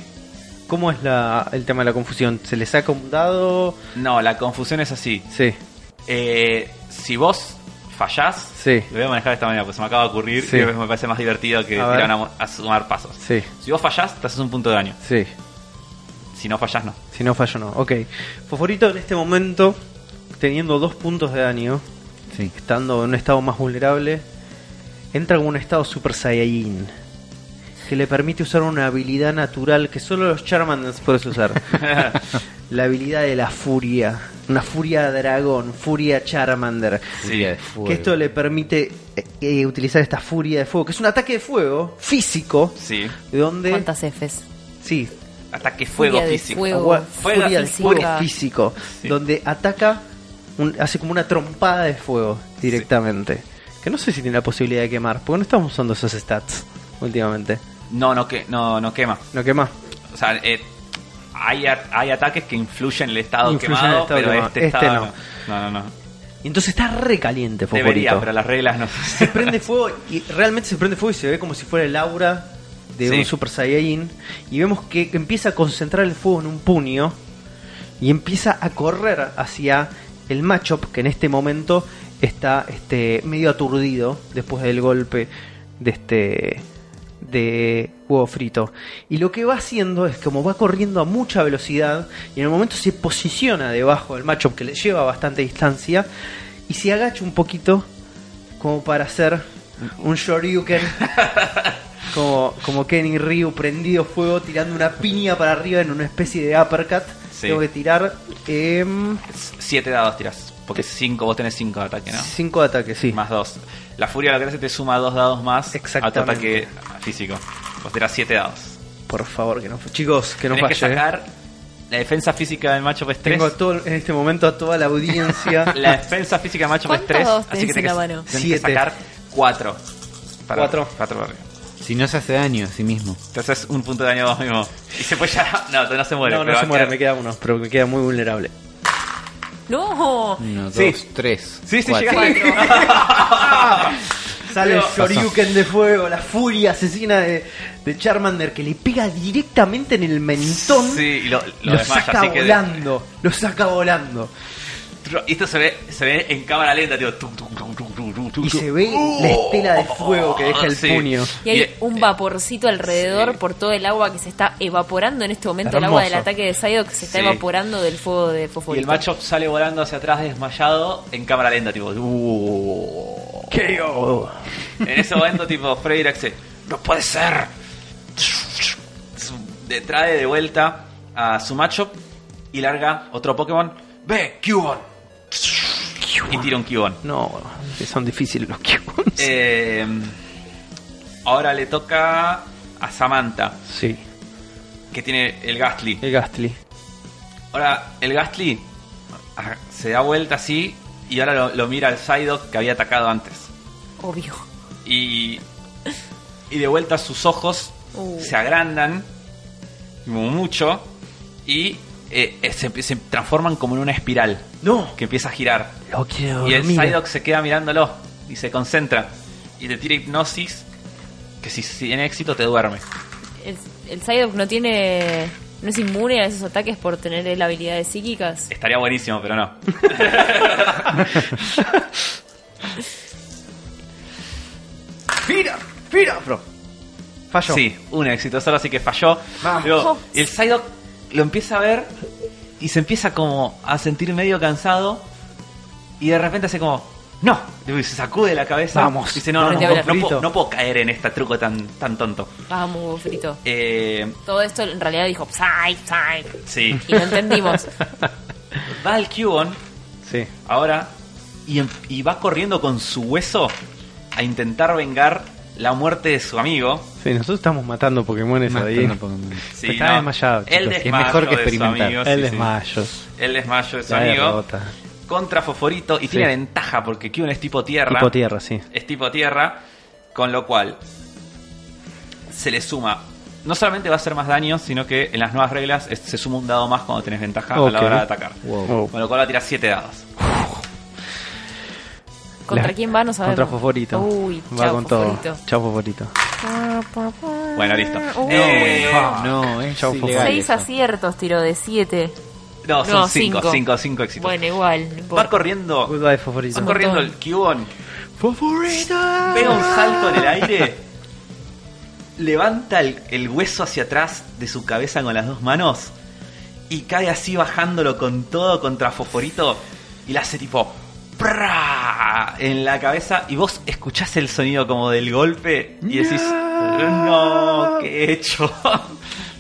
Speaker 1: ¿Cómo es la, el tema de la confusión? ¿Se le saca un dado?
Speaker 2: No, la confusión es así.
Speaker 1: Sí.
Speaker 2: Eh, si vos fallás,
Speaker 1: Sí.
Speaker 2: lo voy a manejar de esta manera, pues se me acaba de ocurrir
Speaker 1: Sí.
Speaker 2: y me parece más divertido que
Speaker 1: A
Speaker 2: tirar
Speaker 1: ver.
Speaker 2: una mo- a sumar pasos.
Speaker 1: Sí.
Speaker 2: Si vos fallás, te haces un punto de daño.
Speaker 1: Sí.
Speaker 2: Si no fallás, no.
Speaker 1: Si no fallo, no. Ok. Fosforito en este momento, teniendo dos puntos de daño,
Speaker 3: Sí.
Speaker 1: estando en un estado más vulnerable, entra como un estado Super Saiyajin. Que le permite usar una habilidad natural que solo los Charmanders pueden usar. la habilidad de la furia. Una furia dragón, furia Charmander.
Speaker 2: Sí.
Speaker 1: Que esto le permite eh, eh, utilizar esta furia de fuego, que es un ataque de fuego físico.
Speaker 2: Sí.
Speaker 1: De donde.
Speaker 4: ¿Cuántas Fs?
Speaker 1: Sí,
Speaker 2: Ataque fuego
Speaker 4: Furia de
Speaker 2: físico.
Speaker 4: fuego.
Speaker 1: agua-
Speaker 2: fuego
Speaker 1: furia de
Speaker 4: física.
Speaker 1: fuego físico.
Speaker 2: Sí.
Speaker 1: Donde ataca, un- hace como una trompada de fuego directamente. Que no sé si tiene la posibilidad de quemar, porque no estamos usando esos stats últimamente.
Speaker 2: No, no, que, no, no quema.
Speaker 1: No quema.
Speaker 2: O sea, eh, hay, a- hay ataques que influyen en el estado
Speaker 1: Influyen en el
Speaker 2: quemado,
Speaker 1: estado
Speaker 2: pero
Speaker 1: quemado.
Speaker 2: este,
Speaker 1: Este
Speaker 2: estado no. No, no, no.
Speaker 1: Y entonces está recaliente,
Speaker 2: Debería,
Speaker 1: Fosforito.
Speaker 2: pero las reglas no.
Speaker 1: se prende fuego y realmente se prende fuego y se ve como si fuera el aura de
Speaker 2: Sí.
Speaker 1: un Super Saiyajin y vemos que que empieza a concentrar el fuego en un puño y empieza a correr hacia el matchup que en este momento está este medio aturdido después del golpe de este de huevo frito y lo que va haciendo es como va corriendo a mucha velocidad y en el momento se posiciona debajo del matchup que le lleva bastante distancia y se agacha un poquito como para hacer un shoryuken. Como, como Kenny Ryu prendido fuego, tirando una piña para arriba en una especie de uppercut.
Speaker 2: Sí.
Speaker 1: Tengo que tirar em, 5
Speaker 2: Siete dados tiras. Porque cinco, vos tenés cinco de ataque, ¿no?
Speaker 1: cinco ataques, sí.
Speaker 2: Más dos. La furia lo que hace te suma dos dados más a tu
Speaker 1: Exactamente.
Speaker 2: ataque físico. Vos tirás siete dados.
Speaker 1: Por favor, que no Chicos, que no falle.
Speaker 2: tenés que
Speaker 1: eh.
Speaker 2: sacar la defensa física del macho es tres.
Speaker 1: Tengo a todo, en este momento a toda la audiencia.
Speaker 2: La defensa física del macho es
Speaker 4: ¿Cuántos
Speaker 2: tres.
Speaker 4: dados
Speaker 2: Así que
Speaker 4: tenés en
Speaker 2: tenés,
Speaker 4: la mano?
Speaker 2: tenés que
Speaker 1: Siete.
Speaker 2: sacar cuatro. Para-
Speaker 1: Cuatro.
Speaker 2: Cuatro para arriba.
Speaker 3: Si no se hace daño a sí mismo.
Speaker 2: Te haces un punto de daño a vos mismo. Y se puede ya. No, no se muere.
Speaker 1: no,
Speaker 2: pero
Speaker 1: no
Speaker 2: va
Speaker 1: se
Speaker 2: a
Speaker 1: muere,
Speaker 2: quedar-
Speaker 1: me queda uno, pero me queda muy vulnerable.
Speaker 4: ¡No!
Speaker 3: Uno, dos,
Speaker 1: Sí.
Speaker 3: tres.
Speaker 2: Sí, sí,
Speaker 3: cuatro.
Speaker 2: llega.
Speaker 1: Sale el
Speaker 2: Pasó.
Speaker 1: Shoryuken de fuego, la furia asesina de, de Charmander que le pega directamente en el mentón.
Speaker 2: Sí, y lo, lo
Speaker 1: lo,
Speaker 2: desmaya,
Speaker 1: saca
Speaker 2: así que.
Speaker 1: volando, lo saca volando.
Speaker 2: Y esto se ve, se ve en cámara lenta, tío. Tum, tum, tum, tum, tum, tum, tum. Oh,
Speaker 1: Y se ve la estela de fuego que deja el
Speaker 2: Sí.
Speaker 1: puño.
Speaker 4: Y hay
Speaker 2: eh,
Speaker 4: un vaporcito alrededor
Speaker 2: sí.
Speaker 4: por todo el agua que se está evaporando en este momento. El
Speaker 1: Hermoso.
Speaker 4: agua del ataque de Psyduck se está
Speaker 2: Sí.
Speaker 4: evaporando del fuego de
Speaker 2: Y el
Speaker 4: Fosforito.
Speaker 2: macho sale volando hacia atrás desmayado en cámara lenta, tipo. uh.
Speaker 1: KO.
Speaker 2: En ese momento, tipo, Freddy hace. ¡No puede ser! Te trae de vuelta a su matchup y larga otro Pokémon. ¡Ve! ¡Cubon! Y tira un Cubone.
Speaker 1: No, que son difíciles los Cubons.
Speaker 2: Eh, ahora le toca a Samantha,
Speaker 1: sí,
Speaker 2: que tiene el Gastly.
Speaker 1: el Gastly.
Speaker 2: Ahora, el Gastly ah, se da vuelta así y ahora lo, lo mira al Psyduck que había atacado antes.
Speaker 4: Obvio.
Speaker 2: Y, y de vuelta sus ojos
Speaker 4: Uh.
Speaker 2: se agrandan como mucho y eh, eh, se, se transforman como en una espiral
Speaker 1: No.
Speaker 2: que empieza a girar.
Speaker 1: Lo quiero
Speaker 2: Y el
Speaker 1: dormir.
Speaker 2: Psyduck se queda mirándolo y se concentra y le tira hipnosis que si si tiene éxito te duerme.
Speaker 4: El, el Psyduck no tiene. No es inmune a esos ataques por tener las habilidades psíquicas.
Speaker 2: Estaría buenísimo, pero no.
Speaker 1: ¡Fira! ¡Fira! Pro. Falló.
Speaker 2: Sí, un éxito solo, así que falló.
Speaker 3: Vamos.
Speaker 2: Luego, el Psyduck lo empieza a ver y se empieza como a sentir medio cansado y de repente hace como, no, y se sacude la cabeza.
Speaker 1: Vamos.
Speaker 2: Dice, no, no, no, no,
Speaker 4: Aprende a hablar.
Speaker 2: no puedo,
Speaker 1: Frito.
Speaker 2: no puedo caer en este truco tan, tan tonto.
Speaker 4: Vamos, frito.
Speaker 2: Eh,
Speaker 4: Todo esto en realidad dijo Psy, Psy.
Speaker 2: sí,
Speaker 4: Y lo entendimos.
Speaker 2: va al Cubon
Speaker 1: Sí.
Speaker 2: ahora y, em- y va corriendo con su hueso a intentar vengar la muerte de su amigo.
Speaker 1: Sí, nosotros estamos matando Pokémones
Speaker 3: Más
Speaker 1: ahí.
Speaker 3: no Pokémon.
Speaker 2: Sí,
Speaker 1: Está desmayado,
Speaker 2: El
Speaker 1: chicos,
Speaker 3: que es
Speaker 2: desmayo
Speaker 3: mejor que
Speaker 2: de su
Speaker 3: experimentar.
Speaker 2: amigo,
Speaker 1: el
Speaker 2: sí, sí.
Speaker 1: desmayo.
Speaker 2: El desmayo de su
Speaker 1: La
Speaker 2: amigo.
Speaker 1: derrota.
Speaker 2: Contra Fosforito. Y
Speaker 1: Sí.
Speaker 2: tiene ventaja porque Kyun es tipo tierra.
Speaker 1: Tipo tierra, sí.
Speaker 2: Es tipo tierra. Con lo cual se le suma. No solamente va a hacer más daño, sino que en las nuevas reglas es- se suma un dado más cuando tenés ventaja a la
Speaker 1: Ok.
Speaker 2: hora de atacar.
Speaker 1: Wow.
Speaker 2: Con lo cual va a tirar 7 dados.
Speaker 4: ¿Contra
Speaker 1: La-
Speaker 4: quién va? No sabemos.
Speaker 1: Contra Foforito.
Speaker 4: Uy,
Speaker 1: Va
Speaker 4: chao,
Speaker 1: con
Speaker 4: Foforito.
Speaker 1: todo. Chao, Foforito.
Speaker 2: Bueno, listo.
Speaker 4: Uy.
Speaker 2: Eh,
Speaker 3: No, es
Speaker 1: Chau,
Speaker 3: ilegal
Speaker 4: Seis
Speaker 3: eso.
Speaker 4: aciertos, tiro de siete.
Speaker 2: no,
Speaker 4: No,
Speaker 2: son 5,
Speaker 4: cinco.
Speaker 2: 5, 5 éxitos.
Speaker 4: Bueno, igual. no
Speaker 2: va
Speaker 4: importa.
Speaker 2: corriendo.
Speaker 1: Goodbye, Foforito.
Speaker 2: Va
Speaker 4: Un
Speaker 2: corriendo el
Speaker 4: montón.
Speaker 2: Cubon.
Speaker 1: ¡Foforito!
Speaker 2: pega un
Speaker 1: Ah.
Speaker 2: salto en el aire, levanta el, el hueso hacia atrás de su cabeza con las dos manos y cae así bajándolo con todo contra Fosforito y le hace tipo ¡prá! en la cabeza y vos escuchás el sonido como del golpe y decís no,
Speaker 1: No.
Speaker 2: ¿qué he hecho?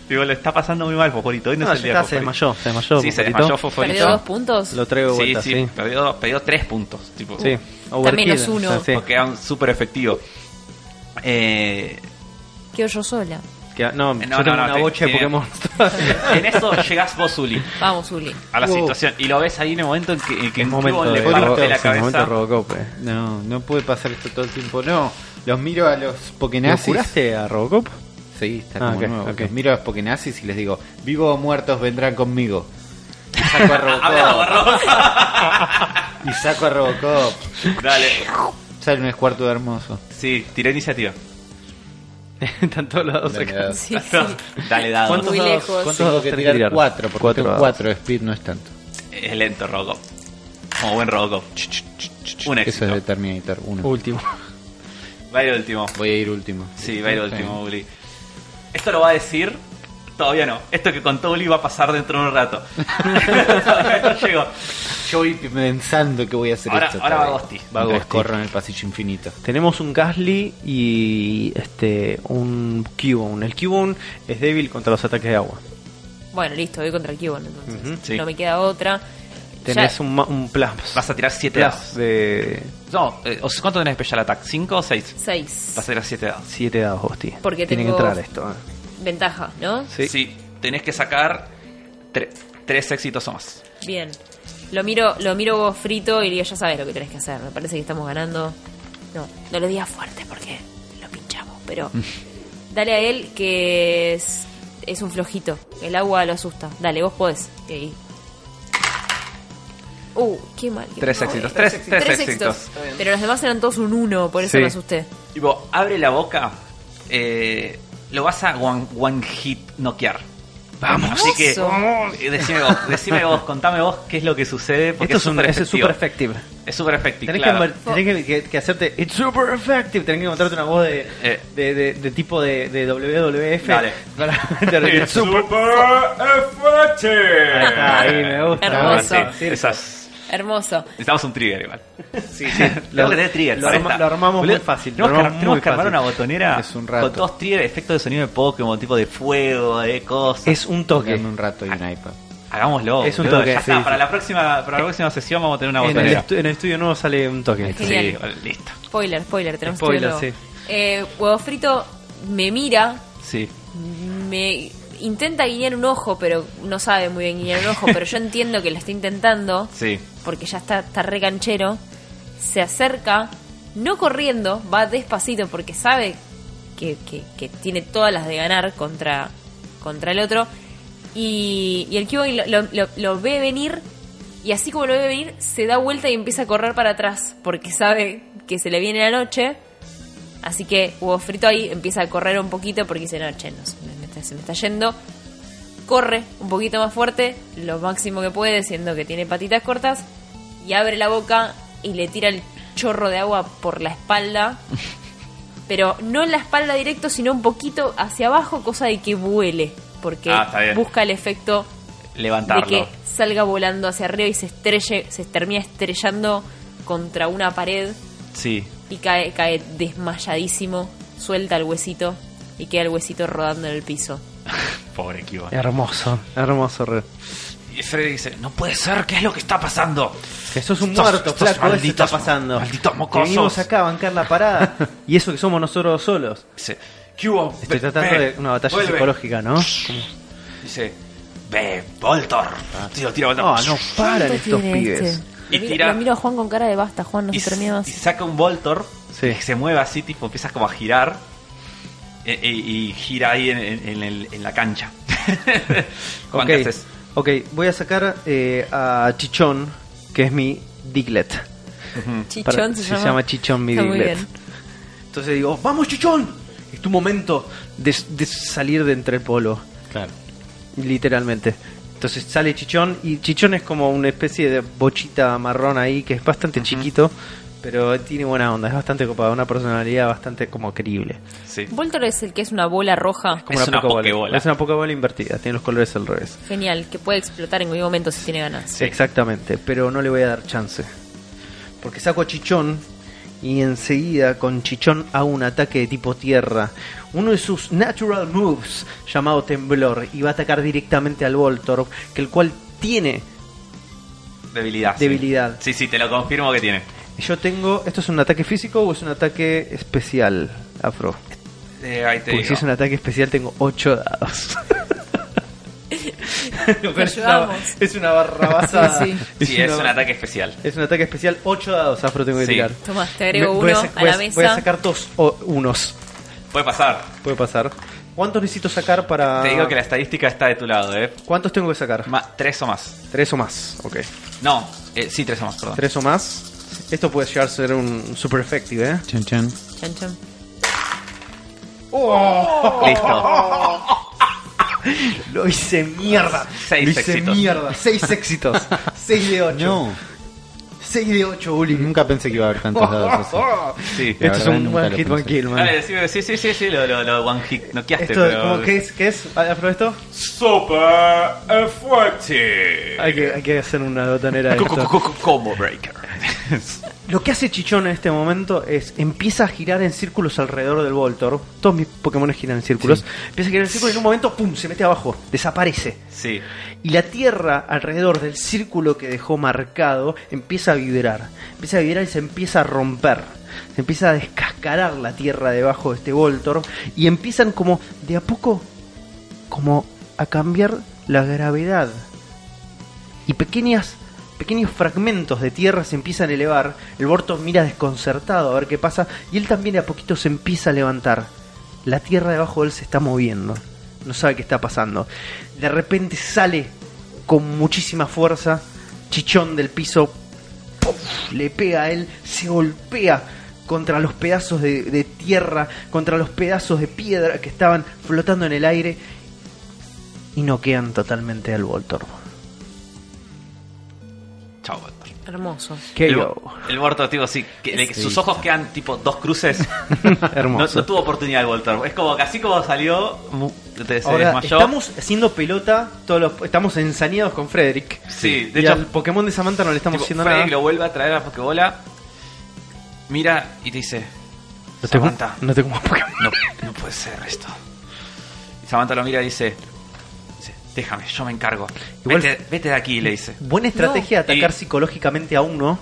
Speaker 2: Digo, lo está pasando muy mal Fosforito, hoy no,
Speaker 1: No,
Speaker 2: es el
Speaker 1: ya
Speaker 2: día de
Speaker 1: está, se
Speaker 2: Fosforito.
Speaker 1: desmayó, se desmayó.
Speaker 2: Sí, se
Speaker 1: Foforito.
Speaker 2: desmayó Fosforito.
Speaker 4: ¿Perdió dos puntos?
Speaker 1: Lo traigo de
Speaker 2: Sí,
Speaker 1: vuelta,
Speaker 2: sí,
Speaker 1: sí.
Speaker 2: Perdió, perdió tres puntos. Tipo,
Speaker 1: Sí.
Speaker 4: Está menos
Speaker 1: Overkill,
Speaker 4: uno.
Speaker 1: o sea, sí.
Speaker 2: porque era un súper efectivo. Eh,
Speaker 4: Quedo yo sola.
Speaker 1: Que- no,
Speaker 2: No,
Speaker 1: yo
Speaker 2: Eh, no,
Speaker 1: tengo
Speaker 2: no,
Speaker 1: una
Speaker 2: te-
Speaker 1: bocha de
Speaker 2: tiene-
Speaker 1: Pokémon.
Speaker 2: en eso llegás vos, Uli,
Speaker 4: Vamos, Uli.
Speaker 2: a la
Speaker 1: Wow.
Speaker 2: situación. Y lo ves ahí en el momento en que, en que
Speaker 1: Es
Speaker 2: un cubón le
Speaker 1: de Robocop,
Speaker 2: parte la
Speaker 1: es el momento de
Speaker 2: cabeza.
Speaker 1: Robocop. eh.
Speaker 3: No, no puede pasar esto todo el tiempo. No, los miro a los
Speaker 1: ¿Lo
Speaker 3: Pokenazis.
Speaker 1: curaste a Robocop?
Speaker 3: Sí, está
Speaker 1: Ah,
Speaker 3: como
Speaker 1: ok,
Speaker 3: nuevo.
Speaker 1: ok.
Speaker 3: Los miro a los Pokenazis y les digo, vivos o muertos vendrán conmigo. Y saco a
Speaker 2: Habla,
Speaker 3: Robocop. y saco a Robocop.
Speaker 2: Barro. Dale.
Speaker 3: Sale un escuarto hermoso.
Speaker 2: Sí, tiré iniciativa.
Speaker 1: Están todos los dos acá.
Speaker 3: Tengo
Speaker 4: Sí, sí.
Speaker 2: Dale, dado.
Speaker 4: Muy
Speaker 1: dados?
Speaker 4: lejos.
Speaker 1: ¿Cuántos dados
Speaker 3: que
Speaker 1: tenés que
Speaker 3: tirar
Speaker 1: tirar?
Speaker 3: 4, porque
Speaker 1: Cuatro
Speaker 3: cuatro,
Speaker 1: dados.
Speaker 3: speed no es tanto.
Speaker 2: Es lento, Robocop. Como buen Robocop. Un
Speaker 3: Eso es de
Speaker 2: éxito.
Speaker 3: Terminator 1.
Speaker 1: Último.
Speaker 2: Va a ir último.
Speaker 3: Voy a ir último.
Speaker 2: Sí, va a ir
Speaker 3: Ok.
Speaker 2: último, Uli. Esto lo va a decir. Todavía no. Esto que contó Uli va a pasar dentro de un rato. Todavía no llegó.
Speaker 3: Yo voy pensando que voy a hacer
Speaker 2: Ahora-
Speaker 3: esto.
Speaker 2: ahora va
Speaker 3: todavía.
Speaker 2: Agosti.
Speaker 3: Va
Speaker 1: Mientras
Speaker 3: Agosti. Corro en el pasillo infinito.
Speaker 1: Tenemos un Gasly y este un Cubone. El Cubone es débil contra los ataques de agua.
Speaker 4: Bueno, listo, voy contra el Cubone entonces.
Speaker 1: Ujú,
Speaker 2: sí.
Speaker 4: No me queda otra.
Speaker 1: Tenés
Speaker 4: Ya-
Speaker 1: un, ma- un plus.
Speaker 2: Vas a tirar 7
Speaker 1: plus
Speaker 2: dados.
Speaker 1: de
Speaker 2: No, eh, ¿cuánto tenés Special Attack? ¿5 o 6?
Speaker 4: Seis.
Speaker 2: Vas a tirar 7 dados.
Speaker 1: 7 dados, Hosti.
Speaker 4: Porque
Speaker 1: Tiene
Speaker 4: tengo-
Speaker 1: que entrar esto. eh.
Speaker 4: Ventaja, ¿no?
Speaker 1: Sí.
Speaker 2: Sí, tenés que sacar tre- tres éxitos o más.
Speaker 4: Bien. Lo miro, lo miro vos frito y le digo, ya sabes lo que tenés que hacer. Me parece que estamos ganando. No, no lo digas fuerte porque lo pinchamos, pero dale a él que es, es un flojito. El agua lo asusta. Dale, vos podés. Y ahí. Uh, qué mal. que
Speaker 2: Tres
Speaker 4: no,
Speaker 2: éxitos,
Speaker 4: eh.
Speaker 2: tres- tres éxitos.
Speaker 4: Pero los demás eran todos un uno, por eso
Speaker 1: Sí.
Speaker 4: me asusté.
Speaker 2: Tipo, abre la boca, eh, lo vas a one, one hit noquear. Vamos. Así que, eh, decime vos, decime vos, contame vos qué es lo que sucede. Porque
Speaker 1: Esto es un
Speaker 2: súper
Speaker 1: es
Speaker 2: efectivo.
Speaker 1: super effective.
Speaker 2: Es super efectivo.
Speaker 1: Tenés,
Speaker 2: claro.
Speaker 1: que, conver- tenés que, que- que hacerte It's super effective. Tenés que encontrarte una voz de,
Speaker 2: Eh.
Speaker 1: de, de- de tipo de, de WWF.
Speaker 2: Dale.
Speaker 1: Para, de-
Speaker 2: super efectivo.
Speaker 1: Ahí me gusta. Ah,
Speaker 4: Hermoso.
Speaker 2: Esas.
Speaker 4: Hermoso.
Speaker 2: Necesitamos un trigger igual.
Speaker 5: Sí, sí. Tengo que tener trigger.
Speaker 1: lo
Speaker 5: para
Speaker 1: arma-
Speaker 5: esta.
Speaker 1: lo armamos
Speaker 2: Boludo,
Speaker 1: muy fácil. lo
Speaker 2: Tenemos que,
Speaker 1: armamos
Speaker 2: tenemos
Speaker 1: muy
Speaker 2: que armar
Speaker 1: fácil.
Speaker 2: una botonera
Speaker 3: Es un rato.
Speaker 2: con todos trigger, efectos de sonido de Pokémon, tipo de fuego, de cosas.
Speaker 1: Es un toque.
Speaker 3: Dame un rato y un iPad.
Speaker 2: Hagámoslo.
Speaker 1: Es un
Speaker 2: boludo,
Speaker 1: toque,
Speaker 2: ya está,
Speaker 1: sí,
Speaker 2: para,
Speaker 1: sí. Eh,
Speaker 2: La próxima, para la próxima sesión vamos a tener una
Speaker 1: En el,
Speaker 2: botonera.
Speaker 1: estu- en el estudio nuevo sale un toque.
Speaker 4: Genial.
Speaker 2: Sí, listo.
Speaker 4: Spoiler, spoiler, tenemos que
Speaker 1: Spoiler,
Speaker 4: verlo.
Speaker 1: sí.
Speaker 4: Eh, Huevo frito me mira,
Speaker 2: Sí.
Speaker 4: me intenta guiñar un ojo, pero no sabe muy bien guiñar un ojo, pero yo entiendo que la está intentando,
Speaker 2: Sí.
Speaker 4: porque ya está, está re canchero. Se acerca, no corriendo, va despacito porque sabe que, que- que tiene todas las de ganar contra, contra el otro. Y, y el Cuban lo, lo- lo- lo ve venir y así como lo ve venir, se da vuelta y empieza a correr para atrás porque sabe que se le viene la noche. Así que Hugo Frito ahí empieza a correr un poquito porque dice, no, che, no, se me- me está- se me está yendo. Corre un poquito más fuerte, lo máximo que puede, siendo que tiene patitas cortas, y abre la boca y le tira el chorro de agua por la espalda. Pero no en la espalda directo, sino un poquito hacia abajo, cosa de que vuele, porque
Speaker 2: Ah, está bien.
Speaker 4: busca el efecto de
Speaker 2: Levantarlo.
Speaker 4: que salga volando hacia arriba y se estrelle, se termina estrellando contra una pared
Speaker 2: Sí.
Speaker 4: y cae, cae desmayadísimo, suelta el huesito y queda el huesito rodando en el piso.
Speaker 2: Pobre Cuban.
Speaker 1: Hermoso, hermoso. re-
Speaker 2: Y Freddy dice, no puede ser, ¿qué es lo que está pasando?
Speaker 1: Que sos un
Speaker 2: Estos-
Speaker 1: muerto,
Speaker 2: estos
Speaker 1: flaco, eso
Speaker 2: malditos-
Speaker 1: está pasando.
Speaker 2: malditos
Speaker 1: Que
Speaker 2: mocosos.
Speaker 1: Venimos acá a bancar la parada. y eso que somos nosotros solos.
Speaker 2: Dice, Cuban,
Speaker 1: Estoy tratando de una batalla psicológica, ¿no?
Speaker 2: Dice, ve, Voltor. Tiro, tiro, Voltor.
Speaker 1: No, Ah. no paran
Speaker 4: ¿Cuánto
Speaker 1: estos
Speaker 4: tiene
Speaker 1: pibes.
Speaker 4: este?
Speaker 2: Y
Speaker 4: Lo miro-
Speaker 2: tira-
Speaker 4: lo miro a Juan con cara de basta, Juan, no
Speaker 2: y,
Speaker 4: se termina
Speaker 2: y
Speaker 4: más.
Speaker 2: saca un Voltor
Speaker 1: Sí.
Speaker 2: y se mueve así, tipo, empieza como a girar e- e- y gira ahí en, en- en el- en la cancha. Juan,
Speaker 1: Ok,
Speaker 2: ¿qué haces?
Speaker 1: ok, voy a sacar eh, a Chichón, que es mi Diglett.
Speaker 4: Chichón
Speaker 1: Mm, Para-
Speaker 4: se,
Speaker 1: se
Speaker 4: llama.
Speaker 1: llama Chichón, mi
Speaker 4: Está muy
Speaker 1: Diglett.
Speaker 4: bien.
Speaker 1: Entonces digo, vamos Chichón, es tu momento de, de salir de entre el polo,
Speaker 3: Claro.
Speaker 1: literalmente. Entonces sale Chichón y Chichón es como una especie de bochita marrón ahí que es bastante chiquito, pero tiene buena onda, es bastante copado, una personalidad bastante como creíble.
Speaker 2: Sí.
Speaker 4: Voltor es el que es una bola roja.
Speaker 1: Como
Speaker 2: Es una
Speaker 1: Pokébola.
Speaker 2: Pokébola.
Speaker 1: Es una Pokébola invertida, tiene los colores al revés.
Speaker 4: Genial, que puede explotar en cualquier momento si tiene ganas.
Speaker 2: Sí.
Speaker 1: Exactamente, pero no le voy a dar chance. Porque saco a Chichón y enseguida con Chichón hago un ataque de tipo tierra. Uno de sus natural moves llamado temblor y va a atacar directamente al Voltorb, que el cual tiene...
Speaker 2: Debilidad. sí.
Speaker 1: Debilidad.
Speaker 2: Sí, sí, te lo confirmo que tiene.
Speaker 1: Yo tengo... ¿Esto es un ataque físico o es un ataque especial, Afro?
Speaker 2: Eh, ahí te
Speaker 1: Porque si
Speaker 2: digo.
Speaker 1: es un ataque especial tengo 8 dados. Pero es, una,
Speaker 4: ayudamos.
Speaker 1: es una barrabasada.
Speaker 4: Sí, sí.
Speaker 2: Sí, es un ataque especial.
Speaker 1: Es un ataque especial, 8 dados, Afro tengo que
Speaker 2: Sí.
Speaker 1: tirar.
Speaker 4: Tomás, te agrego
Speaker 1: Me-
Speaker 4: uno
Speaker 1: sac-
Speaker 4: a la
Speaker 1: voy
Speaker 4: mesa.
Speaker 1: Voy a sacar dos o unos.
Speaker 2: Puede pasar.
Speaker 1: Puede pasar. ¿Cuántos necesito sacar para.?
Speaker 2: Te digo que la estadística está de tu lado, ¿eh?
Speaker 1: ¿Cuántos tengo que sacar?
Speaker 2: Ma- tres o más.
Speaker 1: Tres o más. Ok.
Speaker 2: No, eh, sí, tres o más, perdón.
Speaker 1: Tres o más. Esto puede llegar a ser un super effective, ¿eh?
Speaker 3: Chan, chan.
Speaker 4: Chan, chan.
Speaker 2: Listo.
Speaker 1: Lo hice mierda.
Speaker 2: Seis
Speaker 1: Lo hice
Speaker 2: éxitos.
Speaker 1: mierda. Seis éxitos. Seis de ocho.
Speaker 3: No.
Speaker 1: Seis de ocho, Uli.
Speaker 3: Nunca pensé que iba a haber tantos dados así.
Speaker 2: Sí. Eh,
Speaker 1: Esto es
Speaker 3: verdad,
Speaker 1: un
Speaker 3: nunca
Speaker 1: one
Speaker 3: lo
Speaker 1: hit, one
Speaker 3: pensé.
Speaker 1: kill, man.
Speaker 2: Dale, decime- sí, sí, sí, sí, lo, lo, lo one hit noqueaste,
Speaker 1: Esto,
Speaker 2: pero...
Speaker 1: ¿cómo, ¿qué es? ¿Qué es? Ah, ¿Afro esto?
Speaker 2: Super Effective.
Speaker 1: Hay que, hay que hacer una botanera de
Speaker 2: Co- co-
Speaker 1: esto.
Speaker 2: co- co- Combo Breaker.
Speaker 1: Lo que hace Chichón en este momento es empieza a girar en círculos alrededor del Voltor. Todos mis Pokémon giran en círculos. Empieza a girar en círculos y en un momento, ¡pum! se mete abajo, desaparece.
Speaker 2: Sí.
Speaker 1: Y la tierra alrededor del círculo que dejó marcado empieza a vibrar. Empieza a vibrar y se empieza a romper. Se empieza a descascarar la tierra debajo de este Voltor. Y empiezan como de a poco como a cambiar la gravedad. Y pequeñas, pequeños fragmentos de tierra se empiezan a elevar. El Borto mira desconcertado a ver qué pasa. Y él también de a poquito se empieza a levantar. La tierra debajo de él se está moviendo. No sabe qué está pasando. De repente sale con muchísima fuerza. Chichón del piso le pega a él, se golpea contra los pedazos de, de tierra, contra los pedazos de piedra que estaban flotando en el aire y noquean totalmente al Voltorb.
Speaker 2: Chao, Walter.
Speaker 4: Hermoso.
Speaker 2: El,
Speaker 1: KO.
Speaker 2: el muerto, tipo, sí. que- le- sus ojos quedan, tipo, dos cruces. no,
Speaker 1: Hermoso.
Speaker 2: no tuvo oportunidad de voltar. Es como que así como salió, mu- te- se
Speaker 1: Ahora,
Speaker 2: desmayó.
Speaker 1: estamos haciendo pelota, todos los, estamos ensañados con Frederick.
Speaker 2: Sí, de
Speaker 1: Y
Speaker 2: hecho-
Speaker 1: al Pokémon de Samantha no le estamos
Speaker 2: Tipo,
Speaker 1: haciendo
Speaker 2: Freddy
Speaker 1: nada.
Speaker 2: lo vuelve a traer a la Pokébola. Mira y te dice:
Speaker 1: No te,
Speaker 2: Samantha,
Speaker 1: no te comas Pokémon.
Speaker 2: no, no puede ser esto. Y Samantha lo mira y dice: dice, Déjame, yo me encargo.
Speaker 1: Igual-
Speaker 2: vete, vete de aquí, le dice.
Speaker 1: Buena estrategia
Speaker 2: No.
Speaker 1: atacar
Speaker 2: Y-
Speaker 1: psicológicamente a uno.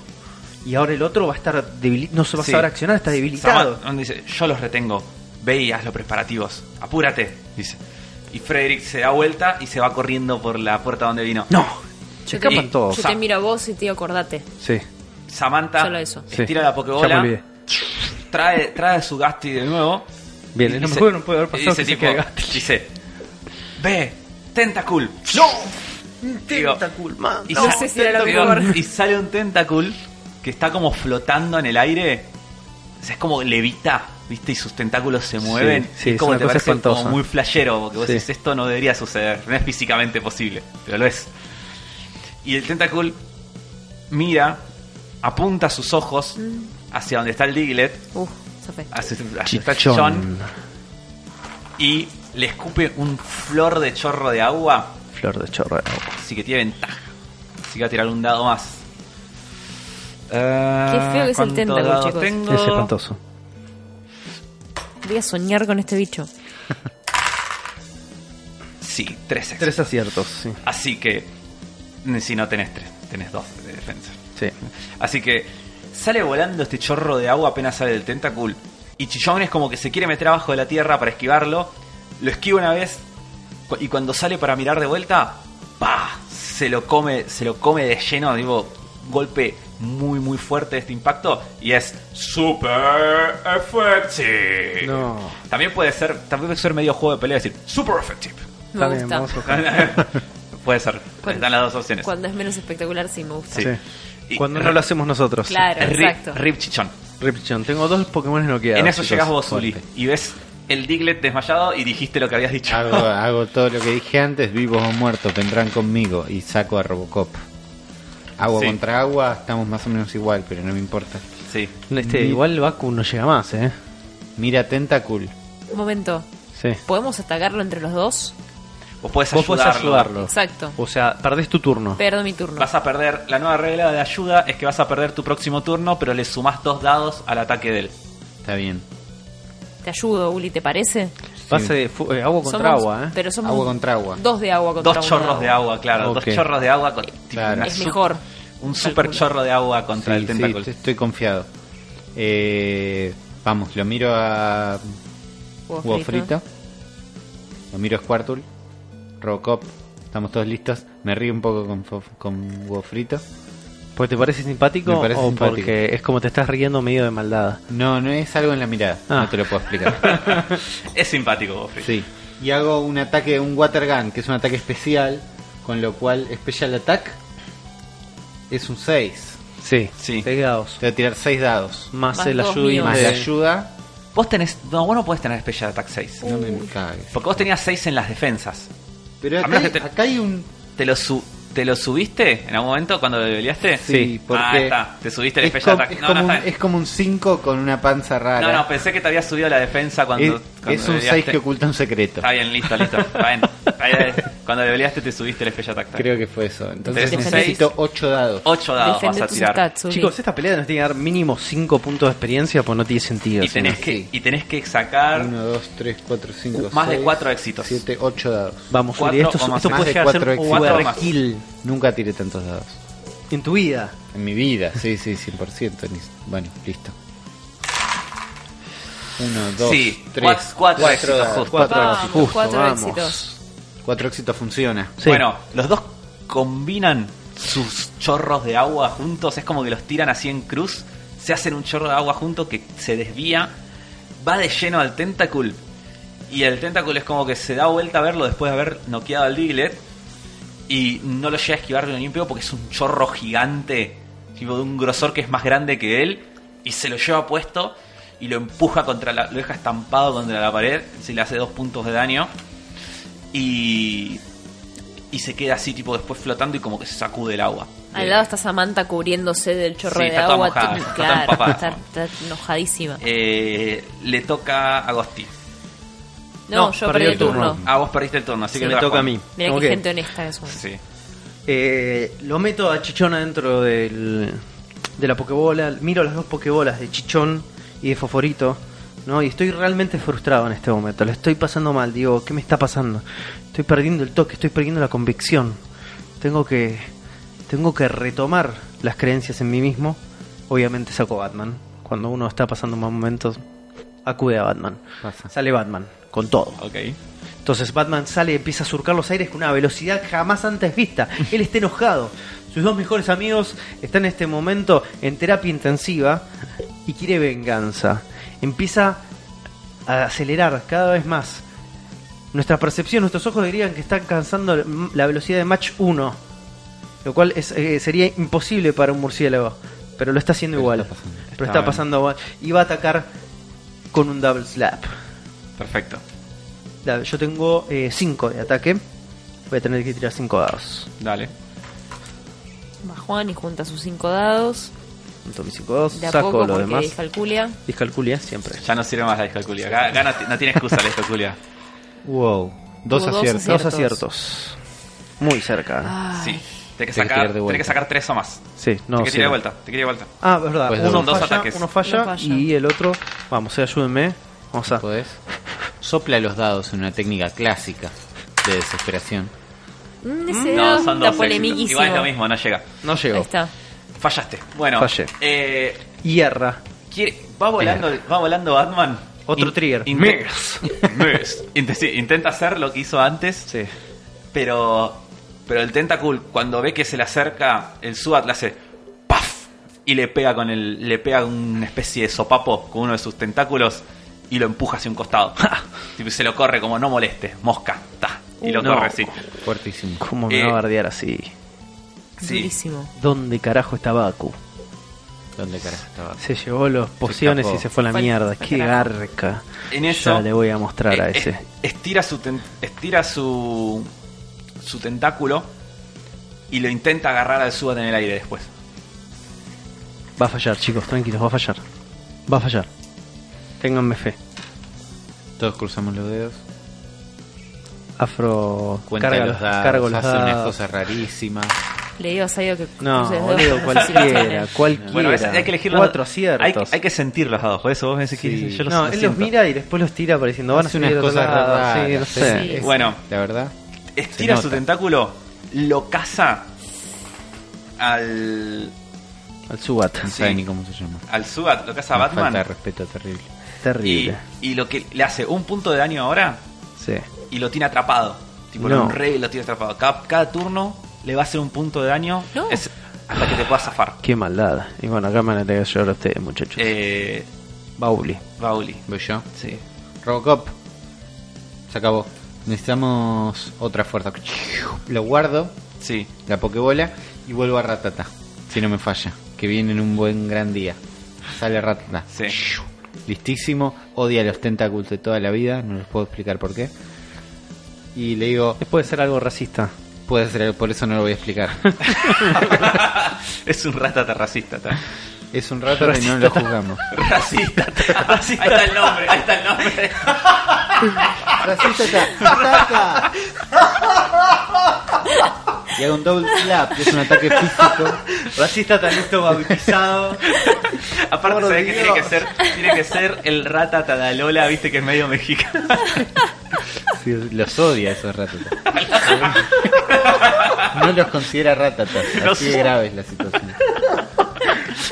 Speaker 1: Y ahora el otro va a estar debilitado. No se va
Speaker 2: Sí.
Speaker 1: a saber accionar, está debilitado.
Speaker 2: Samantha- donde dice, yo los retengo. Ve y haz los preparativos. Apúrate, dice. Y Frederick se da vuelta y se va corriendo por la puerta donde vino.
Speaker 1: No.
Speaker 4: Yo
Speaker 1: Se
Speaker 4: te-
Speaker 1: escapan todos.
Speaker 4: Yo te miro a vos y te digo, acordate.
Speaker 1: Sí.
Speaker 2: Samantha
Speaker 4: Solo eso.
Speaker 1: Sí.
Speaker 2: estira la
Speaker 1: Ya
Speaker 2: Pokébola.
Speaker 1: me olvidé.
Speaker 2: Trae, trae su Gasti de nuevo.
Speaker 1: Bien,
Speaker 2: Y
Speaker 1: en el
Speaker 2: dice-
Speaker 1: juego no puede haber pasado
Speaker 2: y dice,
Speaker 1: que se
Speaker 2: tipo,
Speaker 1: quede Gasti.
Speaker 2: dice, ve, Tentacool. ¡No! Digo,
Speaker 1: Tentacool, man.
Speaker 2: Y,
Speaker 4: No
Speaker 2: sa-
Speaker 4: sé si era lo
Speaker 2: digo,
Speaker 4: peor.
Speaker 2: y sale un Tentacool que está como flotando en el aire. O sea, es como levita, ¿viste? Y sus tentáculos se mueven.
Speaker 1: sí,
Speaker 2: es como
Speaker 1: es una
Speaker 2: te
Speaker 1: cosa
Speaker 2: parece
Speaker 1: espantosa.
Speaker 2: como muy flashero, porque vos
Speaker 1: Sí.
Speaker 2: decís, esto no debería suceder, no es físicamente posible, pero lo es. Y el Tentacool mira, apunta sus ojos
Speaker 4: Mm.
Speaker 2: hacia donde está el Diglett,
Speaker 4: Uf, zafé.
Speaker 1: Ah.
Speaker 2: hacia, hacia está John, y le escupe un flor de chorro de agua,
Speaker 1: Flor de chorro.
Speaker 2: así que tiene ventaja. Así que va a tirar un dado más. Ah,
Speaker 4: Qué feo que es el
Speaker 2: ¿Cuántos
Speaker 4: Tentacool,
Speaker 2: dados
Speaker 4: chicos.
Speaker 2: tengo?
Speaker 1: Es espantoso.
Speaker 4: Voy a soñar con este bicho.
Speaker 2: Sí, tres extra.
Speaker 1: Tres aciertos, sí.
Speaker 2: Así que, si no tenés tres, tenés dos de defensa.
Speaker 1: Sí.
Speaker 2: Así que sale volando este chorro de agua apenas sale del tentáculo. Y Chillón es como que se quiere meter abajo de la tierra para esquivarlo. Lo esquiva una vez. cu- Y cuando sale para mirar de vuelta, ¡pa! Se lo come, se lo come de lleno. Digo, golpe muy, muy fuerte de este impacto. Y es super effective.
Speaker 1: No.
Speaker 2: También puede ser, también puede ser medio juego de pelea decir super effective.
Speaker 4: Me
Speaker 1: Está bien,
Speaker 4: gusta.
Speaker 1: vamos a jugar.
Speaker 2: puede ser.
Speaker 4: Cuando-
Speaker 2: Están las dos opciones.
Speaker 4: Cuando es menos espectacular, sí, me gusta.
Speaker 2: Sí.
Speaker 1: Sí. Cuando no lo hacemos nosotros.
Speaker 4: Claro,
Speaker 2: Rip-
Speaker 4: exacto.
Speaker 2: Rip Chichón.
Speaker 1: Repetición, tengo dos Pokémon noqueados.
Speaker 2: En eso
Speaker 1: chicos.
Speaker 2: llegas vos, Uli,
Speaker 1: Fuerte.
Speaker 2: y ves el Diglett desmayado y dijiste lo que habías dicho.
Speaker 3: Hago, hago todo lo que dije antes, vivos o muertos, vendrán conmigo y saco a Robocop. Agua
Speaker 2: Sí.
Speaker 3: contra agua, estamos más o menos igual, pero no me importa.
Speaker 2: Sí.
Speaker 1: Este, igual Baku no llega más, ¿eh?
Speaker 3: Mira Tentacool.
Speaker 4: Un momento.
Speaker 1: Sí.
Speaker 4: ¿Podemos atacarlo entre los dos?
Speaker 2: Vos podés
Speaker 1: Vos podés
Speaker 2: ayudarlo.
Speaker 1: ayudarlo.
Speaker 4: Exacto.
Speaker 1: O sea, perdés tu turno.
Speaker 4: Perdo mi turno.
Speaker 2: Vas a perder, la nueva regla de ayuda es que vas a perder tu próximo turno, pero le sumás dos dados al ataque de él.
Speaker 3: Está bien.
Speaker 4: Te ayudo, Uli, ¿te parece?
Speaker 1: Pase de fu- eh, agua contra
Speaker 4: Somos-
Speaker 1: agua, ¿eh?
Speaker 4: Pero somos
Speaker 3: Agua contra agua.
Speaker 4: dos de agua contra
Speaker 2: Dos
Speaker 4: uno
Speaker 2: chorros de agua, claro.
Speaker 1: Ok.
Speaker 2: Dos chorros de agua. con- tipo
Speaker 3: Claro.
Speaker 2: una
Speaker 4: Es
Speaker 2: su-
Speaker 4: mejor.
Speaker 2: Un super chorro de agua contra
Speaker 3: Sí,
Speaker 2: el
Speaker 3: sí,
Speaker 2: tentáculo.
Speaker 3: te- estoy confiado. Eh, vamos, lo miro a
Speaker 4: Huevo
Speaker 3: Huevo
Speaker 4: frito.
Speaker 3: frito. Lo miro a Squirtle. Robocop. Estamos todos listos. Me río un poco con, fo- con huevo frito.
Speaker 1: ¿Porque te parece simpático
Speaker 3: Me parece
Speaker 1: o
Speaker 3: simpático.
Speaker 1: porque es como te estás riendo medio de maldad?
Speaker 3: No, no es algo en la mirada.
Speaker 1: Ah.
Speaker 3: No te lo puedo explicar.
Speaker 2: Es simpático, Gofri.
Speaker 3: sí. Y hago un ataque, un water gun, que es un ataque especial. Con lo cual, special attack es un 6.
Speaker 1: Sí,
Speaker 2: Sí.
Speaker 1: pegados.
Speaker 3: Te voy a tirar 6 dados.
Speaker 1: Más,
Speaker 4: Más
Speaker 1: el
Speaker 4: dos
Speaker 1: ayuda
Speaker 4: míos.
Speaker 3: Más
Speaker 1: de-
Speaker 3: la ayuda.
Speaker 2: Vos tenés. No, vos no podés tener Special Attack 6.
Speaker 3: No me cagues.
Speaker 2: Porque vos tenías 6 en las defensas.
Speaker 3: Pero
Speaker 2: A
Speaker 3: acá
Speaker 2: menos
Speaker 3: hay,
Speaker 2: que te-
Speaker 3: acá hay un.
Speaker 2: ¿Te lo, su- ¿Te lo subiste en algún momento cuando debeliaste?
Speaker 3: Sí, porque.
Speaker 2: Ah, está. Te subiste el
Speaker 3: Es,
Speaker 2: Special
Speaker 3: com-
Speaker 2: Attack.
Speaker 3: es
Speaker 2: No,
Speaker 3: como
Speaker 2: no,
Speaker 3: un,
Speaker 2: está bien.
Speaker 3: es como un 5 con una panza rara.
Speaker 2: No, no, pensé que te había subido la defensa cuando.
Speaker 3: es,
Speaker 2: cuando
Speaker 3: es un
Speaker 2: debeliaste.
Speaker 3: 6 que oculta un secreto.
Speaker 2: Está bien, listo, listo. Está bien. Está bien. Cuando debeliaste te subiste el Special Attack.
Speaker 3: Creo que fue eso. Entonces
Speaker 2: Tenés
Speaker 4: un
Speaker 3: necesito 8 dados.
Speaker 2: 8 dados
Speaker 4: Defende
Speaker 2: vas a
Speaker 4: tus
Speaker 2: tirar. este-
Speaker 4: stats, Uli.
Speaker 1: Chicos, esta pelea nos tiene que dar mínimo 5 puntos de experiencia, pues no tiene sentido.
Speaker 2: Y
Speaker 1: si
Speaker 2: tenés,
Speaker 1: no.
Speaker 2: que,
Speaker 3: sí.
Speaker 2: y tenés que sacar
Speaker 3: 1, 2, 3, 4, 5,
Speaker 2: Uh, Más de cuatro éxitos.
Speaker 3: 7, 8 dados.
Speaker 1: Vamos,
Speaker 2: cuatro
Speaker 1: Uli, esto, es-
Speaker 2: o más.
Speaker 1: esto
Speaker 2: Más
Speaker 1: puede
Speaker 3: de
Speaker 1: llegar a ser
Speaker 3: cuatro
Speaker 1: un
Speaker 2: extra. Cuatro más.
Speaker 1: overkill
Speaker 3: Nunca tiré tantos dados.
Speaker 1: en tu vida.
Speaker 3: En mi vida, sí, sí, 100%. ni- Bueno, listo. 1, 2,
Speaker 2: Sí,
Speaker 3: 3,
Speaker 2: cuat- cuatro éxitos,
Speaker 3: 4 dados.
Speaker 2: justo.
Speaker 3: 4 éxitos.
Speaker 4: Vamos,
Speaker 1: Justo,
Speaker 4: cuatro
Speaker 1: vamos.
Speaker 4: éxitos.
Speaker 3: 4 éxitos funciona.
Speaker 1: Sí.
Speaker 2: Bueno, los dos combinan sus chorros de agua juntos, es como que los tiran así en cruz, se hacen un chorro de agua junto que se desvía, va de lleno al tentáculo y el tentáculo es como que se da vuelta a verlo después de haber noqueado al Diglett y no lo llega a esquivar ni un pedo porque es un chorro gigante, tipo de un grosor que es más grande que él y se lo lleva puesto y lo empuja contra la, lo deja estampado contra la pared, se le hace dos puntos de daño y y y se queda así, tipo, después flotando y como que se sacude el agua.
Speaker 4: Al
Speaker 2: Eh,
Speaker 4: lado está Samantha cubriéndose del chorro
Speaker 2: Sí,
Speaker 4: de
Speaker 2: está toda
Speaker 4: agua.
Speaker 2: mojada,
Speaker 4: Tú-
Speaker 2: está toda
Speaker 4: claro,
Speaker 2: empapada.
Speaker 4: está, está enojadísima.
Speaker 2: eh, le toca a Agostí.
Speaker 4: no,
Speaker 1: no,
Speaker 4: yo
Speaker 1: perdió
Speaker 4: perdí
Speaker 1: el
Speaker 4: el turno.
Speaker 1: turno.
Speaker 2: Ah, vos perdiste el turno, así
Speaker 1: Sí,
Speaker 2: que
Speaker 1: me
Speaker 2: te va
Speaker 1: toca a
Speaker 2: Juan.
Speaker 1: mí.
Speaker 4: Mira
Speaker 1: Ok.
Speaker 4: qué gente honesta que somos.
Speaker 2: Sí.
Speaker 1: Eh, lo meto a Chichón adentro del, de la Pokébola. Miro las dos Pokébolas de Chichón y de Foforito. ¿no? Y estoy realmente frustrado en este momento. Le estoy pasando mal. Digo, ¿qué me está pasando? Estoy perdiendo el toque, estoy perdiendo la convicción. Tengo que, tengo que retomar las creencias en mí mismo. Obviamente saco Batman. Cuando uno está pasando mal momentos, acude a Batman.
Speaker 3: Pasa.
Speaker 1: Sale Batman, con todo.
Speaker 2: Ok.
Speaker 1: Entonces Batman sale y empieza a surcar los aires con una velocidad jamás antes vista. Él está enojado. Sus dos mejores amigos están en este momento en terapia intensiva y quiere venganza. Empieza a acelerar cada vez más. Nuestra percepción, nuestros ojos dirían que está alcanzando la velocidad de Match 1. Lo cual es, eh, sería imposible para un murciélago. Pero lo está haciendo
Speaker 3: Pero
Speaker 1: igual.
Speaker 3: está pasando.
Speaker 1: pero
Speaker 2: Está
Speaker 1: está
Speaker 2: bien.
Speaker 1: pasando igual. Y va a atacar con un double slap.
Speaker 2: Perfecto.
Speaker 1: Dale, yo tengo 5 de ataque. Voy a tener que tirar 5 dados.
Speaker 2: Dale.
Speaker 4: Va Juan y junta sus cinco dados.
Speaker 1: Junto mis 5 dados,
Speaker 4: De a
Speaker 1: saco
Speaker 4: poco
Speaker 1: lo
Speaker 4: porque
Speaker 1: demás.
Speaker 4: discalculia.
Speaker 1: Discalculia siempre.
Speaker 2: Ya no sirve más la discalculia. Acá, acá no, ti- no tiene excusa la discalculia.
Speaker 3: Wow. Dos
Speaker 4: Hubo dos
Speaker 3: aciertos.
Speaker 1: Dos
Speaker 4: Aciertos. Ah.
Speaker 1: aciertos. Muy cerca.
Speaker 4: Ay,
Speaker 2: Sí. Tienes que
Speaker 3: Tenés que
Speaker 2: sacar,
Speaker 3: ir de
Speaker 2: tenés
Speaker 3: vuelta.
Speaker 2: que sacar tres o más.
Speaker 1: Sí, no.
Speaker 2: te que tirar de
Speaker 1: cero.
Speaker 2: vuelta, te que tirar de vuelta.
Speaker 1: Ah, verdad.
Speaker 3: Pues
Speaker 1: uno,
Speaker 3: son
Speaker 2: dos
Speaker 1: falla,
Speaker 2: ataques.
Speaker 1: uno falla,
Speaker 4: No falla.
Speaker 1: y el otro. Vamos, eh, ayúdenme. Vamos a.
Speaker 3: ¿Podés? Sopla los dados en una técnica clásica de desesperación.
Speaker 4: Mm, ese
Speaker 2: No,
Speaker 4: dado
Speaker 2: son
Speaker 4: está
Speaker 2: dos éxitos.
Speaker 4: polemiquísimo.
Speaker 2: Igual es lo mismo, no llega.
Speaker 1: No
Speaker 4: Ahí
Speaker 1: llegó.
Speaker 4: está.
Speaker 2: Fallaste. Bueno,
Speaker 1: Fallé.
Speaker 2: eh,
Speaker 1: Hierra.
Speaker 2: quiere- va volando, va volando Batman.
Speaker 1: Otro
Speaker 2: In-
Speaker 1: trigger.
Speaker 2: inte- Mes. Inte- sí, intenta hacer lo que hizo antes,
Speaker 1: Sí.
Speaker 2: pero pero el Tentacool cuando ve que se le acerca el Suat le hace ¡paf! y le pega con el le pega una especie de sopapo con uno de sus tentáculos y lo empuja hacia un costado. Tipo, se lo corre como no moleste, mosca, ta, y lo
Speaker 1: No.
Speaker 2: corre así.
Speaker 3: Fuertísimo.
Speaker 1: ¿Cómo me
Speaker 2: Eh.
Speaker 1: va a bardear así?
Speaker 2: Sí.
Speaker 4: Durísimo.
Speaker 1: ¿Dónde carajo está Baku?
Speaker 3: ¿Dónde carajo estaba?
Speaker 1: Se llevó los pociones
Speaker 3: escapó.
Speaker 1: y se fue a la
Speaker 4: Fue-
Speaker 1: mierda.
Speaker 4: fue
Speaker 1: Qué
Speaker 4: carajo.
Speaker 1: garca.
Speaker 2: En eso-
Speaker 1: ya le voy a mostrar a
Speaker 2: Eh,
Speaker 1: ese.
Speaker 2: eh, Estira su ten- estira su su tentáculo y lo intenta agarrar al Suat en el aire después.
Speaker 1: Va a fallar, chicos, tranquilos, va a fallar. Va a fallar. Ténganme fe.
Speaker 3: Todos cruzamos los dedos.
Speaker 1: Afro.
Speaker 3: Cuenta
Speaker 1: carga
Speaker 3: los dados.
Speaker 1: cargo los
Speaker 3: hace unas
Speaker 1: dados.
Speaker 3: cosas rarísimas.
Speaker 4: Le digo a Sayo que
Speaker 1: No,
Speaker 4: cruce los dedos,
Speaker 1: boludo,
Speaker 4: pero no sé si lo
Speaker 1: cualquiera,
Speaker 4: tiene.
Speaker 1: cualquiera.
Speaker 2: Bueno, es- hay que elegir los
Speaker 1: Cuatro
Speaker 2: dos. Hay,
Speaker 1: aciertos.
Speaker 2: hay que sentir los dados, por eso vos me decís que
Speaker 3: Sí.
Speaker 2: yo los,
Speaker 1: no,
Speaker 2: los
Speaker 1: él los
Speaker 2: siento.
Speaker 1: mira y después los tira pareciendo van a
Speaker 3: Hace unas
Speaker 1: salir de
Speaker 3: cosas
Speaker 1: otro lado,
Speaker 3: raras.
Speaker 1: sí, no
Speaker 3: sí.
Speaker 1: sé.
Speaker 4: Sí.
Speaker 3: Es-
Speaker 2: Bueno.
Speaker 3: La verdad.
Speaker 2: Estira
Speaker 3: Se
Speaker 2: su
Speaker 3: nota.
Speaker 2: tentáculo, lo caza al.
Speaker 1: Al Subat.
Speaker 3: No
Speaker 2: Sí.
Speaker 3: sabe ni cómo se llama.
Speaker 2: al Subat, lo caza a
Speaker 3: Una Falta de
Speaker 2: Batman.
Speaker 3: respeto terrible.
Speaker 2: Y,
Speaker 1: Terrible.
Speaker 2: y lo que le hace un punto de daño ahora
Speaker 1: Sí.
Speaker 2: y lo tiene atrapado. Tipo,
Speaker 1: No.
Speaker 2: lo enreda y lo tiene atrapado. Cada, cada turno le va a hacer un punto de daño
Speaker 4: No.
Speaker 2: es- hasta que te pueda zafar.
Speaker 1: Qué maldad. Y bueno, acá me van a tener que llorar ustedes, muchachos.
Speaker 2: Eh,
Speaker 1: Bauli.
Speaker 2: Bauli.
Speaker 3: ¿Voy yo?
Speaker 2: Sí.
Speaker 3: Robocop. Se acabó. Necesitamos otra fuerza. Lo guardo,
Speaker 2: Sí.
Speaker 3: la pokebola, y vuelvo a Ratata. Si no me falla. Que viene en un buen gran día. Sale Ratata.
Speaker 2: Sí.
Speaker 3: Listísimo. Odia los tentáculos de toda la vida. No les puedo explicar por qué. Y le digo,
Speaker 1: Puede ser algo racista.
Speaker 3: puede ser, algo- por eso no lo voy a explicar.
Speaker 2: es un ratata racista. ta.
Speaker 3: Es un rato y no lo juzgamos.
Speaker 2: Racista. ta. Ahí está el nombre. Ahí está el nombre.
Speaker 3: Racista está. ¡Ataca! Y hago un double slap, que es un ataque físico.
Speaker 1: Racista tan listo bautizado.
Speaker 2: Aparte,
Speaker 1: Por
Speaker 2: sabés que
Speaker 1: Dios.
Speaker 2: tiene que ser, tiene que ser el rata Tadalola, viste que es medio mexicano.
Speaker 3: Sí, los odia esos ratatas. No los considera ratatas. Así de grave es la situación.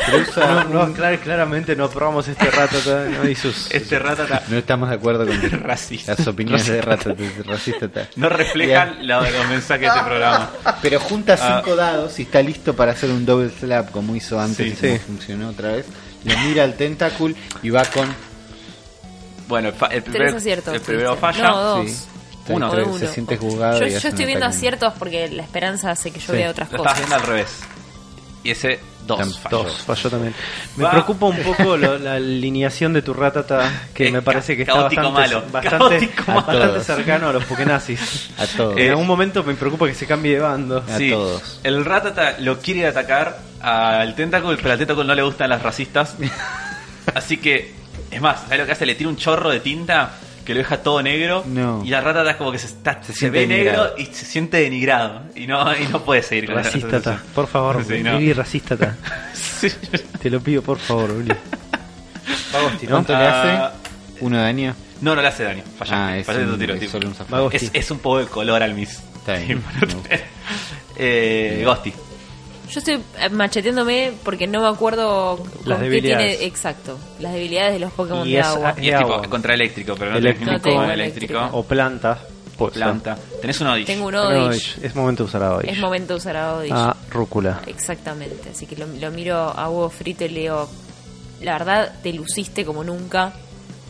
Speaker 3: Pero usa
Speaker 1: No, no, clar- claramente no aprobamos este rato. No, y sus-
Speaker 2: Este rata
Speaker 3: No estamos de acuerdo con
Speaker 2: Racista.
Speaker 3: las opiniones de ratatas. Racista ta.
Speaker 2: no reflejan lo de los mensajes de este programa.
Speaker 3: Pero junta
Speaker 2: Ah.
Speaker 3: cinco dados y está listo para hacer un double slap como hizo antes
Speaker 2: Sí,
Speaker 3: y como
Speaker 1: sí.
Speaker 3: funcionó otra vez. Le mira al tentáculo y va con
Speaker 2: Bueno, el, fa- el primer-
Speaker 4: Tres aciertos.
Speaker 2: el primero
Speaker 4: tuviste.
Speaker 2: falla.
Speaker 4: No, dos.
Speaker 3: Sí.
Speaker 2: Uno.
Speaker 3: Uno.
Speaker 4: O
Speaker 3: Se
Speaker 4: uno.
Speaker 3: siente juzgado.
Speaker 4: Yo,
Speaker 3: y
Speaker 4: yo
Speaker 3: hace un
Speaker 4: estoy viendo
Speaker 3: ataque.
Speaker 4: aciertos porque la esperanza hace que yo
Speaker 3: Sí.
Speaker 4: vea otras
Speaker 2: Lo estás
Speaker 4: cosas.
Speaker 2: viendo al revés. y ese 2 falló.
Speaker 1: Dos, falló también. Me
Speaker 2: Va.
Speaker 1: preocupa un poco lo- la alineación de tu ratata, que
Speaker 2: Es
Speaker 1: me parece que
Speaker 2: ca-
Speaker 1: está
Speaker 2: caótico
Speaker 1: bastante,
Speaker 2: malo.
Speaker 1: bastante,
Speaker 2: Caótico
Speaker 3: malo.
Speaker 1: bastante
Speaker 3: A todos.
Speaker 1: cercano a los pokenazis.
Speaker 3: A todos.
Speaker 1: en algún momento me preocupa que se cambie de bando.
Speaker 3: A
Speaker 2: Sí,
Speaker 3: todos.
Speaker 2: el Ratata lo quiere atacar al Tentacle, pero al Tentacle no le gustan las racistas. Así que, es más, ¿sabes lo que hace? Le tira un chorro de tinta que lo deja todo negro.
Speaker 3: No.
Speaker 2: Y la Ratata es como que se, está, se,
Speaker 3: siente
Speaker 2: ve negro
Speaker 3: denigrado.
Speaker 2: y se siente denigrado. Y no, y no puede seguir con la
Speaker 1: Racístata,
Speaker 2: asociación.
Speaker 1: por favor,
Speaker 2: Sí,
Speaker 1: Billy,
Speaker 2: no.
Speaker 1: racístata.
Speaker 2: Sí.
Speaker 1: Te lo pido, por favor, Billy.
Speaker 3: Agosti, ¿Cuánto le
Speaker 2: Ah,
Speaker 3: hace? ¿Uno de daño?
Speaker 2: No, no le hace daño. Falla.
Speaker 3: Ah, es
Speaker 2: Falla de tu
Speaker 3: un-
Speaker 2: tiro,
Speaker 3: es
Speaker 2: tipo.
Speaker 3: solo un zafate.
Speaker 1: Vago-
Speaker 2: es, es un poco de color al Miss.
Speaker 3: Está bien.
Speaker 2: Eh, Gosti.
Speaker 4: Yo estoy eh, macheteándome porque no me acuerdo con
Speaker 1: Las
Speaker 4: qué
Speaker 1: debilidades.
Speaker 4: tiene exacto las debilidades de los Pokémon
Speaker 1: Y
Speaker 4: de
Speaker 1: es-
Speaker 4: agua.
Speaker 1: ah,
Speaker 2: Y es tipo
Speaker 1: agua.
Speaker 2: contra eléctrico, pero no
Speaker 1: Eléctrico.
Speaker 2: tenés ningún
Speaker 4: No tengo
Speaker 2: eléctrico.
Speaker 4: eléctrico.
Speaker 1: O planta. puede ser.
Speaker 2: Pues, Planta. Tenés un Oddish.
Speaker 4: Tengo un
Speaker 1: No,
Speaker 4: Oddish.
Speaker 1: Odish. Es momento de usar a Odish.
Speaker 4: Es momento de usar a Oddish.
Speaker 1: Ah, rúcula.
Speaker 4: Exactamente. Así que lo, lo miro a huevo frito y le digo, la verdad te luciste como nunca.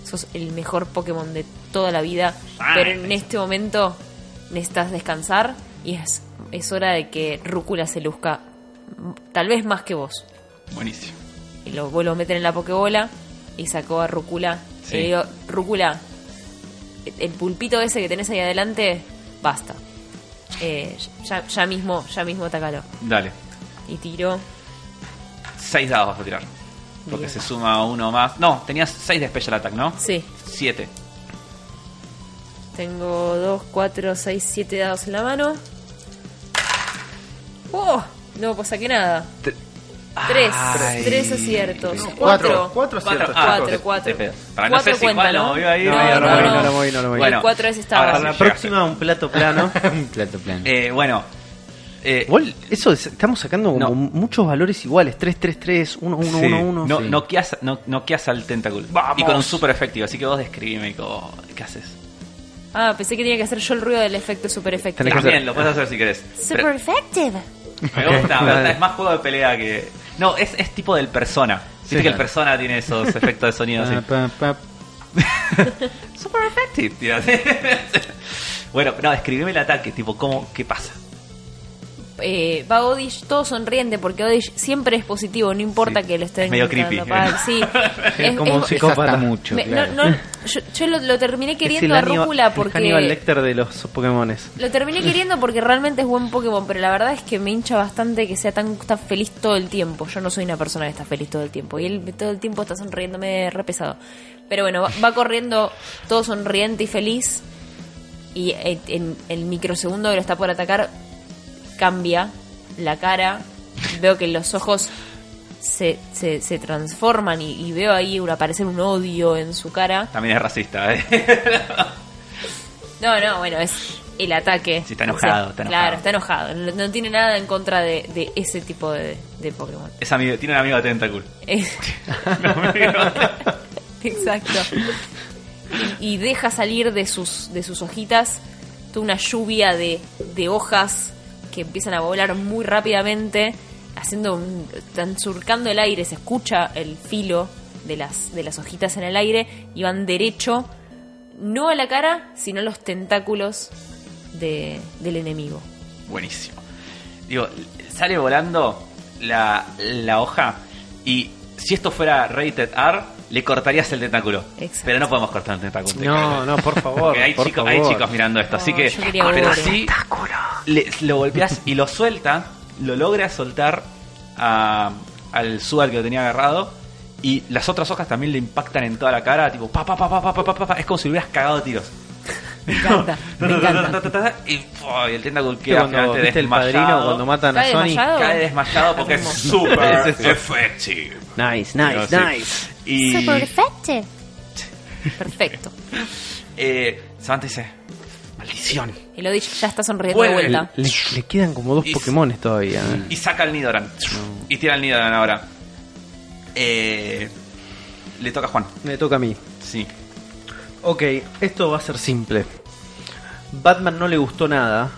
Speaker 4: Sos el mejor Pokémon de toda la vida. Pero en este momento necesitas descansar y es, es hora de que Rúcula se luzca mm, tal vez más que vos.
Speaker 2: Buenísimo.
Speaker 4: y lo vuelvo a meter en la pokebola y sacó a Rúcula.
Speaker 2: Sí.
Speaker 4: Y le digo, Rúcula, el pulpito ese que tenés ahí adelante, basta. Eh, ya, ya mismo, ya mismo atacalo.
Speaker 2: Dale.
Speaker 4: Y tiró.
Speaker 2: Seis dados vas a tirar. Porque
Speaker 4: Bien.
Speaker 2: se suma uno más. No, tenías seis de Special Attack, ¿no?
Speaker 4: Sí,
Speaker 2: Siete.
Speaker 4: tengo 2, 4, 6, 7 dados en la mano. ¡Oh! No, pues saqué nada.
Speaker 2: Tre-
Speaker 4: Tres,
Speaker 2: Ay.
Speaker 4: tres aciertos.
Speaker 2: Cuatro.
Speaker 4: Cuatro.
Speaker 1: Cuatro aciertos,
Speaker 2: Ah,
Speaker 4: Cuatro,
Speaker 2: te-
Speaker 4: cuatro.
Speaker 2: te pedo. Para no
Speaker 4: Cuatro
Speaker 2: sé si Juan
Speaker 4: cuentan,
Speaker 2: lo
Speaker 4: ¿no?
Speaker 2: movió ahí.
Speaker 1: No,
Speaker 2: medio
Speaker 1: no,
Speaker 2: raro.
Speaker 1: no, no lo moví, no lo moví.
Speaker 2: Bueno,
Speaker 4: Cuatro es estaba.
Speaker 2: ahora
Speaker 1: Para
Speaker 2: sí
Speaker 1: la
Speaker 2: llegaste.
Speaker 1: próxima, un plato plano.
Speaker 3: Un plato plano.
Speaker 2: Eh, bueno. Eh,
Speaker 1: Igual, eso es- estamos sacando como
Speaker 2: No.
Speaker 1: muchos valores iguales: 3, 3, 3, 1, 1, 1, 1.
Speaker 2: no, noqueas, no, noqueas al Tentacle. Y con un super efectivo. Así que vos describime co- qué haces.
Speaker 4: Ah, pensé que tenía que hacer yo el ruido del efecto super efecto.
Speaker 1: Tenés que
Speaker 2: También
Speaker 1: hacer-
Speaker 2: lo puedes hacer si querés. Pero
Speaker 4: Super effective.
Speaker 2: me gusta, me gusta.
Speaker 1: Vale.
Speaker 2: Es más juego de pelea que. No, es, es tipo del persona. Viste que el
Speaker 3: claro. Ah,
Speaker 2: persona tiene esos efectos de sonido así.
Speaker 3: Pa, pa, pa.
Speaker 2: Super effective, tío. bueno, no, escribime el ataque, tipo, ¿cómo, ¿qué pasa?
Speaker 4: eh, va Odish todo sonriente porque Odish siempre es positivo, no importa
Speaker 2: Sí,
Speaker 4: que lo estés
Speaker 2: es medio
Speaker 4: gritando
Speaker 2: creepy.
Speaker 4: para- sí,
Speaker 1: Es como un
Speaker 3: Es
Speaker 1: Psicópata.
Speaker 3: hasta mucho,
Speaker 4: me-
Speaker 3: claro.
Speaker 4: no, no, yo, yo lo, lo terminé
Speaker 1: Es
Speaker 4: queriendo
Speaker 1: el
Speaker 4: a
Speaker 1: Aníbal-
Speaker 4: Rúcula
Speaker 1: el Hannibal
Speaker 4: porque
Speaker 1: Lecter de los Pokémones.
Speaker 4: lo terminé queriendo porque realmente es buen Pokémon, pero la verdad es que me hincha bastante que sea tan tan feliz todo el tiempo. Yo no soy una persona que está feliz todo el tiempo y él todo el tiempo está sonriéndome re pesado. Pero bueno, va, va corriendo todo sonriente y feliz y eh, en el microsegundo que lo está por atacar cambia la cara, veo que los ojos se, se, se transforman y, y veo ahí un- aparecer un odio en su cara.
Speaker 2: También es racista, ¿eh?
Speaker 4: No, no, bueno, es el ataque.
Speaker 2: Sí, está enojado, está enojado.
Speaker 4: Claro, está enojado. No, no tiene nada en contra de, de ese tipo de, de Pokémon.
Speaker 2: Es amigo, tiene un amigo de Tentacle.
Speaker 4: Es- Exacto. Y, y deja salir de sus, de sus hojitas toda una lluvia de, de hojas que empiezan a volar muy rápidamente, haciendo un- están surcando el aire, se escucha el filo de las, de las hojitas en el aire y van derecho, no a la cara, sino a los tentáculos de- del enemigo.
Speaker 2: Buenísimo. Digo, sale volando la, la hoja y si esto fuera rated R, le cortarías el tentáculo.
Speaker 4: Exacto.
Speaker 2: Pero no podemos cortar un tentáculo.
Speaker 1: No, no, por favor.
Speaker 2: Porque hay,
Speaker 1: por
Speaker 2: chicos,
Speaker 1: favor.
Speaker 2: hay chicos mirando esto, así
Speaker 4: No,
Speaker 2: que.
Speaker 4: yo quería
Speaker 2: Pero
Speaker 4: gore.
Speaker 2: sí, le- lo golpeas y lo suelta, lo logra soltar a- al Sual que lo tenía agarrado. Y las otras hojas también le impactan en toda la cara, tipo, pa, pa, pa, pa, pa, pa, pa, pa, pa. Es como si le hubieras cagado a tiros.
Speaker 4: Me encanta, me encanta.
Speaker 2: Y, ¡fua! y el tentáculo
Speaker 1: ¿Viste
Speaker 2: queda
Speaker 1: cuando
Speaker 2: finalmente
Speaker 1: viste el padrino
Speaker 2: desmayado.
Speaker 1: cuando matan a
Speaker 4: ¿Está
Speaker 1: Sony?
Speaker 4: desmayado?
Speaker 2: Cae desmayado porque es
Speaker 4: Hermoso.
Speaker 2: super
Speaker 1: Es eso.
Speaker 2: effective.
Speaker 1: Nice,
Speaker 2: No,
Speaker 1: nice,
Speaker 2: sí.
Speaker 1: nice.
Speaker 2: Y
Speaker 4: Perfecto.
Speaker 2: eh, Samantha dice, maldición.
Speaker 4: El Oddish ya está sonriendo de
Speaker 2: Vuelve.
Speaker 4: vuelta.
Speaker 1: Le, le quedan como dos
Speaker 2: Y-
Speaker 1: Pokémones todavía. ¿eh?
Speaker 2: Y saca el Nidoran. Y tira el Nidoran ahora. Eh, le toca a Juan.
Speaker 1: Me toca a mí.
Speaker 2: Sí.
Speaker 1: Ok, esto va a ser simple. Batman no le gustó nada.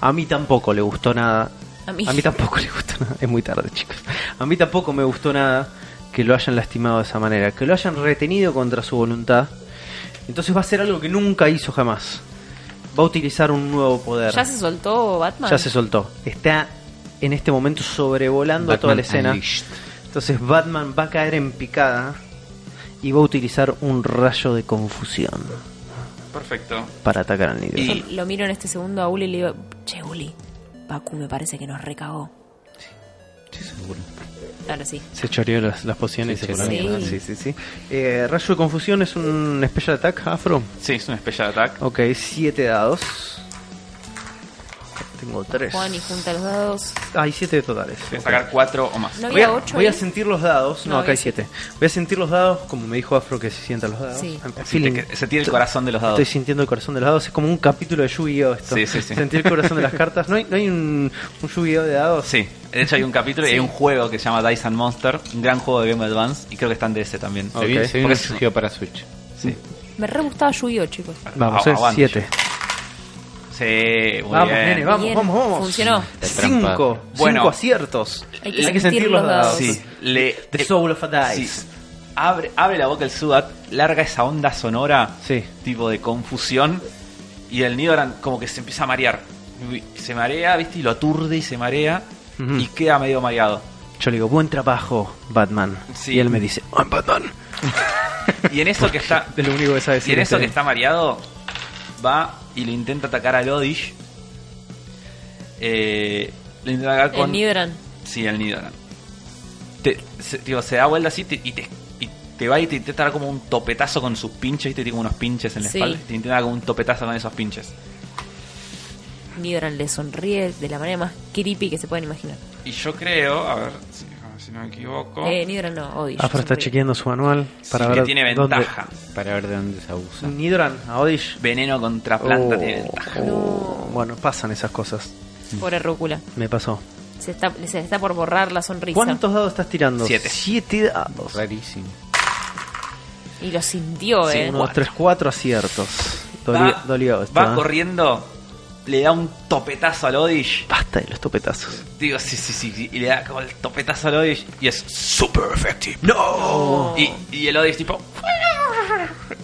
Speaker 1: A mí tampoco le gustó nada.
Speaker 4: A mí.
Speaker 1: tampoco le gustó nada. Es muy tarde, chicos. A mí tampoco me gustó nada que lo hayan lastimado de esa manera. Que lo hayan retenido contra su voluntad. Entonces va a ser algo que nunca hizo jamás. Va a utilizar un nuevo poder.
Speaker 4: ¿Ya se soltó Batman?
Speaker 1: Ya se soltó. Está en este momento sobrevolando a toda la escena.
Speaker 3: Unleashed.
Speaker 1: Entonces Batman va a caer en picada y va a utilizar un rayo de confusión
Speaker 2: Perfecto.
Speaker 1: para atacar al Nigel.
Speaker 2: Y-
Speaker 4: Lo miro en este segundo a Uli y le digo, che, Uli, Baku me parece que nos recagó. Ahora sí.
Speaker 6: Se choreó las, las pociones y se fue a la
Speaker 4: sí.
Speaker 6: mierda.
Speaker 1: Sí, sí, sí. Eh, rayo de confusión es un special attack afro.
Speaker 2: Sí, es un special attack.
Speaker 1: Ok, 7 dados. Tengo 3.
Speaker 4: Juan y junta los dados.
Speaker 1: Hay 7 totales.
Speaker 2: De
Speaker 1: Ok.
Speaker 2: sacar cuatro o más.
Speaker 4: No
Speaker 1: Voy
Speaker 4: había
Speaker 1: a,
Speaker 4: ocho.
Speaker 1: voy a
Speaker 4: ahí?
Speaker 1: sentir los dados. No,
Speaker 4: No,
Speaker 1: acá hay
Speaker 4: había
Speaker 1: 7. Voy a sentir los dados, como me dijo Afro que se sientan los dados.
Speaker 4: Sí.
Speaker 1: I'm
Speaker 2: Sí,
Speaker 1: feeling-
Speaker 2: te- se tiene el corazón de los dados.
Speaker 1: Estoy sintiendo el corazón de los dados. Es como un capítulo de Yu-Gi-Oh! esto.
Speaker 2: Sí, sí, sí.
Speaker 1: Sentir el corazón de las cartas. ¿No hay, no hay un, un Yu-Gi-Oh! de dados?
Speaker 2: Sí, de hecho hay un capítulo y hay un juego que se llama Dice and Monster, un gran juego de Game Boy Advance, y creo que está en DS también.
Speaker 3: Se viene- se viene
Speaker 2: Porque
Speaker 3: un surgido para Switch.
Speaker 2: Sí.
Speaker 4: Me re gustaba Yu-Gi-Oh, chicos.
Speaker 1: Vamos,
Speaker 2: Ah,
Speaker 1: es
Speaker 2: aguante.
Speaker 1: 7.
Speaker 2: Sí, muy
Speaker 1: Vamos,
Speaker 2: bien.
Speaker 1: nene, vamos,
Speaker 4: Bien,
Speaker 1: vamos, vamos.
Speaker 4: funcionó.
Speaker 1: 5.
Speaker 2: Bueno.
Speaker 1: 5 aciertos.
Speaker 4: Hay que sentir los dados.
Speaker 2: Sí, le,
Speaker 1: The
Speaker 2: eh,
Speaker 1: Soul of a
Speaker 2: sí.
Speaker 1: Dice.
Speaker 2: Abre, abre la boca el Sudat, larga esa onda sonora,
Speaker 1: Sí.
Speaker 2: tipo de confusión, y el Nidoran como que se empieza a marear. Se marea, ¿viste? Y lo aturde y se marea,
Speaker 1: Ujú.
Speaker 2: y queda medio mareado.
Speaker 1: Yo le digo, buen trabajo, Batman.
Speaker 2: Sí.
Speaker 1: Y él me dice, I'm Batman.
Speaker 2: Y en eso que está.
Speaker 1: Es lo único que sabe
Speaker 2: Y
Speaker 1: decir
Speaker 2: en eso
Speaker 1: este.
Speaker 2: que está mareado, va y le intenta atacar a Lodish. Eh, le intenta atacar
Speaker 4: El
Speaker 2: con.
Speaker 4: Nidran.
Speaker 2: Sí, el Nidoran. Te- se, digo, se da vuelta así te- y, te, y te va y te intenta dar como un topetazo con sus pinches. ¿viste? Tiene como unos pinches en la
Speaker 4: Sí.
Speaker 2: espalda. Te intenta dar como un topetazo con esos pinches.
Speaker 4: Nidran le sonríe de la manera más creepy que se pueden imaginar.
Speaker 2: Y yo creo, a ver si, a ver si no me equivoco.
Speaker 4: Eh, Nidran no, Odish.
Speaker 1: Afro Ah, está
Speaker 4: sonríe.
Speaker 1: chequeando su manual
Speaker 2: sí
Speaker 1: para
Speaker 2: que
Speaker 1: ver.
Speaker 2: tiene
Speaker 1: dónde-
Speaker 2: ventaja.
Speaker 3: Para ver de dónde se abusa.
Speaker 2: Mm.
Speaker 1: Nidran, a Odish.
Speaker 2: Veneno contra planta
Speaker 1: Oh,
Speaker 2: tiene ventaja.
Speaker 1: oh, Bueno, pasan esas cosas.
Speaker 4: Pobre Rúcula.
Speaker 1: Me pasó.
Speaker 4: Se está, se está por borrar la sonrisa.
Speaker 1: ¿Cuántos dados estás tirando?
Speaker 2: Siete.
Speaker 1: Siete dados.
Speaker 3: Rarísimo.
Speaker 4: Y lo sintió, eh.
Speaker 1: Uno, dos, tres, cuatro aciertos. Doli-
Speaker 2: va,
Speaker 1: dolió esto.
Speaker 2: va
Speaker 1: ¿eh?
Speaker 2: corriendo, le da un topetazo a Lodish.
Speaker 1: Basta de los topetazos.
Speaker 2: Digo, sí, sí, sí, sí, Y le da como el topetazo al Odish y es super effective. ¡No! Y, y el Odish tipo.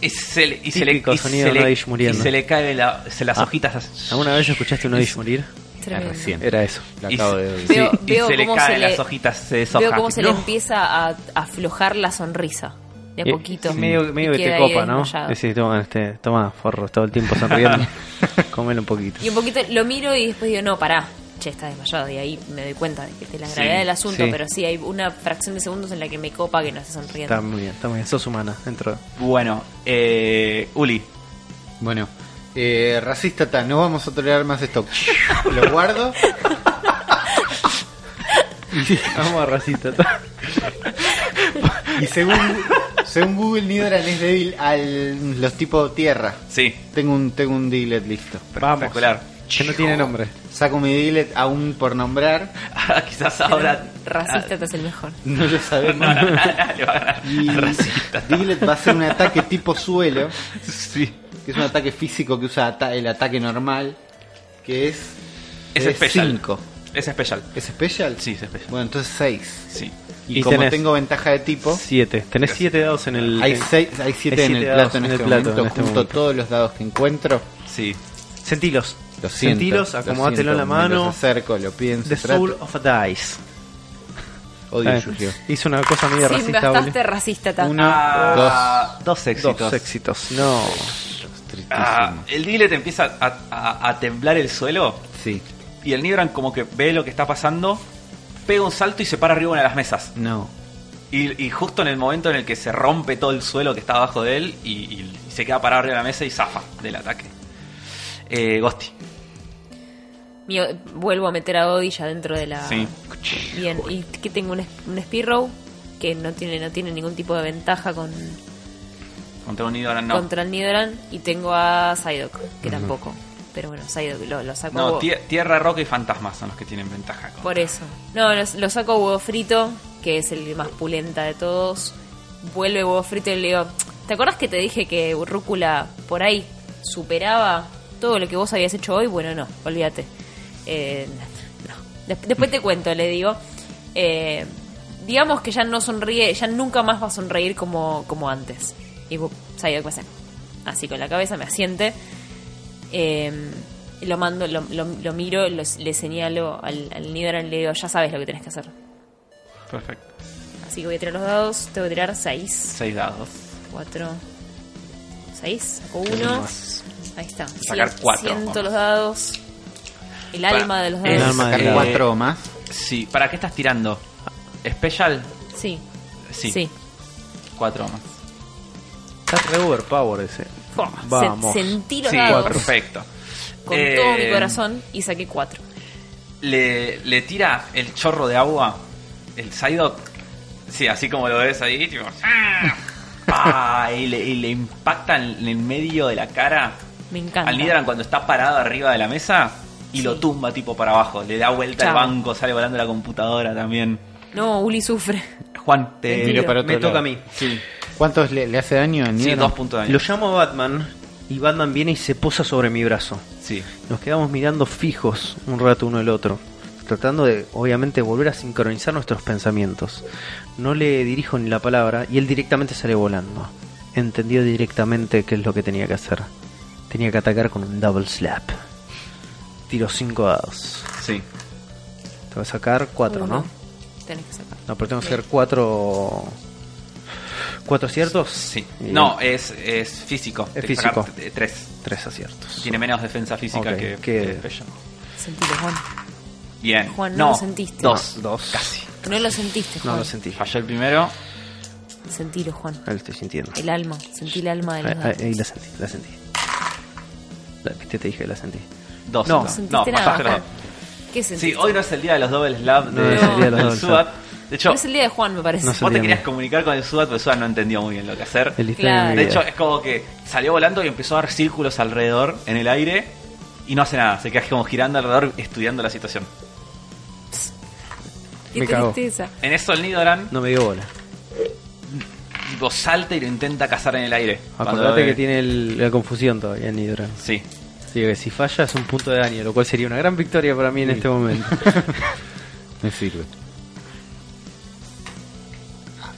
Speaker 2: Y se le, y se le,
Speaker 1: Típico
Speaker 2: y
Speaker 1: sonido
Speaker 2: se le-
Speaker 1: de Odish muriendo.
Speaker 2: y se le caen la- se las
Speaker 1: Ah.
Speaker 2: hojitas así.
Speaker 1: ¿Alguna vez escuchaste a un Odish morir?
Speaker 4: Tremendo.
Speaker 1: Ah,
Speaker 3: recién.
Speaker 1: Era eso.
Speaker 3: Lo
Speaker 2: Y
Speaker 3: acabo
Speaker 2: se-
Speaker 3: de oír.
Speaker 2: sí,
Speaker 4: Veo-
Speaker 2: y
Speaker 4: veo
Speaker 2: se le
Speaker 4: cómo
Speaker 2: caen
Speaker 4: se le-
Speaker 2: las hojitas, se
Speaker 4: Veo
Speaker 2: deshojan.
Speaker 4: cómo se le
Speaker 2: No.
Speaker 4: empieza a aflojar la sonrisa. De a poquito.
Speaker 1: Eh, Sí, Medio, medio
Speaker 4: Y
Speaker 1: que te
Speaker 4: queda ahí
Speaker 1: copa, ¿no?
Speaker 4: desmayado.
Speaker 1: Decís, toma, este, toma, forro, todo el tiempo sonriendo. Comelo un poquito.
Speaker 4: Y un poquito lo miro y después digo, no, pará. Che, está desmayado. Y ahí me doy cuenta de, que de la
Speaker 2: Sí,
Speaker 4: gravedad del asunto.
Speaker 1: sí.
Speaker 4: Pero sí, hay una fracción de segundos en la que me copa que no esté sonriendo.
Speaker 1: Está muy bien, está muy bien. Sos humana, dentro.
Speaker 2: Bueno, eh, Uli.
Speaker 3: Bueno, eh, racista ta, no vamos a tolerar más esto. Lo guardo.
Speaker 1: Vamos a racista.
Speaker 3: Y según, según Google, Nidoran es débil a los tipos tierra.
Speaker 2: Sí,
Speaker 3: Tengo un, tengo un Diglett listo.
Speaker 2: espectacular.
Speaker 1: Que no tiene nombre.
Speaker 3: Saco mi Diglett aún por nombrar.
Speaker 2: Ah, Quizás
Speaker 4: Pero
Speaker 2: ahora. Ah.
Speaker 4: Racista te es el mejor.
Speaker 3: No lo
Speaker 2: No,
Speaker 3: sabemos.
Speaker 2: no, no, le va a ganar.
Speaker 3: Y
Speaker 2: Racista.
Speaker 3: Diglett va a hacer un ataque tipo suelo,
Speaker 2: Sí.
Speaker 3: que es un ataque físico que usa ata- el ataque normal, que es
Speaker 2: Es
Speaker 3: de
Speaker 2: especial.
Speaker 3: cinco.
Speaker 2: Es especial.
Speaker 3: ¿Es especial?
Speaker 2: Sí, es especial.
Speaker 3: Bueno, entonces 6.
Speaker 2: Sí.
Speaker 3: Y,
Speaker 1: Y
Speaker 3: como
Speaker 1: tenés-
Speaker 3: tengo ventaja de tipo,
Speaker 1: Siete. Tenés siete dados en el.
Speaker 3: hay
Speaker 1: en-
Speaker 3: 6,
Speaker 1: Hay
Speaker 3: hay 7 en
Speaker 1: siete dados
Speaker 3: el plato en
Speaker 1: en
Speaker 3: este
Speaker 1: el plato
Speaker 3: momento,
Speaker 1: en este
Speaker 3: junto
Speaker 1: momento.
Speaker 3: todos los dados que encuentro.
Speaker 2: Sí.
Speaker 1: Sentilos.
Speaker 3: Los siento,
Speaker 1: Sentilos,
Speaker 3: los
Speaker 1: acomódatelo en la
Speaker 3: siento, me
Speaker 1: mano.
Speaker 3: Los acerco, lo pienso.
Speaker 1: The
Speaker 3: trato.
Speaker 1: Soul of a Dice.
Speaker 3: Odio
Speaker 1: Eh,
Speaker 3: Yu-Gi-Oh.
Speaker 1: hizo una cosa medio
Speaker 4: sí,
Speaker 1: racista.
Speaker 4: bastante
Speaker 1: boludo.
Speaker 4: racista tan.
Speaker 3: Uno,
Speaker 2: Ah, dos éxitos.
Speaker 1: Dos éxitos. No.
Speaker 3: dos, tristísimo.
Speaker 2: Ah, el Diglett te empieza a, a- a temblar el suelo
Speaker 3: Sí,
Speaker 2: y el Nibran como que ve lo que está pasando, pega un salto y se para arriba de una de las mesas.
Speaker 3: no.
Speaker 2: Y, y justo en el momento en el que se rompe todo el suelo que está abajo de él y, y- y se queda parado arriba de la mesa y zafa del ataque. Eh, Gosti.
Speaker 4: Mío, vuelvo a meter a Odilla dentro de la.
Speaker 2: Sí.
Speaker 4: Bien, y que tengo un, es- un Spearow que no tiene, no tiene ningún tipo de ventaja con,
Speaker 2: Contra un Nidoran no.
Speaker 4: contra el Nidoran. Y tengo a Psyduck, que tampoco. Pero bueno, Psyduck lo, lo saco. a
Speaker 2: No,
Speaker 4: huevo-
Speaker 2: tie- tierra, roca y fantasmas son los que tienen ventaja. contra-
Speaker 4: Por eso. No, lo, lo saco a huevo frito, que es el más pulenta de todos. Vuelve huevo frito y le digo: ¿Te acuerdas que te dije que Rúcula por ahí superaba todo lo que vos habías hecho hoy? Bueno, no, olvídate. Eh, no. Des- después te cuento, le digo. Eh, digamos que ya no sonríe, ya nunca más va a sonreír como, como antes. Y Sayok me hace así con la cabeza, me asiente. Eh, Lo mando, lo, lo- lo miro, lo- le señalo al, al líder y le digo, ya sabes lo que tenés que hacer.
Speaker 2: Perfecto.
Speaker 4: Así que voy a tirar los dados, tengo que tirar 6,
Speaker 2: Seis dados.
Speaker 4: 4, 6, saco 1, ahí está.
Speaker 2: Sacar
Speaker 4: Sien-
Speaker 2: cuatro,
Speaker 4: Siento
Speaker 2: vamos.
Speaker 4: los dados, el
Speaker 2: Para-
Speaker 4: alma de los
Speaker 2: el
Speaker 4: dados.
Speaker 1: alma
Speaker 3: Sacar
Speaker 2: Eh,
Speaker 3: cuatro o más.
Speaker 2: Sí. ¿Para qué estás tirando? ¿Special?
Speaker 4: Sí,
Speaker 2: Sí.
Speaker 4: sí.
Speaker 2: Cuatro más.
Speaker 1: Está re overpower ese.
Speaker 4: Fua, se-
Speaker 1: Vamos.
Speaker 4: sentí los
Speaker 2: sí,
Speaker 4: dados
Speaker 2: perfecto.
Speaker 4: con
Speaker 2: Eh,
Speaker 4: todo mi corazón y saqué 4.
Speaker 2: le, le tira el chorro de agua, el Psyduck, sí, así como lo ves ahí, tipo, ¡ah! Pa, y, le, y le impacta en, en el medio de la cara
Speaker 4: Me encanta.
Speaker 2: al Nidoran cuando está parado arriba de la mesa y
Speaker 4: Sí.
Speaker 2: lo tumba tipo para abajo, le da vuelta al
Speaker 4: Chao.
Speaker 2: banco, sale volando la computadora también.
Speaker 4: No, Uli sufre.
Speaker 2: Juan, te...
Speaker 1: Eh,
Speaker 3: Miro para otro
Speaker 1: me toca
Speaker 3: lado.
Speaker 1: a mí.
Speaker 3: ¿Cuántos le, le hace daño a
Speaker 2: Sí,
Speaker 3: Nidoran?
Speaker 2: dos puntos de daño.
Speaker 1: Lo llamo a Batman y Batman viene y se posa sobre mi brazo.
Speaker 2: Sí.
Speaker 1: Nos quedamos mirando fijos un rato uno el otro, tratando de, obviamente, volver a sincronizar nuestros pensamientos. No le dirijo ni la palabra y él directamente sale volando. Entendió directamente qué es lo que tenía que hacer. Tenía que atacar con un double slap. Tiro 5 dados.
Speaker 2: Sí.
Speaker 1: Te va a sacar 4,
Speaker 4: Uno.
Speaker 1: ¿no?
Speaker 4: Tenés que sacar.
Speaker 1: No, pero tengo que hacer 4... ¿Cuatro aciertos?
Speaker 2: Sí.
Speaker 1: Y
Speaker 2: No, es, es físico.
Speaker 1: Es
Speaker 2: Te saca
Speaker 1: físico.
Speaker 2: t- Tres.
Speaker 1: Tres aciertos.
Speaker 2: Tiene menos defensa física
Speaker 1: Ok,
Speaker 2: que,
Speaker 1: que-
Speaker 2: que Special.
Speaker 4: Sentilo, Juan.
Speaker 2: Bien.
Speaker 4: Juan, no lo sentiste.
Speaker 2: Dos.
Speaker 1: No, dos.
Speaker 2: Casi.
Speaker 4: No lo sentiste, Juan.
Speaker 1: No lo sentí.
Speaker 2: Falló el primero.
Speaker 4: Sentilo, Juan.
Speaker 1: Ahí lo estoy sintiendo.
Speaker 4: El alma. Sentí el alma de los
Speaker 1: Ahí,
Speaker 4: dados.
Speaker 1: ahí- ahí Eh, Ah, la sentí, la sentí. La- Viste, te dije que la sentí.
Speaker 2: Dos.
Speaker 1: No.
Speaker 4: ¿Sentiste
Speaker 2: no,
Speaker 4: nada,
Speaker 2: pasaste los
Speaker 4: Juan?
Speaker 2: dos.
Speaker 4: ¿Qué
Speaker 2: Sí,
Speaker 4: sentiste?
Speaker 2: hoy no es el día de los Double Slab
Speaker 1: No,
Speaker 2: de,
Speaker 4: es el día de
Speaker 1: los
Speaker 2: del
Speaker 1: double
Speaker 2: SUAT. De hecho,
Speaker 4: No es el día de Juan, me parece.
Speaker 1: No sé.
Speaker 2: vos
Speaker 1: el día
Speaker 2: te querías
Speaker 1: mío.
Speaker 2: comunicar con el SUAT, pero el SUAT no entendió muy bien lo que hacer.
Speaker 1: El historia
Speaker 4: Claro.
Speaker 1: de mi
Speaker 2: De
Speaker 1: vida.
Speaker 2: hecho, es como que salió volando y empezó a dar círculos alrededor en el aire y no hace nada. Se queda como girando alrededor estudiando la situación.
Speaker 4: Qué
Speaker 1: me cagó.
Speaker 4: tristeza.
Speaker 2: En eso el Nidoran
Speaker 1: no me dio bola.
Speaker 2: tipo, salta y lo intenta cazar en el aire. Cuando lo
Speaker 1: Acordate
Speaker 2: ve-
Speaker 1: que tiene el- la confusión todavía en Hydra.
Speaker 2: Sí.
Speaker 1: Así que si falla es un punto de daño, lo cual sería una gran victoria para mí en este momento.
Speaker 3: Me sirve.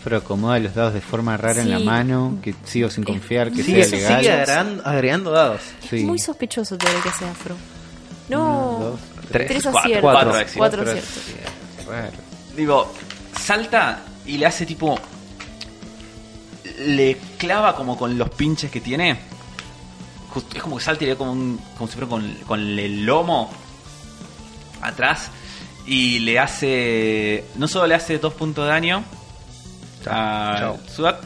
Speaker 3: Pero acomoda los dados de forma rara en la
Speaker 4: Sí.
Speaker 3: mano, que sigo sin confiar, que
Speaker 1: sigue
Speaker 3: sea
Speaker 1: sigue
Speaker 3: legal.
Speaker 1: agregando, agregando dados.
Speaker 3: Sí.
Speaker 4: Muy sospechoso todo lo que hace Afro. No.
Speaker 3: Uno, dos,
Speaker 2: tres,
Speaker 4: Tres
Speaker 2: cuatro,
Speaker 4: aciertos.
Speaker 2: cuatro
Speaker 4: Cuatro,
Speaker 2: éxitos.
Speaker 3: Cuatro
Speaker 4: aciertos.
Speaker 3: Raro.
Speaker 2: Digo, salta y le hace tipo. Le clava como con los pinches que tiene. Just- es como que salta y le da como, un, como si fuera con, con el lomo atrás. Y le hace. No solo le hace dos puntos de daño a
Speaker 1: Chao.
Speaker 2: Sudat,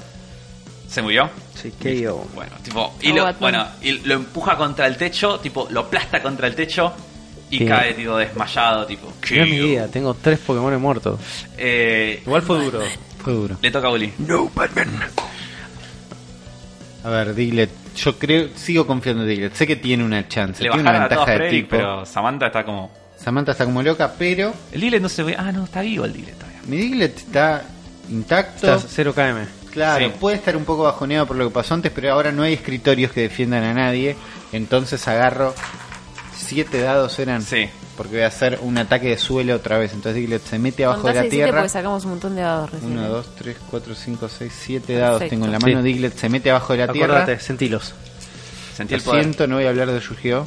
Speaker 2: se murió.
Speaker 1: Sí, KO.
Speaker 2: Bueno, tipo, y
Speaker 4: Chao,
Speaker 2: lo,
Speaker 4: Batman.
Speaker 2: bueno, y lo empuja contra el techo, tipo, lo aplasta contra el techo y
Speaker 1: Bien.
Speaker 2: cae, tipo, desmayado, tipo.
Speaker 1: Mirá mi
Speaker 2: "Kill".
Speaker 1: vida, tengo tres Pokémon muertos.
Speaker 2: Eh,
Speaker 1: Igual fue duro.
Speaker 3: Fue duro.
Speaker 2: le toca a Bully.
Speaker 3: A ver, Diglett. Yo creo, sigo confiando en Diglett. Sé que tiene una chance,
Speaker 2: Le
Speaker 3: tiene una
Speaker 2: bajaron a todos
Speaker 3: ventaja de
Speaker 2: Freddy,
Speaker 3: tipo.
Speaker 2: pero Samantha está como.
Speaker 3: Samantha está como loca, pero
Speaker 2: El Dilet no se ve. Ah, no, está vivo el Dilet todavía.
Speaker 3: mi Diglett está intacto.
Speaker 1: Estás 0 KM.
Speaker 3: Claro,
Speaker 2: Sí.
Speaker 3: puede estar un poco bajoneado por lo que pasó antes, pero ahora no hay escritorios que defiendan a nadie. Entonces agarro siete dados eran.
Speaker 2: Sí.
Speaker 3: Porque voy a hacer un ataque de suelo otra vez. Entonces Diglett se mete abajo de
Speaker 4: Contás
Speaker 3: la
Speaker 4: el siete
Speaker 3: tierra.
Speaker 4: porque sacamos un montón de dados recién.
Speaker 3: 1, 2, 3, 4, 5, 6, 7 dados
Speaker 4: Perfecto.
Speaker 3: tengo en la mano.
Speaker 1: Sí.
Speaker 3: Diglett se mete abajo de la
Speaker 1: Acordate,
Speaker 3: tierra.
Speaker 1: sentilos.
Speaker 2: Sentí
Speaker 3: Lo
Speaker 2: el poder.
Speaker 3: siento, no voy a hablar de Yu-Gi-Oh!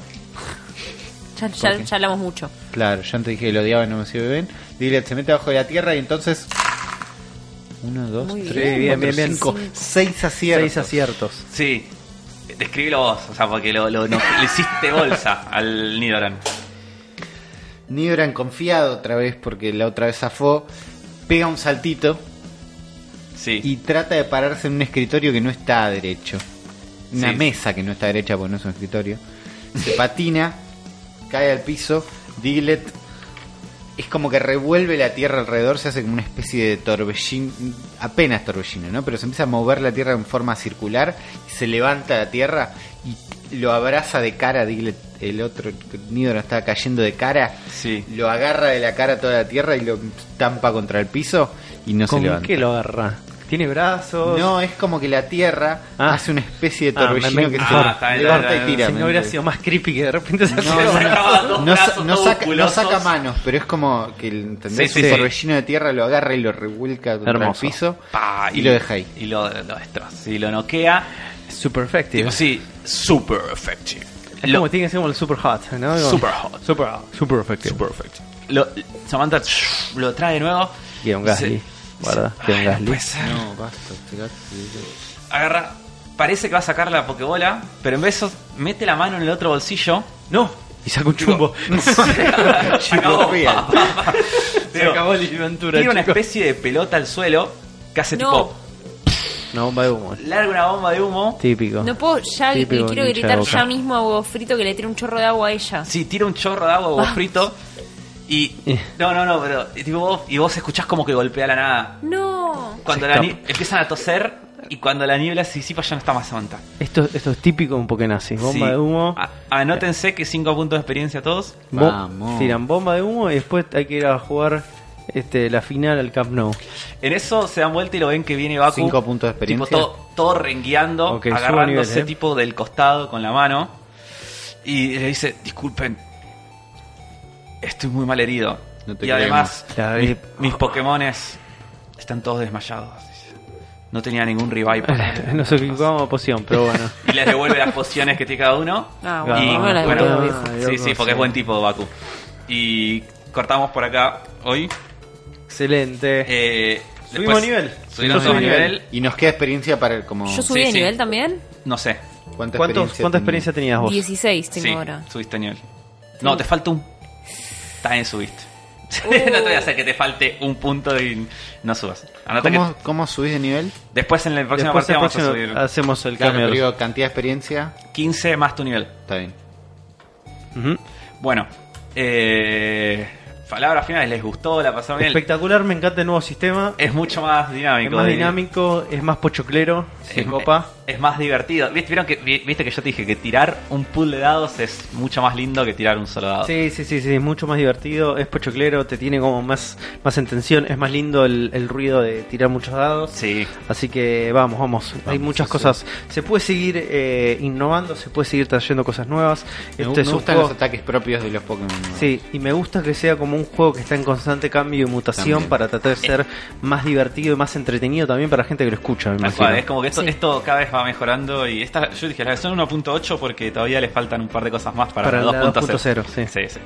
Speaker 4: Ya, ya- ya hablamos mucho.
Speaker 3: Claro, ya antes dije que lo odiaba y no me sirve bien. Diglett se mete abajo de la tierra y entonces. 1, 2,
Speaker 4: Muy
Speaker 1: bien.
Speaker 3: 3, 4,
Speaker 1: Bien, bien,
Speaker 3: 5,
Speaker 1: bien.
Speaker 3: 6 aciertos.
Speaker 1: 6 aciertos.
Speaker 2: Sí. Describilo vos, o sea, porque lo, lo- no- le hiciste bolsa al Nidoran.
Speaker 3: Nibran confiado otra vez porque la otra vez zafó. Pega un saltito
Speaker 2: Sí.
Speaker 3: y trata de pararse en un escritorio que no está derecho. Una
Speaker 2: Sí.
Speaker 3: mesa que no está derecha porque no es un escritorio. Se patina, cae al piso. Diglett es como que revuelve la tierra alrededor, se hace como una especie de torbellino, apenas torbellino, ¿no? Pero se empieza a mover la tierra en forma circular, se levanta la tierra y lo abraza de cara. Diglett, el otro Nidoran estaba cayendo de cara.
Speaker 2: Sí.
Speaker 3: Lo agarra de la cara toda la tierra y lo tampa contra el piso y no se
Speaker 1: ¿Con
Speaker 3: levanta.
Speaker 1: qué lo agarra? ¿Tiene brazos?
Speaker 3: No, es como que la Tierra
Speaker 1: Ah.
Speaker 3: hace una especie de
Speaker 1: Ah,
Speaker 3: torbellino
Speaker 1: me-
Speaker 3: que
Speaker 1: me-
Speaker 3: se
Speaker 2: ah, está bien,
Speaker 3: levanta
Speaker 2: está bien,
Speaker 3: y tira.
Speaker 1: Si no hubiera sido más creepy que de repente se
Speaker 3: No,
Speaker 1: hace-
Speaker 2: Sacaba dos
Speaker 3: No, sa-
Speaker 2: brazos
Speaker 3: no
Speaker 2: todos
Speaker 3: saca, no
Speaker 2: musculosos.
Speaker 3: saca manos, pero es como que el- ¿entendés?
Speaker 2: Sí, sí.
Speaker 3: un torbellino de tierra lo agarra y lo revuelca contra
Speaker 1: Hermoso.
Speaker 3: el piso
Speaker 2: Pa,
Speaker 3: y, lo deja ahí.
Speaker 2: Y lo, lo destroza. Y lo noquea.
Speaker 1: Super effective.
Speaker 2: Tipo, sí, super effective.
Speaker 1: Es
Speaker 2: Lo-
Speaker 1: como tiene que ser como el super hot, ¿no? Como-
Speaker 2: Super hot.
Speaker 1: Super hot. Super effective.
Speaker 2: Perfecto. Lo, Samantha lo trae de nuevo.
Speaker 1: Guión Gasly.
Speaker 2: Se-
Speaker 1: Guarda,
Speaker 2: se-
Speaker 1: guión
Speaker 2: Ay, no
Speaker 1: Gasly.
Speaker 2: puede ser.
Speaker 3: No, basta, tiraste.
Speaker 2: Agarra. Parece que va a sacar la pokebola, pero en vez de eso, mete la mano en el otro bolsillo.
Speaker 1: No. Y saca un chumbo.
Speaker 2: Se acabó.
Speaker 3: Real.
Speaker 1: Se acabó la aventura.
Speaker 2: Tira una
Speaker 1: chicos.
Speaker 2: especie de pelota al suelo que hace
Speaker 4: No.
Speaker 2: tipo.
Speaker 1: Una bomba de humo.
Speaker 2: Larga una bomba de humo.
Speaker 1: Típico.
Speaker 4: No puedo, ya le
Speaker 1: Típico hincha
Speaker 4: quiero
Speaker 1: de
Speaker 4: gritar
Speaker 1: Boca.
Speaker 4: ya mismo a huevo frito que le tire un chorro de agua a ella.
Speaker 2: Sí, tira un chorro de agua a vos
Speaker 4: Vamos.
Speaker 2: frito. Y. No, no, no, pero. y tipo vos- y vos escuchás como que golpea la nada.
Speaker 4: No.
Speaker 2: Cuando
Speaker 1: Se
Speaker 2: la
Speaker 1: escapa.
Speaker 2: ni- empiezan a toser y cuando la niebla se disipa ya no está más Samantha.
Speaker 1: Esto, esto es típico en Pokénazi. Bomba
Speaker 2: Sí.
Speaker 1: de humo.
Speaker 2: A- anótense que 5 puntos de experiencia a todos.
Speaker 1: bo-
Speaker 3: Vamos.
Speaker 1: Tiran bomba de humo y después hay que ir a jugar este, la final al Camp Nou.
Speaker 2: En eso se dan vuelta y lo ven que viene Baku.
Speaker 3: Cinco puntos de
Speaker 2: Tipo,
Speaker 3: experiencia.
Speaker 2: todo, todo rengueando,
Speaker 1: Ok, subo
Speaker 2: agarrándose
Speaker 1: nivel, eh.
Speaker 2: tipo del costado con la mano. Y le dice, disculpen, estoy muy mal herido.
Speaker 3: No te
Speaker 2: y además,
Speaker 1: creemos. La
Speaker 2: mis,
Speaker 1: grip.
Speaker 2: mis Pokémones están todos desmayados. No tenía ningún revive. para-
Speaker 1: Nos equivocamos a poción, pero bueno.
Speaker 2: y les devuelve las pociones que tiene cada uno.
Speaker 4: Ah,
Speaker 1: bueno,
Speaker 2: y,
Speaker 1: no
Speaker 4: la devuelvo, viejo.
Speaker 2: sí,
Speaker 1: loco,
Speaker 2: sí, porque
Speaker 1: sí.
Speaker 2: es buen tipo, Baku. Y cortamos por acá hoy.
Speaker 1: Excelente.
Speaker 2: Eh,
Speaker 1: Subimos
Speaker 2: después-
Speaker 1: nivel.
Speaker 2: Subimos
Speaker 1: Yo subí
Speaker 2: nivel.
Speaker 3: Y nos queda experiencia para el como.
Speaker 4: ¿Yo subí
Speaker 2: Sí,
Speaker 4: de
Speaker 2: sí.
Speaker 4: nivel también?
Speaker 2: No sé.
Speaker 3: ¿Cuánta
Speaker 1: ¿Cuántos,
Speaker 3: experiencia?
Speaker 1: ¿Cuánta
Speaker 3: tenía?
Speaker 1: experiencia tenías vos?
Speaker 4: 16 tengo
Speaker 2: Sí,
Speaker 4: ahora.
Speaker 2: subiste nivel. No, te falta un. También subiste. no te voy a hacer que te falte un punto y no subas. Anota
Speaker 3: ¿Cómo,
Speaker 2: que
Speaker 3: ¿Cómo subís de nivel?
Speaker 2: después en el próximo
Speaker 1: Después
Speaker 2: partida
Speaker 1: el
Speaker 2: vamos a
Speaker 1: próximo
Speaker 2: subir
Speaker 1: hacemos el
Speaker 3: Claro,
Speaker 1: cambio.
Speaker 3: pero digo, cantidad de experiencia.
Speaker 2: 15 más tu nivel.
Speaker 3: Está bien.
Speaker 1: Ujú.
Speaker 2: Bueno, eh, palabras finales. ¿Les gustó? ¿La pasaron bien?
Speaker 1: Espectacular, me encanta el nuevo sistema.
Speaker 2: Es mucho más dinámico.
Speaker 1: Es más
Speaker 2: de-
Speaker 1: dinámico, es más pochoclero, se
Speaker 2: Es,
Speaker 1: copa.
Speaker 2: es más divertido. ¿Viste, vieron que, vi- viste que yo te dije que tirar un pool de dados es mucho más lindo que tirar un solo
Speaker 3: Ah.
Speaker 2: dado.
Speaker 1: Sí, sí, sí, sí, es mucho más divertido, es pochoclero, te tiene como más, más en tensión, es más lindo el, el ruido de tirar muchos dados.
Speaker 2: Sí.
Speaker 1: Así que vamos, vamos, hay
Speaker 3: Vamos,
Speaker 1: muchas
Speaker 3: sí,
Speaker 1: cosas. Se puede seguir eh, innovando, se puede seguir trayendo cosas nuevas.
Speaker 3: Me,
Speaker 1: Este
Speaker 3: me
Speaker 1: es un
Speaker 3: gustan
Speaker 1: juego-
Speaker 3: los ataques propios de los Pokémon. ¿no?
Speaker 1: Sí, y me gusta que sea como un juego que está en constante cambio y mutación
Speaker 3: También. Eh.
Speaker 1: para tratar de ser más divertido y más entretenido también para la gente que lo escucha, me
Speaker 2: Tal
Speaker 1: imagino.
Speaker 2: cual, es como que esto,
Speaker 4: Sí.
Speaker 2: esto cada vez va mejorando y esta, yo dije, la versión 1.8 porque todavía le faltan un par de cosas más para,
Speaker 1: Para
Speaker 2: la
Speaker 1: la
Speaker 2: 2.0.
Speaker 1: 2.0, sí.
Speaker 2: sí.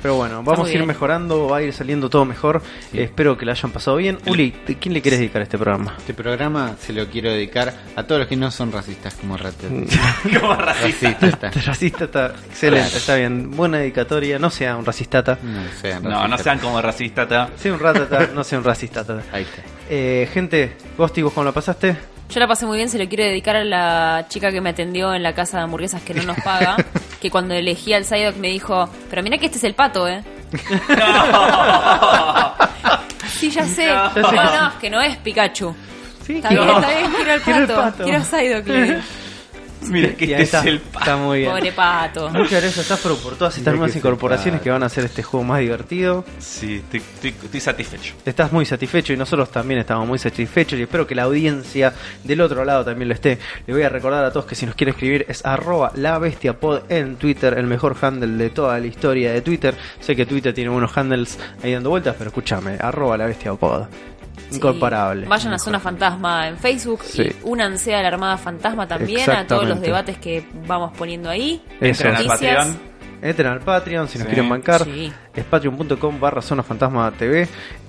Speaker 1: Pero bueno, vamos
Speaker 4: muy
Speaker 1: a ir
Speaker 4: bien.
Speaker 1: mejorando, va a ir saliendo todo mejor. Eh, espero que la hayan pasado bien. Uli, ¿de ¿quién le querés dedicar este programa?
Speaker 3: Este programa se lo quiero dedicar a todos los que no son racistas como Rata.
Speaker 2: Mm. Como racista.
Speaker 3: Racista está.
Speaker 1: Racista está excelente, está bien. Buena dedicatoria, no sea un racistata.
Speaker 3: No sean
Speaker 2: No, no
Speaker 3: racistas.
Speaker 2: sean como racista. ta.
Speaker 1: Sea un ratata, no sea un racistata.
Speaker 3: Ahí está.
Speaker 1: Eh, gente, Gosti, ¿vos cómo la pasaste?
Speaker 4: Yo la pasé muy bien, se lo quiero dedicar a la chica que me atendió en la casa de hamburguesas que no nos paga, que cuando elegí al Psyduck me dijo, pero mira que este es el pato, ¿eh? Sí, ya sé.
Speaker 2: No.
Speaker 4: No, no, es que no es Pikachu.
Speaker 1: Sí,
Speaker 4: Está bien, está bien, quiero al
Speaker 1: Quiero el
Speaker 4: pato.
Speaker 1: pato.
Speaker 4: Quiero a Psyduck. le digo.
Speaker 2: Mira que
Speaker 1: Y
Speaker 2: este
Speaker 1: ahí está,
Speaker 2: es el
Speaker 1: Está muy bien.
Speaker 4: Pobre pato.
Speaker 1: Muchas gracias, Zafro, por todas estas
Speaker 3: Mirá
Speaker 1: nuevas
Speaker 3: que
Speaker 1: incorporaciones
Speaker 3: zarpado.
Speaker 1: que van a hacer este juego más divertido.
Speaker 2: Sí, estoy, estoy- estoy satisfecho.
Speaker 1: Estás muy satisfecho y nosotros también estamos muy satisfechos y espero que la audiencia del otro lado también lo esté. Le voy a recordar a todos que si nos quiere escribir es arroba la en Twitter, el mejor handle de toda la historia de Twitter. Sé que Twitter tiene unos handles ahí dando vueltas, pero escúchame, arroba la
Speaker 4: Sí.
Speaker 1: Incomparable.
Speaker 4: Vayan a Zona Fantasma en Facebook
Speaker 1: Sí.
Speaker 4: y únanse a la Armada Fantasma también, a todos los
Speaker 1: Exactamente.
Speaker 4: debates que vamos poniendo ahí.
Speaker 1: Eso.
Speaker 2: Entren al
Speaker 4: Noticias.
Speaker 2: Patreon.
Speaker 1: Entren al Patreon si nos
Speaker 2: Sí.
Speaker 1: quieren bancar.
Speaker 4: Sí.
Speaker 1: Es patreon.com barra zona fantasma TV.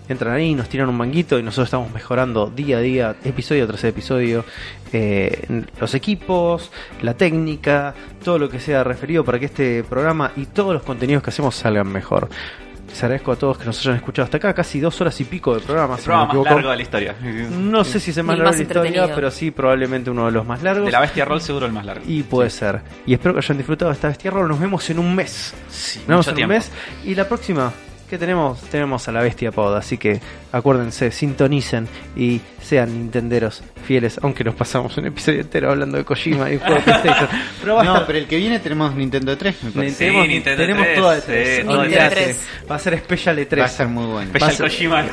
Speaker 1: Entran ahí, nos tiran un manguito y nosotros estamos mejorando día a día, episodio tras episodio, eh, los equipos, la técnica, todo lo que sea referido para que este programa y todos los contenidos que hacemos salgan mejor. Les agradezco a todos que nos hayan escuchado hasta acá, casi dos horas y pico de programa,
Speaker 2: El
Speaker 1: si no me
Speaker 2: programa más
Speaker 1: equivoco.
Speaker 2: largo de la historia.
Speaker 1: No sé si es el más
Speaker 4: Y el
Speaker 1: largo de
Speaker 4: más
Speaker 1: la historia,
Speaker 4: entretenido.
Speaker 1: pero sí probablemente uno de los más largos.
Speaker 2: De la bestia roll seguro el más largo.
Speaker 1: Y pues, puede ser. Y espero que hayan disfrutado esta bestia roll. Nos vemos en un mes.
Speaker 2: Sí,
Speaker 1: Nos vemos
Speaker 2: mucho
Speaker 1: en
Speaker 2: tiempo.
Speaker 1: un mes. Y la próxima, que tenemos? Tenemos a la bestia pod. Así que acuérdense, sintonicen y sean nintenderos fieles. Aunque nos pasamos un episodio entero hablando de Kojima y juegos de PlayStation. Pero basta.
Speaker 3: No, pero el que viene tenemos Nintendo 3, me parece.
Speaker 2: Sí,
Speaker 1: tenemos
Speaker 2: Nintendo
Speaker 1: tenemos
Speaker 2: 3,
Speaker 1: toda de
Speaker 2: sí,
Speaker 1: tres.
Speaker 4: todo de
Speaker 1: Olvídate.
Speaker 4: tres.
Speaker 1: Va a ser Special E de 3.
Speaker 3: Va a ser muy bueno.
Speaker 2: Special
Speaker 1: Pasa-
Speaker 2: Kojima.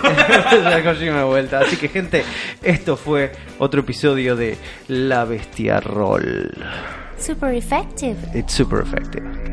Speaker 1: Ya Kojima de vuelta. Así que, gente, esto fue otro episodio de La Bestia Roll.
Speaker 7: Super effective.
Speaker 1: It's super effective.